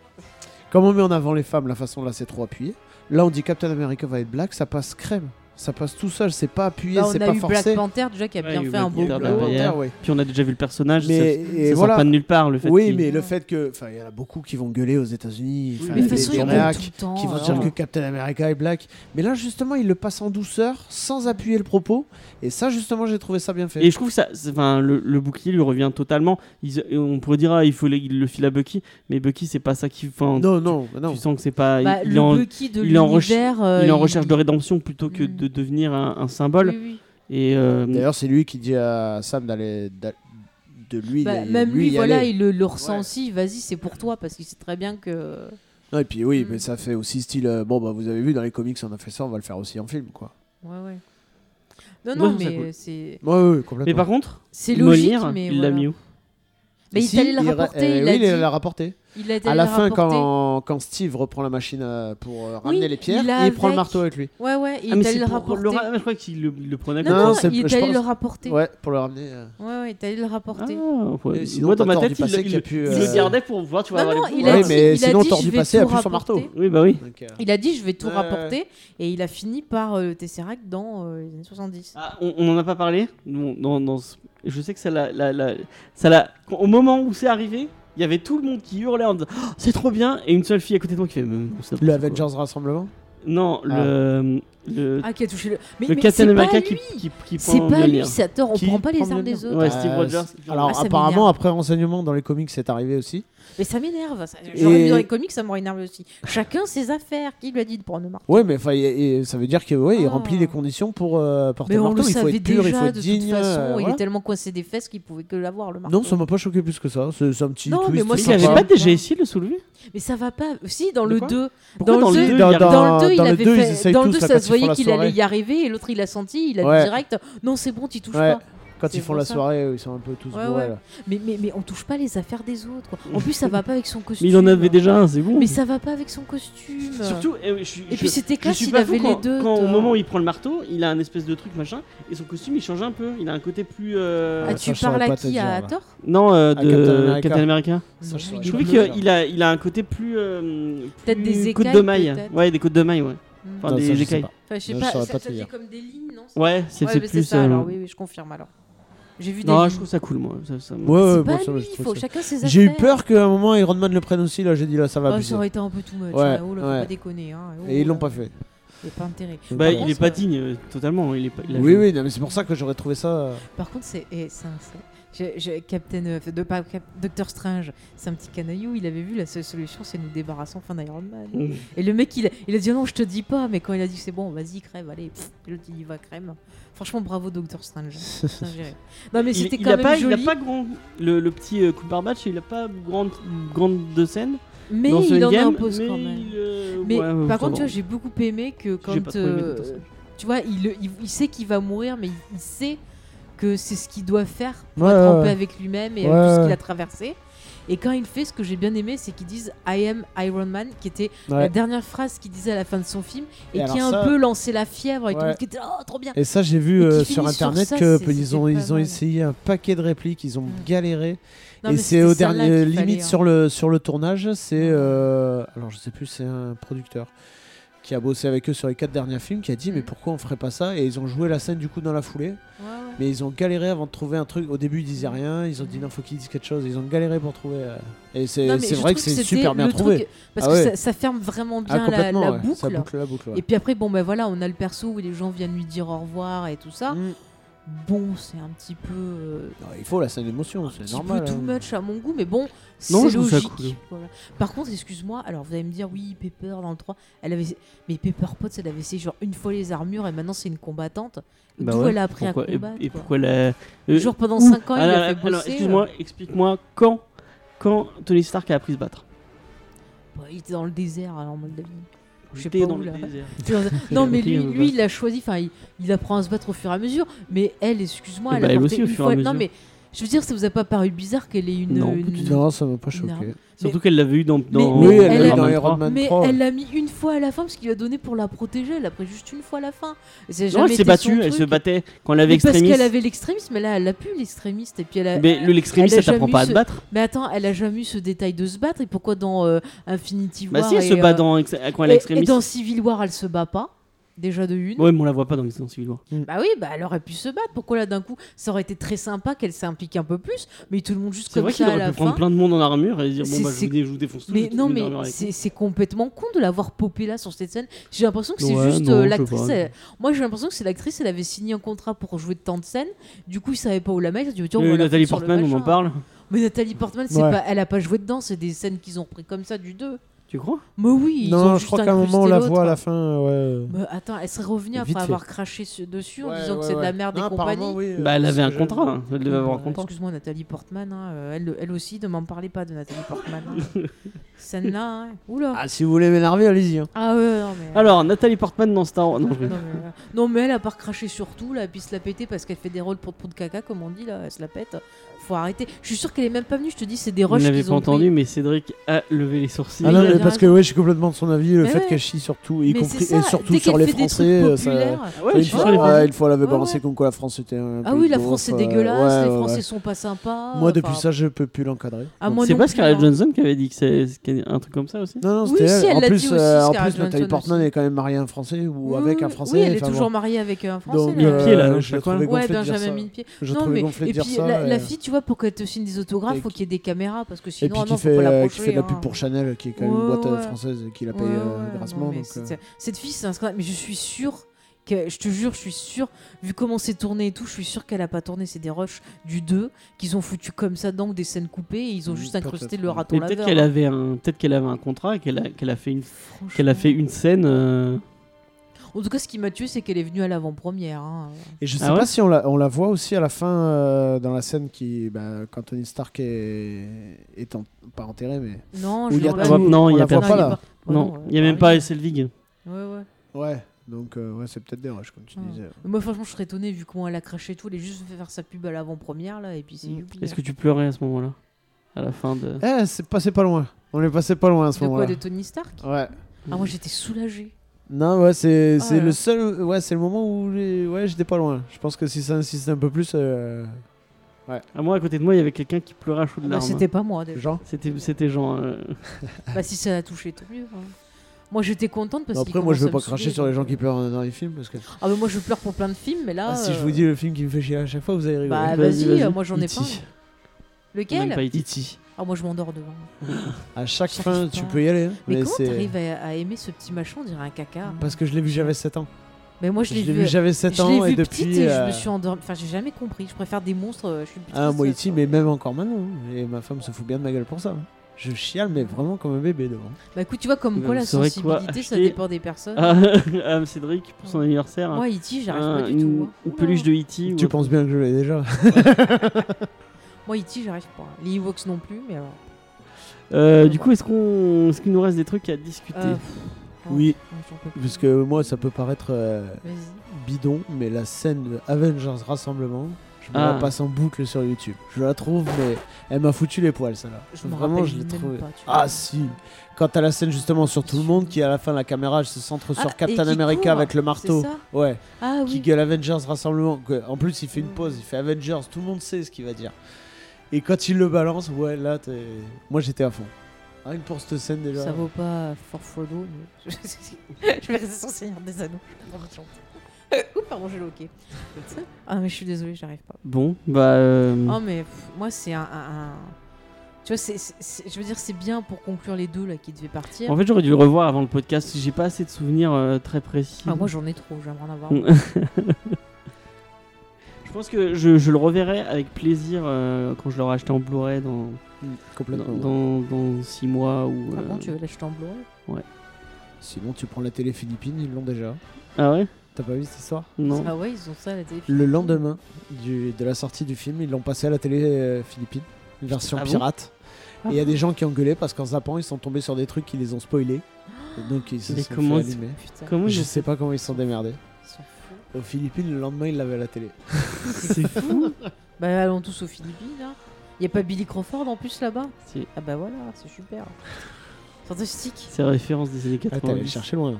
Speaker 3: Comme on met en avant les femmes, la façon là, c'est trop appuyé. Là, on dit Captain America va être black, ça passe crème. Ça passe tout seul, c'est pas appuyé,
Speaker 2: Bah, on
Speaker 3: c'est
Speaker 2: a
Speaker 3: pas
Speaker 2: eu
Speaker 3: forcé. euh,
Speaker 2: Black Panther déjà qui a
Speaker 1: Ouais, il y a eu
Speaker 2: bien fait un
Speaker 1: Black
Speaker 2: beau
Speaker 1: Panther,
Speaker 2: boulot.
Speaker 1: Black Panther.
Speaker 3: ouais.
Speaker 1: Puis on a déjà vu le personnage.
Speaker 3: Mais
Speaker 1: Ah, ça,
Speaker 3: et
Speaker 1: ça
Speaker 3: voilà.
Speaker 1: sort pas de nulle part le fait.
Speaker 3: Oui,
Speaker 1: qu'il-
Speaker 3: mais le fait que. Enfin, il y en a beaucoup qui vont gueuler aux États-Unis. enfin,
Speaker 2: Mais de toute
Speaker 3: des-
Speaker 2: façon,
Speaker 3: des
Speaker 2: il
Speaker 3: réacs
Speaker 2: gueule tout le temps.
Speaker 1: Oh,
Speaker 3: qui vont
Speaker 2: alors.
Speaker 3: dire que Captain America est black. Mais là, justement, il le passe en douceur, sans appuyer le propos. Et ça, justement, j'ai trouvé ça bien fait.
Speaker 1: Et je trouve que ça, c'est- enfin, le, le bouclier lui revient totalement. Ils- on pourrait dire ah, il faut le, il le file à Bucky, mais Bucky c'est pas ça qui. Enfin,
Speaker 3: Non, non, non.
Speaker 1: tu sens que c'est pas.
Speaker 2: Bah,
Speaker 1: il, il
Speaker 2: le
Speaker 1: est en,
Speaker 2: Bucky de
Speaker 1: il est en reche-
Speaker 2: l'univers, euh,
Speaker 1: il est en recherche de rédemption plutôt que
Speaker 2: Mm.
Speaker 1: de devenir un, un symbole.
Speaker 2: Oui, oui.
Speaker 1: Et euh,
Speaker 3: D'ailleurs, c'est lui qui dit à Sam d'aller. d'a- De lui,
Speaker 2: Bah,
Speaker 3: d'y-
Speaker 2: même lui,
Speaker 3: y
Speaker 2: voilà,
Speaker 3: aller.
Speaker 2: il le, le ressent
Speaker 3: Ouais.
Speaker 2: aussi. Vas-y, c'est pour toi parce qu'il sait très bien que.
Speaker 3: Non, et puis oui,
Speaker 2: Mm.
Speaker 3: mais ça fait aussi style. euh, bon, bah, vous avez vu dans les comics, on a fait ça, on va le faire aussi en film, quoi.
Speaker 2: Ouais, ouais. Non,
Speaker 1: Moi,
Speaker 2: non,
Speaker 1: je trouve ça cool.
Speaker 2: mais c'est
Speaker 3: Ouais, ouais, complètement.
Speaker 1: mais par contre,
Speaker 2: c'est logique,
Speaker 1: Mjolnir,
Speaker 2: mais
Speaker 1: il l'a
Speaker 2: voilà.
Speaker 1: mis où
Speaker 2: Mais il
Speaker 3: Si,
Speaker 2: t'allait le
Speaker 3: ra- euh,
Speaker 2: rapporter, il
Speaker 3: oui, il l'a
Speaker 2: a dit.
Speaker 3: rapporté.
Speaker 2: Il est
Speaker 3: À
Speaker 2: allé
Speaker 3: la
Speaker 2: le
Speaker 3: fin,
Speaker 2: rapporter.
Speaker 3: quand, quand Steve reprend la machine euh, pour euh, ramener les pierres,
Speaker 2: il
Speaker 3: il,
Speaker 2: a
Speaker 3: prend le
Speaker 2: avec-
Speaker 3: marteau avec lui.
Speaker 2: Ouais, ouais,
Speaker 1: Ah,
Speaker 2: il
Speaker 1: mais
Speaker 2: est
Speaker 1: c'est
Speaker 2: allé le
Speaker 1: pour le
Speaker 2: rapporter.
Speaker 1: ra- Je crois qu'il le, il le prenait.
Speaker 2: Non,
Speaker 1: comme-
Speaker 3: Non,
Speaker 2: non,
Speaker 3: c'est-
Speaker 2: il est
Speaker 3: je
Speaker 2: allé
Speaker 3: pense-
Speaker 2: le rapporter. Ouais,
Speaker 3: Ouais, pour le ramener. euh.
Speaker 2: ouais, il est allé le
Speaker 1: Ah,
Speaker 2: rapporter.
Speaker 1: ouais.
Speaker 3: Et sinon,
Speaker 1: Moi dans ma
Speaker 3: t'as tort
Speaker 1: tête,
Speaker 3: du
Speaker 1: il,
Speaker 3: passé
Speaker 1: le-
Speaker 3: qui
Speaker 1: il-
Speaker 3: a pu,
Speaker 1: il le
Speaker 3: euh,
Speaker 1: gardait pour voir, tu vas
Speaker 2: Non,
Speaker 1: avoir
Speaker 2: non,
Speaker 1: les
Speaker 2: il
Speaker 1: coups.
Speaker 2: a
Speaker 3: Ouais,
Speaker 2: dit,
Speaker 3: mais
Speaker 2: il a
Speaker 3: sinon,
Speaker 2: dit,
Speaker 3: t'aurais
Speaker 2: je
Speaker 3: dû
Speaker 2: vais
Speaker 3: passer
Speaker 2: tout
Speaker 3: à appuyer sur le
Speaker 2: rapporter.
Speaker 3: marteau.
Speaker 1: Oui, bah oui.
Speaker 3: Donc, euh,
Speaker 2: Il a dit je vais tout
Speaker 3: Ouais,
Speaker 2: rapporter et il a fini par euh, le Tesseract dans euh, les années 70.
Speaker 1: Ah, on, on en a pas parlé. Bon, dans- dans ce- Je sais que ça l'a, la- la- ça l'a- quand- Au moment où c'est arrivé, il y avait tout le monde qui hurlait en disant Oh, c'est trop bien et une seule fille à côté de moi qui fait Mais bon, c'est
Speaker 3: Le
Speaker 1: n'importe quoi.
Speaker 3: Avengers Rassemblement
Speaker 1: Non,
Speaker 3: Ah.
Speaker 1: le Le,
Speaker 2: Ah, qui a touché le. Mais,
Speaker 1: le
Speaker 2: mais
Speaker 1: Captain
Speaker 2: c'est pas
Speaker 1: America
Speaker 2: lui.
Speaker 1: qui, qui, qui
Speaker 2: C'est
Speaker 1: prend
Speaker 2: pas
Speaker 1: le
Speaker 2: lui,
Speaker 1: lien.
Speaker 2: ça tord. On
Speaker 3: Qui
Speaker 2: prend pas les
Speaker 3: prend
Speaker 2: armes
Speaker 3: le lien
Speaker 2: des autres.
Speaker 1: Ouais, Steve Rogers.
Speaker 3: Alors,
Speaker 2: Ah, ça
Speaker 3: apparemment,
Speaker 2: m'énerve.
Speaker 3: après renseignement, dans les comics, c'est arrivé aussi.
Speaker 2: Mais ça m'énerve. ça. J'aurais
Speaker 3: Et-
Speaker 2: lu dans les comics, ça m'aurait énervé aussi. Chacun ses affaires. Qui lui a dit de prendre le marteau
Speaker 3: Ouais, mais enfin, il- il- ça veut dire que ouais, il
Speaker 2: Ah.
Speaker 3: remplit les conditions pour euh, porter
Speaker 2: Mais
Speaker 3: le
Speaker 2: on le
Speaker 3: marteau. Il faut
Speaker 2: savait
Speaker 3: être pur, il faut
Speaker 2: déjà,
Speaker 3: être
Speaker 2: de
Speaker 3: digne.
Speaker 2: toute façon.
Speaker 3: euh,
Speaker 2: Il
Speaker 3: voilà.
Speaker 2: est tellement coincé des fesses qu'il pouvait que l'avoir, le marteau.
Speaker 3: Non, ça m'a pas choqué plus que ça. C'est c'est un petit
Speaker 2: Non,
Speaker 3: twist.
Speaker 2: mais moi,
Speaker 1: Mais il
Speaker 2: ça
Speaker 3: sympa.
Speaker 1: avait
Speaker 2: va.
Speaker 1: pas déjà essayé de le soulever
Speaker 2: Mais ça va pas. Si, dans
Speaker 1: De
Speaker 2: le
Speaker 1: quoi
Speaker 2: 2.
Speaker 1: Pourquoi
Speaker 2: Dans
Speaker 1: dans,
Speaker 2: le
Speaker 1: le
Speaker 2: deux,
Speaker 1: 2
Speaker 3: dans-
Speaker 1: il y a-
Speaker 3: dans-
Speaker 2: Dans le 2, il
Speaker 3: le
Speaker 2: avait
Speaker 3: deux, ils
Speaker 2: fait.
Speaker 3: essayent
Speaker 2: Dans le
Speaker 3: tous,
Speaker 2: 2,
Speaker 3: là,
Speaker 2: ça se
Speaker 3: quand ils font
Speaker 2: voyait
Speaker 3: la
Speaker 2: qu'il allait
Speaker 3: soirée.
Speaker 2: y arriver et l'autre il a senti, il a
Speaker 3: Ouais.
Speaker 2: dit direct Non, c'est bon, t'y touches
Speaker 3: Ouais.
Speaker 2: pas.
Speaker 3: Quand
Speaker 2: C'est
Speaker 3: ils font
Speaker 2: pour
Speaker 3: la
Speaker 2: ça.
Speaker 3: soirée, euh, ils sont un peu tous
Speaker 2: Ouais,
Speaker 3: bourrés,
Speaker 2: ouais.
Speaker 3: là.
Speaker 2: Mais, mais, mais on touche pas les affaires des autres. Quoi. En plus, ça va pas avec son costume.
Speaker 1: Mm. Mais il en avait déjà un, c'est bon.
Speaker 2: Mais ça va pas avec son costume.
Speaker 1: Surtout, eh oui, je suis-
Speaker 2: Et
Speaker 1: je-
Speaker 2: puis c'était
Speaker 1: je
Speaker 2: classe,
Speaker 1: suis
Speaker 2: il
Speaker 1: pas fou
Speaker 2: avait
Speaker 1: quand,
Speaker 2: les deux.
Speaker 1: Quand au
Speaker 2: toi.
Speaker 1: moment où il prend le marteau, il a un espèce de truc machin et son costume il change un peu. Il a un côté plus. euh,
Speaker 2: Ah,
Speaker 3: Ouais, ça,
Speaker 2: tu
Speaker 3: je
Speaker 2: parles
Speaker 3: saurais
Speaker 2: à
Speaker 3: pas te
Speaker 2: qui
Speaker 3: dire,
Speaker 2: À
Speaker 3: là.
Speaker 2: tort
Speaker 1: Non, euh,
Speaker 3: Ah,
Speaker 1: de
Speaker 3: Captain
Speaker 1: Captain America.
Speaker 3: America.
Speaker 2: Ça, je
Speaker 1: Je
Speaker 2: saurais
Speaker 1: trouvais
Speaker 2: pas
Speaker 3: te dire.
Speaker 1: qu'il a, il a un côté plus. euh,
Speaker 2: Peut-être
Speaker 1: plus
Speaker 2: des
Speaker 1: côte de
Speaker 2: écailles,
Speaker 1: maille.
Speaker 2: peut-être.
Speaker 1: Ouais, des côtes de maille, ouais. Enfin,
Speaker 3: Non, ça,
Speaker 1: des
Speaker 3: je sais
Speaker 1: écailles.
Speaker 3: pas.
Speaker 2: Enfin, je sais
Speaker 3: Non, je
Speaker 2: pas,
Speaker 3: saurais
Speaker 2: ça,
Speaker 3: pas te
Speaker 2: ça fait
Speaker 3: dire.
Speaker 2: comme des lignes, non
Speaker 1: Ouais, c'est
Speaker 2: Ouais,
Speaker 1: c'est
Speaker 2: mais c'est
Speaker 1: plus.
Speaker 2: ça
Speaker 1: euh,
Speaker 2: alors, oui, oui, je confirme alors. J'ai vu des
Speaker 1: Non,
Speaker 2: lignes.
Speaker 1: je trouve ça cool, moi. ça- ça me-
Speaker 3: Ouais, ouais,
Speaker 2: C'est
Speaker 3: bon,
Speaker 2: pas
Speaker 3: ça,
Speaker 2: lui,
Speaker 3: je
Speaker 2: il
Speaker 3: trouve
Speaker 2: faut
Speaker 3: ça.
Speaker 2: chacun ses affaires.
Speaker 3: J'ai eu peur qu'à un moment Iron Man le prenne aussi. Là, j'ai dit là, ça va
Speaker 2: Oh,
Speaker 3: abuser.
Speaker 2: ça aurait été un peu too much.
Speaker 3: Ouais,
Speaker 2: Ouais, oh là, faut
Speaker 3: ouais.
Speaker 2: pas déconner. hein, oh
Speaker 3: Et ils
Speaker 2: là.
Speaker 3: l'ont pas fait.
Speaker 2: Il y a pas intérêt.
Speaker 3: Ils l'ont
Speaker 1: Bah,
Speaker 2: Par
Speaker 3: pas
Speaker 1: il
Speaker 3: fait.
Speaker 1: est
Speaker 2: contre,
Speaker 1: pas
Speaker 2: euh,
Speaker 1: digne, euh, totalement. Il est pas. il a-
Speaker 3: Oui, oui, non, mais c'est pour ça que j'aurais trouvé ça. euh,
Speaker 2: Par contre, c'est. eh, c'est un- c'est- je- je- Captain. euh, de, pas, Cap- Doctor Strange, c'est un petit canaillou. Il avait vu la seule solution, c'est nous débarrassons fin d'Iron Man.
Speaker 1: Mm.
Speaker 2: Et le mec, il, il a dit non, je te dis pas. Mais quand il a dit c'est bon, vas-y, crève, allez. pff, et L'autre, il y va, crème. Franchement, bravo, Doctor Strange. Bien géré. non, mais
Speaker 1: Il-
Speaker 2: c'était
Speaker 1: il
Speaker 2: quand
Speaker 1: a
Speaker 2: même
Speaker 1: pas,
Speaker 2: joli.
Speaker 1: Il a pas grand. Le, le petit euh, Cumberbatch, il a pas grande, grande de scène.
Speaker 2: mais
Speaker 1: dans ce
Speaker 2: il en
Speaker 1: game,
Speaker 2: impose
Speaker 1: mais
Speaker 2: quand même.
Speaker 1: il, euh,
Speaker 2: Mais
Speaker 1: ouais, ça
Speaker 2: par contre, tu
Speaker 1: va.
Speaker 2: vois, j'ai beaucoup aimé que quand.
Speaker 1: J'ai pas trop aimé, de toute
Speaker 2: euh,
Speaker 1: façon.
Speaker 2: tu vois, il, le- il, il sait qu'il va mourir, mais il, il sait que c'est ce qu'il doit faire pour
Speaker 3: Ouais,
Speaker 2: être en
Speaker 3: ouais.
Speaker 2: paix avec lui-même et
Speaker 3: Ouais,
Speaker 2: avec tout ce
Speaker 3: ouais.
Speaker 2: qu'il a traversé. Et quand il fait, ce que j'ai bien aimé, c'est qu'ils disent I am Iron Man, qui était la
Speaker 3: Ouais.
Speaker 2: dernière phrase qu'il disait à la fin de son film et,
Speaker 3: Et
Speaker 2: qui a
Speaker 3: alors
Speaker 2: un
Speaker 3: ça-
Speaker 2: peu lancé la fièvre et tout le
Speaker 3: Ouais.
Speaker 2: monde qui était oh trop bien.
Speaker 3: Et ça, j'ai
Speaker 2: Et
Speaker 3: vu
Speaker 2: qui
Speaker 3: euh,
Speaker 2: finit
Speaker 3: sur
Speaker 2: sur
Speaker 3: internet
Speaker 2: ça,
Speaker 3: que
Speaker 2: c'est-
Speaker 3: peu- ils
Speaker 2: c'était
Speaker 3: ont,
Speaker 2: pas
Speaker 3: ils ont
Speaker 2: mal.
Speaker 3: essayé un paquet de répliques, ils ont
Speaker 2: Mm.
Speaker 3: galéré.
Speaker 2: Non,
Speaker 3: et
Speaker 2: mais
Speaker 3: c'est
Speaker 2: c'était
Speaker 3: au
Speaker 2: celle-là
Speaker 3: dernier
Speaker 2: qu'il fallait,
Speaker 3: limite
Speaker 2: hein.
Speaker 3: sur le sur le tournage, c'est euh, alors je sais plus, c'est un producteur qui a bossé avec eux sur les quatre derniers films qui a dit mais
Speaker 2: Mhm.
Speaker 3: pourquoi on ferait pas ça et ils ont joué la scène du coup dans la foulée
Speaker 2: Ouais, ouais.
Speaker 3: mais ils ont galéré avant de trouver un truc au début ils disaient rien ils ont dit
Speaker 2: Mhm.
Speaker 3: non faut qu'ils disent quelque chose ils ont galéré pour trouver euh, et
Speaker 2: Non,
Speaker 3: c'est
Speaker 2: mais
Speaker 3: c'est
Speaker 2: je
Speaker 3: vrai que
Speaker 2: trouve
Speaker 3: c'est
Speaker 2: c'était
Speaker 3: super bien
Speaker 2: le truc-
Speaker 3: trouvé
Speaker 2: Parce
Speaker 3: Ah
Speaker 2: que
Speaker 3: ouais.
Speaker 2: ça, ça ferme vraiment
Speaker 3: Ah,
Speaker 2: bien la,
Speaker 3: complètement
Speaker 2: la
Speaker 3: ouais.
Speaker 2: boucle.
Speaker 3: ça boucle la boucle ouais.
Speaker 2: Et puis après, bon, ben voilà, on a le perso où les gens viennent lui dire au revoir et tout ça.
Speaker 3: Mhm.
Speaker 2: Bon, c'est un petit peu. euh,
Speaker 3: Non, il faut la scène d'émotion
Speaker 2: un
Speaker 3: c'est
Speaker 2: petit
Speaker 3: normal
Speaker 2: peu too
Speaker 3: hein.
Speaker 2: much à mon goût, mais bon, c'est
Speaker 1: Non,
Speaker 2: logique.
Speaker 1: je trouve ça cool.
Speaker 2: Voilà. Par contre, excuse-moi, alors vous allez me dire, oui, Pepper dans le 3, elle avait... mais Pepper Potts, elle avait essayé genre une fois les armures et maintenant c'est une combattante.
Speaker 1: Bah
Speaker 2: D'où
Speaker 1: ouais,
Speaker 2: elle a appris
Speaker 1: Pourquoi-
Speaker 2: à combattre
Speaker 1: et, et
Speaker 2: quoi.
Speaker 1: pourquoi la. euh,
Speaker 2: Genre pendant
Speaker 1: où-
Speaker 2: 5 ans, il
Speaker 1: Ah,
Speaker 2: a
Speaker 1: là,
Speaker 2: fait
Speaker 1: alors,
Speaker 2: bosser. euh,
Speaker 1: excuse-moi, explique-moi quand, quand Tony Stark a appris à se battre.
Speaker 2: euh, bah, il était dans le désert alors, en Moldavie. Je sais
Speaker 1: J'étais
Speaker 2: pas
Speaker 1: dans
Speaker 2: où,
Speaker 1: le
Speaker 2: là.
Speaker 1: désert.
Speaker 2: non, mais
Speaker 1: appris
Speaker 2: lui,
Speaker 1: à me
Speaker 2: lui, il a choisi, enfin, il, il apprend à se battre au fur et à mesure, mais elle, excuse-moi,
Speaker 1: Et
Speaker 2: elle
Speaker 1: bah,
Speaker 2: a
Speaker 1: elle
Speaker 2: porté
Speaker 1: aussi, au
Speaker 2: une
Speaker 1: fur et à
Speaker 2: fois- Non,
Speaker 1: mesure.
Speaker 2: mais je veux dire, ça vous a pas paru bizarre qu'elle ait une.
Speaker 1: Non,
Speaker 2: une-
Speaker 3: non ça m'a pas
Speaker 2: Une arme.
Speaker 3: choqué
Speaker 1: Surtout qu'elle l'avait eu dans. dans
Speaker 2: mais
Speaker 3: oui
Speaker 2: elle
Speaker 3: elle
Speaker 2: est
Speaker 3: est
Speaker 2: dans
Speaker 3: dans
Speaker 1: Man
Speaker 3: Iron
Speaker 1: 3.
Speaker 3: Man
Speaker 2: Mais
Speaker 3: 3
Speaker 2: elle l'a mis une fois à la fin parce qu'il lui a donné pour la protéger. Elle l'a pris juste une fois à la fin. C'est
Speaker 1: Non,
Speaker 2: jamais
Speaker 1: elle s'est
Speaker 2: été son
Speaker 1: battue, elle
Speaker 2: truc.
Speaker 1: se battait quand elle avait
Speaker 2: Mais parce
Speaker 1: extrémiste.
Speaker 2: qu'elle avait l'extrémiste, mais là elle a plus l'extrémiste. Et puis elle a-
Speaker 1: Mais le- l'extrémiste,
Speaker 2: elle a
Speaker 1: ça t'apprend
Speaker 2: jamais
Speaker 1: pas
Speaker 2: eu
Speaker 1: à te
Speaker 2: ce-
Speaker 1: battre.
Speaker 2: Mais attends, elle a jamais eu ce détail de se battre. Et pourquoi dans euh, Infinity War
Speaker 1: Bah si, elle
Speaker 2: et,
Speaker 1: se bat
Speaker 2: euh,
Speaker 1: dans ex- quand elle
Speaker 2: et-
Speaker 1: est
Speaker 2: et,
Speaker 1: extrémiste.
Speaker 2: dans Civil War elle se bat pas déjà de une.
Speaker 1: Ouais, mais on la voit pas dans Resident Civil War.
Speaker 2: Bah oui, bah elle aurait pu se battre. Pourquoi là d'un coup ça aurait été très sympa qu'elle s'implique un peu plus. Mais tout le monde juste
Speaker 1: C'est
Speaker 2: comme
Speaker 1: vrai qu'il
Speaker 2: ça à
Speaker 1: aurait
Speaker 2: la
Speaker 1: pu
Speaker 2: fin.
Speaker 1: prendre plein de monde en armure et dire bon
Speaker 2: C'est-
Speaker 1: bah je
Speaker 2: c'est-
Speaker 1: vous dé- je vous défonce tout.
Speaker 2: Mais
Speaker 1: je vous
Speaker 2: non,
Speaker 1: mets
Speaker 2: mais
Speaker 1: dans l'armure avec
Speaker 2: c'est c'est complètement con de l'avoir popé là sur cette scène. J'ai l'impression que c'est
Speaker 1: Ouais,
Speaker 2: juste
Speaker 1: non,
Speaker 2: euh,
Speaker 1: je sais
Speaker 2: l'actrice.
Speaker 1: pas.
Speaker 2: elle- Moi, j'ai l'impression que c'est l'actrice. Elle avait signé un contrat pour jouer de tant de scènes. Du coup, ils savaient pas où la mettre. Ils ont dit, tiens, on
Speaker 1: Euh,
Speaker 2: va la
Speaker 1: Nathalie
Speaker 2: foutre sur le
Speaker 1: Portman, on en
Speaker 2: machin.
Speaker 1: parle.
Speaker 2: Mais Nathalie Portman, c'est
Speaker 3: Ouais.
Speaker 2: pas, elle a pas joué dedans. C'est des scènes qu'ils ont repris comme ça du 2
Speaker 1: Tu crois
Speaker 2: Mais oui. Ils ont
Speaker 3: non je
Speaker 2: juste
Speaker 3: crois qu'à un moment on
Speaker 2: incrusté
Speaker 3: la
Speaker 2: l'autre.
Speaker 3: voit à la fin euh, ouais
Speaker 2: Mais attends, elle serait revenue
Speaker 3: Mais
Speaker 2: après
Speaker 3: vite
Speaker 2: avoir craché ce- dessus en
Speaker 3: Ouais,
Speaker 2: disant que
Speaker 3: ouais,
Speaker 2: c'est de la
Speaker 3: ouais.
Speaker 2: merde
Speaker 3: Non,
Speaker 2: et
Speaker 3: apparemment,
Speaker 2: compagnie.
Speaker 3: oui, euh,
Speaker 1: Bah elle
Speaker 3: c'est
Speaker 1: avait un
Speaker 3: ce que j'ai
Speaker 1: contrat,
Speaker 3: vu.
Speaker 1: hein. elle devait avoir un
Speaker 2: Euh,
Speaker 1: contrat.
Speaker 2: Excuse-moi, Nathalie Portman, hein, euh, elle, elle aussi, ne m'en parlez pas de Nathalie Portman. hein. Scène-là, hein. oula.
Speaker 3: Ah, si vous voulez m'énerver, allez-y. hein.
Speaker 2: Ah ouais, non mais.
Speaker 1: Alors Nathalie Portman dans Star Wars. Non, je
Speaker 2: non, mais, euh, non, mais elle, à part cracher sur tout, là, et puis se la péter parce qu'elle fait des rôles pour de caca, comme on dit, là, elle se la pète. Faut arrêter. Je suis sûr qu'elle est même pas venue, je te dis, c'est des
Speaker 1: Vous
Speaker 2: rushs
Speaker 1: n'avez
Speaker 2: qu'ils
Speaker 1: pas
Speaker 2: ont
Speaker 1: entendu,
Speaker 2: pris.
Speaker 1: mais Cédric a levé les sourcils.
Speaker 3: Ah non,
Speaker 2: il
Speaker 3: mais
Speaker 2: avait
Speaker 3: parce que ouais, je suis complètement de son avis. Le
Speaker 2: Mais
Speaker 3: fait
Speaker 2: ouais.
Speaker 3: qu'elle chie sur tout, y
Speaker 2: Mais
Speaker 3: compris,
Speaker 2: c'est
Speaker 3: et
Speaker 2: ça,
Speaker 3: surtout
Speaker 2: dès
Speaker 3: sur
Speaker 2: qu'elle
Speaker 3: les
Speaker 2: fait des trucs
Speaker 3: Français. euh, ça-
Speaker 2: populaires.
Speaker 1: Ouais,
Speaker 3: une
Speaker 1: je suis
Speaker 3: fois,
Speaker 1: sur les
Speaker 3: ouais,
Speaker 1: Français.
Speaker 3: une fois, elle avait
Speaker 2: Ouais,
Speaker 3: balancé
Speaker 2: ouais.
Speaker 3: comme quoi la France c'était un
Speaker 2: Ah
Speaker 3: pays
Speaker 2: oui, la
Speaker 3: de
Speaker 2: France c'est
Speaker 3: beaufs, euh,
Speaker 2: dégueulasse,
Speaker 3: ouais,
Speaker 2: les
Speaker 3: ouais,
Speaker 2: Français
Speaker 3: ouais.
Speaker 2: sont pas sympas.
Speaker 3: Moi, depuis
Speaker 2: enfin,
Speaker 3: ça, je peux plus l'encadrer.
Speaker 2: Ah, moi
Speaker 1: C'est
Speaker 2: non
Speaker 1: pas
Speaker 2: plus,
Speaker 1: Scarlett
Speaker 2: hein.
Speaker 1: Johnson qui avait dit que c'est qu'il y a un truc comme ça aussi
Speaker 3: Non, non,
Speaker 2: Oui,
Speaker 3: c'était
Speaker 2: si, elle
Speaker 3: elle. En
Speaker 2: l'a dit
Speaker 3: plus,
Speaker 2: aussi,
Speaker 3: euh, en
Speaker 2: Scarlett
Speaker 3: plus, Nathalie
Speaker 2: Johnson
Speaker 3: Portman
Speaker 2: aussi.
Speaker 3: est quand même mariée à un Français ou
Speaker 2: Oui,
Speaker 3: avec
Speaker 2: oui,
Speaker 3: un
Speaker 2: oui.
Speaker 3: Français.
Speaker 2: Mmh, Oui, elle est
Speaker 3: enfin,
Speaker 2: toujours
Speaker 3: bon.
Speaker 2: mariée avec un français.
Speaker 3: Donc,
Speaker 2: là.
Speaker 3: euh,
Speaker 1: Pied, là, je sais
Speaker 3: je l'ai
Speaker 1: quoi.
Speaker 3: trouvé
Speaker 2: Ouais,
Speaker 3: gonflé de dire
Speaker 2: Benjamin
Speaker 3: ça.
Speaker 2: Mine-Pied.
Speaker 3: Je
Speaker 2: Non,
Speaker 3: trouvais
Speaker 2: mais
Speaker 3: gonflé
Speaker 2: et
Speaker 3: de dire
Speaker 2: puis
Speaker 3: ça,
Speaker 2: la, la
Speaker 3: et-
Speaker 2: fille, tu vois, pour qu'elle te signe des autographes,
Speaker 3: Et
Speaker 2: faut qu'il y ait des caméras parce que
Speaker 3: Et
Speaker 2: sinon,
Speaker 3: puis
Speaker 2: ah
Speaker 3: qui
Speaker 2: non,
Speaker 3: fait
Speaker 2: faut pas
Speaker 3: euh, qui
Speaker 2: l'approcher.
Speaker 3: fait de la
Speaker 2: hein.
Speaker 3: pub pour Chanel, qui est quand
Speaker 2: Ouais,
Speaker 3: même une boîte euh,
Speaker 2: ouais.
Speaker 3: française qui la
Speaker 2: Ouais,
Speaker 3: paye euh,
Speaker 2: ouais, non,
Speaker 3: grassement.
Speaker 2: mais
Speaker 3: donc, euh,
Speaker 2: c'est- Cette fille, c'est un scandale. Mais je suis sûre que- je te jure, je suis sûr, vu comment c'est tourné et tout, je suis sûr qu'elle a pas tourné. C'est des rushs du 2 qu'ils ont foutu comme ça dedans, ou des scènes coupées, et ils ont
Speaker 3: Mm,
Speaker 2: juste
Speaker 3: peut-être.
Speaker 2: incrusté le raton
Speaker 1: Mais peut-être
Speaker 2: laveur.
Speaker 1: qu'elle
Speaker 2: hein.
Speaker 1: avait un, peut-être qu'elle avait un contrat et qu'elle a, qu'elle a fait une,
Speaker 2: Franchement.
Speaker 1: qu'elle a fait une scène. euh,
Speaker 2: En tout cas, ce qui m'a tué, c'est qu'elle est venue à l'avant-première. hein.
Speaker 3: Et je sais
Speaker 1: Ah ouais
Speaker 3: pas si on la, on la voit aussi à la fin euh, dans la scène qui, bah, quand Tony Stark est, est en- pas enterré, mais
Speaker 2: Non,
Speaker 3: Où
Speaker 2: je
Speaker 3: il y a
Speaker 2: l'ai
Speaker 3: tout-
Speaker 2: pas
Speaker 1: Ah ouais,
Speaker 2: vu.
Speaker 1: non, il y
Speaker 3: on
Speaker 1: a
Speaker 3: la voit
Speaker 1: personne.
Speaker 3: pas
Speaker 2: il y a
Speaker 3: là.
Speaker 2: Ouais,
Speaker 1: non, il n'y a
Speaker 2: ouais, Bah
Speaker 1: même pas Selvig.
Speaker 2: Ouais, ouais.
Speaker 3: Ouais, donc euh, ouais, c'est peut-être des rushs comme tu
Speaker 2: Ouais.
Speaker 3: disais.
Speaker 2: Moi, franchement, je serais étonné vu comment elle a craché tout. Elle est juste fait faire sa pub à l'avant-première, là, et puis c'est. Euh.
Speaker 1: Mm.
Speaker 2: youpi,
Speaker 1: Est-ce
Speaker 2: hein.
Speaker 1: que tu pleurais à ce moment-là À la fin de.
Speaker 3: Eh, c'est passé pas loin. On est passé pas loin à ce
Speaker 2: De quoi
Speaker 3: moment-là.
Speaker 2: De Tony Stark
Speaker 3: Ouais.
Speaker 2: Ah,
Speaker 1: Mm.
Speaker 2: moi, j'étais soulagée.
Speaker 3: Non, ouais, c'est c'est
Speaker 2: là là.
Speaker 3: le seul. Ouais, c'est le moment où les- ouais, j'étais pas loin. Je pense que si ça insistait un peu plus. euh,
Speaker 1: À Ah, moi, à côté de moi, il y avait quelqu'un qui pleurait à chaud de
Speaker 2: Bah,
Speaker 1: larmes.
Speaker 2: c'était pas moi, déjà.
Speaker 3: Jean
Speaker 1: C'était, c'était genre. euh,
Speaker 2: Bah, si ça l'a touché, tant mieux. hein. Moi, j'étais contente parce
Speaker 3: Non,
Speaker 2: que.
Speaker 3: Après, moi, je veux pas cracher sur les gens qui
Speaker 2: euh.
Speaker 3: pleurent dans les films parce que.
Speaker 2: Ah, mais moi, je pleure pour plein de films, mais là.
Speaker 3: Ah, si je
Speaker 2: euh,
Speaker 3: vous dis le film qui me fait chier à chaque fois, vous allez rigoler.
Speaker 2: Bah,
Speaker 1: Vas-y,
Speaker 2: vas-y,
Speaker 1: vas-y.
Speaker 2: euh, moi, j'en ai
Speaker 3: E.T..
Speaker 2: pas. Lequel
Speaker 1: même pas E.T..
Speaker 3: E.T.
Speaker 2: Ah, moi, je m'endors devant.
Speaker 3: À chaque
Speaker 2: J'arrive
Speaker 3: fin,
Speaker 2: pas.
Speaker 3: tu peux y aller. hein,
Speaker 2: Mais,
Speaker 3: mais
Speaker 2: comment
Speaker 3: c'est-
Speaker 2: t'arrives à, à aimer ce petit machin On dirait un caca. hein.
Speaker 3: Parce que je l'ai vu, j'avais 7 ans.
Speaker 2: Mais moi, je
Speaker 3: Je
Speaker 2: l'ai
Speaker 3: l'ai
Speaker 2: vu.
Speaker 3: vu, j'avais 7
Speaker 2: Je l'ai
Speaker 3: ans
Speaker 2: vu
Speaker 3: et
Speaker 2: petite
Speaker 3: depuis.
Speaker 2: et je
Speaker 3: euh,
Speaker 2: me suis endormie. Enfin, j'ai jamais compris. Je préfère des monstres. euh, Je suis une petite
Speaker 3: Ah, moi,
Speaker 2: tristesse,
Speaker 3: E.T.,
Speaker 2: quoi.
Speaker 3: mais même encore maintenant. hein. Et ma femme se fout bien de ma gueule pour ça. hein. Je chiale, mais vraiment comme un bébé devant.
Speaker 2: Bah écoute, tu vois,
Speaker 1: Mais
Speaker 2: comme quoi
Speaker 1: vous
Speaker 2: la
Speaker 1: saurez quoi
Speaker 2: sensibilité, ça
Speaker 1: acheter
Speaker 2: dépend des personnes.
Speaker 1: Ah, ah, Cédric, pour son anniversaire.
Speaker 2: Moi, E.T., j'arrive
Speaker 1: un-
Speaker 2: pas du
Speaker 1: une,
Speaker 2: tout. hein.
Speaker 1: une peluche de E.T.
Speaker 3: Tu
Speaker 1: ou-
Speaker 3: penses bien que je l'ai déjà.
Speaker 2: Moi, E.T., j'arrive pas. Les Ewoks non plus, mais alors.
Speaker 1: Euh, du coup, est-ce, qu'on... est-ce qu'il nous reste des trucs à discuter
Speaker 2: Euh, pff, non,
Speaker 3: Oui.
Speaker 2: non, j'en peux plus.
Speaker 3: Parce que moi, ça peut paraître euh,
Speaker 2: Vas-y.
Speaker 3: bidon, mais la scène de Avengers Rassemblement, je me
Speaker 1: Ah.
Speaker 3: la passe en boucle sur YouTube. Je la trouve, mais elle m'a foutu les poils, celle-là.
Speaker 2: Je me
Speaker 3: Vraiment,
Speaker 2: rappelle
Speaker 3: je l'ai
Speaker 2: même
Speaker 3: trouvée.
Speaker 2: pas, tu vois.
Speaker 3: Ah si Quand t'as la scène justement sur tout le monde, qui à la fin la caméra elle se centre sur
Speaker 2: Ah,
Speaker 3: Captain
Speaker 2: et qui
Speaker 3: America
Speaker 2: court,
Speaker 3: avec le marteau.
Speaker 2: c'est ça
Speaker 3: Ouais,
Speaker 2: Ah
Speaker 3: qui
Speaker 2: oui. Mm.
Speaker 3: gueule Avengers Rassemblement. que- En plus, il fait une pause, il fait Avengers, tout le monde sait ce qu'il va dire. Et quand il le balance, ouais, là, t'es- moi j'étais à fond. Rien que pour cette scène déjà.
Speaker 2: Ça vaut pas Fort Frodo, mais. je vais rester sans Seigneur des Anneaux. Je suis pas méchante. Ouh, pardon, j'ai loqué. ah, mais je suis désolée, j'arrive pas.
Speaker 1: Bon, bah. euh,
Speaker 3: Mm.
Speaker 2: Oh, mais pff, moi, c'est un. un- un- Tu vois, c'est, c'est- c'est- je veux dire, c'est bien pour conclure les deux là qui devaient partir.
Speaker 1: En fait, j'aurais dû le revoir avant le podcast. J'ai pas assez de souvenirs euh, très précis.
Speaker 3: mm.
Speaker 2: Ah, moi, j'en ai trop, j'aimerais en avoir.
Speaker 1: Mm. je pense que je, je le reverrai avec plaisir euh, quand je l'aurai acheté en Blu-ray dans
Speaker 3: Mm, Complètement.
Speaker 1: dans, dans, dans six mois ou.
Speaker 2: Ah bon,
Speaker 1: euh,
Speaker 2: tu veux l'acheter en Blu-ray
Speaker 3: Sinon, tu prends la télé philippine, ils l'ont déjà.
Speaker 1: Ah ouais
Speaker 3: T'as pas vu cette histoire
Speaker 1: Non.
Speaker 2: Ah ouais, ils ont ça à la télé.
Speaker 3: Le lendemain du- de la sortie du film, ils l'ont passé à la télé euh, philippine, une version
Speaker 1: Ah bon
Speaker 3: pirate.
Speaker 1: Ah.
Speaker 3: Et il y a des gens qui ont gueulé parce qu'en zappant, ils sont tombés sur des trucs qui les ont spoilés. Et donc ils se
Speaker 1: Mais
Speaker 3: sont fait
Speaker 1: comment-
Speaker 3: allumer.
Speaker 2: Putain,
Speaker 1: Comment
Speaker 3: Je
Speaker 1: ils-
Speaker 3: sais pas comment ils se sont démerdés.
Speaker 2: ils sont fous.
Speaker 3: Aux Philippines, le lendemain, ils l'avaient à la télé.
Speaker 1: C'est fou
Speaker 2: Bah allons tous aux Philippines. Hein. Y a pas Billy Crawford en plus là-bas
Speaker 1: C'est-
Speaker 2: Ah bah voilà, c'est super. Fantastique.
Speaker 1: C'est la référence des années
Speaker 3: Ah, t'es allé le
Speaker 1: 90.
Speaker 3: chercher loin.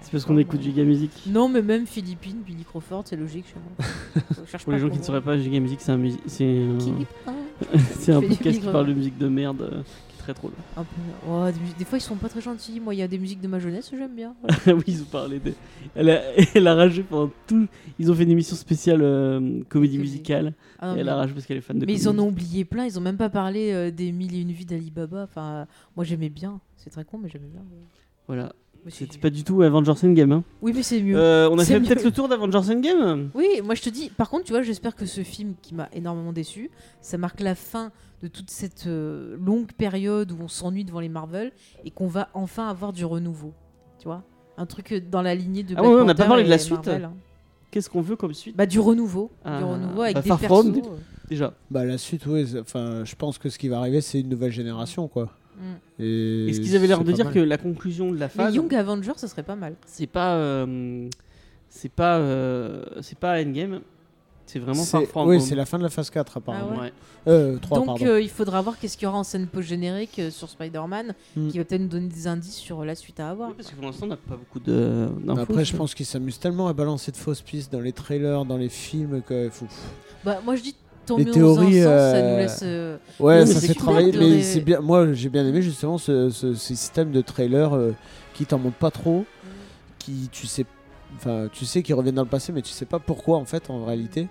Speaker 1: C'est parce qu'on écoute Giga Music.
Speaker 2: Non mais même Philippines, Billy Crawford, c'est logique chez moi. Je cherche
Speaker 1: Pour les
Speaker 2: pas
Speaker 1: gens qui ne sauraient pas, Giga Music, c'est un, musi- c'est un-
Speaker 2: Keep on.
Speaker 1: c'est un
Speaker 2: Fais du
Speaker 1: podcast qui
Speaker 2: micro.
Speaker 1: parle de musique de merde euh, qui est très drôle.
Speaker 2: Un peu- Oh, des, mus- des fois ils sont pas très gentils. Moi il y a des musiques de ma jeunesse que j'aime bien.
Speaker 1: Ah oui, ils ont parlé de. Elle a, elle a ragé pendant tout. Ils ont fait une émission spéciale euh, comédie
Speaker 2: Comédie.
Speaker 1: musicale.
Speaker 2: Ah, non,
Speaker 1: et elle
Speaker 2: mais-
Speaker 1: a ragé parce qu'elle est fan de
Speaker 2: mais ils en
Speaker 1: comédie.
Speaker 2: ont oublié plein. Ils ont même pas parlé euh, des mille et une vies d'Alibaba. Enfin euh, moi j'aimais bien. C'est très con mais j'aimais bien.
Speaker 1: Voilà.
Speaker 2: Mais c'est-
Speaker 1: C'était pas du tout Avengers Endgame. Hein.
Speaker 2: Oui mais c'est mieux.
Speaker 1: Euh, on a
Speaker 2: C'est
Speaker 1: fait
Speaker 2: mieux.
Speaker 1: peut-être le tour d'Avengers Endgame
Speaker 2: Oui, moi je te dis, par contre, tu vois, j'espère que ce film qui m'a énormément déçu, ça marque la fin de toute cette euh, longue période où on s'ennuie devant les Marvel et qu'on va enfin avoir du renouveau. Tu vois Un truc euh, dans la lignée de.
Speaker 1: Ah
Speaker 2: Black
Speaker 1: ouais, on n'a pas
Speaker 2: Panther
Speaker 1: parlé de la
Speaker 2: et
Speaker 1: suite.
Speaker 2: Marvel, hein.
Speaker 1: Qu'est-ce qu'on veut comme suite
Speaker 2: Bah, du renouveau.
Speaker 1: Ah,
Speaker 2: du renouveau avec
Speaker 1: bah,
Speaker 2: des
Speaker 1: Far
Speaker 2: persos.
Speaker 1: From,
Speaker 2: euh,
Speaker 1: Déjà.
Speaker 3: Bah, la suite, oui. c'est- Enfin, je pense que ce qui va arriver, c'est une nouvelle génération, quoi.
Speaker 2: mm.
Speaker 3: Et
Speaker 1: Est-ce qu'ils avaient l'air
Speaker 3: c'est
Speaker 1: de
Speaker 3: pas
Speaker 1: dire
Speaker 3: mal.
Speaker 1: que la conclusion de la
Speaker 2: Mais
Speaker 1: phase.
Speaker 2: Young Avenger, ça serait pas mal.
Speaker 1: C'est pas. euh, c'est pas. euh, c'est pas Endgame. C'est vraiment Far
Speaker 3: C'est-
Speaker 1: From
Speaker 3: Oui,
Speaker 1: Home.
Speaker 3: c'est la fin de la phase 4, apparemment.
Speaker 2: Ah ouais.
Speaker 1: Ouais.
Speaker 3: Euh, 3,
Speaker 2: Donc,
Speaker 3: pardon.
Speaker 2: euh, il faudra voir qu'est-ce qu'il y aura en scène post-générique euh, sur Spider-Man
Speaker 3: Mm.
Speaker 2: qui va peut-être nous donner des indices sur euh, la suite à avoir.
Speaker 1: Oui, parce que pour l'instant, on n'a pas beaucoup de. d'infos,
Speaker 3: Bah, Après, je pense qu'ils s'amusent tellement à balancer de fausses pistes dans les trailers, dans les films, que faut-
Speaker 2: Bah, moi je dis, tant
Speaker 3: Les
Speaker 2: mieux
Speaker 3: théories,
Speaker 2: dans un sens, ça
Speaker 3: euh,
Speaker 2: nous laisse. euh,
Speaker 3: Ouais,
Speaker 1: Non, mais
Speaker 3: ça
Speaker 1: c'est
Speaker 3: fait
Speaker 1: super
Speaker 3: travailler,
Speaker 2: de ré-
Speaker 3: mais c'est bien. Moi, j'ai bien aimé justement ce, ce système de trailer euh, qui t'en montre pas trop, qui tu sais, enfin, tu sais qu'ils reviennent dans le passé, mais tu sais pas pourquoi en fait en réalité.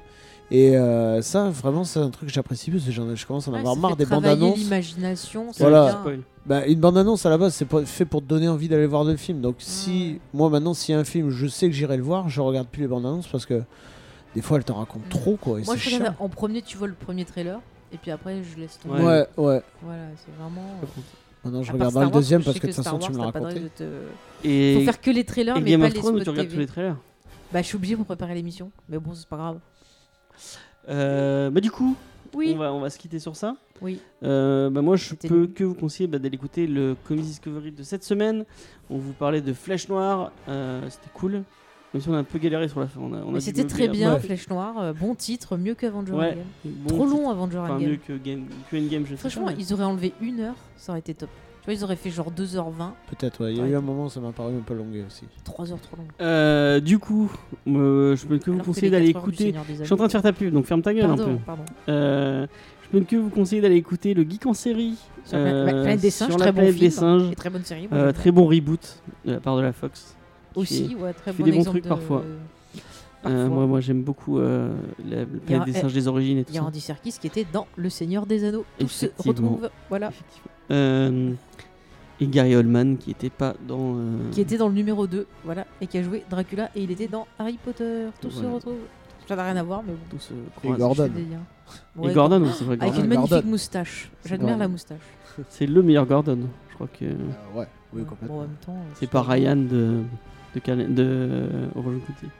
Speaker 3: Et euh, ça, vraiment, c'est un truc que j'apprécie parce que j'en- je commence à en
Speaker 2: Ouais,
Speaker 3: avoir
Speaker 2: ça
Speaker 3: marre
Speaker 2: fait
Speaker 3: des bandes
Speaker 2: travailler
Speaker 3: annonces.
Speaker 2: l'imagination, c'est
Speaker 3: Voilà.
Speaker 2: bien.
Speaker 1: Spoil.
Speaker 3: Bah, une bande-annonce à la base, c'est pas- fait pour te donner envie d'aller voir le film. Donc, si moi maintenant, s'il y a un film, je sais que j'irai le voir, je regarde plus les bandes-annonces parce que des fois, elles t'en racontent trop, quoi. Et
Speaker 2: Mm. Moi,
Speaker 3: c'est
Speaker 2: je regarde
Speaker 3: chiant.
Speaker 2: en premier, tu vois le premier trailer, et puis après, je laisse tomber.
Speaker 1: Ouais.
Speaker 3: Ouais, ouais.
Speaker 2: Voilà, c'est vraiment. euh,
Speaker 3: Maintenant, je
Speaker 2: À part
Speaker 3: regarderai
Speaker 2: Star
Speaker 3: le
Speaker 2: Wars,
Speaker 3: deuxième
Speaker 2: je
Speaker 3: parce
Speaker 2: sais
Speaker 3: que de toute
Speaker 2: Star
Speaker 3: façon, tu me l'as
Speaker 2: Wars, t'as pas
Speaker 3: raconté.
Speaker 2: de règle de te-
Speaker 1: Et,
Speaker 2: Faut faire que les trailers,
Speaker 1: et
Speaker 2: mais
Speaker 1: Game
Speaker 2: pas
Speaker 1: of
Speaker 2: les
Speaker 1: Thrones, où tu
Speaker 2: spots
Speaker 1: regardes tous les
Speaker 2: TV.
Speaker 1: trailers.
Speaker 2: Bah, je suis obligée pour préparer l'émission, mais bon, c'est pas grave.
Speaker 1: Euh, bah, du coup,
Speaker 2: Oui,
Speaker 1: on, va, on va se quitter sur ça.
Speaker 2: oui.
Speaker 1: Euh, bah, moi, je
Speaker 2: C'était
Speaker 1: peux
Speaker 2: nul.
Speaker 1: que vous conseiller bah, d'aller écouter le Comics Discovery de cette semaine. On vous parlait de Flèche Noire. euh, C'était cool. Même si on a un peu galéré sur la fin. On a- on a
Speaker 2: Mais
Speaker 1: dû
Speaker 2: c'était
Speaker 1: meubler
Speaker 2: très
Speaker 1: un
Speaker 2: bien,
Speaker 3: Ouais.
Speaker 2: Flèche Noire, euh, bon titre, mieux qu'Avenger
Speaker 1: Ouais.
Speaker 2: Endgame.
Speaker 1: peu. Bon,
Speaker 2: Trop long Avenger
Speaker 1: Enfin,
Speaker 2: Endgame.
Speaker 1: mieux que, game, que Endgame, je sais
Speaker 2: Franchement,
Speaker 1: pas, mais-
Speaker 2: ils auraient enlevé une heure, ça aurait été top. Tu vois, ils auraient fait genre 2h20,
Speaker 3: Peut-être, ouais. Il y a eu un moment où ça m'a paru un peu longué aussi.
Speaker 2: 3 heures trop long.
Speaker 1: Euh, du coup, euh, je peux que vous
Speaker 2: Alors que
Speaker 1: conseiller
Speaker 2: les
Speaker 1: d'aller
Speaker 2: quatre heures du
Speaker 1: écouter.
Speaker 2: Seigneur des
Speaker 1: Je suis en train de
Speaker 2: Anneaux-
Speaker 1: faire ta pub, donc ferme ta gueule un
Speaker 2: Pardon,
Speaker 1: peu.
Speaker 2: pardon.
Speaker 1: Euh, je peux que vous conseiller d'aller écouter le Geek en série
Speaker 2: Sur bah, la- la planète des singes,
Speaker 1: Euh, sur la
Speaker 2: très bon
Speaker 1: planète
Speaker 2: film.
Speaker 1: des singes.
Speaker 2: Et très bonne série. moi,
Speaker 1: Euh,
Speaker 2: j'aime
Speaker 1: très bon reboot de la part de la Fox. Euh,
Speaker 2: bien. aussi, ouais, très
Speaker 1: qui
Speaker 2: bon
Speaker 1: fait des bons
Speaker 2: exemple
Speaker 1: trucs
Speaker 2: de-
Speaker 1: parfois.
Speaker 2: Parfois.
Speaker 1: Euh, moi, moi j'aime beaucoup euh, la, la
Speaker 2: Il y a-
Speaker 1: planète des singes des origines et tout
Speaker 2: Il y a
Speaker 1: ça.
Speaker 2: Andy Serkis qui était dans Le Seigneur des Anneaux. Tout se
Speaker 1: Effectivement.
Speaker 2: retrouve, voilà.
Speaker 1: Effectivement. Euh, et Gary Oldman qui était pas dans. euh,
Speaker 2: Qui était dans le numéro 2, voilà, et qui a joué Dracula, et il était dans Harry Potter. Tout se
Speaker 1: Voilà.
Speaker 2: retrouve. Ça n'a rien à voir, mais bon.
Speaker 1: tout ce
Speaker 3: Et
Speaker 1: croisé.
Speaker 3: Gordon.
Speaker 2: Je fais des liens.
Speaker 1: Et
Speaker 2: Ouais, Ah,
Speaker 1: Gordon, oui, c'est vrai.
Speaker 2: Avec
Speaker 1: Gordon.
Speaker 2: une
Speaker 3: Gordon.
Speaker 2: magnifique moustache. J'admire
Speaker 3: Gordon.
Speaker 2: la moustache.
Speaker 1: C'est le meilleur Gordon. Je crois que
Speaker 3: Euh, ouais, oui, complètement.
Speaker 2: Bon, en même temps, euh,
Speaker 1: c'est pas
Speaker 2: vrai.
Speaker 1: Ryan de de, Cal- de euh, Orange County.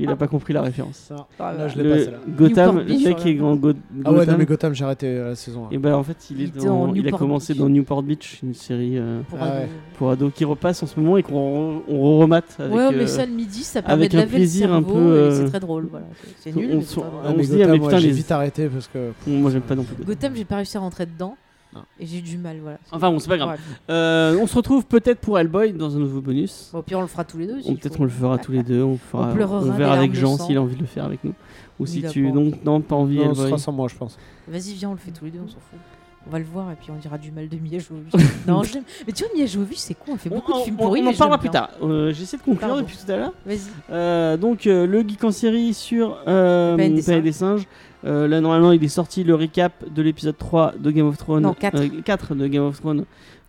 Speaker 1: Il a pas compris la référence.
Speaker 3: Ça,
Speaker 2: Ah,
Speaker 3: là, je l'ai
Speaker 1: Le
Speaker 3: pas, celle-là.
Speaker 1: Gotham,
Speaker 2: Newport
Speaker 1: le
Speaker 2: Beach,
Speaker 1: mec qui est grand
Speaker 2: voilà.
Speaker 1: Go-
Speaker 3: Ah ouais, non,
Speaker 1: Gotham.
Speaker 3: mais Gotham, j'ai arrêté euh, la saison. un.
Speaker 1: Et ben en fait, il
Speaker 2: Il
Speaker 1: est
Speaker 2: était
Speaker 1: dans,
Speaker 2: en
Speaker 1: il a
Speaker 2: Newport
Speaker 1: commencé
Speaker 2: Beach.
Speaker 1: dans Newport Beach, une série euh,
Speaker 2: Pour
Speaker 3: Ah
Speaker 2: un-
Speaker 3: ouais.
Speaker 1: pour ados qui repasse en ce moment et qu'on re- on re- remate avec.
Speaker 2: Ouais,
Speaker 1: euh,
Speaker 2: mais ça le midi, ça permet
Speaker 1: avec
Speaker 2: de
Speaker 1: un
Speaker 2: laver
Speaker 1: plaisir
Speaker 2: le
Speaker 1: un
Speaker 2: cerveau,
Speaker 1: peu,
Speaker 2: et
Speaker 1: euh,
Speaker 2: c'est très drôle, voilà. C'est- C'est
Speaker 1: on
Speaker 2: nul, mais c'est
Speaker 1: s'en-
Speaker 2: pas drôle.
Speaker 3: Ah,
Speaker 1: on
Speaker 3: mais
Speaker 1: se dit, ah, mais
Speaker 3: Gotham, ouais,
Speaker 1: putain,
Speaker 3: j'ai
Speaker 1: les-
Speaker 3: vite arrêté parce que.
Speaker 1: moi j'aime pas non plus.
Speaker 2: Gotham, j'ai pas réussi à rentrer dedans,
Speaker 3: Non.
Speaker 2: et j'ai eu du mal, voilà.
Speaker 1: Enfin Ah, bon, c'est pas grave.
Speaker 2: Ouais.
Speaker 1: Euh, on se retrouve peut-être pour Hellboy dans un nouveau bonus.
Speaker 2: Bon, puis on le fera tous les deux.
Speaker 1: On- Peut-être on le fera tous les deux. On, fera,
Speaker 2: Oh, On pleurera des
Speaker 1: verra
Speaker 2: larmes
Speaker 1: avec
Speaker 2: de
Speaker 1: Jean
Speaker 2: sang.
Speaker 1: s'il a envie de le faire avec nous. Ou
Speaker 2: Il
Speaker 1: si
Speaker 2: a
Speaker 1: tu.
Speaker 2: pas
Speaker 1: Donc, non, pas envie,
Speaker 3: Non, ce
Speaker 1: Hellboy.
Speaker 3: sera sans moi, je pense.
Speaker 2: Vas-y, viens, on le fait tous les deux, on s'en fout. On va le voir et puis on dira du mal de Mia Jovovich. non, j'aime. Mais tu vois, Mia Jovovich, c'est con, elle fait
Speaker 1: On,
Speaker 2: beaucoup de
Speaker 1: on-
Speaker 2: films
Speaker 1: on-
Speaker 2: pourris.
Speaker 1: on
Speaker 2: mais
Speaker 1: en
Speaker 2: je
Speaker 1: parlera
Speaker 2: l'aime
Speaker 1: plus
Speaker 2: bien.
Speaker 1: tard. Euh, J'essaie de conclure
Speaker 2: Pardon.
Speaker 1: depuis tout à l'heure.
Speaker 2: Vas-y.
Speaker 1: Euh, donc euh, le geek en série sur euh,
Speaker 2: Planète des
Speaker 1: Planète des singes. Euh, là normalement il est sorti le recap de l'épisode 3 de Game of Thrones.
Speaker 2: Non, quatre.
Speaker 1: Euh, quatre de Game of Thrones.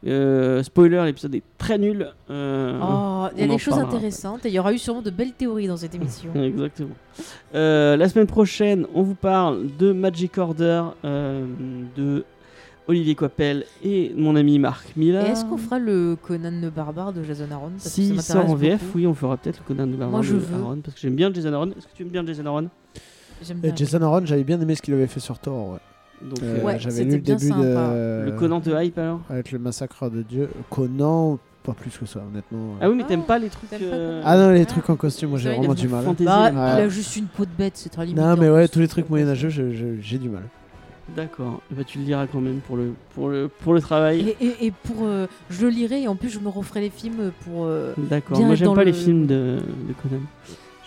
Speaker 1: Euh, spoiler, l'épisode est très nul. Euh,
Speaker 2: Oh, il y a
Speaker 1: on en
Speaker 2: des choses
Speaker 1: parlera.
Speaker 2: intéressantes et il y aura eu sûrement de belles théories dans cette émission.
Speaker 1: Exactement. Euh, la semaine prochaine on vous parle de Magic Order euh, de Olivier Coppel et mon ami Marc
Speaker 2: Et
Speaker 1: Miller.
Speaker 2: est-ce qu'on fera le Conan le barbare de Jason Aaron Parce que ça
Speaker 1: S'il
Speaker 2: m'intéresse
Speaker 1: sort en VF,
Speaker 2: beaucoup.
Speaker 1: oui on fera peut-être le Conan de Barbara
Speaker 2: Moi, je
Speaker 1: de
Speaker 2: veux.
Speaker 1: Aaron, parce que j'aime bien Jason Aaron. Est-ce que tu aimes bien Jason Aaron
Speaker 2: J'aime
Speaker 3: Et
Speaker 2: bien.
Speaker 3: Euh, Jason Aaron, j'avais bien aimé ce qu'il avait fait sur Thor. Ouais.
Speaker 1: Donc,
Speaker 3: Euh,
Speaker 1: euh,
Speaker 2: Ouais,
Speaker 3: j'avais
Speaker 2: c'était
Speaker 3: lu le
Speaker 2: bien
Speaker 3: début
Speaker 2: sympa.
Speaker 3: de.
Speaker 1: le Conan de hype alors
Speaker 3: Avec le massacre de Dieu. Conan, pas plus que ça, honnêtement.
Speaker 1: Ah oui, mais
Speaker 2: Ah,
Speaker 1: t'aimes pas les trucs.
Speaker 2: t'aimes pas
Speaker 1: euh,
Speaker 3: Ah non, les
Speaker 2: Ah.
Speaker 3: trucs en costume, moi j'ai
Speaker 2: C'est vrai,
Speaker 3: vraiment
Speaker 1: les
Speaker 3: du mal.
Speaker 1: fantaisies.
Speaker 2: Bah,
Speaker 3: Ouais.
Speaker 2: il a juste une peau de bête, c'est très hein. limité.
Speaker 3: Non, mais
Speaker 2: en
Speaker 3: ouais,
Speaker 2: plus,
Speaker 3: tous les
Speaker 2: ce
Speaker 3: trucs moyenâgeux, je- je- j'ai du mal.
Speaker 1: D'accord. Bah, tu le liras quand même pour le, pour le, pour le travail.
Speaker 2: Et, et- et pour, euh, je le lirai et en plus je me referai les films pour. euh,
Speaker 1: D'accord.
Speaker 2: bien
Speaker 1: Moi,
Speaker 2: être
Speaker 1: j'aime
Speaker 2: dans
Speaker 1: pas les
Speaker 2: le-
Speaker 1: films de, de Conan.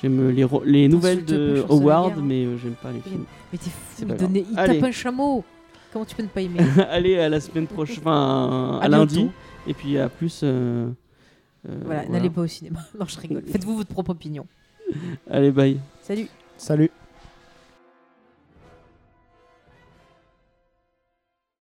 Speaker 1: J'aime euh, les, ro- les nouvelles de
Speaker 2: T'insultes pas, je
Speaker 1: Howard,
Speaker 2: sais rien.
Speaker 1: mais euh, j'aime pas les films.
Speaker 2: Mais t'es
Speaker 1: C'est
Speaker 2: fou,
Speaker 1: pas
Speaker 2: il, donnait- il
Speaker 1: Allez.
Speaker 2: tape un chameau. Comment tu peux ne pas aimer
Speaker 1: Allez, à la semaine prochaine. Enfin, à,
Speaker 2: À
Speaker 1: lundi.
Speaker 2: bientôt.
Speaker 1: Et puis à plus. euh, euh,
Speaker 2: Voilà, n'allez pas au cinéma. Non, je rigole. Faites-vous votre propre opinion.
Speaker 1: Allez, bye.
Speaker 2: Salut.
Speaker 3: Salut.